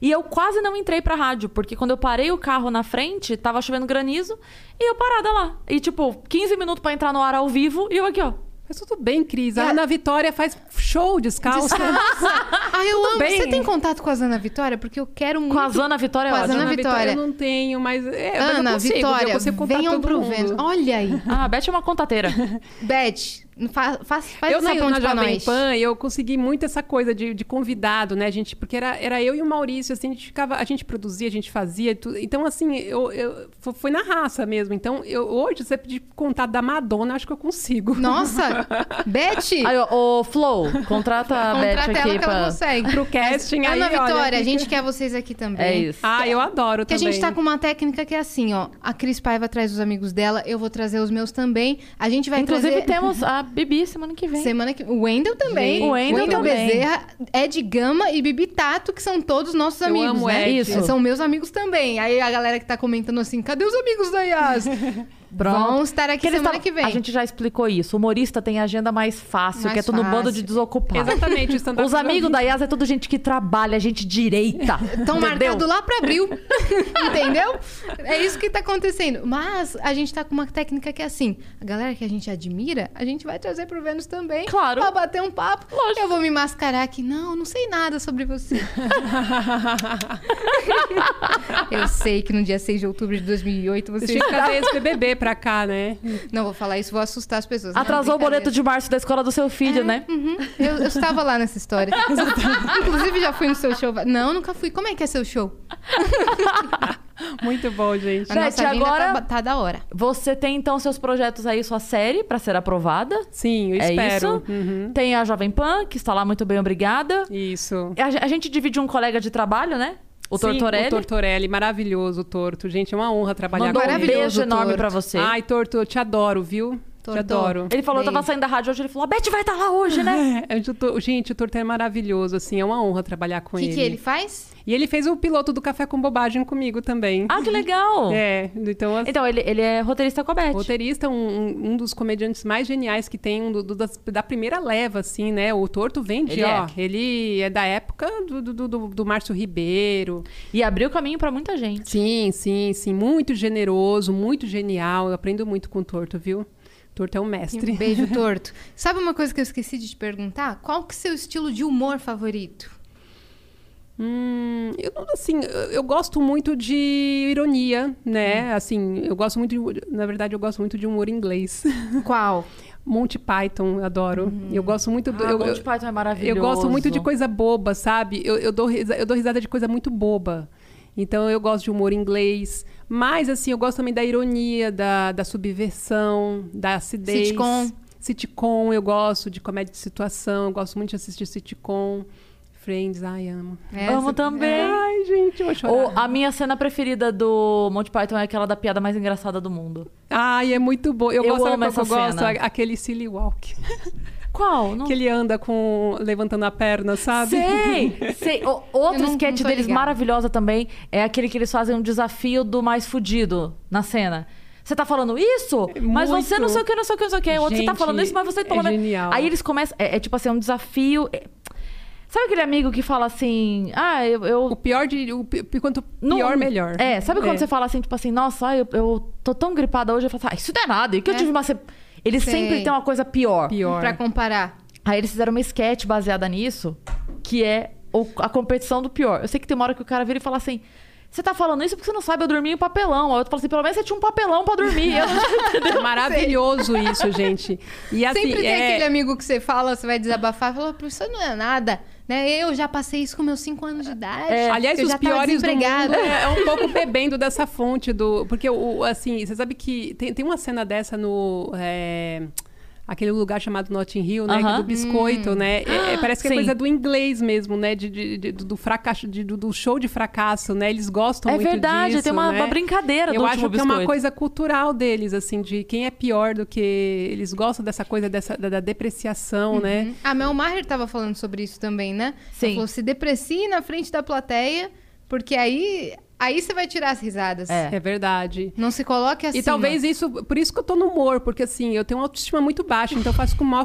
Speaker 2: E eu quase não entrei pra rádio, porque quando eu parei o carro na frente, tava chovendo granizo, e eu parada lá. E tipo, 15 minutos pra entrar no ar ao vivo, e eu aqui, ó.
Speaker 4: Mas tudo bem, Cris.
Speaker 3: É.
Speaker 4: A Ana Vitória faz show descalça. <laughs>
Speaker 3: Ah, eu amo.
Speaker 4: bem.
Speaker 3: Você tem contato com a Zana Vitória? Porque eu quero muito...
Speaker 2: Com a Zana Vitória, é
Speaker 3: Com a
Speaker 2: ó.
Speaker 3: Zana- Vitória.
Speaker 4: Eu não tenho, mas, é, mas
Speaker 3: Ana,
Speaker 4: eu consigo.
Speaker 3: Vitória,
Speaker 4: eu consigo comprar
Speaker 3: venham
Speaker 4: todo
Speaker 3: pro
Speaker 4: mundo.
Speaker 3: Vênus. Olha
Speaker 4: <laughs>
Speaker 3: aí.
Speaker 2: Ah, a Beth é uma
Speaker 3: <laughs>
Speaker 2: contateira.
Speaker 3: Beth, fa- faz, faz um
Speaker 4: eu
Speaker 3: essa
Speaker 4: na,
Speaker 3: ponte
Speaker 4: na
Speaker 3: pra
Speaker 4: Jovem
Speaker 3: nós.
Speaker 4: Pan, eu consegui muito essa coisa de, de convidado, né, gente? Porque era, era eu e o Maurício, assim, a gente ficava, a gente produzia, a gente fazia, tudo. então, assim, eu, eu- fo- foi na raça mesmo. Então, eu, hoje, se você pedir contato da Madonna, acho que eu consigo.
Speaker 3: <laughs> Nossa,
Speaker 4: <laughs>
Speaker 3: Beth,
Speaker 2: Aí, ó, ô, Flow, contrata a Beth
Speaker 3: contrata ela
Speaker 2: aqui
Speaker 3: que ela
Speaker 2: pra.
Speaker 3: consegue.
Speaker 4: Pro <laughs> casting aí,
Speaker 3: é Ana
Speaker 4: olha,
Speaker 3: Vitória, a
Speaker 4: fica-
Speaker 3: gente quer vocês aqui também.
Speaker 2: É isso.
Speaker 4: Ah, eu adoro
Speaker 3: Porque a
Speaker 4: também.
Speaker 3: gente tá com uma técnica que é assim, ó. A Cris Paiva traz os amigos dela, eu vou trazer os meus também. A gente vai
Speaker 2: Inclusive,
Speaker 3: trazer...
Speaker 2: temos a Bibi semana que vem.
Speaker 3: Semana que... O Wendel também.
Speaker 2: Gente, o Wendel também.
Speaker 3: Bezerra, Ed Gama e Bibi Tato, que são todos nossos
Speaker 4: Eu
Speaker 3: amigos,
Speaker 4: amo
Speaker 3: né?
Speaker 4: Ed.
Speaker 2: Isso.
Speaker 3: São meus amigos também. Aí a galera que tá comentando assim, cadê os amigos da Yas? Vão estar aqui
Speaker 2: Que eles
Speaker 3: semana
Speaker 2: tavam-
Speaker 3: que vem.
Speaker 2: A gente já explicou isso. O humorista tem agenda mais fácil,
Speaker 3: Mais
Speaker 2: que é tudo um bando
Speaker 3: fácil.
Speaker 2: de desocupados.
Speaker 4: Exatamente, o stand-up
Speaker 2: Os amigos da IAS é tudo gente que trabalha, gente
Speaker 3: <laughs>
Speaker 2: direita.
Speaker 3: Estão
Speaker 2: entendeu?
Speaker 3: marcados lá
Speaker 2: <laughs>
Speaker 3: pra abril. entendeu? É isso que tá acontecendo. Mas a gente tá com uma técnica que é assim: a galera que a gente admira, a gente vai trazer pro Vênus também.
Speaker 2: Claro.
Speaker 3: Pra bater um papo.
Speaker 2: Lógico.
Speaker 3: Eu vou me mascarar que não, não sei nada
Speaker 2: <laughs>
Speaker 3: sobre você. Eu sei que no dia 6 de outubro de 2008 você.
Speaker 4: Você tinha que trazer esse BBB pra cá, né?
Speaker 3: Não vou falar isso, vou assustar as pessoas.
Speaker 2: Atrasou o boleto de março da escola do seu filho, né?
Speaker 3: Uhum. Eu, eu estava lá
Speaker 2: <laughs>
Speaker 3: nessa história. Inclusive, já fui no seu show. Não, nunca fui. Como é que é seu show?
Speaker 4: Muito bom, gente.
Speaker 3: A
Speaker 2: Gente,
Speaker 3: nossa agenda
Speaker 2: agora-
Speaker 3: tá, tá da hora.
Speaker 2: Você tem então seus projetos aí, sua série pra ser aprovada.
Speaker 4: Sim, eu
Speaker 2: é
Speaker 4: espero.
Speaker 2: isso.
Speaker 4: Uhum.
Speaker 2: Tem a Jovem Pan, que está lá muito bem, obrigada.
Speaker 4: Isso.
Speaker 2: A, ge- a gente divide um colega de trabalho, né? O
Speaker 4: Sim,
Speaker 2: Tortorelli.
Speaker 4: O Tortorelli, maravilhoso, Torto. Gente, é uma honra trabalhar
Speaker 2: Mandou
Speaker 4: com
Speaker 2: um
Speaker 4: ele.
Speaker 2: beijo
Speaker 3: Maravilhoso,
Speaker 2: enorme
Speaker 3: Torto.
Speaker 2: pra você.
Speaker 4: Ai, Torto, eu te adoro, viu?
Speaker 3: Torto.
Speaker 4: Te adoro.
Speaker 2: Ele falou, eu tava
Speaker 3: Beijo.
Speaker 2: saindo da rádio hoje, ele falou, a Beth vai estar lá hoje, né? <laughs>
Speaker 4: É, eu tô- gente, o Torto é maravilhoso, assim, é uma honra trabalhar com
Speaker 3: O
Speaker 4: ele.
Speaker 3: que, que ele faz?
Speaker 4: E ele fez o piloto do Café com Bobagem comigo também.
Speaker 2: Ah, que legal!
Speaker 4: É, então assim,
Speaker 2: Então, ele, ele é roteirista com a Beth.
Speaker 4: Roteirista, um- um, um dos comediantes mais geniais que tem, um do- do- das- da primeira leva, assim, né? O Torto vem de,
Speaker 2: Ele é.
Speaker 4: ó, ele é da época do, do, do, do Márcio Ribeiro.
Speaker 2: E abriu caminho pra muita gente.
Speaker 4: Sim, sim, sim. Muito generoso, muito genial. Eu aprendo muito com o Torto, viu? O Torto é um mestre.
Speaker 3: Um
Speaker 4: <laughs>
Speaker 3: beijo torto. Sabe uma coisa que eu esqueci de te perguntar? Qual que é o seu estilo de humor favorito?
Speaker 4: Hum, eu, não- assim, eu, eu gosto muito de ironia, né?
Speaker 2: Hum.
Speaker 4: Assim, eu gosto muito de, Na verdade, eu gosto muito de humor inglês. <laughs>
Speaker 3: Qual?
Speaker 4: Monty Python, eu adoro. Eu gosto muito do.
Speaker 2: Ah,
Speaker 4: eu,
Speaker 2: Monty
Speaker 4: eu-
Speaker 2: Python é maravilhoso.
Speaker 4: Eu gosto muito de coisa boba, sabe? Eu, eu dou, risa- eu dou risada de coisa muito boba. Então eu gosto de humor inglês. Mas, assim, eu gosto também da ironia, da, da subversão, da acidez.
Speaker 3: Sitcom.
Speaker 4: Sitcom, eu gosto de comédia de situação. Eu gosto muito de assistir sitcom. Friends, ai, amo.
Speaker 2: Amo também.
Speaker 4: Ai, gente, eu vou Ah, chorar.
Speaker 2: Ou a minha cena preferida do Monty Python é aquela da piada mais engraçada do mundo.
Speaker 4: Ai, é muito bom. Eu,
Speaker 2: Eu
Speaker 4: gosto,
Speaker 2: amo
Speaker 4: sabe qual
Speaker 2: essa
Speaker 4: que eu gosto?
Speaker 2: cena.
Speaker 4: A- Aquele silly walk.
Speaker 2: Qual? Não
Speaker 4: Que ele anda com... levantando a perna, sabe?
Speaker 2: sei. sei. O-
Speaker 3: Eu
Speaker 2: outro
Speaker 3: não-
Speaker 2: sketch
Speaker 3: não tô
Speaker 2: deles
Speaker 3: ligada.
Speaker 2: maravilhosa também é aquele que eles fazem um desafio do mais fudido na cena. Você tá falando isso? Mas
Speaker 4: muito.
Speaker 2: você não sei o que, não sei o que, não sei o que. O outro, você tá
Speaker 4: Gente,
Speaker 2: falando isso, mas você...
Speaker 4: é
Speaker 2: pelo menos-"
Speaker 4: genial.
Speaker 2: Aí eles começam... É, é tipo assim, é um desafio... é- Sabe aquele amigo que fala assim... Ah, eu- eu
Speaker 4: <laughs> O pior de... O, pi- quanto
Speaker 2: Não-
Speaker 4: pior, melhor.
Speaker 2: É, sabe quando você fala assim, tipo assim, nossa, ai, eu, eu tô tão gripada hoje, eu falo assim, ah, isso não é nada, e que eu
Speaker 3: É.
Speaker 2: tive uma. se- Eles
Speaker 3: Sei.
Speaker 2: sempre têm uma coisa pior.
Speaker 4: Pior.
Speaker 3: Pra comparar.
Speaker 2: Aí eles fizeram uma sketch baseada nisso, que é o- a competição do pior. Eu sei que tem uma hora que o cara vira e fala assim. Você tá falando isso porque você não sabe, eu dormi em papelão. Aí o outro fala assim, pelo menos você tinha um papelão pra dormir. Eu <laughs> não <laughs>
Speaker 4: Maravilhoso isso, gente. E assim,
Speaker 3: Sempre tem
Speaker 4: é-
Speaker 3: aquele amigo que você fala, você vai desabafar, fala, "Pô, isso não é nada. Né? Eu já passei isso com meus 5 anos de idade.
Speaker 2: É,
Speaker 4: É. Aliás,
Speaker 3: eu
Speaker 4: os
Speaker 3: já tava
Speaker 4: piores do mundo
Speaker 3: desempregada."
Speaker 4: é, é
Speaker 2: <laughs>
Speaker 4: um pouco bebendo dessa fonte do... Porque, o, o- assim, você sabe que tem, tem uma cena dessa no... é, Aquele lugar chamado Notting Hill, né? que é
Speaker 2: Aham.
Speaker 4: Do biscoito, né? É-
Speaker 2: <gasps>
Speaker 4: é- parece que é
Speaker 2: Sim.
Speaker 4: coisa do inglês mesmo, né? De, de- de- do, fracasso, de- do, do show de fracasso, né? Eles gostam
Speaker 2: É
Speaker 4: muito
Speaker 2: verdade,
Speaker 4: disso,
Speaker 2: tem uma-
Speaker 4: né?
Speaker 2: uma brincadeira do
Speaker 4: Eu acho
Speaker 2: último
Speaker 4: que é uma
Speaker 2: biscoito.
Speaker 4: coisa cultural deles, assim, de quem é pior do que... Eles gostam dessa coisa dessa, da, da depreciação,
Speaker 2: Uhum.
Speaker 4: né?
Speaker 3: A Mel Maher tava falando sobre isso também, né?
Speaker 2: Sim.
Speaker 3: Ela falou, se deprecie na frente da plateia, porque aí, aí você vai tirar as risadas.
Speaker 2: É.
Speaker 4: É verdade.
Speaker 3: Não se coloque assim.
Speaker 4: E talvez isso, por isso que eu tô no humor, porque assim, eu tenho uma autoestima muito baixa, então eu faço com maior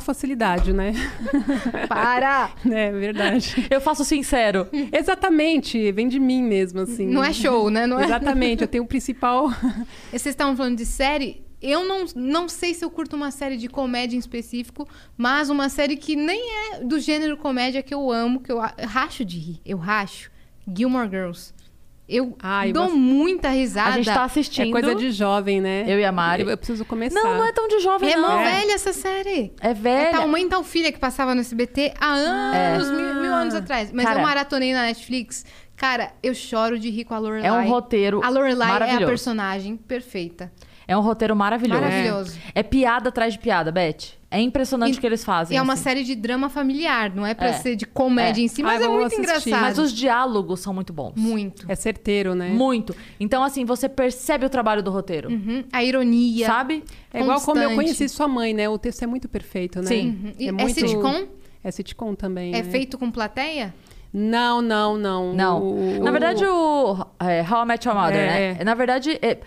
Speaker 2: <laughs>
Speaker 4: facilidade, né? <laughs>
Speaker 3: Para!
Speaker 4: é verdade.
Speaker 2: Eu faço sincero.
Speaker 4: Exatamente, vem de mim mesmo, assim.
Speaker 3: Não é show, né? Não é...
Speaker 4: Exatamente, eu tenho o principal.
Speaker 2: <laughs>
Speaker 4: é
Speaker 3: Vocês estavam falando de série. Eu não, não sei se eu curto uma série de comédia em específico, mas uma série que nem é do gênero comédia que eu amo, que eu a- racho de rir. Eu racho. Gilmore Girls. Eu
Speaker 4: Ai,
Speaker 3: dou
Speaker 4: você-
Speaker 3: muita risada.
Speaker 2: A gente tá assistindo.
Speaker 4: É coisa de jovem, né?
Speaker 2: Eu e a Mari.
Speaker 4: Eu, eu preciso começar.
Speaker 2: Não, não é tão de jovem,
Speaker 3: É
Speaker 2: não.
Speaker 3: mó velha essa série.
Speaker 2: É velha.
Speaker 3: É tal mãe, tal filha que passava no SBT há anos, mil, mil anos atrás. Mas
Speaker 2: Cara.
Speaker 3: eu maratonei na Netflix. Cara, eu choro de rir com a Lorelai.
Speaker 2: É um roteiro
Speaker 3: A Lorelai é a
Speaker 2: maravilhoso.
Speaker 3: personagem perfeita.
Speaker 2: É um roteiro maravilhoso.
Speaker 3: Maravilhoso.
Speaker 2: É, É piada atrás de piada, Beth. É impressionante
Speaker 3: E-
Speaker 2: o que eles fazem.
Speaker 3: E é uma
Speaker 2: assim.
Speaker 3: série de drama familiar, não é pra
Speaker 2: É.
Speaker 3: ser de comédia
Speaker 2: É.
Speaker 3: em si,
Speaker 4: Ah,
Speaker 3: mas é
Speaker 4: vamos
Speaker 3: muito
Speaker 4: assistir.
Speaker 3: engraçado.
Speaker 2: Mas os diálogos são muito bons.
Speaker 3: Muito.
Speaker 4: É certeiro, né?
Speaker 2: Muito. Então, assim, você percebe o trabalho do roteiro.
Speaker 3: Uhum. A ironia.
Speaker 2: Sabe?
Speaker 4: É igual como eu
Speaker 3: constante.
Speaker 4: conheci sua mãe, né? O texto é muito perfeito, né?
Speaker 2: Sim.
Speaker 4: Uhum.
Speaker 3: E é sitcom?
Speaker 4: É sitcom também.
Speaker 3: É
Speaker 4: né?
Speaker 3: feito com plateia?
Speaker 4: Não, não, não.
Speaker 2: Não.
Speaker 4: O-
Speaker 2: Na verdade, o é, How I Met Your Mother,
Speaker 4: É.
Speaker 2: né? Na verdade, é-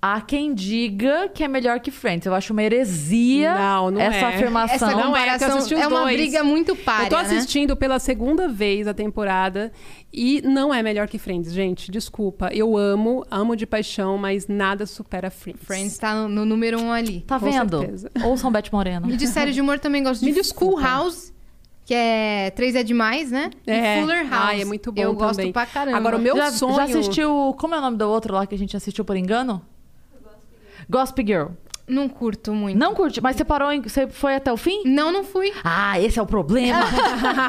Speaker 2: há quem diga que é melhor que Friends. Eu acho uma heresia
Speaker 4: Não, não
Speaker 2: essa
Speaker 4: é.
Speaker 2: afirmação.
Speaker 3: Essa
Speaker 4: Não é, que eu
Speaker 3: comparação
Speaker 4: assisti os
Speaker 3: é uma
Speaker 4: dois.
Speaker 3: briga muito né? pálida.
Speaker 4: Eu tô assistindo pela segunda vez a temporada e não é melhor que Friends, gente. Desculpa. Eu amo, amo de paixão, mas nada supera Friends.
Speaker 3: Friends tá no, no número um ali.
Speaker 2: Tá
Speaker 4: Com
Speaker 2: vendo?
Speaker 4: certeza.
Speaker 2: Ouçam Beth Moreno.
Speaker 3: E de série de humor também gosto de
Speaker 4: Me desculpa.
Speaker 3: Full House, que é Três é Demais, né?
Speaker 4: É.
Speaker 3: E Fuller House.
Speaker 4: Ai, é muito bom
Speaker 3: Eu
Speaker 4: também.
Speaker 3: gosto pra caramba.
Speaker 4: Agora, o meu
Speaker 2: já,
Speaker 4: sonho-
Speaker 2: Já assistiu. Como é o nome do outro lá que a gente assistiu por engano? Gossip Girl.
Speaker 3: Não curto muito.
Speaker 2: Não curti, mas você parou, em- você foi até o fim?
Speaker 3: Não, não fui.
Speaker 2: Ah, esse é o
Speaker 4: <laughs>
Speaker 2: problema.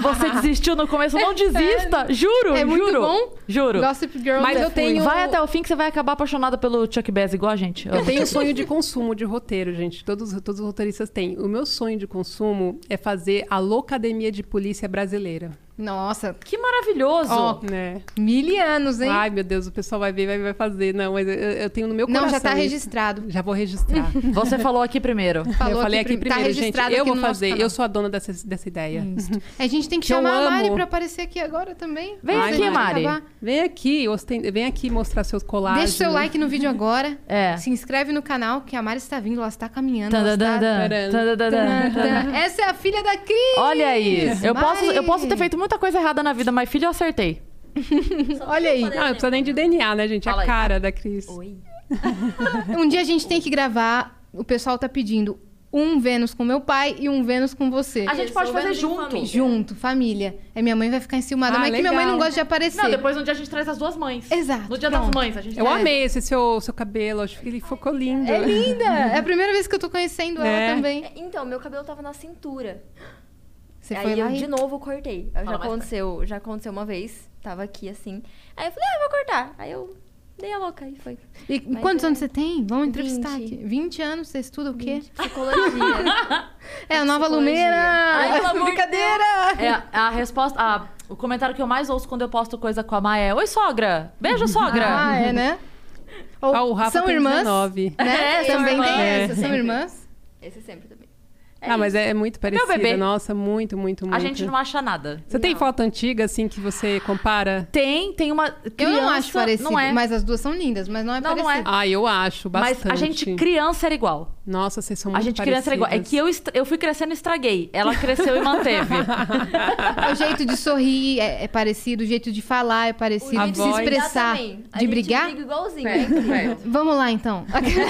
Speaker 2: você desistiu no começo. Não desista, juro,
Speaker 3: É muito
Speaker 2: juro.
Speaker 3: bom.
Speaker 2: Juro.
Speaker 3: Gossip Girl.
Speaker 4: Mas
Speaker 3: já
Speaker 4: eu
Speaker 3: fui.
Speaker 4: tenho-
Speaker 2: Vai até o fim que você vai acabar apaixonada pelo Chuck Bass igual a gente.
Speaker 4: Eu tenho um sonho de consumo de roteiro, gente. Todos, todos os roteiristas têm. O meu sonho de consumo é fazer a Locademia de Polícia Brasileira.
Speaker 3: Nossa,
Speaker 2: Que maravilhoso.
Speaker 3: Ó,
Speaker 4: Né?
Speaker 3: mil anos, hein?
Speaker 4: Ai, meu Deus, o pessoal vai ver, vai, vai fazer. Não, mas eu, eu tenho no meu coração.
Speaker 3: não, já tá
Speaker 4: isso.
Speaker 3: registrado.
Speaker 4: Já vou registrar.
Speaker 2: Você falou aqui primeiro.
Speaker 3: Falou
Speaker 4: eu falei aqui,
Speaker 3: prim-
Speaker 4: primeiro,
Speaker 3: tá registrado
Speaker 4: gente. Eu
Speaker 3: aqui
Speaker 4: vou
Speaker 3: no nosso
Speaker 4: fazer.
Speaker 3: canal.
Speaker 4: Eu sou a dona dessa, dessa ideia.
Speaker 2: Hum.
Speaker 3: A gente tem que,
Speaker 4: Que eu
Speaker 3: chamar a Mari
Speaker 4: amo.
Speaker 3: pra aparecer aqui agora também.
Speaker 2: Vem
Speaker 3: Antes
Speaker 4: aqui,
Speaker 3: da gente
Speaker 2: Mari.
Speaker 3: acabar.
Speaker 4: Vem aqui, osten- vem aqui mostrar seus colagens.
Speaker 3: Deixa o seu like no vídeo
Speaker 2: <laughs>
Speaker 3: agora.
Speaker 2: É.
Speaker 3: Se inscreve no canal, que a Mari está vindo, ela está caminhando. ela está-
Speaker 2: Tadadadã,
Speaker 4: Tá-
Speaker 2: tadadadã.
Speaker 3: <laughs> Essa é a filha da Cris!
Speaker 2: Olha aí. Eu posso, eu
Speaker 3: Mari.
Speaker 2: posso ter feito muita coisa errada na vida, mas filho, eu acertei.
Speaker 3: Olha aí.
Speaker 4: Ah, Não, não precisa nem de DNA, né, gente?
Speaker 2: Fala
Speaker 4: a
Speaker 2: aí.
Speaker 4: cara da Cris.
Speaker 3: Um dia a gente tem que gravar. O pessoal tá pedindo um Vênus com meu pai e um Vênus com você.
Speaker 2: A gente pode fazer junto.
Speaker 3: Junto, família. É minha mãe vai ficar enciumada,
Speaker 4: Ah,
Speaker 3: mas que minha
Speaker 4: legal.
Speaker 3: mãe não gosta de aparecer.
Speaker 2: Não, depois um dia a gente traz as duas mães.
Speaker 3: Exato,
Speaker 2: No dia das
Speaker 3: pronto.
Speaker 2: mães, a gente
Speaker 4: Eu
Speaker 2: traz.
Speaker 4: amei esse seu, seu cabelo, acho que ele ficou lindo.
Speaker 3: É linda!
Speaker 2: <laughs>
Speaker 3: É a primeira vez que eu tô conhecendo ela
Speaker 4: É.
Speaker 3: também.
Speaker 6: Então, meu cabelo tava na cintura.
Speaker 3: Você
Speaker 6: aí
Speaker 3: foi
Speaker 6: eu
Speaker 3: lá e...
Speaker 6: de novo cortei. Já
Speaker 2: mais
Speaker 6: aconteceu, já aconteceu uma vez. Tava aqui assim. Aí eu falei, ah, eu vou cortar. Aí eu dei a louca e foi.
Speaker 3: E
Speaker 6: Mas
Speaker 3: quantos
Speaker 6: é-
Speaker 3: anos você tem? Vamos entrevistar
Speaker 6: 20.
Speaker 3: aqui. 20 anos, você estuda o quê?
Speaker 6: Gente,
Speaker 3: <laughs>
Speaker 6: Psicologia.
Speaker 3: É a nova
Speaker 6: Psicologia.
Speaker 3: Lumeira!
Speaker 2: Ai, pelo amor de
Speaker 3: Brincadeira!
Speaker 2: É, a resposta. a- o comentário que eu mais ouço quando eu posto coisa com a Maia é: Oi, sogra!
Speaker 3: <laughs>
Speaker 2: Beijo, sogra!
Speaker 3: Ah, é, né? Ou
Speaker 4: Ah, o Rafa
Speaker 3: são
Speaker 4: tem
Speaker 3: irmãs,
Speaker 4: 19.
Speaker 3: né?
Speaker 2: É, são
Speaker 3: também
Speaker 2: irmãs.
Speaker 3: tem
Speaker 2: É.
Speaker 3: essa. São irmãs.
Speaker 6: Esse é sempre também.
Speaker 4: ah, mas é muito parecido.
Speaker 2: bebê.
Speaker 4: Nossa, muito, muito, muito.
Speaker 2: a gente não acha nada.
Speaker 4: Você tem foto antiga, assim, que você compara?
Speaker 2: Tem, tem uma. Criança,
Speaker 3: eu não acho parecido,
Speaker 2: não é.
Speaker 3: mas as duas são lindas, mas não é
Speaker 2: Não, não
Speaker 3: parecido.
Speaker 2: <laughs> é.
Speaker 4: Ah, eu acho, bastante.
Speaker 2: Mas a gente criança era igual.
Speaker 4: Nossa, vocês são
Speaker 2: A
Speaker 4: muito
Speaker 2: gente criança era igual. É
Speaker 4: parecidas.
Speaker 2: que eu, estra- eu fui crescendo e estraguei. Ela cresceu e
Speaker 3: <laughs>
Speaker 2: manteve.
Speaker 3: O jeito de sorrir é, é parecido, o jeito de falar é parecido,
Speaker 4: A
Speaker 3: de se
Speaker 4: voz.
Speaker 3: expressar,
Speaker 6: Também. A
Speaker 3: de
Speaker 6: gente
Speaker 3: brigar.
Speaker 6: briga igualzinho. é incrível.
Speaker 3: Vamos lá então.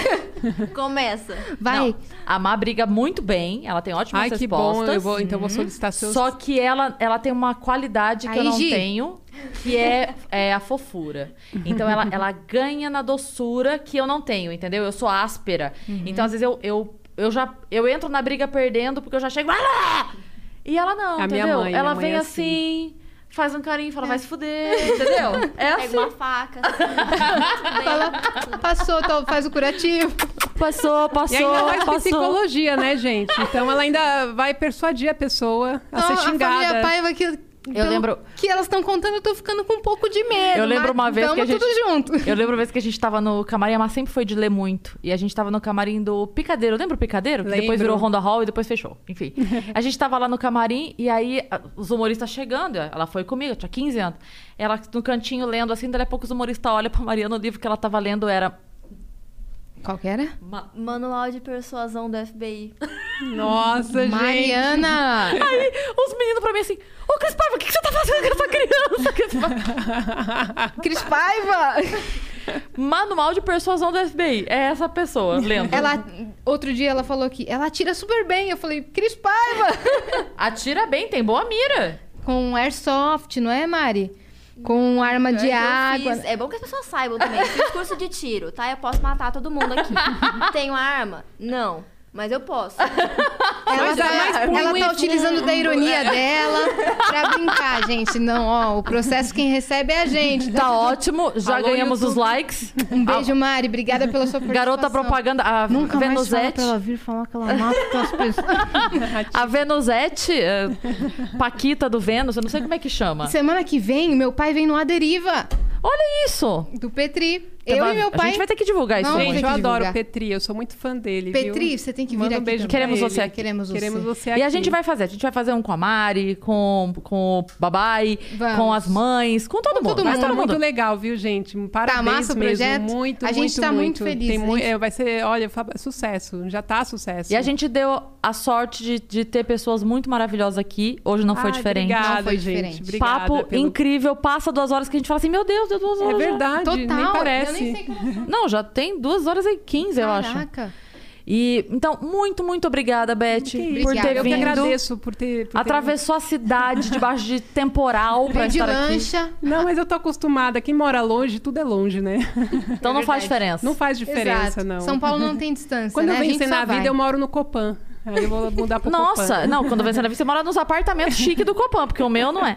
Speaker 6: <laughs> Começa.
Speaker 3: Vai.
Speaker 2: Não, a Má briga muito bem, ela tem ótimas
Speaker 4: Ai, que
Speaker 2: respostas. Uhum.
Speaker 4: bom. Eu vou, então eu vou solicitar seus...
Speaker 2: Só que ela, ela tem uma qualidade que
Speaker 3: Aí,
Speaker 2: eu não
Speaker 3: Gi.
Speaker 2: tenho. que é, é a fofura. Então ela, ela ganha na doçura que eu não tenho, entendeu? Eu sou áspera.
Speaker 4: Uhum.
Speaker 2: Então às vezes eu, eu, eu já eu entro na briga perdendo porque eu já chego. "Ah!" E ela não,
Speaker 4: A minha
Speaker 2: entendeu?
Speaker 4: mãe,
Speaker 2: ela
Speaker 4: minha mãe
Speaker 2: vem
Speaker 4: é
Speaker 2: assim. Faz um carinho, fala, vai se fuder,
Speaker 4: <laughs>
Speaker 2: entendeu? É
Speaker 6: Pega
Speaker 2: assim.
Speaker 6: uma faca. assim,
Speaker 3: Fala, passou, tô- faz o curativo.
Speaker 2: Tá
Speaker 7: Passou,
Speaker 4: E ainda
Speaker 7: passou,
Speaker 4: faz
Speaker 7: passou.
Speaker 4: psicologia, né, gente? Então ela ainda vai persuadir a pessoa a
Speaker 3: Então,
Speaker 4: ser
Speaker 3: A família
Speaker 4: xingada.
Speaker 3: Paiva que... pelo
Speaker 2: lembro-
Speaker 3: Que elas estão contando, eu tô ficando com um pouco de medo.
Speaker 2: Eu lembro
Speaker 3: mas
Speaker 2: uma vez
Speaker 3: tamo
Speaker 2: que a gente-
Speaker 3: tudo junto.
Speaker 2: Eu lembro uma vez que a gente tava no camarim, a Mar sempre foi de ler muito. E a gente tava no camarim do Picadeiro. Lembra o Picadeiro? Que depois
Speaker 4: Lembro.
Speaker 2: virou Honda Hall e depois fechou. Enfim. A gente tava lá no camarim e aí a- os humoristas chegando. Ela foi comigo, eu tinha 15 anos. Ela no cantinho lendo assim, daí a pouco os humoristas olham pra Mariana. O livro que ela tava lendo era.
Speaker 3: Qual que era?
Speaker 2: Ma-
Speaker 6: Manual um de persuasão do FBI.
Speaker 4: Nossa, gente.
Speaker 3: Mariana!
Speaker 2: Aí os meninos pra mim assim: Ô Cris Paiva, o que, que você tá fazendo com essa criança? Cris Paiva?
Speaker 3: Cris Paiva!
Speaker 2: tá-" Manual de persuasão do FBI. É essa pessoa lendo.
Speaker 3: <laughs> Ela, outro dia ela falou que ela atira super bem. Eu falei, Cris Paiva!
Speaker 2: Atira bem, tem boa mira.
Speaker 3: Com um airsoft, não é, Mari? Com arma de
Speaker 6: Eu
Speaker 3: água.
Speaker 6: fiz- É bom que as pessoas saibam também. Eu Fiz curso de tiro, tá? Eu posso matar todo mundo
Speaker 3: <laughs>
Speaker 6: aqui. Tenho arma? Não. Mas eu posso.
Speaker 3: Ela
Speaker 4: Mas
Speaker 3: tá,
Speaker 4: é mais punho
Speaker 3: ela
Speaker 4: e
Speaker 3: tá utilizando da ironia dela pra brincar, gente. Não, ó, o processo quem recebe é a gente.
Speaker 2: Tá ótimo, já
Speaker 4: Alô,
Speaker 2: ganhamos os
Speaker 4: YouTube.
Speaker 2: likes.
Speaker 3: Um beijo, Mari. Obrigada pela sua participação.
Speaker 2: Garota propaganda, a
Speaker 3: Nunca mais fala
Speaker 2: Venusete.
Speaker 3: pra ela vir falar que ela mata as pessoas.
Speaker 2: A Venusete, é, Paquita do Vênus, eu não sei como é que chama.
Speaker 3: <laughs> Semana que vem, meu pai vem no A Deriva,
Speaker 2: Olha isso!
Speaker 3: do Petri. é- Eu
Speaker 2: Vai-
Speaker 3: e meu
Speaker 2: A
Speaker 3: pai.
Speaker 2: gente vai ter que divulgar isso.
Speaker 3: Não,
Speaker 2: muito.
Speaker 3: tem
Speaker 4: Gente,
Speaker 3: que
Speaker 4: eu adoro
Speaker 3: divulgar.
Speaker 4: o Petri, eu sou muito fã dele. viu?
Speaker 3: Petri, você tem que vir
Speaker 4: Manda um
Speaker 3: aqui
Speaker 4: beijo
Speaker 3: também.
Speaker 2: Queremos
Speaker 4: pra
Speaker 2: você
Speaker 4: ele.
Speaker 2: aqui.
Speaker 3: Queremos você.
Speaker 4: Queremos você aqui.
Speaker 2: E a gente vai fazer, a gente vai fazer um com a Mari, com, com o Babai,
Speaker 3: Vamos.
Speaker 2: com as mães, com todo
Speaker 3: Com
Speaker 2: mundo.
Speaker 3: todo
Speaker 2: Vai
Speaker 3: mundo. Tá
Speaker 2: todo
Speaker 4: Tá
Speaker 2: mundo.
Speaker 4: muito legal, viu, gente? Parabéns
Speaker 3: massa o
Speaker 4: mesmo.
Speaker 3: projeto?
Speaker 4: Muito,
Speaker 3: A gente
Speaker 4: muito,
Speaker 3: tá muito feliz,
Speaker 4: Tem
Speaker 3: a
Speaker 4: mui-
Speaker 3: gente-
Speaker 4: é, vai ser, olha, fa- sucesso. Já tá sucesso.
Speaker 2: E a gente deu a sorte de, de ter pessoas muito maravilhosas aqui. Hoje não foi
Speaker 4: Ai,
Speaker 2: diferente.
Speaker 4: Ah, Obrigada,
Speaker 3: Não foi
Speaker 4: gente.
Speaker 3: diferente.
Speaker 4: Obrigada
Speaker 2: Papo
Speaker 4: pelo-
Speaker 2: incrível, passa duas horas que a gente fala assim, meu Deus, deu duas
Speaker 4: É
Speaker 2: horas. já.
Speaker 4: verdade,
Speaker 3: Total.
Speaker 4: nem parece.
Speaker 3: Eu nem sei como
Speaker 2: Não, já tem duas horas e quinze, eu acho.
Speaker 3: Caraca.
Speaker 2: E então, muito, muito obrigada, Beth, por
Speaker 3: Obrigada.
Speaker 2: ter
Speaker 4: Eu que
Speaker 2: vindo.
Speaker 4: agradeço por ter. por ter-
Speaker 2: Atravessou a cidade debaixo de temporal pra
Speaker 3: Veio de
Speaker 2: estar aqui.
Speaker 3: lancha.
Speaker 4: Não, mas eu tô acostumada. Quem mora longe, tudo é
Speaker 3: <laughs>
Speaker 4: longe, né?
Speaker 2: Então não faz diferença.
Speaker 4: Não faz diferença,
Speaker 3: Exato.
Speaker 4: não.
Speaker 3: São Paulo não tem distância,
Speaker 4: Quando
Speaker 3: né?
Speaker 4: eu
Speaker 3: A gente
Speaker 4: vencer
Speaker 3: só
Speaker 4: na vida,
Speaker 3: vai.
Speaker 4: eu moro no Copan. Aí eu vou mudar pro Copan.
Speaker 2: Nossa, não, quando você na vida, você mora nos apartamentos chique do Copan, porque o meu não é.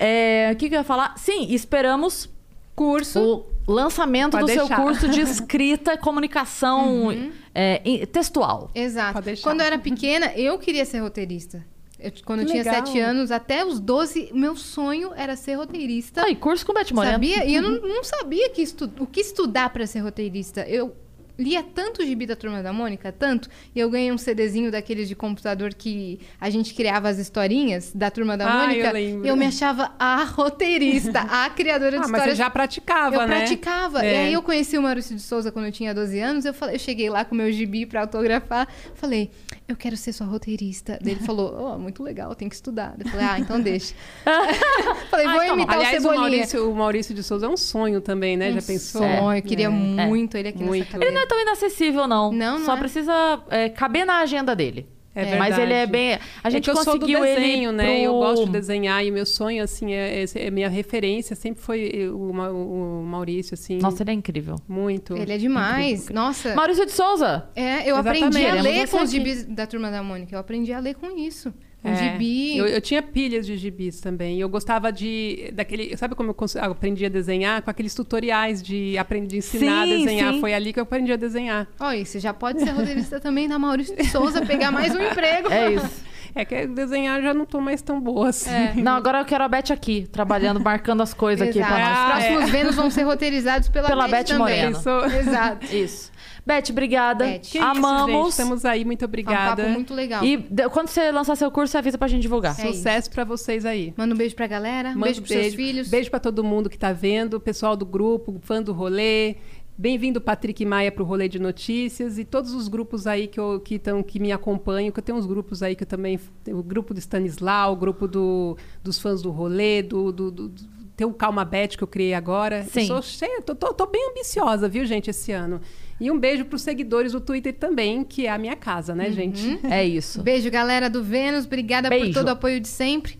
Speaker 2: É, O que, que eu ia falar? Sim, esperamos
Speaker 3: Curso.
Speaker 2: o lançamento
Speaker 4: Pode
Speaker 2: do seu
Speaker 4: deixar.
Speaker 2: curso de escrita e comunicação é, em- textual.
Speaker 3: Exato.
Speaker 4: Pode deixar.
Speaker 3: Quando eu era pequena, eu queria ser roteirista. Eu- quando eu
Speaker 4: Que
Speaker 3: tinha
Speaker 4: legal.
Speaker 3: sete anos, até os 12, meu sonho era ser roteirista.
Speaker 2: Tá Aí, curso com Beth Moreno.
Speaker 3: sabia? E eu não,
Speaker 4: Uhum.
Speaker 3: não sabia que estu- o que estudar para ser roteirista. Eu lia tanto o gibi da Turma da Mônica, tanto, e eu ganhei um CDzinho daqueles de computador que a gente criava as historinhas da Turma da
Speaker 4: Ah,
Speaker 3: Mônica.
Speaker 4: eu lembro.
Speaker 3: me achava a roteirista, a criadora de
Speaker 4: Ah, mas você
Speaker 3: histórias
Speaker 4: já praticava,
Speaker 3: eu
Speaker 4: né?
Speaker 3: praticava. E
Speaker 4: É.
Speaker 3: aí eu conheci o Maurício de Souza quando eu tinha 12 anos. Eu, falei, eu cheguei lá com meu gibi pra autografar. Falei, eu quero ser sua roteirista. Daí ele falou, ó, muito legal, tem que estudar. Eu falei, ah, então
Speaker 4: <laughs>
Speaker 3: deixa. <laughs> falei,
Speaker 2: Ah,
Speaker 3: vou
Speaker 2: então não.
Speaker 3: imitar
Speaker 4: Aliás,
Speaker 3: o
Speaker 4: o
Speaker 3: Cebolinha.
Speaker 4: Maurício, o Maurício de Souza é um sonho também, né? já pensou?
Speaker 3: Sonho, eu queria
Speaker 4: É,
Speaker 3: muito ele aqui
Speaker 4: Muito.
Speaker 3: nessa
Speaker 2: Ele
Speaker 3: cadeira.
Speaker 2: não é tão inacessível, não.
Speaker 3: Não, não
Speaker 2: Só
Speaker 3: é.
Speaker 2: precisa é, caber na agenda dele.
Speaker 4: É
Speaker 2: Mas
Speaker 4: verdade.
Speaker 2: ele é bem. A gente
Speaker 4: é que eu sou do
Speaker 2: conseguiu
Speaker 4: desenho,
Speaker 2: ele.
Speaker 4: né?
Speaker 2: pro-
Speaker 4: Eu gosto de desenhar e meu sonho, assim, é, é- é- minha referência sempre foi eh, o, Ma- o Maurício, assim.
Speaker 2: Nossa, ele é incrível.
Speaker 4: muito.
Speaker 3: Ele é demais. Nossa.
Speaker 2: Maurício de Souza!
Speaker 3: É, eu
Speaker 4: Exatamente.
Speaker 3: aprendi a
Speaker 4: Queremos
Speaker 3: ler
Speaker 4: você
Speaker 3: com os
Speaker 4: aqui.
Speaker 3: gibis da Turma da Mônica. Eu aprendi a ler com isso. Com
Speaker 4: É.
Speaker 3: gibi.
Speaker 4: Eu, eu tinha pilhas de gibis também. Eu gostava de daquele, sabe como eu cons- aprendi a desenhar com aqueles tutoriais de aprendi ensinar
Speaker 2: Sim,
Speaker 4: a desenhar.
Speaker 2: sim.
Speaker 4: Foi ali que eu aprendi a desenhar.
Speaker 3: Olha, você já pode ser roteirista também da Maurício de Souza, pegar mais um emprego.
Speaker 2: É isso.
Speaker 4: É que desenhar já não tô mais tão boa assim.
Speaker 2: Não, agora eu quero a Beth aqui, trabalhando, marcando as coisas aqui pra
Speaker 3: Exato. É.
Speaker 2: nós.
Speaker 4: Ah,
Speaker 3: Os próximos Vênus vão ser roteirizados pela,
Speaker 2: Pela Beth
Speaker 3: também.
Speaker 2: Moreno.
Speaker 4: Pensou?
Speaker 3: Exato.
Speaker 2: Isso. Beth, obrigada.
Speaker 3: Beth.
Speaker 4: Que é isso, gente,
Speaker 2: Amamos.
Speaker 4: estamos aí, muito
Speaker 3: Foi um
Speaker 4: obrigada.
Speaker 3: papo muito legal.
Speaker 2: E de- quando você lançar seu curso, você avisa pra gente divulgar.
Speaker 3: É
Speaker 4: Sucesso pra vocês aí.
Speaker 3: Manda um beijo pra galera, um
Speaker 4: Manda
Speaker 3: beijo pros seus filhos.
Speaker 4: Beijo pra todo mundo que tá vendo, pessoal do grupo, fã do rolê. Bem-vindo, Patrick Maia, pro Rolê de Notícias e todos os grupos aí que, eu, que, tão, que me acompanham, que eu tenho uns grupos aí que eu também. tem O grupo do Stanislau, o grupo do, dos fãs do rolê, do. do, do- do- tem o Calma Bet que eu criei agora.
Speaker 2: Sim.
Speaker 4: Eu sou cheia, tô, tô- tô bem ambiciosa, viu, gente, esse ano. E um beijo pros seguidores do Twitter também, que é a
Speaker 3: Uhum.
Speaker 4: minha casa, né, gente?
Speaker 2: É isso.
Speaker 3: Beijo, galera do Vênus. Obrigada
Speaker 2: Beijo.
Speaker 3: por todo o apoio de sempre.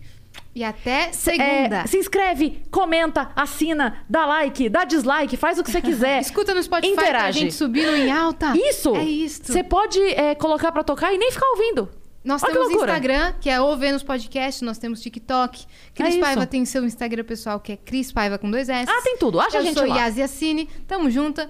Speaker 3: E até segunda.
Speaker 2: É, se inscreve, comenta, assina, dá like, dá dislike, faz o que você quiser.
Speaker 3: <laughs> Escuta no Spotify pra
Speaker 2: Interage.
Speaker 3: gente subindo em alta.
Speaker 2: Isso!
Speaker 3: É isso.
Speaker 2: Você pode é, colocar pra tocar e nem ficar ouvindo.
Speaker 3: Nós
Speaker 2: Olha que
Speaker 3: temos
Speaker 2: loucura.
Speaker 3: Instagram, que é o Vênus Podcast, nós temos TikTok. Cris
Speaker 2: É isso.
Speaker 3: Paiva tem seu Instagram pessoal, que é Cris Paiva com dois S.
Speaker 2: Ah, tem tudo. Acha a
Speaker 3: Eu
Speaker 2: gente
Speaker 3: sou
Speaker 2: lá.
Speaker 3: Yas Yassine. Tamo junta.